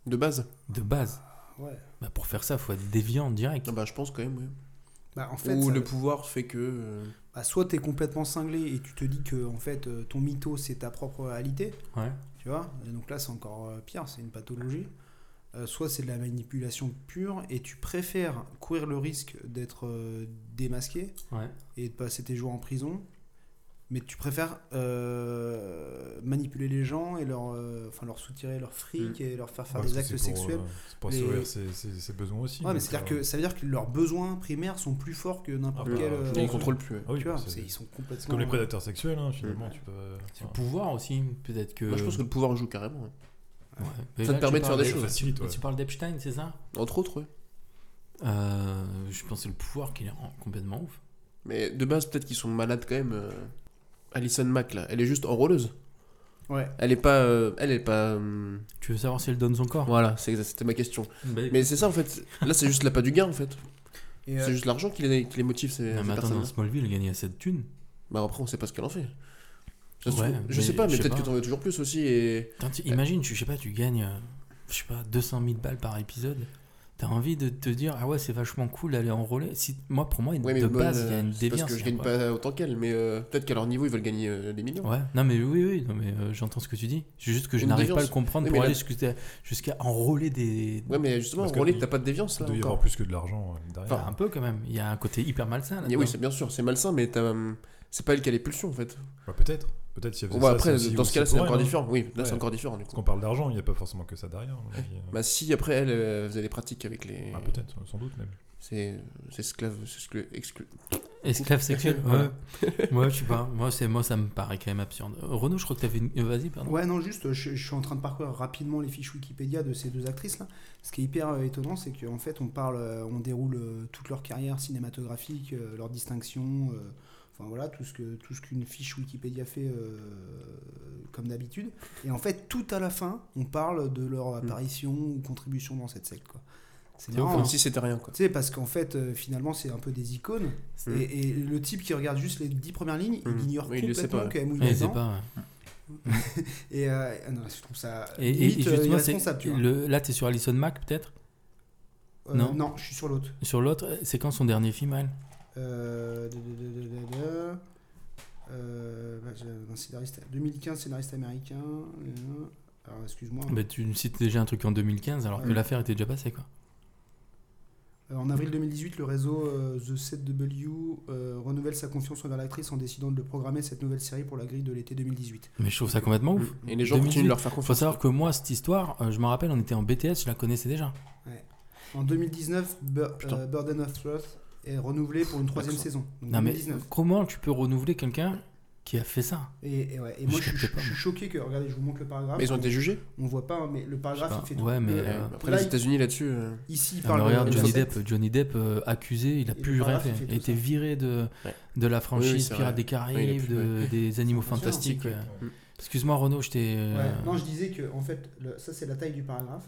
S3: de base
S2: de base.
S4: Ouais.
S2: Bah, pour faire ça, faut être déviant direct.
S3: Ah bah, je pense quand même, oui.
S4: Bah, en fait,
S3: Ou
S4: ça-
S3: le pouvoir fait que. euh,
S4: bah, soit t'es complètement cinglé et tu te dis que en fait euh, ton mytho c'est ta propre réalité,
S2: Ouais.
S4: tu vois. Et donc là c'est encore euh, pire, c'est une pathologie. Euh, soit c'est de la manipulation pure et tu préfères courir le risque d'être euh, démasqué
S2: Ouais.
S4: et de passer tes jours en prison, mais tu préfères euh, manipuler les gens et leur, euh, enfin leur soutirer leur fric et leur faire faire des actes sexuels.
S5: C'est pour euh,
S4: Les-
S5: assouvir ses- ses ses besoins aussi.
S4: ouais, mais
S5: donc,
S4: c'est-à-dire
S5: euh,
S4: que ça veut dire que leurs besoins primaires sont plus forts que n'importe
S5: Ah bah,
S4: quel.
S5: je
S4: euh,
S3: ils ne contrôlent plus. ouais.
S5: ah oui,
S4: tu vois,
S5: bah, c'est-
S4: c'est- ils sont complètement.
S5: c'est comme les prédateurs sexuels, hein, finalement.
S3: Mm.
S5: Tu peux.
S2: C'est le
S5: enfin,
S2: pouvoir aussi, peut-être que.
S3: Moi, Bah, je pense que le pouvoir joue carrément. ouais.
S2: Ouais. Mais
S3: Ça te
S2: là, tu
S3: permet de faire
S2: parles-
S3: des
S2: tu-
S3: choses.
S5: Facilite, ouais.
S2: Tu parles d'Epstein, c'est ça
S3: Entre autres, ouais.
S2: Euh, Je pense que c'est le pouvoir qui les rend complètement ouf.
S3: Mais de base, peut-être qu'ils sont malades quand même. euh, Alison Mack, là, elle est juste enrôleuse.
S4: Ouais.
S3: Elle est pas. euh, Elle est pas. euh,
S2: Tu veux savoir si elle donne son corps Bah,
S3: Voilà, c'est exact- c'était ma question.
S2: Mais-
S3: Mais c'est ça en fait. Là, c'est juste l'appât du gain en fait.
S4: Et, euh,
S3: C'est juste l'argent qui les, qui les motive, ces,
S2: Non,
S3: ces
S2: mais attends, dans
S3: personnes-là.
S2: Smallville, elle gagnait assez de thunes.
S3: Bah après, on sait pas ce qu'elle en fait. Ça se
S2: Ouais,
S3: trouve- je
S2: mais
S3: sais pas,
S2: je
S3: mais
S2: sais
S3: peut-être
S2: pas.
S3: que t'en veux toujours plus aussi. Et...
S2: Putain, tu- imagine, tu, je sais pas, tu gagnes, euh, je sais pas, 200 000 balles par épisode. T'as envie de te dire, ah ouais, c'est vachement cool d'aller enrôler. Si, moi, pour moi,
S3: Ouais, mais
S2: de
S3: bon,
S2: base,
S3: euh,
S2: il y a une
S3: c'est
S2: déviance.
S3: Parce que je
S2: il y a
S3: gagne pas autant qu'elle, mais euh, peut-être qu'à leur niveau, ils veulent gagner euh, des millions.
S2: Ouais, non, mais oui, oui, non, mais euh, j'entends ce que tu dis. C'est juste que je
S3: Une
S2: n'arrive pas à
S3: déviance.
S2: le comprendre
S3: Oui,
S2: pour
S3: mais
S2: aller
S3: là-
S2: jusqu'à jusqu'à enrôler des.
S3: Ouais, mais justement,
S5: Parce que
S3: enrôler,
S5: il-
S3: t'as pas de déviance
S5: Il
S3: là.
S5: doit y
S3: encore.
S5: avoir plus que de l'argent euh, derrière.
S2: Enfin, un peu quand même. Il y a un côté hyper malsain.
S3: Et
S2: là-dedans.
S3: oui, c'est bien sûr, c'est malsain, mais t'as, hum, c'est pas elle qui a les pulsions en fait.
S5: Bah, peut-être. Peut-être si elle faisait
S3: Bon, bah,
S5: ça,
S3: après,
S5: c'est aussi-
S3: dans ce cas-là,
S5: aussi
S3: c'est
S5: pour
S3: encore
S5: elle, hein.
S3: différent. Oui, là, c'est
S5: Ouais.
S3: encore différent du coup.
S5: Parce qu'on parle d'argent, il n'y a pas forcément que ça derrière. à mon avis.
S3: Bah, si après elle euh, faisait des pratiques avec les.
S5: Ah, peut-être, sans doute même.
S3: C'est c'est esclave, c'est exclu- exclu-
S2: Esclave
S3: (laughs)
S2: sexuel.
S3: Voilà.
S2: Ouais. ouais, je sais pas. Moi, c'est moi, ça me paraît quand même absurde. Euh, Renaud, je crois que t'avais une. euh, Vas-y, pardon.
S4: Ouais, non, juste, je, je suis en train de parcourir rapidement les fiches Wikipédia de ces deux actrices-là. Ce qui est hyper euh, étonnant, c'est qu'en fait, on parle, euh, on déroule euh, toute leur carrière cinématographique, euh, leurs distinctions, euh, enfin voilà, tout ce que tout ce qu'une fiche Wikipédia fait euh, comme d'habitude. Et en fait, tout à la fin, on parle de leur
S3: Hmm.
S4: apparition ou contribution dans cette secte, quoi. C'est
S2: C'est ouf,
S4: marrant,
S3: Comme
S4: hein.
S3: si c'était rien quoi.
S4: Tu sais, parce qu'en fait, euh, finalement, c'est un peu des icônes.
S3: Mm.
S4: Et, et le type qui regarde juste les dix premières lignes,
S3: Mm.
S4: il ignore
S3: Oui, il le sait
S4: complètement
S3: pas.
S4: quand même où il
S2: Ouais,
S4: est
S2: c'est
S4: dedans.
S2: pas. ouais.
S4: Et euh, ah non, je trouve ça
S2: Et, et- et
S4: limite euh,
S2: justement, c'est-
S4: irresponsable, tu vois.
S2: le- là, t'es sur Alison Mack, peut-être
S4: Euh,
S2: non.
S4: non. je suis sur l'autre.
S2: Sur l'autre, euh, c'est quand son dernier film, elle
S4: Euh, de- de- de- de- de- de- euh, bah, j'ai un scénariste- 2015, scénariste américain. euh, alors, excuse-moi.
S2: Bah, tu me cites déjà un truc en 2015 alors que
S4: Ouais.
S2: l'affaire était déjà passée quoi.
S4: Euh, en avril 2018, le réseau euh, The 7W euh, renouvelle sa confiance envers l'actrice en décidant de le programmer cette nouvelle série pour la grille de l'été 2018.
S2: Mais je trouve ça complètement ouf.
S3: Et les gens
S2: 2018,
S3: continuent de leur faire
S2: Faut
S3: confiance.
S2: savoir que moi cette histoire, euh, je me rappelle, on était en BTS, je la connaissais déjà.
S4: En 2019, Bur-
S2: Ah,
S3: Putain.
S4: euh, Burden of Truth est renouvelé pour une troisième
S2: Accent.
S4: saison. Donc
S2: Non, mais
S4: 2019.
S2: comment tu peux renouveler quelqu'un qui a fait ça
S4: Et, et ouais, et
S2: Je
S4: moi, je, suis-
S2: capte pas,
S4: je suis
S2: moi.
S4: choqué que, regardez, je vous montre le paragraphe.
S3: Mais Bah, ils ont été jugés.
S4: On voit pas, hein, mais le
S2: Je sais
S4: paragraphe,
S2: pas.
S4: il fait tout.
S2: Ouais, mais.
S4: le-
S2: euh,
S3: Après,
S4: Là,
S3: les
S4: il-
S3: États-Unis là-dessus. euh,
S4: Ici, il
S2: Non, Ah, mais
S4: parle
S2: regarde,
S4: de-
S2: Johnny
S4: de-
S2: Depp, Johnny Depp euh, accusé, il a
S4: Et
S2: plus
S4: le
S2: rien
S4: paragraphe,
S2: fait.
S4: il fait
S2: Il a
S4: tout
S2: été
S4: ça.
S2: viré de,
S3: Ouais.
S2: de la franchise
S3: Oui, oui, c'est
S2: Pirates
S3: vrai.
S2: des
S3: Oui, il
S2: Caraïbes,
S3: a plus-
S2: de- des Animaux
S4: Bien sûr.
S2: Fantastiques.
S3: Ouais.
S2: ouais.
S5: Mm.
S2: Excuse-moi Renaud, je t'ai.
S4: Ouais,
S2: euh,
S4: Non, je disais que, en fait, le- ça, c'est la taille du paragraphe.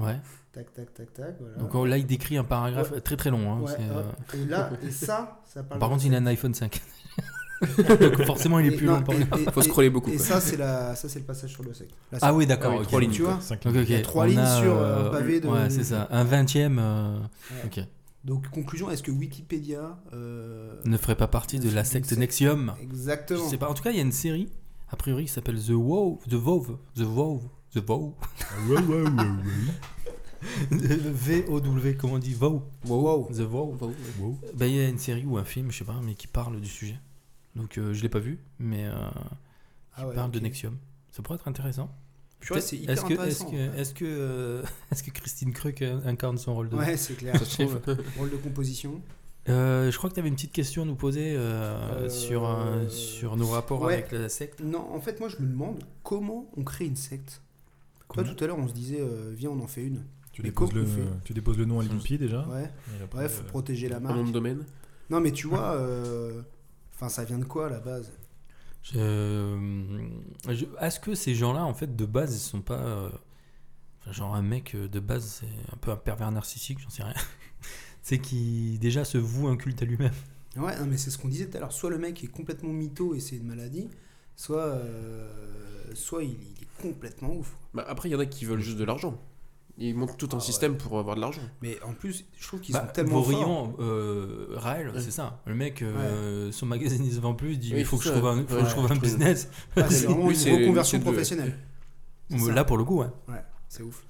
S2: ouais.
S4: Tac, tac, tac, tac. Voilà.
S2: Donc oh, là, il décrit un paragraphe très très long. hein,
S4: Ouais,
S2: c'est, euh,
S4: hop. Et
S2: (laughs)
S4: là, et ça, ça parle.
S2: Par
S4: de-
S2: contre, il a un iPhone
S4: (laughs)
S2: 5. Donc forcément, il est
S4: Et-
S2: plus
S4: non,
S2: long. le paragraphe.
S4: et- et-
S3: Faut
S4: et-
S3: scroller beaucoup.
S4: Et
S3: quoi.
S4: ça, c'est la, ça, c'est le passage sur le sec. Là,
S2: Ah
S4: c'est-
S2: oui, d'accord.
S3: Ah oui,
S2: ok.
S3: trois lignes.
S4: Tu vois
S5: Cinq
S2: Ok,
S5: lignes.
S2: ok.
S4: Il y a trois
S2: On
S4: lignes
S2: a,
S4: sur
S2: euh,
S4: euh, un pavé de.
S2: Ouais, c'est ça. Un vingtième euh,
S4: Ouais.
S2: ok.
S4: Donc conclusion, est-ce que Wikipédia euh,
S2: ne ferait pas partie de la secte
S4: Secte.
S2: Nexium. Je
S4: exactement
S2: sais pas. En tout cas, il y a une série, a priori, qui s'appelle The Wow, The Vove, The Vove, The
S4: (laughs)
S2: Vow.
S5: Ouais, ouais, ouais, ouais.
S2: V-O-W, comment on dit Vow.
S4: Wow.
S2: The Vow.
S5: Wow.
S2: Ben, il y a une série ou un film, je sais pas, mais qui parle du sujet. Donc euh, je l'ai pas vu, mais euh,
S4: Ah ouais,
S2: parle de
S4: ok.
S2: Nexium. Ça pourrait être intéressant.
S4: Tu vois, c'est hyper
S2: Est-ce que, est-ce
S4: intéressant.
S2: que, est-ce que, euh, (laughs) est-ce que Christine Krug incarne son rôle de
S4: Ouais, c'est clair.
S2: Ça se trouve.
S4: Rôle de composition.
S2: Euh, je crois que tu avais une petite question à nous poser euh,
S4: Euh,
S2: sur, euh, sur nos rapports
S4: ouais.
S2: avec la secte.
S4: Non, en fait, moi, je me demande comment on crée une secte. Toi, tout à l'heure, on se disait, euh, viens, on en fait une.
S5: Tu
S4: Mais
S5: déposes,
S4: comment
S5: le,
S4: on fait
S5: tu déposes le nom à l'INPI
S2: Ah.
S5: déjà.
S4: Ouais.
S5: et après,
S4: Ouais, faut
S5: euh,
S4: protéger la
S3: Un
S4: marque.
S3: nom de domaine.
S4: Non, mais tu vois, euh, enfin, ça vient de quoi à la base
S2: Je- euh, je- Est-ce que ces gens-là, en fait, de base, ils sont pas. euh, enfin, genre, un mec euh, de base, c'est un peu un pervers narcissique, j'en sais rien. (laughs) c'est qui déjà se voue un culte à lui-même.
S4: Ouais, non, mais c'est ce qu'on disait tout à l'heure. Soit le mec est complètement mytho et c'est une maladie, soit, euh, soit il, il est complètement ouf.
S3: Bah, après, il y en a qui veulent juste de l'argent. Ils montent tout un
S4: ouais.
S3: système pour avoir de l'argent.
S4: Mais en plus, je trouve qu'ils
S2: Bah,
S4: sont tellement forts.
S2: Vaurillon, euh, Raël,
S3: Ouais.
S2: c'est ça. Le mec, euh, son magazine il se vend plus, il dit
S3: Oui,
S2: il faut que
S3: c'est
S2: je
S3: ça.
S2: trouve un, faut que
S3: Ouais,
S2: je trouve
S3: je
S2: un
S3: trouve-
S2: business.
S4: Ah, c'est vraiment
S3: Oui, c'est-
S4: une
S3: c'est
S4: reconversion
S3: de-
S4: professionnelle. c'est ça.
S2: Là, pour le coup, ouais.
S4: Ouais, c'est ouf.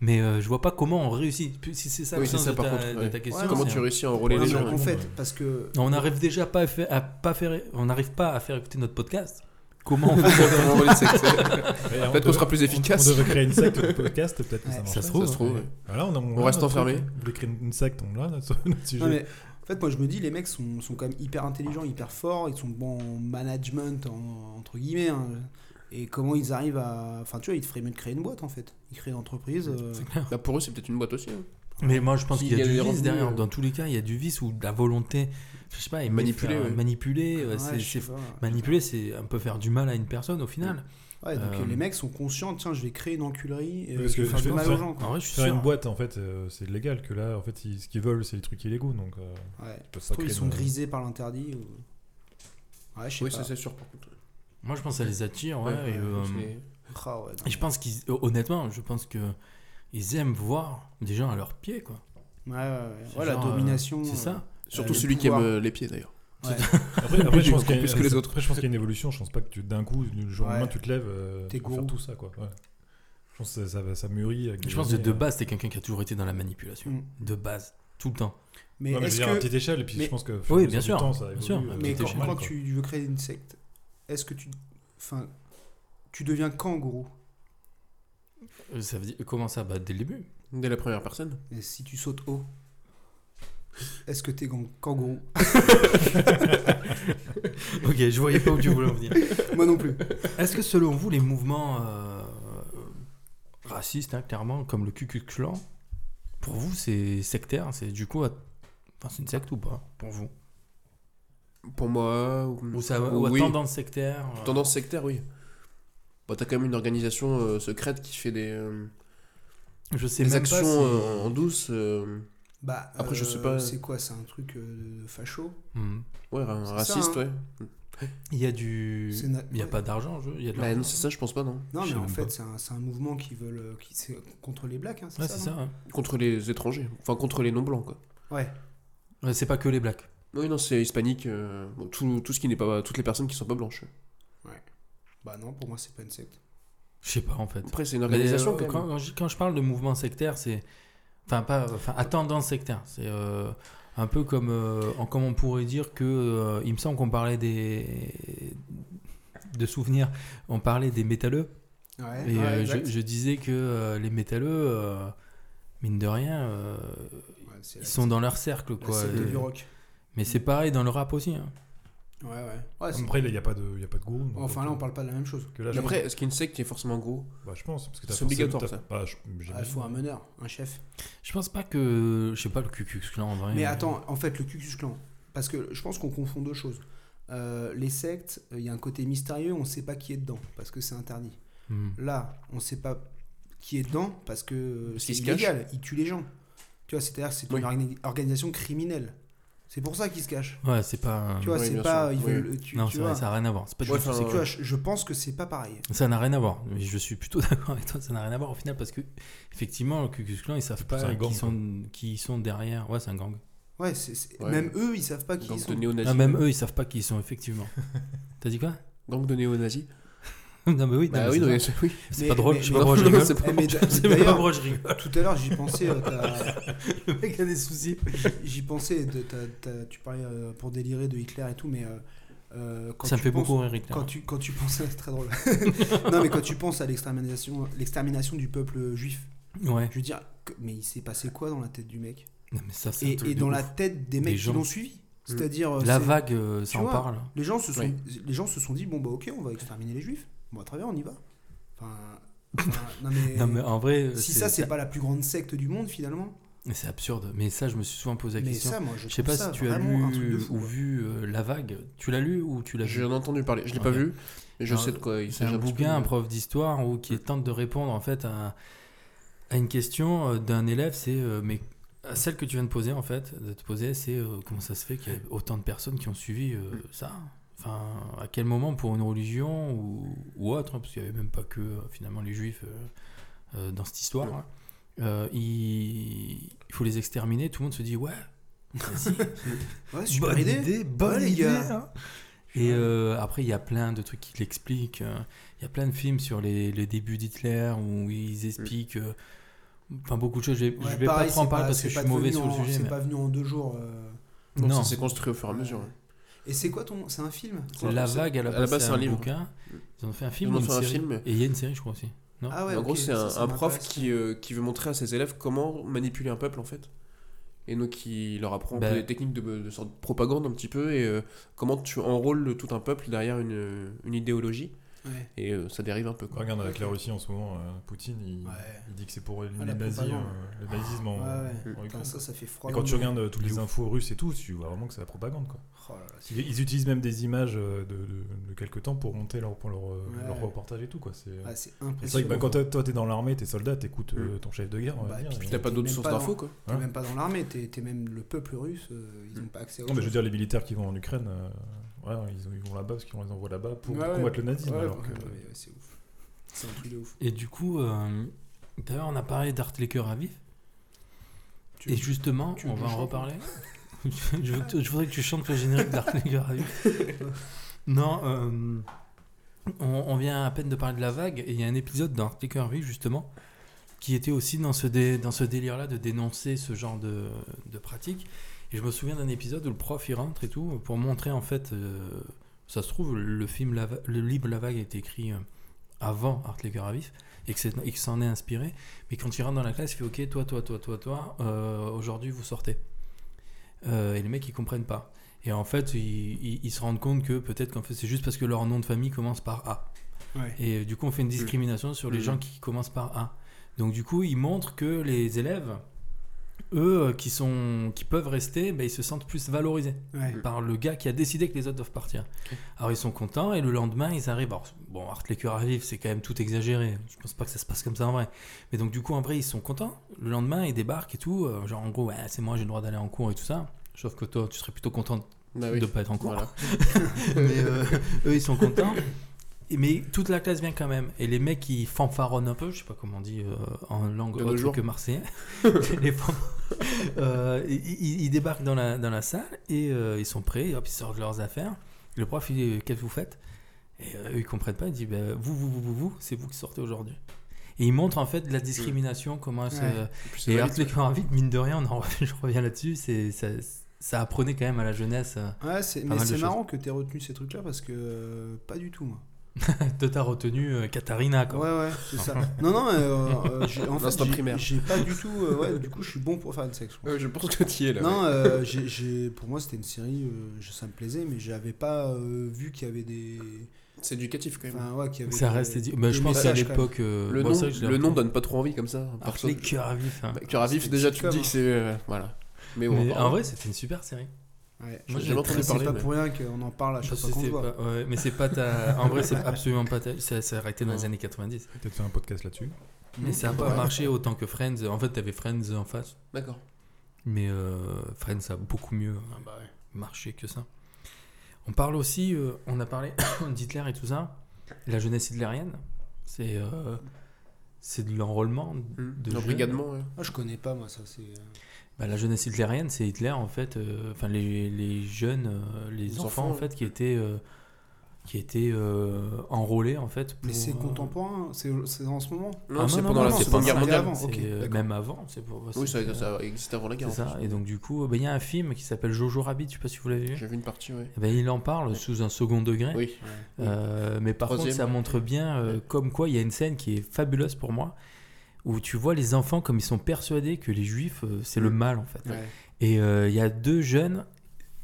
S2: Mais euh, je vois pas comment on réussit. Puis Si c'est ça
S3: Oui,
S2: le
S3: c'est
S2: sens
S3: ça,
S2: de,
S3: par
S2: ta,
S3: contre,
S2: de
S3: ouais.
S2: ta question.
S4: Ouais,
S3: Comment
S2: Ah, c'est
S3: tu
S2: un-
S3: réussis à enrôler
S4: Non,
S3: les
S4: mais
S3: gens hein.
S4: en fait,
S5: ouais.
S4: parce que.
S2: On n'arrive déjà pas à, faire, à pas faire, on n'arrive pas à faire écouter notre podcast. Comment on
S3: (laughs)
S2: fait ça
S3: Pour hein enrôler les sectes.
S5: et on
S3: Peut-être qu'on
S5: devrait-
S3: sera plus efficace.
S5: On, on devrait créer une secte de podcast, peut-être que
S4: Ouais.
S5: ça marche.
S2: Ça se trouve.
S3: Ça se trouve,
S2: ouais.
S3: ouais.
S5: Voilà, on, a- on
S3: On
S5: a
S3: reste
S5: notre
S3: enfermé.
S5: truc. Vous voulez créer une secte, on l'a, notre, notre sujet.
S4: Non, mais, en fait, moi, je me dis, les mecs sont, sont quand même hyper intelligents, hyper forts, ils sont bons en management, en- entre guillemets. hein. Et comment ils arrivent à. Enfin, tu vois, ils te feraient mieux de créer une boîte, en fait. Ils créent une entreprise. euh,
S2: C'est clair.
S3: Bah, pour eux, c'est peut-être une boîte aussi. hein.
S2: Mais moi, je pense
S3: S'il
S2: qu'il y a
S3: gagne
S2: du
S3: des
S2: vice
S3: revenus,
S2: derrière.
S3: euh.
S2: Dans tous les cas, il y a du vice ou de la volonté. Je sais pas, et
S3: Manipuler,
S2: faire-
S3: ouais.
S2: manipuler, euh,
S4: Ah ouais,
S2: c'est-
S4: je sais
S2: c'est-
S4: pas.
S2: manipuler, c'est un peu faire du mal à une personne au final.
S4: Ouais, donc
S2: Euh,
S4: les mecs sont conscients, tiens, je vais créer une enculerie et
S5: Parce
S4: je vais
S5: que
S4: faire
S5: je
S4: du
S5: pense
S4: mal
S5: que-
S4: aux gens.
S2: En
S4: Quoi.
S2: vrai, je suis
S5: Faire
S2: sûr.
S5: une boîte, en fait, euh, c'est légal. Que là, en fait, ils- ce qu'ils veulent, c'est les trucs illégaux. Donc, euh,
S4: Ouais.
S5: ils peuvent
S4: Je
S5: pas
S4: trouve
S5: créer
S4: qu'ils sont
S5: une-
S4: grisés par l'interdit. ou- Ouais, je sais
S3: Oui,
S4: pas.
S3: ça c'est sûr, par contre.
S2: Moi, je pense que ça les attire. ouais,
S3: Ouais,
S2: et, euh,
S3: c'est-
S4: Ah ouais, non,
S2: et je pense qu'ils, honnêtement, je pense que ils aiment voir des gens à leurs pieds, quoi.
S4: Ouais, ouais, ouais.
S2: C'est
S4: Ouais, la
S2: genre, euh,
S4: domination.
S2: C'est
S4: euh,
S2: ça.
S3: Surtout
S4: Euh,
S3: celui
S4: le
S3: qui aime
S4: pouvoir.
S3: euh, les pieds, d'ailleurs.
S4: ouais. (laughs)
S5: Après, après, je pense
S3: Encore
S5: qu'il y a-
S3: plus que les autres.
S5: après, je pense qu'il y a une évolution. Je pense pas que tu- d'un coup, du jour au lendemain,
S4: Ouais.
S5: tu te lèves euh,
S4: T'es
S5: pour faire
S4: gourou.
S5: tout ça. Quoi. Ouais. Je pense que ça, ça, va- ça mûrit. avec
S2: Je
S5: des
S2: pense que
S5: années,
S2: de
S5: euh.
S2: base, t'es quelqu'un qui a toujours été dans la manipulation.
S4: Mm.
S2: De base, tout le temps.
S4: Mais
S5: Ouais, mais je
S4: est-ce
S5: veux dire, à
S4: que.
S5: petite échelle. Et puis, je
S4: mais-
S5: pense que.
S2: Oui,
S5: au
S2: bien sûr,
S5: fur et à mesure du temps, ça
S2: bien
S5: évolue,
S2: sûr,
S5: euh,
S4: Mais
S2: Tout est
S4: quand,
S2: Ah, génial,
S4: quand
S5: quoi.
S4: tu veux créer une secte, est-ce que tu. Enfin. Tu deviens quand, gros
S2: Euh, Ça veut dire comment ça Bah dès le début.
S3: Dès la première personne.
S4: Et si tu sautes haut Est-ce que t'es gang- kangourou
S2: (laughs) ok, je voyais pas où tu voulais en venir.
S4: Moi non plus.
S2: (laughs) Est-ce que selon vous, les mouvements euh, euh, racistes, hein, clairement, comme le Ku Klux Klan, pour vous, c'est sectaire C'est du coup, à- enfin, c'est une secte ou pas Pour vous
S3: Pour moi, ou,
S2: Ou ça ou à
S3: oui.
S2: tendance sectaire euh,
S3: Tendance sectaire, oui. Bah, t'as quand même une organisation euh, secrète qui fait des, euh,
S2: Je sais
S3: des
S2: même
S3: actions
S2: pas. si-
S3: euh, en douce. euh,
S4: Bah,
S3: Après, je sais
S4: euh,
S3: pas.
S4: C'est quoi C'est un truc euh, de facho
S2: Hmm.
S3: ouais, ra-
S4: C'est
S3: raciste,
S4: ça,
S2: hein.
S3: ouais.
S2: Il y a du.
S4: C'est na-
S2: Il n'y a
S4: ouais.
S2: pas d'argent en jeu Il y a de
S3: Bah,
S2: l'argent
S3: non, c'est ça, je pense pas, non.
S4: Non,
S5: Je
S4: mais
S5: sais
S4: en
S5: même
S4: fait,
S5: pas.
S4: c'est un, c'est un mouvement qui veulent. euh, Qui, c'est contre les blacks, hein, c'est
S2: Ouais,
S4: ça
S2: c'est
S4: non
S2: ça. hein.
S3: Contre les étrangers. Enfin, contre les non-blancs, quoi.
S4: Ouais.
S2: Ouais, C'est pas que les blacks.
S3: Oui, non, c'est hispanique. euh, bon, tout, tout ce qui n'est pas. Toutes les personnes qui sont pas blanches.
S4: Bah non, pour moi, c'est pas une secte.
S2: Je sais pas en fait.
S3: Après, c'est une
S2: Mais,
S3: organisation,
S2: euh,
S3: quand même.
S2: quand, quand je, quand je parle de mouvement sectaire, c'est. Enfin, pas. Enfin, à tendance sectaire. C'est euh, un peu comme, euh, en- comme on pourrait dire que. euh, il me semble qu'on parlait des. De souvenirs. On parlait des métalleux.
S4: Ouais,
S2: Et
S4: ouais,
S2: euh,
S4: exact.
S2: je, je disais que euh, les métalleux, euh, mine de rien, euh,
S4: Ouais, c'est
S2: Ils
S4: la-
S2: sont dans leur cercle,
S4: la
S2: quoi. euh,
S4: secte
S2: Et-
S4: du rock.
S2: Mais c'est pareil dans le rap aussi. hein.
S4: Ouais, ouais. Ouais, c'est-
S5: Après, il n'y a, pas de il y a pas de
S2: Ah,
S5: gourou. donc,
S4: Enfin, là,
S5: euh,
S4: on parle pas de la même chose.
S5: que là, je-
S3: Après, est-ce qu'il y a une secte qui est forcément gros
S5: bah, je pense. parce que t'as
S3: c'est
S5: forcément-
S3: obligatoire,
S5: t'as-
S3: ça.
S5: bah, je- j'imagine.
S4: Ah, il faut un meneur, un chef.
S2: Je pense pas que. Je sais pas, le QQ en vrai. euh,
S4: Mais attends, en fait, le Cucus Clan, parce que je pense qu'on confond deux choses. Euh, les sectes, il y a un côté mystérieux, on sait pas qui est dedans, parce que c'est interdit.
S2: Hmm.
S4: Là, on sait pas qui est dedans, parce que euh,
S3: Parce
S4: c'est
S3: qu'il se
S4: illégal, il tue les gens. Tu vois, c'est-à-dire que c'est une
S3: Oui.
S4: organi- organisation criminelle. C'est pour ça qu'ils se cachent.
S2: Ouais, c'est pas.
S4: Tu vois,
S3: Oui,
S4: c'est
S3: bien
S4: pas.
S3: sûr.
S4: Ils
S3: Oui.
S4: veulent, tu,
S2: non,
S4: tu
S2: c'est vrai,
S4: vois.
S2: ça n'a rien à voir. C'est pas du
S3: Ouais,
S2: tout
S3: enfin,
S2: ça.
S4: Tu vois, je je pense que c'est pas pareil.
S2: Ça n'a rien à voir. Mais je suis plutôt (laughs) d'accord avec toi. Ça n'a rien à voir au final parce que effectivement, le Ku Klux Klan, ils savent
S5: C'est un
S2: pas
S5: gang,
S2: qui sont, qui sont derrière. Ouais, c'est un gang.
S4: Ouais, c'est- c'est-
S3: Ouais.
S4: même eux, ils savent pas qui ils
S3: Gang
S4: sont.
S3: de néo-nazis.
S2: Ah, même eux, ils savent pas qui ils sont effectivement.
S4: (laughs)
S2: T'as dit quoi (laughs)
S3: Gang de néo-nazis.
S2: Non, mais oui. non,
S3: Bah
S2: Ah, mais
S3: oui,
S2: c'est
S3: non,
S2: ça.
S3: mais (laughs) c'est- oui.
S2: c'est
S4: Mais-
S2: pas drôle.
S4: mais-
S2: Je sais pas
S4: mais-
S2: pourquoi je rigole.
S3: c'est
S4: Eh, mais
S2: (laughs)
S4: d'a-
S2: Je sais pas
S4: D'ailleurs,
S2: pourquoi je rigole.
S4: tout à l'heure, j'y pensais. euh, t'as-
S2: (laughs) Le mec a des soucis.
S4: J'y pensais, de- t'as- t'as- tu parlais euh, pour délirer de Hitler et tout, mais euh, euh, quand
S2: Ça me
S4: tu
S2: fait
S4: penses-
S2: beaucoup rire, Hitler.
S4: Quand tu, quand tu penses, (laughs) c'est très drôle. non, mais quand tu penses à l'extermination, l'extermination du peuple juif,
S2: Ouais.
S4: je veux dire, que- mais il s'est passé quoi dans la tête du mec
S2: Non, mais ça, c'est un
S4: Et,
S2: truc
S4: et
S2: de
S4: dans
S2: ouf.
S4: la tête des mecs qui
S2: gens. Mm.
S4: l'ont suivi. C'est-à-dire, euh,
S2: La
S4: c'est-
S2: vague, euh, ça
S4: tu
S2: en
S4: vois,
S2: parle.
S4: les gens se sont,
S3: Oui.
S4: les gens se sont dit bon bah ok, on va exterminer les juifs. Bon, à travers, on y va. Enfin, enfin,
S2: (laughs)
S4: non, mais,
S2: Non, mais en vrai, euh,
S4: si
S2: c'est-
S4: ça, c'est pas la plus grande secte du monde finalement.
S2: c'est absurde. Mais ça, je me suis souvent posé la
S4: Mais
S2: question.
S4: ça, moi, je,
S2: Je sais
S4: trouve
S2: pas
S4: ça
S2: si tu as
S4: vraiment un truc de
S2: lu
S4: fou,
S2: ou
S4: quoi.
S2: vu euh, La Vague. Tu l'as lu ou tu l'as vu
S3: J'en ai entendu parler. Je l'ai pas
S2: Ok.
S3: vu, mais je
S2: Alors,
S3: sais de quoi euh, il
S2: C'est
S3: s'agit.
S2: un
S3: petit peu.
S2: bouquin, un prof d'histoire, ou qui tente de répondre en fait à, à une question euh, d'un élève. C'est euh, mais à celle que tu viens de poser en fait, de te poser, c'est euh, comment ça se fait qu'il y a autant de personnes qui ont suivi euh, ça Enfin, à quel moment pour une religion ou, ou autre, hein, parce qu'il n'y avait même pas que euh, finalement les juifs euh, euh, dans cette histoire. hein, euh, il, il faut les exterminer. Tout le monde se dit ouais, vas-y,
S4: Ouais, super idée.
S2: bonne
S4: Ouais, les
S2: idée.
S4: gars.
S2: hein. Et euh, après, il y a plein de trucs qui l'expliquent. euh, Il y a plein de films sur les, les débuts d'Hitler où ils expliquent euh, enfin beaucoup de choses. Je vais, je
S4: Ouais,
S2: vais
S4: pareil,
S2: pas trop en
S4: c'est
S2: parler parce
S4: c'est
S2: que je
S4: pas
S2: suis mauvais
S4: devenu
S2: sur le
S4: en-
S2: sujet.
S4: C'est
S2: mais-
S4: pas venu en deux jours. euh.
S3: Non,
S2: Non,
S3: ça s'est construit au fur et à mesure. ouais.
S4: Et c'est quoi ton. C'est un film
S2: c'est La Vague à la base, c'est un,
S3: livre.
S2: bouquin. Ils en ont fait un film.
S3: Ils en
S2: ou
S3: ont
S2: une
S3: fait un
S2: série.
S3: film.
S2: Et il y a une série, je crois aussi. Non
S4: Ah ouais,
S3: en gros,
S4: ok,
S3: c'est
S4: ça,
S3: un,
S4: ça
S3: un
S4: m'a
S3: prof
S4: pas-
S3: qui, euh, qui veut montrer à ses élèves comment manipuler un peuple en fait. Et donc il leur apprend un peu
S2: Ben.
S3: des techniques de, de sorte de propagande un petit peu et euh, comment tu enrôles tout un peuple derrière une, une idéologie.
S4: Ouais.
S3: Et euh, ça dérive un peu. Quoi.
S5: Regarde avec la Russie en ce moment, euh, Poutine, il,
S4: Ouais. Ah,
S5: il dit que c'est pour les
S4: la
S5: nazis,
S4: propagande.
S5: euh, le nazisme en,
S4: Ouais, ouais.
S5: en Ukraine.
S4: Putain, ça, ça fait froid.
S5: Et quand
S4: dans
S5: tu
S4: le
S5: regardes euh, toutes
S2: Il est
S5: les infos russes et tout, tu vois vraiment que c'est la propagande. Quoi.
S4: dos. Oh là là, c'est-
S5: Ils, ils utilisent même des images euh, de, de- de quelques temps pour monter leur, pour leur, euh,
S4: Ouais.
S5: leur reportage et tout. Quoi. C'est,
S4: Ah, c'est
S5: c'est vrai que bah,
S4: impressionnant.
S5: quand t'as- toi t'es dans l'armée, t'es soldat, t'écoutes euh, ton chef de guerre. on va
S4: Bah,
S5: dire,
S4: puis
S5: et-
S4: t'as
S3: T'as pas
S4: T'es
S3: d'autres
S4: même
S3: sources
S4: pas
S3: d'infos quoi.
S4: T'es
S5: hein.
S4: même pas dans l'armée, t'es t'es même le peuple russe, euh, ils ont pas accès à
S5: Non, mais je veux dire, les militaires qui vont en Ukraine, euh, ouais, ils, ont- ils vont là-bas parce qu'on les envoie là-bas pour combattre le nazisme. alors que-
S4: c'est ouf. C'est un truc de ouf.
S2: Et du coup, euh, d'ailleurs, on a parlé d'Art les cœurs à vif.
S4: Tu-
S2: Et justement,
S4: tu veux
S2: on
S4: que
S2: va
S4: je
S2: en
S4: chante,
S2: reparler. (laughs) je, veux que- je voudrais que tu chantes le générique d'Art les cœurs à
S4: (laughs)
S2: vif. non, euh, on, on vient à peine de parler de la vague et il y a un épisode d'Art les cœurs à vif justement qui était aussi dans ce, dé- dans ce délire-là de dénoncer ce genre de, de pratique. Et je me souviens d'un épisode où le prof il rentre et tout pour montrer en fait, euh, ça se trouve, le film La Va- le livre La Vague a été écrit euh, avant Art les cœurs à vif et que c'est- et que s'en est inspiré. Mais quand il rentre dans la classe, il fait Ok, toi, toi, toi, toi, toi, euh, aujourd'hui vous sortez. Euh, et les mecs ils comprennent pas. Et en fait, ils, ils- ils se rendent compte que peut-être qu'en fait c'est juste parce que leur nom de famille commence par A.
S4: Ouais.
S2: Et euh, du coup, on fait une discrimination sur les
S3: Mhm.
S2: gens qui commencent par A. Donc du coup, ils montrent que les élèves, eux, euh, qui, sont, qui peuvent rester, ben, ils se sentent plus valorisés
S4: Ouais.
S3: Mmh.
S2: par le gars qui a décidé que les autres doivent partir. Alors ils sont contents et le lendemain ils arrivent. Alors, bon, Art les cœurs arrivent, c'est quand même tout exagéré. Je pense pas que ça se passe comme ça en vrai. Mais donc du coup en vrai ils sont contents. Le lendemain ils débarquent et tout. euh, genre en gros ouais, c'est moi j'ai le droit d'aller en cours et tout ça. Sauf que toi tu serais plutôt content
S3: Bah
S2: de
S3: oui.
S2: pas être en cours.
S3: Voilà.
S2: Mais euh, (laughs) eux ils sont contents. Et- Mais toute la classe vient quand même. Et les mecs ils fanfaronnent un peu, je sais pas comment on dit euh, en langue
S3: De nos
S2: autre
S3: jours.
S2: que
S3: (laughs)
S2: marseillais. (laughs) les fan- Euh, ils- ils, ils débarquent dans la, dans la salle et euh, ils sont prêts, hop, ils sortent leurs affaires. Le prof il dit Qu'est-ce que vous faites Et euh, eux ils comprennent pas, ils disent Bah, Vous, vous, vous, vous, vous, c'est vous qui sortez aujourd'hui. Et ils montrent en fait la discrimination, comment elle se-
S4: Ouais.
S3: Et puis, c'est
S2: Et
S3: valide,
S2: Art les corps à vide, mine de rien, on en revient- (laughs) je reviens là-dessus, c'est- ça, ça
S5: Mm.
S2: apprenait quand même à la jeunesse. euh,
S4: Ouais, c'est-
S2: Pas
S4: mais
S2: mal de
S4: c'est
S2: choses.
S4: marrant que t'aies retenu ces trucs-là parce que euh, pas du tout, moi.
S2: Toi, t'as retenu euh, Katharina, quoi.
S4: Ouais, ouais, c'est ça. Non, non, euh, euh, j'ai- en fait,
S3: L'instinct
S4: j'ai-
S3: primaire.
S4: j'ai pas du tout. euh, ouais, du coup, je suis bon pour faire le sexe.
S3: Ouais, je pense que tu y es là.
S4: Non, euh, j'ai- j'ai- pour moi, c'était une série, euh, je- ça me plaisait, mais j'avais pas euh, vu qu'il y avait des.
S3: C'est éducatif quand même.
S4: Enfin, ouais, qu'il y avait
S2: Ça
S4: des-
S2: reste édi- bah, je
S4: des
S2: pense à
S4: messages, quand
S2: l'époque. euh,
S3: le
S2: bon,
S3: nom,
S2: c'est vrai que je l'ai
S3: le nom
S2: retenu.
S3: donne pas trop envie comme ça.
S2: Alors,
S3: Perso-
S2: les cœurs à vif. hein.
S3: Bah, Cœur à vif,
S4: C'est hein.
S3: déjà
S4: une
S3: tu te dis
S4: sitcom,
S3: que c'est. euh, voilà. Mais bon.
S2: Mais
S3: on-
S2: en vrai, c'était une super série.
S4: Ouais.
S2: Moi,
S3: j'ai
S2: j'ai
S3: jamais entendu
S2: très-
S4: C'est
S3: parler,
S4: pas
S3: mais-
S4: pour rien qu'on en parle à chaque
S2: Parce que
S4: fois qu'on se
S2: c'était
S4: voit.
S2: pas- ouais, mais c'est pas ta. En vrai, c'est absolument pas ta. Ça s'est arrêté dans les années 90.
S5: Peut-être faire un podcast là-dessus.
S2: Mais ça a pas marché autant que Friends. En fait, t'avais Friends en face.
S3: D'accord.
S2: Mais euh, Friends a beaucoup mieux marché que ça. On parle aussi, euh, on a parlé (coughs) d'Hitler et tout ça. La jeunesse hitlérienne, c'est euh, c'est de l'enrôlement
S3: Mmh.
S2: de jeunes.
S3: L'embrigadement. ouais.
S4: Ah, je connais pas, moi, ça, c'est. euh,
S2: Bah, la jeunesse hitlérienne, c'est Hitler en fait, euh, enfin les, les jeunes, euh, les,
S3: Les
S2: enfants,
S3: enfants,
S2: en fait qui étaient euh, qui étaient euh, enrôlés en fait. Pour,
S4: Mais c'est
S2: euh,
S4: contemporain, c'est c'est en ce moment.
S2: Ah,
S3: Non, c'est
S2: non,
S3: pendant
S2: non,
S3: la
S2: non,
S3: Seconde Guerre
S2: c'est
S3: mondiale.
S4: avant.
S2: c'est,
S4: ok,
S2: euh,
S4: d'accord.
S2: même avant, c'est pour.
S3: Oui, ça,
S2: c'est-
S3: ça existait avant la guerre.
S2: euh, c'est
S3: en
S2: ça.
S3: fait.
S2: Et donc du coup, euh, bah, il y a un film qui s'appelle Jojo Rabbit, je sais pas si vous l'avez vu.
S3: J'ai vu une partie, ouais.
S2: Eh ben, il en parle sous un second degré.
S3: Oui.
S2: Euh, mais par
S3: Troisième.
S2: contre, ça montre bien euh, comme quoi il y a une scène qui est fabuleuse pour moi, où tu vois les enfants comme ils sont persuadés que les juifs, euh, c'est
S3: Mm.
S2: le mal en fait.
S4: Ouais.
S2: Et euh, il y a deux jeunes.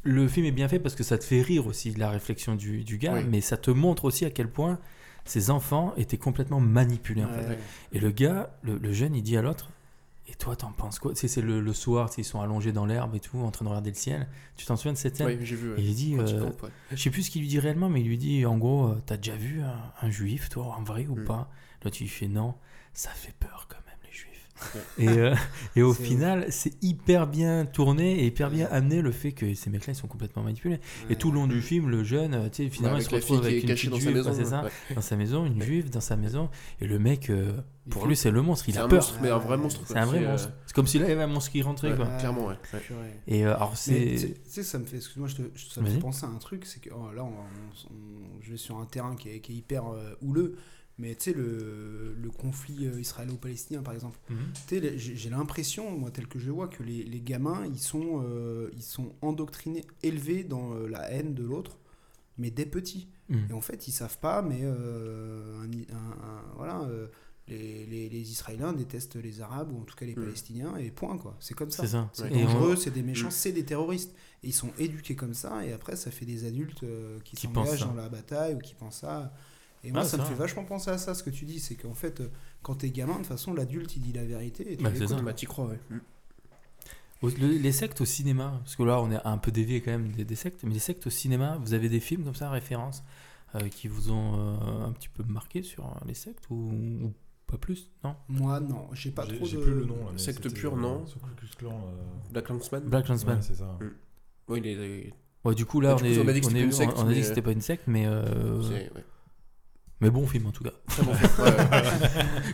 S2: Le film est bien fait parce que ça te fait rire aussi de la réflexion du, du gars,
S3: Oui.
S2: mais ça te montre aussi à quel point ces enfants étaient complètement manipulés. en fait.
S4: Ouais.
S2: Et le gars, le, le jeune, il dit à l'autre Et toi, t'en penses quoi Tu sais, C'est le, le soir, tu sais, ils sont allongés dans l'herbe et tout, en train de regarder le ciel. Tu t'en souviens de cette scène
S3: Oui, j'ai vu.
S2: Et
S3: ouais.
S2: il dit
S3: Quand tu
S2: euh,
S3: campes, ouais.
S2: je sais plus ce qu'il lui dit réellement, mais il lui dit en gros, euh, t'as déjà vu un, un juif, toi, en vrai ou
S3: Mm.
S2: pas L'autre il fait non, ça fait peur quand même les juifs. et,
S3: (laughs)
S2: euh, et au
S4: C'est ouf.
S2: final, c'est hyper bien tourné et hyper
S3: Mm.
S2: bien amené le fait que ces mecs-là ils sont complètement manipulés. Et tout le long du film, le jeune, euh, tu sais, finalement
S3: Ouais,
S2: il se
S3: avec la fille
S2: retrouve
S3: qui est
S2: avec une petite
S3: cachée dans
S2: juive,
S3: sa maison.
S2: ouais, c'est ça,
S3: ouais.
S2: dans sa maison, une juive dans sa maison, et le mec, euh,
S3: Il
S2: pour
S3: fait-
S2: lui c'est le monstre, il
S3: C'est
S2: a
S3: un
S2: peur.
S3: monstre, mais un vrai monstre.
S2: C'est
S3: quoi.
S2: un vrai
S3: euh,
S2: monstre. C'est comme s'il y avait un monstre qui rentrait
S3: ouais,
S2: quoi.
S3: Clairement, ouais. ouais.
S4: Purée.
S2: Et euh, alors
S4: Mais
S2: c'est
S4: Tu sais- tu sais, ça me fait, excuse-moi, je te- je- ça me
S2: Vas-y.
S4: fait penser à un truc, c'est que oh, là, on, on- on- je vais sur un terrain qui est, qui est hyper euh, houleux, mais tu sais, le, le conflit euh, israélo-palestinien, par exemple,
S2: Mhm.
S4: Tu sais, les- j'ai j'ai l'impression, moi, tel que je le vois, que les, les gamins, ils sont, euh, ils sont endoctrinés, élevés dans euh, la haine de l'autre, mais dès petits.
S2: Mhm.
S4: Et en fait, ils savent pas, mais euh, un- un- un- voilà, euh, les, les- les Israéliens détestent les Arabes, ou en tout cas les
S3: Mhm.
S4: Palestiniens, et point, quoi. C'est comme ça.
S2: c'est ça.
S4: C'est
S2: Et on-
S4: dangereux, c'est des méchants,
S3: Mm.
S4: c'est des terroristes. Et ils sont éduqués comme ça, et après, ça fait des adultes euh, qui,
S2: Qui pensent
S4: s'engagent
S2: ça.
S4: dans la bataille ou qui pensent ça. Et moi,
S2: Ah,
S4: ça
S2: ça.
S4: me fait vachement penser à ça, ce que tu dis. C'est qu'en fait, euh, quand t'es gamin, de toute façon, l'adulte, il dit la vérité. Et tu
S2: Bah,
S4: l'écoutes.
S2: c'est ça.
S3: Bah, t'y crois, ouais.
S2: Au- le- les sectes au cinéma, parce que là on est un peu dévié quand même des, des sectes, mais les sectes au cinéma, vous avez des films comme ça, référence, euh, qui vous ont euh, un petit peu marqué sur euh, les sectes ou, ou pas plus, non
S4: Moi, non, j'ai pas
S5: J'ai
S4: trop
S5: j'ai
S4: de.
S5: plus le nom. là, mais
S3: Secte
S5: c'était,
S3: pure,
S5: euh,
S3: non.
S5: ce Ku Klux Klan, euh,
S3: Black Lanksman.
S2: Black Landsman.
S5: ouais, c'est ça.
S3: Oui, il est.
S2: Ouais. du coup là
S3: Bah,
S2: on,
S3: du coup,
S2: est,
S3: on a dit que
S2: on
S3: c'était
S2: est-
S3: pas une secte,
S2: on a dit
S3: mais-
S2: que c'était pas une secte, mais euh,
S3: c'est- ouais.
S2: (laughs) mais bon film en tout cas. (laughs)
S3: Très bon film. Ouais, ouais.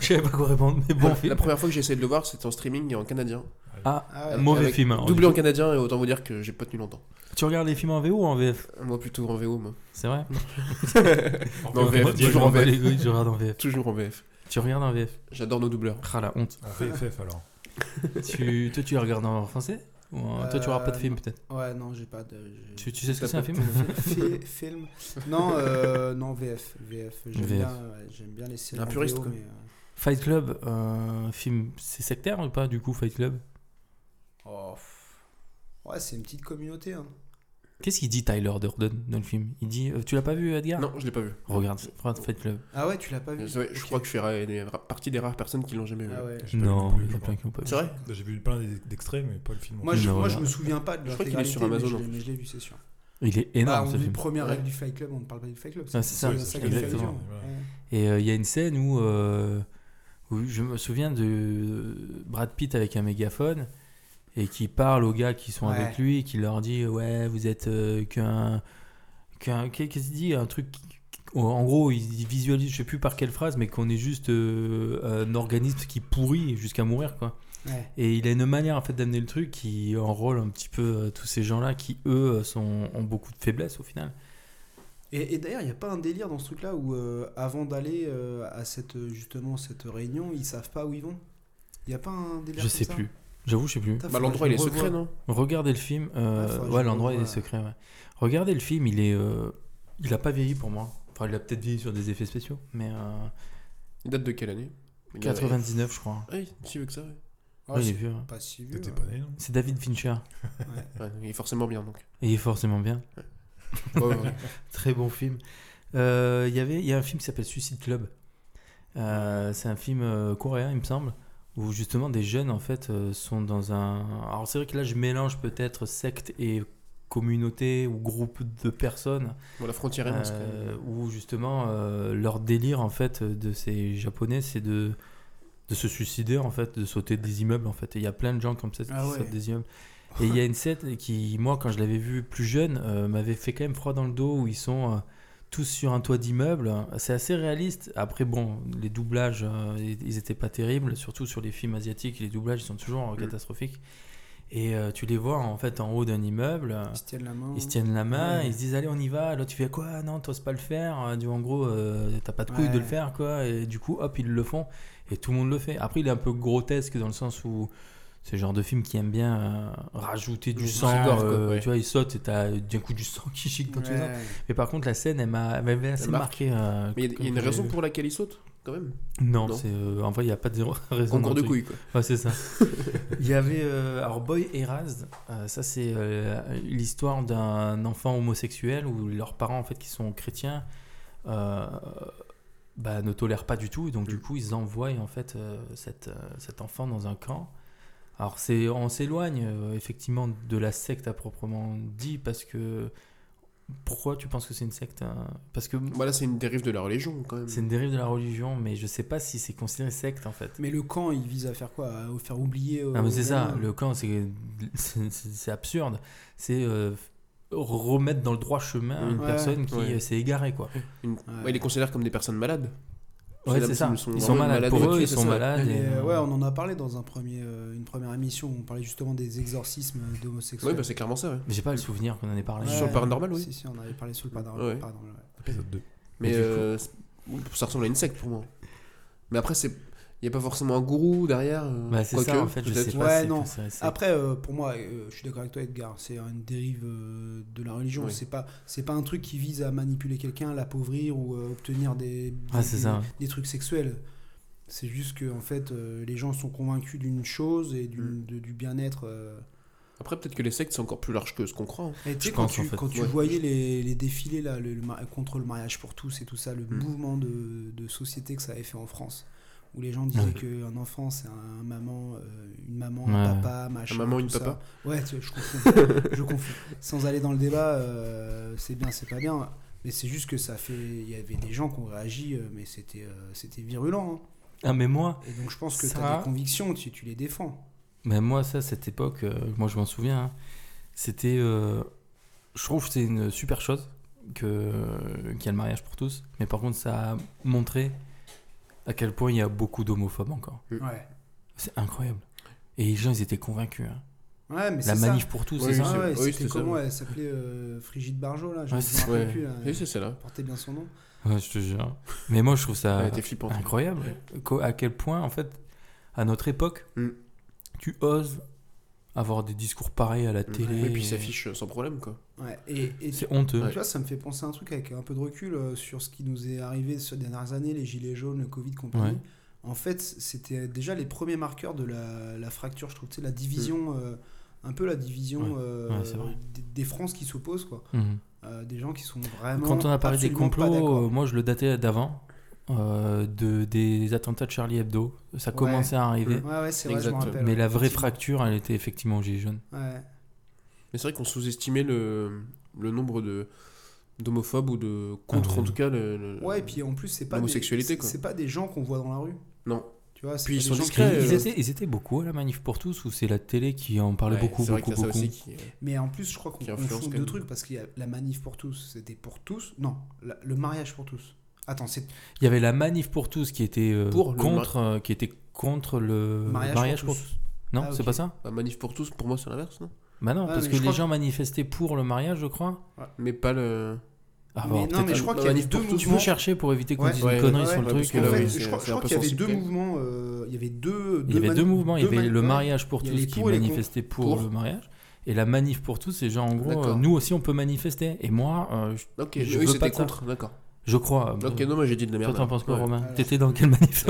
S2: Je savais pas quoi répondre, mais bon
S3: La-
S2: film.
S3: La première fois que j'ai essayé de le voir, c'était en streaming et en canadien.
S2: Ah,
S4: Ah ouais.
S2: Un mauvais
S3: Avec-
S2: film, hein,
S3: Doublé en
S2: du coup.
S3: canadien, et autant vous dire que j'ai pas tenu longtemps.
S2: tu regardes les films en VO ou en VF
S3: Moi, plutôt en VO, moi.
S2: C'est vrai
S3: Non, VF,
S5: Encore
S3: toujours en
S5: une fois,
S3: VF.
S2: Les couilles, je regarde en VF.
S3: Toujours en VF.
S2: Tu regardes en VF
S3: J'adore nos doubleurs.
S2: Ah la honte.
S5: en
S4: (laughs)
S5: VFF alors.
S2: tu, toi tu les regardes en français ou en- Toi tu regardes pas de
S4: Euh,
S2: film peut-être
S4: Ouais, non, j'ai pas de. j'ai-
S2: tu, tu sais ce que
S3: t'as
S2: c'est un
S3: pas-
S2: film
S4: (laughs) Fi- film. Non, euh, non, VF. VF. J'aime
S2: VF.
S4: bien, ouais, j'aime bien les séries.
S3: Un
S4: en
S3: puriste,
S4: VO,
S3: quoi.
S4: mais, euh,
S2: Fight Club, euh, film, c'est sectaire ou pas du coup Fight Club
S4: oh, pff. Ouais, c'est une petite communauté. hein.
S2: Qu'est-ce qu'il dit Tyler Durden dans le film Il dit, euh, tu l'as pas vu Edgar
S3: Non, je l'ai pas vu.
S2: Regarde, regarde Fight Club.
S4: Ah ouais, tu l'as pas vu
S3: Euh, Ouais, Je
S4: Ok.
S3: crois que je fais ra- des- ra- partie des rares personnes qui l'ont jamais vu.
S4: Ah ouais.
S5: J'ai pas vu
S2: Non,
S5: plus,
S2: il y
S5: je
S2: a
S5: crois.
S2: plein qui ont pas vu.
S3: C'est vrai
S5: J'ai vu plein d'ex- d'extraits, mais pas le film. en
S4: Moi,
S5: fait.
S4: je,
S2: Non,
S4: moi
S2: voilà.
S4: je me souviens pas de
S3: Je crois qu'il est
S4: l'intégralité,
S3: sur Amazon,
S4: mais je
S3: en
S4: l'ai- mais je l'ai vu, c'est sûr.
S2: Il est
S4: Bah,
S2: énorme
S4: on
S2: ce
S4: dit
S2: film.
S4: première
S3: Ouais.
S4: règle du Fight Club, on ne parle pas du Fight Club.
S2: Ah, c'est ça,
S5: Oui,
S4: c'est
S5: c'est
S4: ça
S5: ça
S4: que
S5: qu'il
S4: je fais
S5: fait
S2: exactement.
S4: allusion.
S5: allusion,
S4: Ouais.
S2: Et euh, il y a une scène où, euh, où je me souviens de Brad Pitt avec un mégaphone et qui parle aux gars qui sont
S4: Ouais.
S2: avec lui et qui leur dit ouais vous êtes euh, qu'un qu'un qu'est- qu'est-ce qu'il dit un truc qui- qui- en gros il il visualise je sais plus par quelle phrase mais qu'on est juste euh, un organisme qui pourrit jusqu'à mourir quoi
S4: Ouais.
S2: et il a une manière en fait d'amener le truc qui enrôle un petit peu euh, tous ces gens là qui eux euh, sont ont beaucoup de faiblesses au final
S4: Et, et d'ailleurs, il n'y a pas un délire dans ce truc-là où, euh, avant d'aller euh, à cette, euh, justement cette réunion, ils savent pas où ils vont Il n'y a pas un délire
S2: je
S4: comme
S2: sais
S4: ça
S2: plus j'avoue je sais plus
S4: Putain,
S3: Bah,
S4: faudrait
S3: l'endroit
S4: que
S3: il
S4: je
S3: est
S4: le revoie.
S3: secret, non
S2: Regardez le film. euh,
S4: Ouais, faudrait que
S2: ouais,
S4: je
S2: l'endroit il est
S4: revoie.
S2: secret. ouais. Regardez le film, il est, euh, il a pas vieilli pour moi. Enfin, il a peut-être vieilli sur des effets spéciaux, mais euh,
S3: Il date de quelle année
S2: 99, je crois.
S3: Ah Oui, si veut que ça, ouais.
S4: Ah,
S2: Ouais, il est
S4: c'est
S2: vieux, hein.
S4: pas si vieux.
S5: T'étais
S4: hein.
S5: pas né, non
S2: C'est David Fincher.
S3: Ouais, Il est forcément bien, donc.
S2: Et il est forcément bien.
S3: Ouais, ouais, ouais.
S2: Très bon film. Euh, Il y avait- il y a un film qui s'appelle Suicide Club. Euh, c'est un film euh, coréen, il me semble, où justement des jeunes en fait euh, sont dans un. Alors c'est vrai que là je mélange peut-être secte et communauté ou groupe de personnes,
S3: Bon, la frontière est mince, quand même.
S2: euh, où justement euh, leur délire en fait de ces japonais c'est de de se suicider en fait, de sauter des immeubles en fait. Et il y a plein de gens comme ça qui
S4: Ah ouais.
S2: sautent des immeubles. Et il y a une scène qui, moi, quand je l'avais vu plus jeune, euh, m'avait fait quand même froid dans le dos, où ils sont euh, tous sur un toit d'immeuble. C'est assez réaliste. Après, bon, les doublages, euh, ils ils étaient pas terribles, surtout sur les films asiatiques, les doublages, ils sont
S4: Mm.
S2: toujours euh, catastrophiques. Et euh, tu les vois, en fait, en haut d'un immeuble. euh,
S4: Ils se tiennent la main.
S3: Mmh.
S2: ils se tiennent la main,
S4: Ouais.
S2: ils se disent allez on y va, l'autre tu fais quoi Non, t'oses pas le faire, Euh, du en gros euh, t'as pas de couilles de le
S4: Ouais.
S2: faire quoi, et du coup hop ils le font et tout le monde le fait. Après il est un peu grotesque dans le sens où c'est le genre de film qui aime bien euh, rajouter du
S3: Du
S2: sang,
S3: gore, quoi,
S2: euh,
S3: Mmh. ouais.
S2: tu vois il saute et t'as d'un coup du sang (laughs) qui chic dans tous les sens.
S4: Ouais.
S2: Mais par contre la scène elle m'a- elle m'avait assez
S3: marque.
S2: marqué. euh,
S3: Mais il y a- il y a une
S2: quand
S3: raison
S2: j'ai-
S3: pour laquelle il saute, quand même.
S2: Non,
S3: Non.
S2: c'est euh, en vrai il n'y a pas de (laughs) raison. dans
S3: Concours
S2: le
S3: de
S2: truc.
S3: couilles, quoi.
S2: Ouais, c'est ça. (laughs) Il y avait. euh, alors, Boy Erased, euh, ça, c'est euh, l'histoire d'un enfant homosexuel où leurs parents, en fait, qui sont chrétiens, euh, bah, ne tolèrent pas du tout. Et donc, du coup, ils envoient, en fait, euh, cette, euh, cet enfant dans un camp. Alors, c'est, on s'éloigne, euh, effectivement, de la secte à proprement dit, parce que. Pourquoi tu penses que c'est une secte hein Parce que.
S3: Bah, là, c'est une dérive de la religion, quand même.
S2: C'est une dérive de la religion, mais je sais pas si c'est considéré secte en fait.
S4: Mais le camp, il vise à faire quoi À faire oublier. euh, aux
S2: Ah, mais c'est ça,
S4: gamins
S2: le camp, c'est c'est- c'est absurde. C'est euh, remettre dans le droit chemin une
S4: Ouais.
S2: personne qui
S3: Ouais.
S2: euh, s'est égarée, quoi.
S3: Une-
S4: Ouais.
S3: ouais, ils les considèrent comme des personnes malades.
S2: Ouais,
S3: là,
S2: c'est ça.
S3: Ils sont,
S2: Ils sont
S3: vraiment
S2: malades.
S3: malades.
S2: Pour
S3: Ok,
S2: eux, ils
S3: c'est
S2: sont
S3: ça.
S2: malades.
S4: Mais,
S2: et,
S4: euh,
S2: euh,
S4: ouais, on en a parlé dans un premier, euh, une première émission. On parlait justement des exorcismes
S3: Ouais,
S4: d'homosexuels.
S3: bah, c'est clairement ça, ouais.
S2: mais J'ai pas le souvenir qu'on en ait parlé.
S4: Ouais.
S3: Sur le paranormal, oui.
S4: Si, si, on avait parlé sur le paranormal.
S3: Ouais.
S4: paranormal, ouais.
S3: Mais
S2: Mais du
S3: euh, c'est- ça ressemble à une secte pour moi. Mais après, c'est. Il n'y a pas forcément un gourou derrière. euh,
S2: Bah, c'est
S3: quoique,
S2: ça, en fait, je
S3: peut-être.
S2: sais pas.
S4: Ouais,
S2: c'est-
S4: non.
S2: c'est- c'est-
S4: Après, euh, pour moi, euh, je suis d'accord avec toi, Edgar. C'est une dérive euh, de la religion.
S3: Oui.
S4: C'est pas, c'est pas un truc qui vise à manipuler quelqu'un, l'appauvrir ou euh, obtenir des, des,
S2: Ah, c'est
S4: des-
S2: ça.
S4: des trucs sexuels. C'est juste que en fait, euh, les gens sont convaincus d'une chose et d'une-
S2: Mm.
S4: de- du bien-être. euh.
S3: Après, peut-être que les sectes, c'est encore plus large que ce qu'on croit. hein.
S4: Et tu sais,
S2: Je
S4: quand,
S2: pense,
S4: tu,
S2: en fait.
S4: quand tu
S3: Ouais.
S4: voyais les, les défilés là, le, le mar- contre le mariage pour tous et tout ça, le
S3: Mm.
S4: mouvement de, de société que ça avait fait en France, où les gens disaient qu'un enfant c'est un maman, euh, une maman, un
S2: Ouais.
S4: papa, machin.
S3: Un maman, une
S4: tout ça.
S3: papa.
S4: Ouais, tu- je confonds.
S3: (laughs)
S4: je confonds. Sans aller dans le débat, euh, c'est bien, c'est pas bien. Mais c'est juste que ça fait. Il y avait des gens qui ont réagi, euh, mais c'était euh, c'était virulent. hein.
S2: Ah, mais moi,
S4: Et donc je pense que tu
S2: Ça-
S4: as des convictions, tu, tu les défends.
S2: mais moi, ça, cette époque, euh, moi, je m'en souviens. hein, C'était. euh, je trouve que c'est une super chose que- qu'il y a le mariage pour tous. Mais par contre, ça a montré à quel point il y a beaucoup d'homophobes encore.
S4: Ouais.
S2: C'est incroyable. Et les gens, ils étaient convaincus. hein.
S4: Ouais, mais
S2: La
S4: c'est ça.
S2: manif pour tous,
S3: Oui,
S2: c'est
S4: Ah
S2: ça
S4: ouais,
S3: oui,
S4: c'était
S3: c'était ça,
S4: comment
S3: ouais.
S4: Elle s'appelait euh, Frigide Barjot, là. Je
S2: Ouais,
S4: me
S2: c'est-
S4: rappelle
S3: Ouais.
S4: plus. Là.
S3: Oui, c'est celle-là.
S4: Elle portait bien son nom.
S2: Ouais, je te jure. Mais moi, je trouve ça
S3: Elle était flippante.
S2: incroyable. Qu'au- À quel point, en fait, à notre époque,
S3: Mm.
S2: tu oses avoir des discours pareils à la télé.
S3: Et Mm. puis, ils s'affichent euh, sans problème, quoi.
S4: Ouais. Et, et tu
S2: C'est honteux.
S4: tu vois, ça me fait penser à un truc avec un peu de recul euh, sur ce qui nous est arrivé ces dernières années, les gilets jaunes, le Covid, compagnie.
S2: Ouais.
S4: En fait, c'était déjà les premiers marqueurs de la, la fracture, je trouve, tu sais, la division, euh, un peu la division
S2: Mm. Ouais.
S4: euh,
S2: Ouais, c'est vrai.
S4: des, des Frances qui s'opposent, quoi.
S2: Mhm.
S4: Euh, des gens qui sont
S3: Ah
S4: vraiment.
S2: Quand on a parlé des
S4: absolument pas
S2: complots,
S4: d'accord.
S2: euh, moi, je le datais d'avant. euh, de, des attentats de Charlie Hebdo. Ça commençait à
S3: Mm.
S2: arriver.
S4: Ouais, ouais, c'est vrai, je
S3: Exact.
S4: me rappelle.
S2: Mais la vraie
S4: Effectivement.
S2: fracture, elle était effectivement aux Gilets jaunes.
S4: Ouais.
S3: Mais c'est vrai qu'on sous-estimait le, le nombre de d'homophobes ou de contre
S2: Ah,
S3: en
S2: oui.
S3: tout cas le, le-
S4: Ouais, et puis euh, en plus, c'est pas. des-
S3: L'homosexualité,
S4: c'est-
S3: quoi.
S4: C'est pas des gens qu'on voit dans la rue.
S3: non
S4: Tu vois, c'est
S3: Puis
S4: pas
S3: ils
S4: des
S3: sont
S4: gens
S3: discrets,
S4: qui-
S3: euh,
S2: Ils étaient, ils étaient beaucoup à la manif pour tous ou c'est la télé qui en parlait
S3: Ouais,
S2: beaucoup,
S3: c'est vrai
S2: beaucoup,
S3: qu'il y a ça
S2: beaucoup.
S3: aussi qui- euh,
S4: Mais en plus, je crois qu'on
S3: Qui influence
S4: confond
S3: quand
S4: deux
S3: même.
S4: trucs parce qu'il y a la manif pour tous, c'était pour tous. Non, la- le mariage pour tous. Attends, c'est
S2: Il y avait la manif pour tous qui était euh,
S3: Pour le
S2: contre, euh, qui était contre le
S4: mariage, pour, tous.
S2: Non,
S4: Ah,
S2: c'est
S4: ok.
S2: pas ça
S3: la bah, manif pour tous pour moi c'est l'inverse non
S2: Bah non,
S4: Ah,
S2: parce que
S4: mais je
S2: les
S4: crois que-
S2: gens manifestaient pour le mariage, je crois.
S3: mais pas le
S2: Ah,
S4: Mais
S2: bon,
S4: non,
S2: peut-être-
S4: mais je
S3: un-
S4: crois
S3: la
S4: qu'il y avait
S3: manif
S4: deux
S3: pour tous,
S2: tu peux
S4: mouvements.
S2: chercher pour éviter qu'on
S4: Ouais.
S2: dise
S3: Ouais,
S2: une connerie
S4: ouais,
S2: sur le
S3: ouais,
S2: truc.
S3: parce que
S4: En
S3: là,
S2: euh,
S4: fait,
S3: oui,
S4: je
S3: c'est-
S4: crois, je
S3: c'est un
S4: crois
S3: peu
S4: qu'il y avait
S3: sensible,
S4: deux
S3: quand même.
S4: mouvements. euh, il y avait deux.
S2: Il y avait deux mouvements. Il y avait le
S4: mariage
S2: mariage pour
S4: Il y
S2: tous
S4: a les
S2: qui
S4: pour et les contre.
S2: manifestait pour,
S4: Pour.
S2: le mariage. Et la manif pour tous, c'est genre en gros,
S3: D'accord.
S2: euh, nous aussi on peut manifester. Et moi, euh, je-
S3: ok
S2: Je
S3: eux
S2: veux pas
S3: c'était
S2: de ça.
S3: contre d'accord
S2: Je crois. euh,
S3: Ok, non, moi j'ai dit de la
S2: Toi,
S3: merde.
S2: t'en penses quoi,
S3: Ouais.
S2: Romain
S4: Alors-
S2: T'étais dans quelle
S4: (laughs)
S2: manif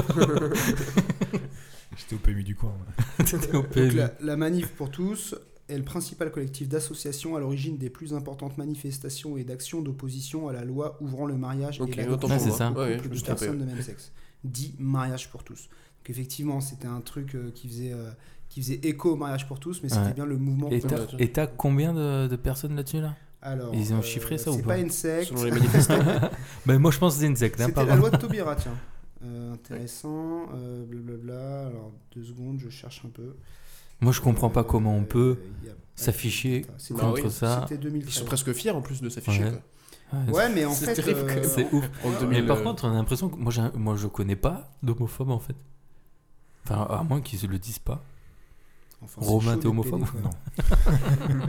S5: J'étais au PMU du coin. ouais.
S2: T'étais (laughs) au PMU.
S4: Donc la, la manif pour tous est le principal collectif d'associations à l'origine des plus importantes manifestations et d'actions d'opposition à la loi ouvrant le mariage
S3: Ok,
S4: et
S2: Ah,
S3: autant
S4: l'adoption
S3: pour
S2: c'est
S3: moi.
S2: ça.
S4: au
S3: Ouais,
S4: couple
S3: je me
S4: de
S3: suis trompé.
S4: personnes de même sexe, dit mariage pour tous. Donc effectivement, c'était un truc euh, qui faisait euh, qui faisait écho au mariage pour tous, mais
S2: Ouais.
S4: c'était bien le mouvement.
S2: Et
S4: pour
S2: t'as-
S4: tous.
S2: et t'as combien de, de personnes là-dessus là
S4: Alors, euh,
S2: ils ont chiffré ça ou
S4: C'est
S2: pas
S4: pas une secte.
S3: Selon les
S4: (laughs)
S3: manifestants.
S2: (laughs) Ben moi je pense que c'est une secte. hein,
S4: C'était
S2: par
S4: la
S2: contre.
S4: loi de Taubira, tiens.
S3: (laughs)
S4: Euh, intéressant, euh, blablabla. Alors, deux secondes, je cherche un peu.
S2: Moi je comprends pas
S4: Euh,
S2: comment on peut.
S4: il y a-
S2: s'afficher
S4: Attends, c'était-
S3: contre ça.
S4: Ah C'était 2013.
S3: Ils sont presque fiers en plus de s'afficher.
S2: Ouais.
S3: quoi.
S2: Ouais,
S4: Ouais, mais en
S3: C'est
S4: fait,
S3: terrible,
S4: euh,
S3: quoi.
S2: C'est ouf.
S3: En
S2: Mais
S3: 2000,
S2: par
S3: euh,
S2: contre, on a l'impression que moi, j'ai un- moi je connais pas d'homophobe en fait. Enfin, à moins qu'ils se le disent pas.
S4: enfin, c'est
S2: Romain,
S4: chaud
S2: t'es
S4: d'être
S2: homophobe
S4: pédé, quoi.
S5: Non.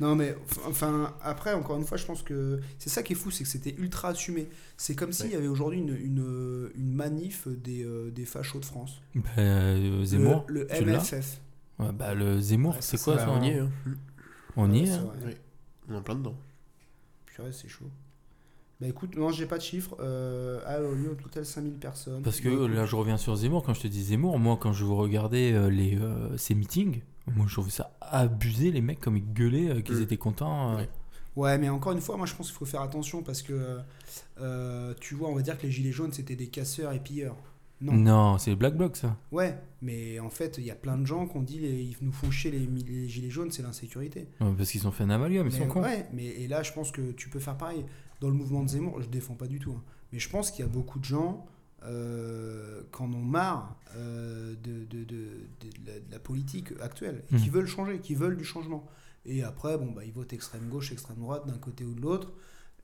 S4: Non, mais f- enfin, après, encore une fois, je pense que c'est ça qui est fou, c'est que c'était ultra assumé. C'est comme s'il y avait aujourd'hui une, une, une manif des, euh, des fachos de France.
S2: Ben, euh, Zemmour,
S4: Le, le
S2: tu l'as
S4: MFF.
S2: Ouais, bah, le Zemmour,
S4: Euh. Ouais,
S2: c'est
S4: c'est
S2: quoi
S4: ça,
S2: ça
S3: on y est, hein.
S2: On y est,
S4: Ouais, c'est
S2: hein.
S4: vrai.
S3: on est en plein dedans.
S4: Purée, c'est chaud. Bah écoute, non, j'ai pas de chiffres. Euh, ah, au lieu, au total 5000 personnes.
S2: Parce que
S4: Bah, écoute,
S2: là, je reviens sur Zemmour. Quand je te dis Zemmour, moi, quand je vous regardais euh, les, euh, ces meetings, moi, je trouvais ça abusé, les mecs, comme ils gueulaient, euh, qu'ils
S3: Mm.
S2: étaient contents. euh.
S3: Ouais.
S4: Ouais, mais encore une fois, moi je pense qu'il faut faire attention parce que euh, tu vois, on va dire que les gilets jaunes c'était des casseurs et pilleurs. Non.
S2: Non, c'est les Black Bloc, ça.
S4: Ouais, mais en fait, il y a plein de gens qu'on dit les- ils nous font chier les, mi- les gilets jaunes, c'est l'insécurité.
S2: Ouais, Parce qu'ils ont fait un amalgame, ils
S4: Mais
S2: sont cons.
S4: ouais, mais et là je pense que tu peux faire pareil. Dans le mouvement de Zemmour, je défends pas du tout, hein, mais je pense qu'il y a beaucoup de gens euh, qui en ont marre euh, de, de- de- de- de la, de la politique actuelle, et qui
S2: Mhm.
S4: veulent changer, qui veulent du changement. Et après, bon, bah, ils votent extrême gauche, extrême droite, d'un côté ou de l'autre.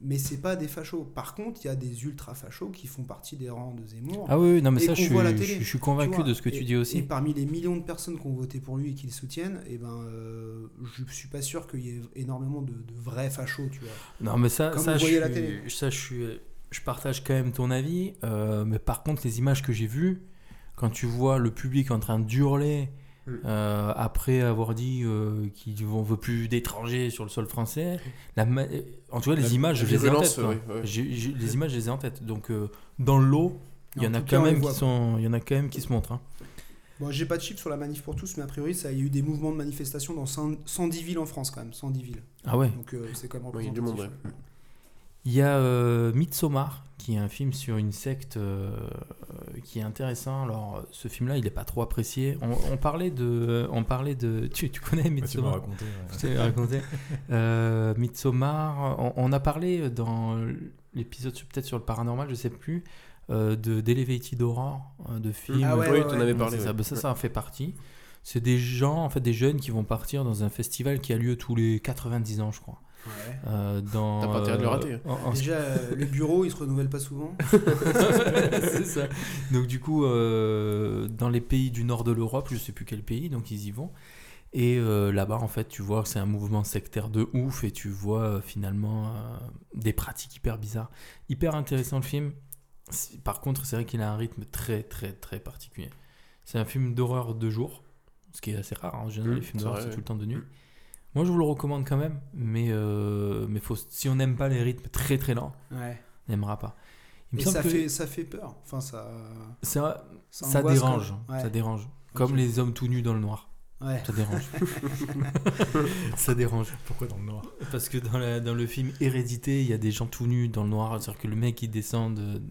S4: Mais c'est pas des fachos. Par contre, il y a des ultra fachos qui font partie des rangs de Zemmour.
S2: Ah oui, oui, non, mais
S4: Et
S2: ça, je
S4: qu'on
S2: suis,
S4: voit à la
S2: je
S4: télé,
S2: suis- je suis
S4: Tu
S2: convaincu
S4: vois,
S2: de ce que tu
S4: et-
S2: dis
S4: Et
S2: aussi.
S4: parmi les millions de personnes qui ont voté pour lui et qui le soutiennent, et ben, euh, je suis pas sûr qu'il y ait énormément de, de vrais fachos, tu vois.
S2: Non, mais ça,
S4: Comme
S2: ça,
S4: vous
S2: je,
S4: voyez à la
S2: suis-
S4: télé.
S2: ça, je suis- je partage quand même ton avis. euh, mais par contre, les images que j'ai vues, quand tu vois le public en train d'hurler
S3: Mm.
S2: euh, après avoir dit euh, qu'on veut plus d'étrangers sur le sol français, la ma- euh, en tout cas, les
S3: La-
S2: images,
S3: la
S2: je les ai en
S3: violence,
S2: tête. quoi.
S3: ouais, ouais.
S2: J'ai- j'ai- les images, je les ai en tête. Donc, euh, dans l'eau, il y
S4: En
S2: en a
S4: tout cas,
S2: quand
S4: on les
S2: même
S4: voit
S2: qui sont, il y en a quand même qui se montrent. hein.
S4: Bon, j'ai pas de chiffres sur la manif pour tous, mais a priori, ça, il y a eu des mouvements de manifestation dans 100 110 villes en France, quand même. 110 villes.
S2: Ah ouais.
S4: Donc, euh, c'est quand même
S3: Ouais, il y a du monde,
S4: représentatif.
S2: Il y a euh, Midsommar, qui est un film sur une secte euh, qui est intéressant. Alors, euh, ce film-là, il n'est pas trop apprécié. On, on parlait de. On parlait de (laughs) tu, tu connais
S5: Bah, tu m'as
S2: Midsommar
S5: raconté. ouais.
S2: (laughs) Je t'avais raconté. Euh, Midsommar, on, on a parlé dans l'épisode, sur- peut-être sur le paranormal, je sais plus, euh, de d'Elevated Horror, euh, de film.
S4: Ah ouais,
S3: oui,
S4: ouais,
S3: t'en
S4: ouais.
S3: avais
S2: Ouais,
S3: parlé.
S2: c'est
S3: ouais.
S2: Ça, Ben ça, ça en fait partie. C'est des gens, en fait, des jeunes qui vont partir dans un festival qui a lieu tous les 90 ans, je crois.
S4: Ouais.
S2: Euh, dans,
S3: T'as pas intérêt de le
S2: euh,
S3: rater.
S2: en- en
S4: Déjà, euh, le bureau, il se renouvelle pas
S2: (laughs)
S4: souvent.
S2: c'est ça. Donc du coup, euh, dans les pays du nord de l'Europe, je sais plus quel pays, donc ils y vont. Et euh, là-bas, en fait, tu vois que c'est un mouvement sectaire de ouf et tu vois euh, finalement euh, des pratiques hyper bizarres. Hyper intéressant le film. C'est- Par contre, c'est vrai qu'il a un rythme très, très, très particulier. C'est un film d'horreur de jour, ce qui est assez rare. hein. En général,
S3: Mhm,
S2: les films
S3: c'est
S2: d'horreur,
S3: vrai,
S2: c'est
S3: Mmh. ouais.
S2: tout le temps de nuit. Moi, je vous le recommande quand même, mais, euh, mais faut, si on n'aime pas les rythmes très, très lents,
S4: Ouais.
S2: on n'aimera pas. Il me
S4: Et
S2: semble
S4: ça,
S2: que
S4: fait, ça fait peur. Enfin, ça.
S2: c'est un-
S4: Ça,
S2: ça
S4: angoisse,
S2: dérange, hein.
S4: quoi.
S2: ça
S4: Ouais.
S2: dérange. Comme
S4: Ok.
S2: les hommes tout nus dans le noir,
S4: Ouais.
S2: ça
S4: (laughs)
S2: dérange. ça dérange.
S5: Pourquoi dans le noir
S2: Parce que dans, la- dans le film Hérédité, il y a des gens tout nus dans le noir. C'est-à-dire que le mec, il descend de,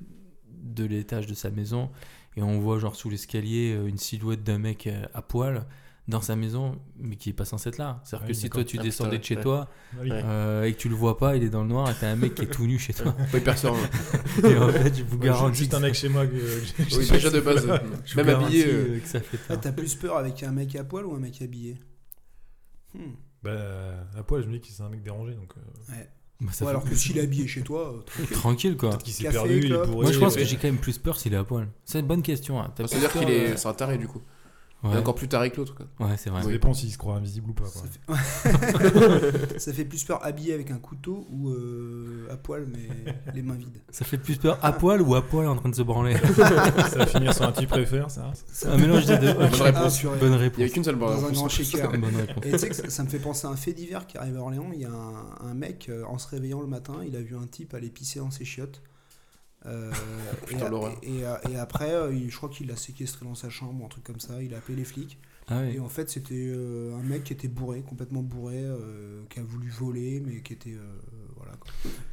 S2: de l'étage de sa maison et on voit, genre, sous l'escalier, euh, une silhouette d'un mec euh, à poil dans sa maison, mais qui est pas censé être là. C'est-à-dire
S5: Ouais,
S2: que si
S5: d'accord.
S2: toi, tu
S3: Ah, putain,
S2: descendais de chez
S3: ouais.
S2: toi
S5: oui.
S3: Ouais.
S2: euh, et que tu le vois pas, il est dans le noir et t'as un mec qui est tout nu chez toi.
S3: Pas hyper serein.
S2: (laughs) Et en fait, je vous
S5: Ouais, juste-
S2: garantis.
S5: juste un mec chez moi que, que
S2: (laughs)
S5: j'ai-
S3: Oui,
S5: j'ai-
S3: déjà de base.
S2: je vous
S3: Même
S2: garantis,
S3: habillé. euh,
S2: euh, que ça fait
S4: Ah,
S2: peur.
S4: T'as plus peur avec un mec à poil ou un mec habillé Hmm.
S5: Bah, à poil, je me dis que c'est un mec dérangé, donc euh,
S2: Bah, ça
S4: Ouais,
S2: fait
S4: alors que
S2: plus-
S4: s'il est habillé chez toi, euh,
S2: Tranquille, quoi.
S5: peut-être qu'il s'est
S4: Café,
S5: perdu, il
S4: clope.
S5: est pourri.
S2: Moi, je pense que
S5: ouais.
S2: j'ai quand même plus peur s'il est à poil. C'est une bonne question. hein. T'as
S3: C'est-à-dire
S2: plus
S3: qu'il
S2: peur,
S3: est.
S2: euh,
S3: C'est un taré du coup. Et
S2: Ouais,
S3: encore plus taré que l'autre. quoi.
S2: ouais c'est vrai.
S3: Oui.
S7: Ça dépend s'il se croit invisible ou pas. quoi.
S4: Ça fait... ça fait plus peur habillé avec un couteau ou euh, à poil, mais les mains vides.
S2: Ça fait plus peur à poil ou à poil en train de se branler
S7: Ça va finir sur un tu préfères, ça
S2: C'est un mélange des deux.
S3: Bonne réponse.
S4: Ah, purée.
S2: Bonne
S3: Il n'y
S2: réponse.
S3: a qu'une seule barre.
S4: Dans un grand shaker.
S2: Bonne réponse.
S4: Et tu sais que ça, ça me fait penser à un fait divers qui arrive à Orléans. Il y a un, un mec, euh, en se réveillant le matin, il a vu un type aller pisser dans ses chiottes.
S3: (laughs)
S4: Euh,
S3: Putain,
S4: et,
S3: l'horreur.
S4: et- et, euh, et après, euh, il- je crois qu'il l'a séquestré dans sa chambre, ou un truc comme ça. Il a appelé les flics.
S2: Ah
S4: Et
S2: oui.
S4: en fait, c'était euh, un mec qui était bourré, complètement bourré, euh, qui a voulu voler, mais qui était. euh, voilà. quoi.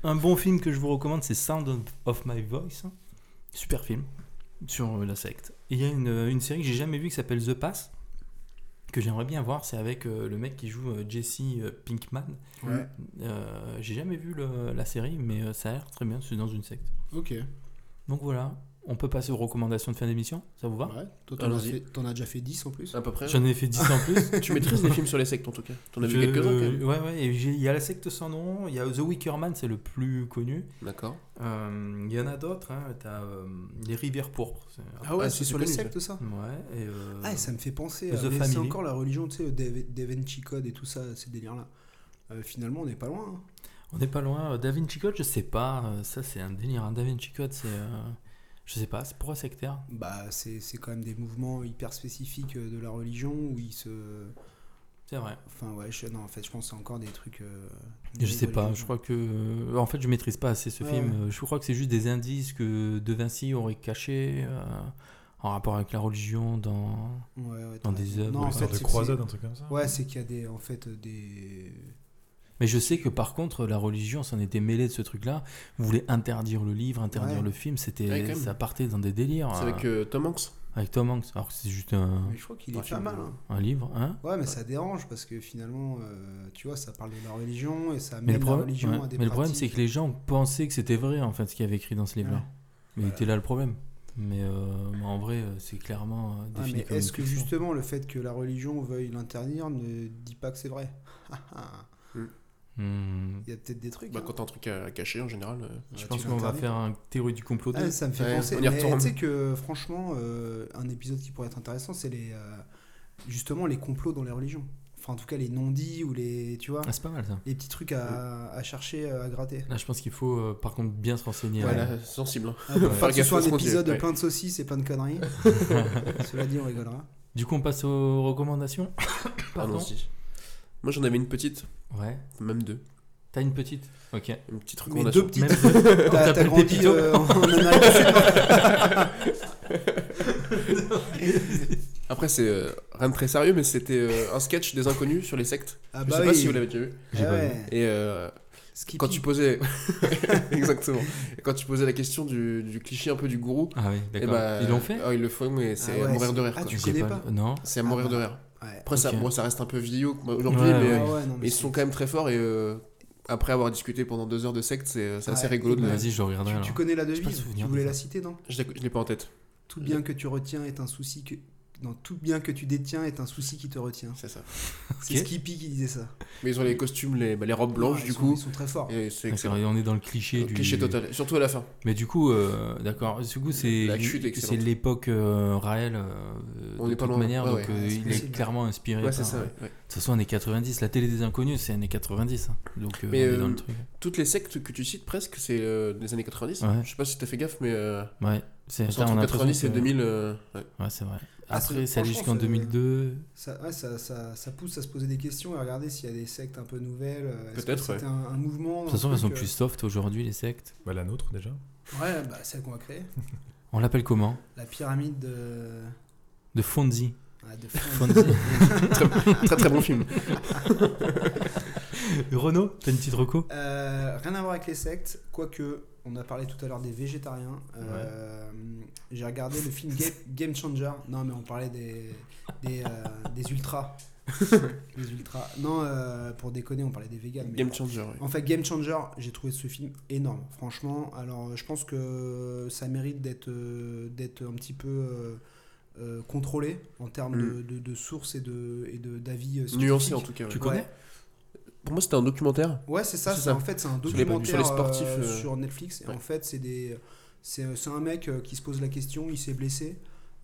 S2: Un bon film que je vous recommande, c'est Sound of- of My Voice. Super film sur euh, la secte. Et Il y a une, euh, une série que j'ai jamais vue qui s'appelle The Pass, que j'aimerais bien voir. C'est avec euh, le mec qui joue euh, Jesse euh, Pinkman.
S6: Ouais.
S2: Euh, j'ai jamais vu le- la série, mais euh, ça a l'air très bien. C'est dans une secte.
S6: Ok.
S2: Donc voilà, on peut passer aux recommandations de fin d'émission. Ça vous va
S6: Ouais. Toi, t'en as,
S3: Allons-y.
S6: fait- t'en as déjà fait 10 en plus.
S3: À peu près.
S2: J'en ai fait 10 en
S3: (laughs)
S2: plus.
S3: Tu maîtrises les films sur les sectes en tout cas. T'en as vu
S2: Je-
S3: quelques-uns quand même.
S2: Ouais, ouais. et j'ai- Il y a la secte sans nom, il y a The Wicker Man, c'est le plus connu.
S3: D'accord.
S2: Euh, Il y en a d'autres, hein. t'as euh, Les Rivières Pourpres. c'est-
S4: Ah ouais,
S3: Ah,
S4: c'est
S3: c'est
S4: sur les
S3: connu,
S4: sectes, ça
S2: Ouais, et. euh,
S4: Ah, et ça me fait penser.
S2: The
S4: à- mais C'est
S2: Family.
S4: encore la religion, tu sais, Da Da Vinci Code et tout ça, ces délires-là. Euh, finalement, on n'est pas loin. hein.
S2: On n'est pas loin. Euh, Da Vinci Code, je sais pas. euh, Ça, c'est un délire. hein. Da Vinci Code, c'est. euh, Je sais pas, c'est pourquoi sectaire
S4: Bah, c'est c'est quand même des mouvements hyper spécifiques euh, de la religion où ils se.
S2: C'est vrai.
S4: Enfin, ouais, je- non, en fait, je pense que c'est encore des trucs. euh,
S2: Je
S4: des
S2: sais pas,
S4: religions.
S2: je crois que. euh, En fait, je maîtrise pas assez ce
S4: Ouais,
S2: film.
S4: ouais.
S2: Euh, Je crois que c'est juste des indices que De Vinci aurait cachés euh, en rapport avec la religion dans.
S4: Ouais, ouais,
S2: Dans
S4: t'as
S2: des
S4: raison.
S2: œuvres,
S4: Non,
S2: ouais.
S4: en
S7: Une
S4: fait,
S7: sorte de
S4: c'est-
S7: croisade, un truc comme ça.
S2: hein.
S4: c'est- Ouais, c'est qu'il y a des. En fait, des.
S2: Mais je sais que par contre, la religion s'en était mêlée de ce truc-là. Vous voulez interdire le livre, interdire
S4: Ouais.
S2: le film, c'était
S3: Ouais, quand même.
S2: ça partait dans des délires.
S3: C'est
S2: euh,
S3: avec euh, Tom Hanks.
S2: avec Tom Hanks. Alors que c'est juste un,
S4: Mais je crois qu'il est
S3: Ouais,
S4: pas mal. hein.
S2: un livre, hein
S4: Ouais, mais ça dérange parce que finalement, euh, tu vois, ça parle de la religion et
S2: Mais,
S4: ça amène
S2: le
S4: la
S2: problème,
S4: religion
S2: ouais.
S4: à des
S2: Mais le problème, c'est
S4: pratiques.
S2: que les gens pensaient que c'était vrai en fait ce qu'il y avait écrit dans ce livre-là.
S4: Ouais.
S2: Mais
S4: Voilà.
S2: était là le problème. Mais euh, en vrai, euh, c'est clairement euh,
S4: Ah,
S2: défini
S4: mais
S2: comme
S4: est-ce
S2: une
S4: que
S2: fiction.
S4: justement le fait que la religion veuille l'interdire ne dit pas que c'est vrai (laughs)
S2: Hmm.
S4: Il y a peut-être des trucs.
S3: Bah,
S4: hein.
S3: quand t'as un truc à à cacher en général. euh,
S4: Ouais,
S2: Je
S4: tu
S2: pense qu'on va
S4: l'interdis.
S2: faire un théorie du complot.
S4: Ah, ça me fait
S3: Ouais,
S4: penser.
S3: on y
S4: Mais
S3: retourne.
S4: tu sais que franchement, euh, un épisode qui pourrait être intéressant, c'est les euh, justement les complots dans les religions. Enfin, en tout cas, les non-dits ou les tu vois,
S2: Ah, c'est pas mal ça.
S4: les petits trucs à, à chercher, euh,
S2: (laughs)
S4: à gratter.
S2: Là, je pense qu'il faut euh, par contre bien se renseigner.
S3: Voilà,
S2: hein.
S3: c'est sensible. hein.
S4: Ah, pour
S2: Ouais.
S4: faire que ce
S3: Faire gaffe
S4: soit
S3: à ce
S4: un
S3: qu'on dit,
S4: épisode
S3: ouais.
S4: plein de saucisses et plein
S3: (laughs)
S4: de conneries. Cela dit, on rigolera.
S2: Du coup, on passe aux recommandations. Pardon.
S3: Allons-y. Moi j'en avais une petite,
S2: Ouais.
S3: même deux.
S2: T'as une petite. Ok.
S3: Une petite
S4: Mais
S3: recommandation.
S4: deux petites. (laughs)
S3: (laughs)
S2: Même deux. On
S4: T'as t'as
S2: t'appelle
S4: grandi
S2: Pépito.
S4: euh, en Amérique du Sud.
S3: Après, c'est euh, rien de très sérieux, mais c'était euh, un sketch des inconnus sur les sectes.
S4: Ah
S3: Je
S4: bah
S3: sais pas
S4: oui.
S3: si vous l'avez déjà vu.
S2: J'ai
S4: Ah
S2: pas vu.
S4: ouais.
S3: Et euh,
S4: Skippy.
S3: quand tu posais. (laughs) Exactement. Et quand tu posais la question du, du cliché un peu du gourou.
S2: Ah oui,
S3: eh
S2: d'accord.
S3: ben,
S2: Ils l'ont fait
S3: ah, Ils le font, mais c'est
S4: Ah
S3: à
S4: ouais,
S3: mourir de
S4: c'est-
S3: rire.
S4: ah,
S3: quoi.
S4: tu
S2: J'ai
S4: connais pas
S2: Non.
S3: C'est à mourir
S4: Ah,
S3: de rire.
S4: Ouais.
S3: Après, ça,
S2: Ok.
S3: bon, ça reste un peu vieillot comme aujourd'hui,
S2: Ouais,
S3: mais,
S2: ouais.
S3: euh,
S4: Ah ouais, non, mais
S3: mais ils
S4: c'est-
S3: sont quand même très forts. Et euh, après avoir discuté pendant deux heures de secte, c'est c'est assez
S4: Ouais.
S3: rigolo. De...
S2: Vas-y, je regarderai.
S4: Tu,
S2: alors.
S4: tu connais la
S2: pas le
S4: devise, tu
S2: souvenir
S4: voulais
S2: de
S4: la
S2: ça.
S4: citer, non
S3: Je l'ai je l'ai pas en tête.
S4: Tout bien que tu retiens est un souci que. Non, tout bien que tu détiens est un souci qui
S3: (laughs)
S4: te retient.
S3: C'est ça.
S4: C'est
S2: Ok.
S4: Skippy qui disait ça.
S3: Mais ils ont les costumes, les, bah, les robes blanches,
S4: Ils
S3: du
S4: sont-
S3: coup.
S4: Ils sont très forts.
S3: Et c'est
S2: D'accord,
S3: excellent.
S2: et on est dans le cliché du.
S3: Cliché total. Et Surtout à la fin.
S2: Mais du coup, euh, d'accord. Du coup, c'est
S3: La chute est
S2: c'est
S3: excellente.
S2: l'époque euh, Raël. euh,
S3: On
S2: de
S3: est pas
S2: toute
S3: loin.
S2: manière,
S3: Ouais,
S2: donc
S3: ouais.
S2: euh,
S4: Ouais, c'est
S2: il est
S4: possible.
S2: clairement inspiré.
S3: Ouais,
S2: par- euh,
S3: c'est ça. ouais, ouais.
S2: De toute façon, années 90. La télé des inconnus, c'est années 90. hein. Donc, euh, on
S3: Mais,
S2: est dans
S3: euh,
S2: le truc.
S3: Toutes les sectes que tu cites presque, c'est euh, des années 90.
S2: Ouais.
S3: Je sais pas si t'as fait gaffe, mais euh,
S2: Ouais. C'est
S3: c'est
S2: attends, on
S3: entre
S2: a l'impression
S3: 90 et
S2: que-
S3: 2000. euh,
S4: (laughs)
S3: ouais.
S2: Ouais, c'est vrai.
S4: Ah, c'est-
S2: Après, ça allait
S4: franchement,
S2: jusqu'en
S4: c'est-
S2: 2002.
S4: Ça, ouais, ça, ça, ça pousse à se poser des questions et à regarder s'il y a des sectes un peu nouvelles. euh, est-ce que
S3: Peut-être,
S4: c'était
S3: ouais.
S4: un, un
S2: De
S4: mouvement.
S2: toute façon,
S4: un
S2: elles sont
S4: truc,
S2: plus
S3: euh.
S2: soft aujourd'hui, les sectes.
S7: Bah, la nôtre, déjà.
S4: euh, Ouais, bah, celle qu'on va créer.
S2: On l'appelle comment
S4: La pyramide de.
S2: De Fonzie.
S4: ah, de
S2: Fonzie.
S3: Très très bon film.
S2: Renaud, t'as une petite reco
S4: Euh, rien à voir avec les sectes, quoique on a parlé tout à l'heure des végétariens. Euh, J'ai regardé le film
S3: (laughs)
S4: Ga- Game Changer. Non, mais on parlait des, des, euh, des
S3: (laughs)
S4: ultras. des ultras. Non, euh, pour déconner, on parlait des véganes. mais-
S3: Game changer. ouais.
S4: En fait, Game Changer, j'ai trouvé ce film énorme, franchement. Alors, je pense que ça mérite d'être euh, d'être un petit peu euh, euh, contrôlé en termes de, de, de sources et de et de- d'avis euh,
S3: Mm. Nuancé
S4: scientifiques.
S3: en tout cas. ouais.
S2: Tu connais
S4: Ouais.
S3: Pour moi, c'était un documentaire.
S4: Ouais, c'est ça.
S3: C'est
S4: c'est-
S3: ça.
S4: En fait, c'est un
S3: Sur les-
S4: documentaire
S3: sur les sportifs,
S4: euh,
S3: euh,
S4: sur Netflix. Et
S3: ouais.
S4: en fait, c'est des, c'est c'est un mec euh, qui se pose la question. Il s'est blessé.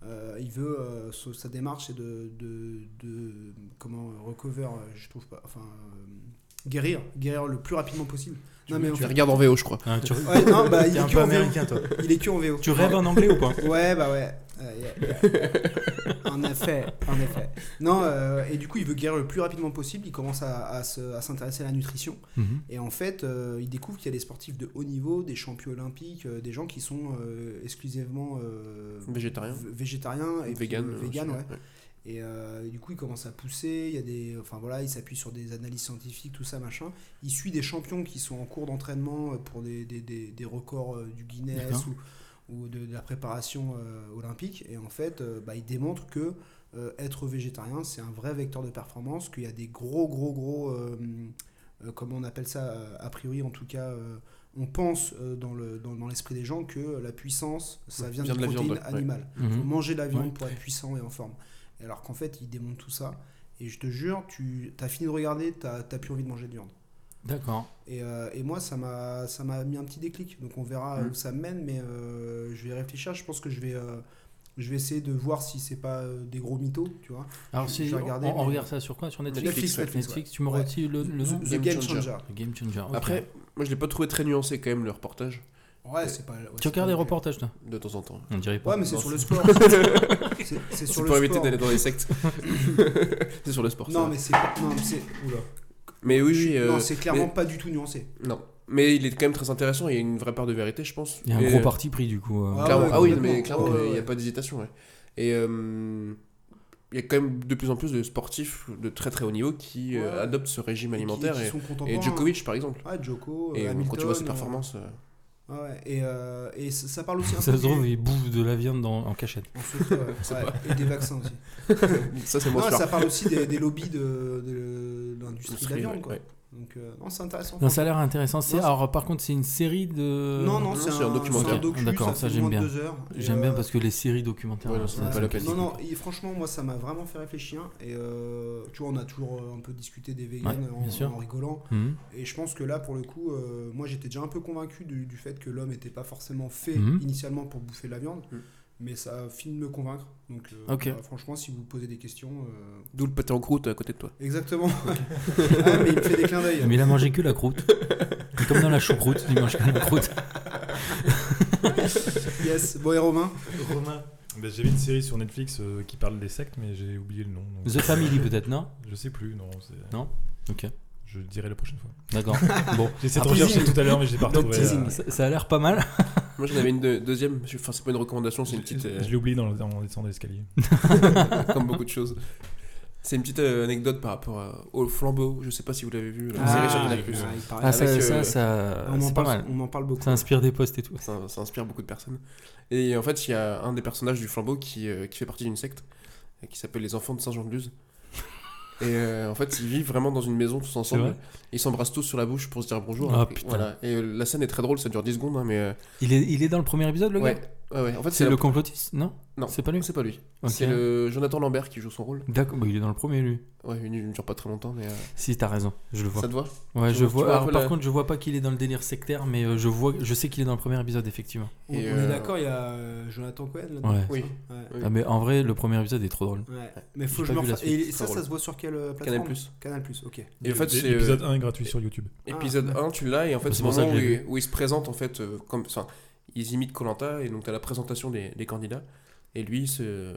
S4: Euh, il veut, euh, sa sa démarche, c'est de, de, de- comment euh, recover, euh, je trouve pas, enfin euh, guérir, guérir le plus rapidement possible. Non mais en
S3: Tu les
S4: fait,
S3: regardes en VO, je crois.
S2: Hein, tu...
S4: Ouais, non, bah,
S2: (laughs)
S4: il
S2: T'es
S4: est
S2: un
S4: que
S2: peu
S4: en VO.
S2: américain, toi.
S4: il est que en VO.
S2: Tu rêves en anglais ou pas
S4: Ouais, bah ouais. Euh, y a- y a- en effet, en effet. Non, euh, et du coup, il veut guérir le plus rapidement possible. Il commence à, à se- à s'intéresser à la nutrition. Et en fait, euh, il découvre qu'il y a des sportifs de haut niveau, des champions olympiques, euh, des gens qui sont euh, exclusivement euh,
S3: Végétariens.
S4: v- végétariens et
S3: Vegan.
S4: puis, euh,
S3: euh,
S4: vegan,
S3: je-
S4: ouais. Et euh, du coup, il commence à pousser. Il y a des, enfin voilà, il s'appuie sur des analyses scientifiques, tout ça, machin. Il suit des champions qui sont en cours d'entraînement euh, pour des, des- des- des records euh, du Guinness
S2: D'accord.
S4: ou, ou de, de la préparation euh, olympique. Et en fait, euh, bah, il démontre que euh, être végétarien, c'est un vrai vecteur de performance. Qu'il y a des gros, gros, gros, euh, euh, comment on appelle ça euh, A priori, en tout cas. euh, on pense euh, dans l'esprit le, dans, dans l'esprit des gens que la puissance, ça vient,
S3: Vient
S4: de
S3: de la
S4: protéines
S3: viande, ouais.
S4: animales.
S2: Mhm.
S4: Faut manger de la viande
S2: Mmh. Ouais.
S4: pour être puissant et en forme. Et alors qu'en fait, il démonte tout ça. Et je te jure, tu as fini de regarder, tu n'as plus envie de manger de viande.
S2: D'accord.
S4: Et, euh, et moi, ça m'a ça m'a mis un petit déclic. Donc on verra
S3: Mhm.
S4: où ça me mène, mais euh, je vais réfléchir. Je pense que je vais, euh, je vais essayer de voir si c'est pas euh, des gros mythos, tu vois.
S2: Alors,
S4: Je-
S2: si
S4: je
S2: on,
S4: vais regarder,
S2: on
S4: mais-
S2: regarde ça sur quoi Sur Netflix
S4: Netflix, Netflix,
S2: tu me
S4: ouais. Mmh.
S2: retires le, le nom
S4: The, The
S3: Game
S4: Game
S3: Changer.
S4: Changer.
S2: The Game Changer. ok.
S3: Après, moi je l'ai pas trouvé très nuancé quand même le reportage
S4: Ouais, c'est pas. ouais,
S2: tu
S4: c'est
S2: regardes
S4: pas-
S2: les reportages, toi
S3: de temps en temps.
S2: On dirait
S4: Ouais,
S2: pas.
S4: mais c'est
S3: Non,
S4: sur
S3: c'est-
S4: le sport. (laughs) C'est- c'est
S3: C'est
S4: sur
S3: pour
S4: le
S3: éviter
S4: sport.
S3: d'aller dans les
S4: (laughs)
S3: sectes. c'est sur le sport. ça.
S4: Non, mais c'est non, mais c'est- oula.
S3: Mais oui, oui. euh,
S4: Non, c'est clairement pas du tout nuancé.
S3: mais- non. Mais il est quand même très intéressant. Il y a une vraie part de vérité, je pense.
S2: Il y a un
S3: Et-
S2: gros parti pris, du coup. euh.
S4: Ah
S3: Clairement.
S4: ouais,
S3: Ah oui,
S4: complètement.
S3: mais clairement,
S4: Ouais, ouais,
S3: il n'y a
S4: ouais.
S3: pas d'hésitation. ouais. Et euh, il y a quand même de plus en plus de sportifs de très très haut niveau qui euh,
S4: Ouais.
S3: adoptent ce régime alimentaire.
S4: Qui- qui
S3: et-
S4: sont
S3: et,
S4: contemporains.
S3: Djokovic, par exemple.
S4: Ouais, Djoko,
S3: Et
S4: Hamilton,
S3: quand tu vois ses
S4: euh,
S3: performances, euh,
S4: Ouais, et, euh, et ça,
S2: (laughs)
S4: ça parle aussi un
S2: Ça
S4: peu
S2: se trouve,
S4: du- (laughs)
S2: il bouffe de la viande dans- en cachette.
S4: en secret,
S3: (laughs)
S4: ouais, ouais, et des vaccins aussi.
S3: euh, ça (laughs) c'est
S4: Non,
S3: mon sport.
S4: ça parle aussi
S3: (laughs)
S4: des, des lobbies de, de l'industrie de la
S3: Ouais,
S4: viande. Quoi.
S3: ouais.
S4: Donc, euh, non, c'est intéressant.
S2: Non, ça a l'air intéressant. C'est-
S4: Non, c'est-
S2: alors, par contre, c'est une série de.
S4: non, non,
S3: non,
S4: c'est
S3: c'est un
S4: un,
S3: documentaire.
S4: c'est un docu,
S2: D'accord, ça,
S4: fait
S2: j'aime
S4: moins de
S2: bien.
S4: deux heures. Et,
S2: J'aime bien
S4: euh,
S2: parce que les séries documentaires.
S3: Ouais, non, ça n'a
S2: ça-
S3: pas la peine.
S4: Non, non, et franchement, moi, ça m'a vraiment fait réfléchir. Et euh, tu vois, on a toujours euh, un peu discuté des vegans
S2: Ouais,
S4: en-
S2: bien sûr.
S4: en rigolant.
S2: Mhm.
S4: Et je pense que là, pour le coup, euh, moi j'étais déjà un peu convaincu du, du fait que l'homme n'était pas forcément fait
S2: Mhm.
S4: initialement pour bouffer de la viande,
S3: Mhm.
S4: mais ça a fini de me convaincre. Donc euh,
S2: Ok.
S4: bah, franchement, si vous posez des questions, euh,
S3: D'où le pâté en croûte à côté de toi.
S4: exactement. (laughs) Ah, mais il me fait des clins d'œil.
S2: Mais il a mangé que la
S4: (laughs)
S2: croûte. C'est comme dans la choucroute, il mange que la croûte.
S4: Yes. Bon et Romain.
S7: (laughs) Romain. Ben, J'ai vu une série sur Netflix euh, qui parle des sectes, mais j'ai oublié le nom. donc- euh,
S2: The Family, peut-être, non
S7: Je sais plus, non. c'est-
S2: Non Ok.
S7: Je le dirai la prochaine fois.
S4: (laughs)
S2: D'accord. Bon.
S7: J'ai essayé de
S2: Après-
S7: rechercher tout à l'heure, mais je l'ai pas
S2: Donc,
S7: retrouvé.
S2: teasing,
S7: euh,
S2: ça, ça a l'air pas mal.
S3: Moi j'en avais une de- deuxième. Je- Enfin, c'est pas une recommandation, c'est une petite.
S7: Je
S3: euh,
S7: je l'ai oublié dans le- en descendant l'escalier.
S3: comme beaucoup de choses. C'est une petite euh, anecdote par rapport à- au flambeau. Je sais pas si vous l'avez vu. La série sur Canal+.
S4: ah, il paraît.
S2: Ah, ça,
S3: Avec,
S2: ça,
S3: euh,
S2: ça-
S4: on, en
S2: c'est pas
S4: parle,
S2: mal.
S4: on en parle beaucoup.
S2: Ça inspire des posts et tout.
S3: Ça, ça inspire beaucoup de personnes. Et en fait, il y a un des personnages du flambeau qui, euh, qui fait partie d'une secte euh, qui s'appelle les Enfants de Saint-Jean-de-Luz. Et euh, en fait, ils vivent vraiment dans une maison tous
S2: C'est
S3: ensemble.
S2: vrai
S3: Ils s'embrassent tous sur la bouche pour se dire bonjour.
S2: Ah,
S3: Et-
S2: putain.
S3: voilà. Et euh, la scène est très drôle, ça dure 10 secondes, hein, mais. euh,
S2: Il est, il est dans le premier épisode, le
S3: ouais.
S2: gars
S3: ouais, ouais. En fait,
S2: C'est
S3: la-
S2: le complotiste Non
S3: Non.
S2: C'est pas lui
S3: C'est pas lui.
S2: Ok.
S3: C'est le Jonathan Lambert qui joue son rôle.
S2: D'accord, bah, il est dans le premier, lui.
S3: Ouais, il ne dure pas très longtemps, mais. euh,
S2: Si, t'as raison, je le vois.
S3: ça te voit
S2: Ouais,
S3: Tu
S2: je
S3: vois- tu
S2: vois.
S3: vois un
S2: alors,
S3: peu
S2: par
S3: la-
S2: contre, je vois pas qu'il est dans le délire sectaire, mais euh, je vois, je sais qu'il est dans le premier épisode, effectivement.
S4: On,
S3: Et,
S4: on
S3: euh,
S4: est d'accord, il y a euh, Jonathan Cohen. Là
S2: Ouais.
S3: Oui. Oui.
S2: Ah, mais en vrai, le premier épisode est trop drôle.
S4: Mais faut
S2: J'ai
S4: que je
S2: pas
S4: me
S2: vu la
S4: refasse. Et
S3: suite, c'est
S4: ça, ça
S3: drôle.
S4: se voit sur quelle euh, plateforme
S3: Canal Plus.
S4: Canal Plus. Ok.
S3: Et en fait, c'est. euh,
S7: L'épisode 1 est gratuit sur YouTube.
S3: Épisode 1, tu l'as, et en fait,
S2: Ah, C'est
S3: c'est le
S2: pour ça
S3: moment où,
S2: que je l'ai
S3: ils- où ils se présentent, en fait, euh, comme. Enfin, ils imitent Colanta, et donc t'as la présentation des, des candidats, et lui, il se,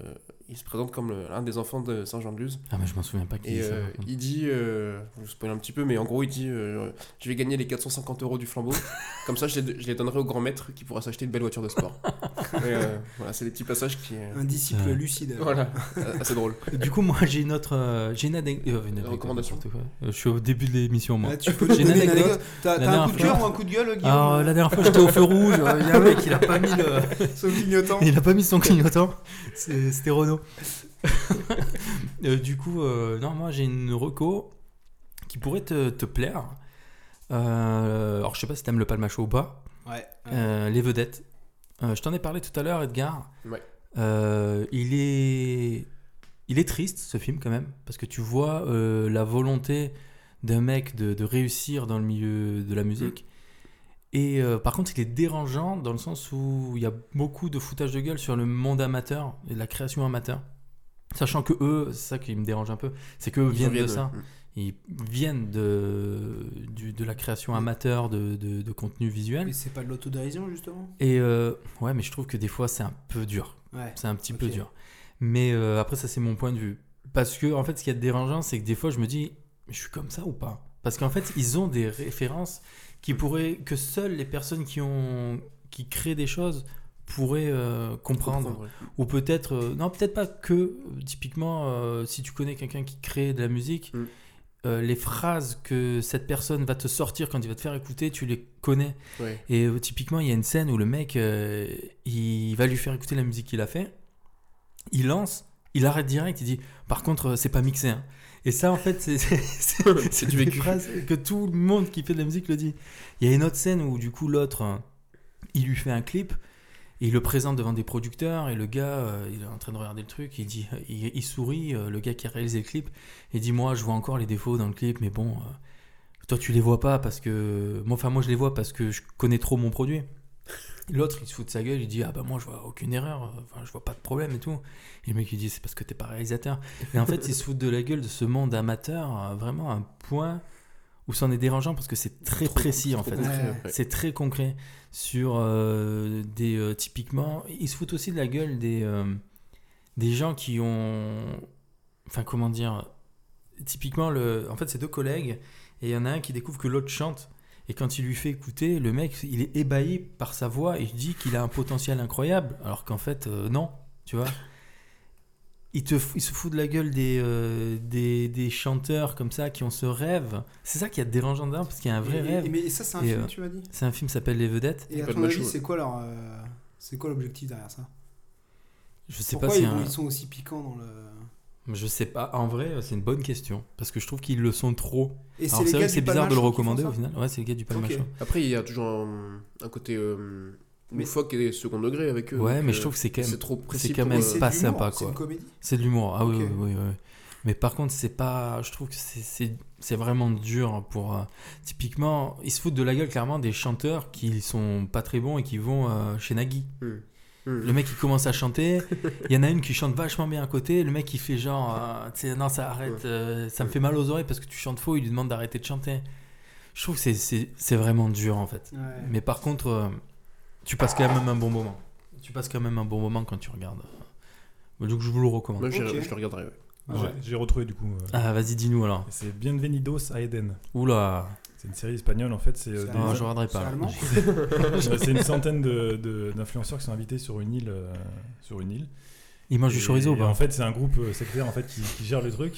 S3: il se présente comme le- l'un des enfants de Saint-Jean-de-Luz,
S2: Ah, mais je m'en souviens pas qui
S3: et
S2: est ça.
S3: euh,
S2: par contre.
S3: il dit. euh, je vous spoil un petit peu, mais en gros, il dit euh, Je vais gagner les 450 euros du
S2: (laughs)
S3: flambeau, comme ça, je les, je les donnerai au grand maître qui pourra s'acheter une belle voiture de sport. Et, euh, voilà, c'est des petits passages qui. euh,
S4: Un disciple
S2: Ouais.
S4: lucide.
S3: voilà, assez drôle.
S2: Du coup, moi, j'ai une autre, euh, j'ai une, anec- euh, une anecdote,
S3: recommandation.
S2: n'importe quoi. Euh, je suis au début de l'émission, moi.
S4: Là, tu peux nous
S2: J'ai une
S4: donner une
S2: anecdote.
S4: anecdote. T'as
S2: La
S4: t'as un
S2: dernière
S4: coup de cœur
S2: fois.
S4: ou un coup de gueule, Guillaume
S2: Alors, euh, la dernière fois, j'étais au feu rouge. euh, Il y a un mec, il a pas mis le.
S4: (laughs) Sauf clignotant.
S2: Il a pas mis son clignotant. C'est- C'était Renault. (laughs) Euh, du coup, euh, non, moi j'ai une reco qui pourrait te, te plaire. Euh, alors, je sais pas si t'aimes le palmacho ou pas.
S4: Ouais.
S2: Euh, les vedettes. Euh, je t'en ai parlé tout à l'heure, Edgar.
S3: Ouais.
S2: Euh, il est. Il est triste ce film quand même, parce que tu vois euh, la volonté d'un mec de, de réussir dans le milieu de la musique. Et euh, par contre, il est dérangeant dans le sens où il y a beaucoup de foutage de gueule sur le monde amateur et la création amateur. Sachant que eux, c'est ça qui me dérange un peu, c'est qu'eux viennent de ça. Ils viennent de, du- de la création amateur de, de- de contenu visuel.
S4: Mais c'est pas de l'autodérision, justement
S2: Et euh, ouais, mais je trouve que des fois, c'est un peu dur.
S4: Ouais.
S2: C'est un petit peu
S4: Ok.
S2: dur. Mais euh, après, ça, c'est mon point de vue. Parce que, en fait, ce qui est dérangeant, c'est que des fois, je me dis, je suis comme ça ou pas Parce qu'en fait, ils ont des références qui pourraient, que seules les personnes qui, ont, qui créent des choses pourraient euh, comprendre. Ou peut-être, euh, non, peut-être pas que, typiquement, euh, si tu connais quelqu'un qui crée de la musique,
S3: Mm.
S2: euh, les phrases que cette personne va te sortir quand il va te faire écouter, tu les connais.
S3: Ouais.
S2: Et euh, typiquement, il y a une scène où le mec, euh, il va lui faire écouter la musique qu'il a fait, il lance, il arrête direct, il dit Par contre, euh, c'est pas mixé. hein. Et ça, en fait, c'est
S3: (laughs)
S2: c'est- c'est- c'est
S3: du
S2: des
S3: vécu.
S2: phrases que tout le monde qui fait de la musique le dit. Il y a une autre scène où, du coup, l'autre, euh, il lui fait un clip. Et il le présente devant des producteurs et le gars, euh, il est en train de regarder le truc, il dit, il, il sourit, euh, le gars qui a réalisé le clip, et dit moi je vois encore les défauts dans le clip, mais bon, euh, toi tu les vois pas parce que moi enfin moi je les vois parce que je connais trop mon produit l'autre il se fout de sa gueule il dit ah bah moi je vois aucune erreur enfin je vois pas de problème et tout et le mec il dit c'est parce que t'es pas réalisateur et en fait il se fout de la gueule de ce monde amateur à vraiment à un point où c'en est dérangeant parce que c'est très précis en fait c'est très concret sur euh, des euh, typiquement ils se foutent aussi de la gueule des euh, des gens qui ont enfin comment dire typiquement le en fait c'est deux collègues et il y en a un qui découvre que l'autre chante et quand il lui fait écouter le mec il est ébahi par sa voix et il dit qu'il a un potentiel incroyable alors qu'en fait euh, non tu vois il, te, f- il se fout de la gueule des, euh, des, des chanteurs comme ça qui ont ce rêve. C'est ça qui est dérangeant dedans, parce qu'il y a un vrai
S4: Et- et-
S2: rêve.
S4: Mais ça, c'est un
S2: Et,
S4: film,
S2: euh,
S4: tu m'as dit
S2: C'est un film qui s'appelle Les Vedettes.
S4: Et à
S3: pas de
S4: ton avis,
S3: macho.
S4: c'est quoi leur. euh, C'est quoi l'objectif derrière ça
S2: Je sais
S4: Pourquoi
S2: pas si
S4: ils,
S2: un-
S4: ils sont aussi piquants dans le.
S2: je sais pas. En vrai, c'est une bonne question parce que je trouve qu'ils le sont trop.
S4: Et
S2: Alors c'est
S4: gars
S2: vrai que
S4: du
S2: c'est bizarre de le
S4: Palmachon qui font
S2: recommander
S4: ça
S2: au final. Ouais, c'est le gars du Palmachon.
S4: Ok.
S3: Après, il y a toujours un, un côté euh,
S4: Mais-
S3: loufoque et second degré avec eux.
S2: Ouais,
S3: donc,
S2: mais
S3: euh,
S2: je trouve que c'est quand
S3: c'est
S2: même
S3: trop précis
S2: quand
S3: pour,
S2: même
S4: Mais
S3: euh,
S4: c'est
S2: pas
S4: de l'humour,
S2: sympa,
S4: C'est
S2: quoi.
S4: une comédie.
S2: c'est de l'humour. Ah oui,
S4: Ok.
S2: oui, oui, oui. Mais par contre, c'est pas. Je trouve que c'est- c'est c'est vraiment dur pour. euh, Typiquement, ils se foutent de la gueule clairement des chanteurs qui sont pas très bons et qui vont euh, chez Nagui.
S3: hum.
S2: Le mec il commence à chanter, il y en a une qui chante vachement bien à côté, le mec il fait genre, euh, tu sais, non ça arrête, euh, ça me fait mal aux oreilles parce que tu chantes faux, il lui demande d'arrêter de chanter. Je trouve que c'est- c'est c'est vraiment dur en fait.
S4: Ouais.
S2: Mais par contre, euh, tu passes quand même un bon moment. Tu passes quand même un bon moment quand tu regardes. Euh, Donc je vous le recommande.
S3: Moi, j'irai-
S4: Ok.
S3: je le regarderai. ouais.
S2: Ah
S7: J'ai-
S2: ouais.
S7: J'ai retrouvé du coup. euh,
S2: Ah vas-y dis-nous alors.
S7: et C'est Bienvenidos a Eden.
S2: Oula,
S7: C'est une série espagnole en fait. C'est euh,
S4: C'est
S3: Bah,
S7: des-
S2: non je regarderai
S4: C'est
S2: pas.
S4: allemand
S7: Euh, c'est une centaine de- de- d'influenceurs qui sont invités sur une île. euh, sur une île.
S2: (laughs) Il mange du
S7: Et-
S2: chorizo ou
S7: et
S2: pas
S7: En fait, c'est un groupe euh, sectaire en fait qui, qui gère le truc.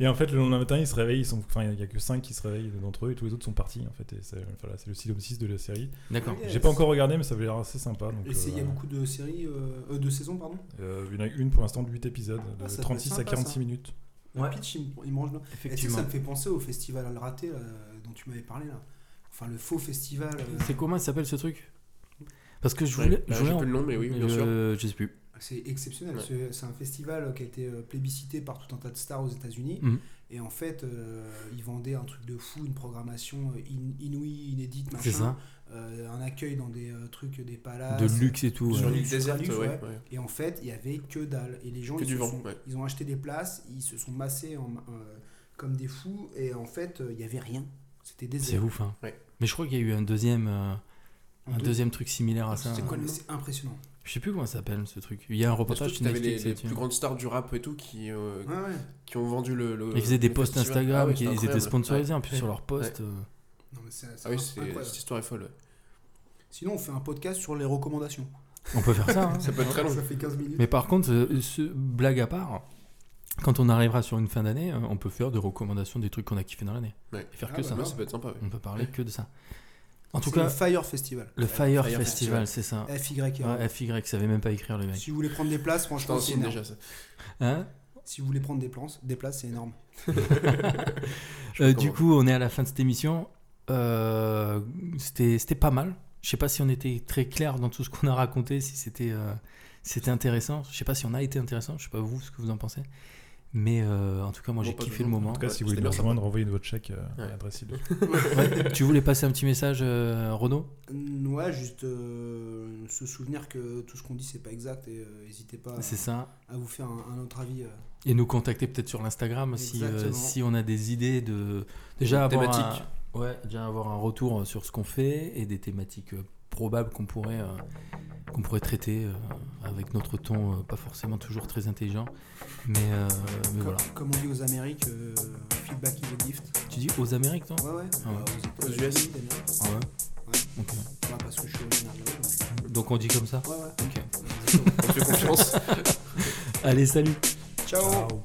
S7: et en fait, le lendemain matin, ils se réveillent. Ils sont, enfin, il y a que 5 qui se réveillent d'entre eux et tous les autres sont partis en fait. Et c'est voilà, c'est le synopsis de la série.
S2: D'accord.
S4: Yes.
S7: J'ai pas encore regardé, mais ça avait l'air assez sympa. Donc,
S4: Et c'est- il y a
S7: euh,
S4: beaucoup de séries, euh, euh, de saisons, pardon.
S7: euh, il y en a une pour l'instant de 8 épisodes, de
S4: Ah, ça peut être
S7: 36 à
S4: sympa,
S7: 46
S4: ça.
S7: minutes.
S4: Le pitch, il, me- il me range bien. Et tu sais que
S2: Effectivement.
S4: ça me fait penser au festival raté là, dont tu m'avais parlé là. Enfin, le faux festival. euh,
S2: C'est comment il s'appelle ce truc Parce que je
S3: Ouais.
S2: voulais...
S3: Bah,
S2: je
S3: j'ai
S2: voulais en-
S3: plus le nom, mais oui, bien
S2: je-
S3: sûr.
S2: Je sais plus.
S4: C'est exceptionnel.
S3: Ouais.
S4: C'est- C'est un festival qui a été euh, plébiscité par tout un tas de stars aux États-Unis.
S2: Mhm.
S4: Et en fait, euh, ils vendaient un truc de fou, une programmation euh, in- inouïe, inédite,
S2: C'est
S4: machin.
S2: ça
S4: Euh, un accueil dans des euh, trucs, des
S3: Ah,
S4: palaces.
S2: De luxe et tout.
S4: Sur
S2: ouais.
S4: l'île
S3: déserte,
S4: déserte, ouais.
S3: ouais.
S4: Et en fait, il y avait que dalle. Et les gens,
S3: Que
S4: ils,
S3: du
S4: se
S3: vent,
S4: sont-
S3: ouais.
S4: ils ont acheté des places, ils se sont massés en- euh, comme des fous. Et en fait, euh, il n'y avait rien. C'était
S2: C'est
S4: désert.
S2: ouf, hein.
S3: Ouais.
S2: Mais je crois qu'il y a eu un deuxième, euh,
S4: En
S2: un
S4: deux-
S2: deuxième truc similaire
S3: Ah,
S2: à ça. hein.
S4: C'était quoi le- C'est impressionnant.
S2: Je sais plus comment ça s'appelle ce truc. Il y a un
S3: Surtout
S2: reportage
S3: que
S2: sur
S3: t'avais les,
S2: Netflix hein.
S3: les
S2: là-dessus.
S3: plus grandes stars du rap et tout qui, euh,
S4: Ouais, ouais.
S3: qui ont vendu le. le-
S2: Ils faisaient des
S3: le
S2: posts
S3: festival.
S2: Instagram,
S3: euh, Ah ouais,
S2: qui-
S3: c'était
S2: ils étaient
S3: incroyable.
S2: sponsorisés
S3: Ouais.
S2: en plus sur leurs posts. euh.
S4: Non, mais c'est- c'est
S3: Ah oui, c'est-
S4: incroyable.
S3: cette histoire est folle. ouais.
S4: Sinon, on fait un podcast sur les recommandations.
S2: On peut faire ça.
S3: (laughs)
S2: hein.
S3: Ça peut être très long.
S4: Ça fait 15 minutes.
S2: Mais par contre, euh, ce, blague à part, quand on arrivera sur une fin d'année, euh, on peut faire des recommandations des trucs qu'on a kiffé dans l'année.
S3: Ouais.
S2: Et faire
S4: Ah
S2: que
S4: bah
S2: ça.
S4: non.
S3: Ça peut être sympa. ouais.
S2: On peut parler que de ça. En tout
S4: C'est
S2: cas,
S4: le Fire Festival.
S2: le Fire,
S3: Fire
S2: Festival,
S3: Festival.
S2: c'est ça.
S4: FYR.
S2: Ouais, FY, savait même pas écrire le mec.
S4: Si vous voulez prendre des places,
S3: C'est un
S4: franchement, c'est
S3: signe
S4: énorme.
S3: déjà. ça.
S2: Hein
S4: Si vous voulez prendre des places, des places, c'est énorme.
S2: (laughs)
S3: Je
S2: Euh,
S3: recommande.
S2: du coup, on est à la fin de cette émission. Euh, c'était c'était pas mal. Je sais pas si on était très clair dans tout ce qu'on a raconté, si c'était euh, si c'était intéressant. Je sais pas si on a été intéressant. Je sais pas vous ce que vous en pensez. Mais euh, en tout cas, moi
S3: Bon,
S2: j'ai
S3: pas
S2: kiffé
S3: de
S2: le
S3: nom.
S2: moment.
S5: En tout cas, si vous
S3: c'était
S5: voulez nous
S3: bien
S5: rejoindre, envoyez votre chèque euh, à
S3: Ouais.
S5: l'adresse ci-dessous.
S2: Ouais, tu voulais passer un petit message, euh, Renaud
S4: Ouais, juste euh, se souvenir que tout ce qu'on dit, c'est pas exact et euh, n'hésitez pas
S2: C'est
S4: à,
S2: ça. Ah,
S4: à vous faire un, un autre avis. euh.
S2: Et nous contacter peut-être sur l'Instagram si, euh,
S4: Exactement.
S2: si on a des idées de. Déjà avoir,
S3: thématiques.
S2: un, ouais, déjà avoir un retour euh, sur ce qu'on fait et des thématiques euh, probables qu'on pourrait, euh, qu'on pourrait traiter euh, avec notre ton euh, pas forcément toujours très intelligent. Mais, euh, mais
S4: Comme,
S2: voilà.
S4: comme on dit aux Amériques, euh, feedback is a gift.
S2: Tu dis aux Amériques, toi
S4: Ouais, ouais.
S2: Ah ouais.
S4: Aux
S3: Aux US.
S4: États-Unis, des Amériques.
S2: Ouais.
S4: Ouais, parce que je suis originaire de là-bas,
S2: Ok. Donc on dit comme ça (laughs)
S4: donc. Ouais,
S2: Ok.
S4: ouais.
S3: On te fait confiance.
S2: Allez, salut
S4: Ciao.
S7: Ciao.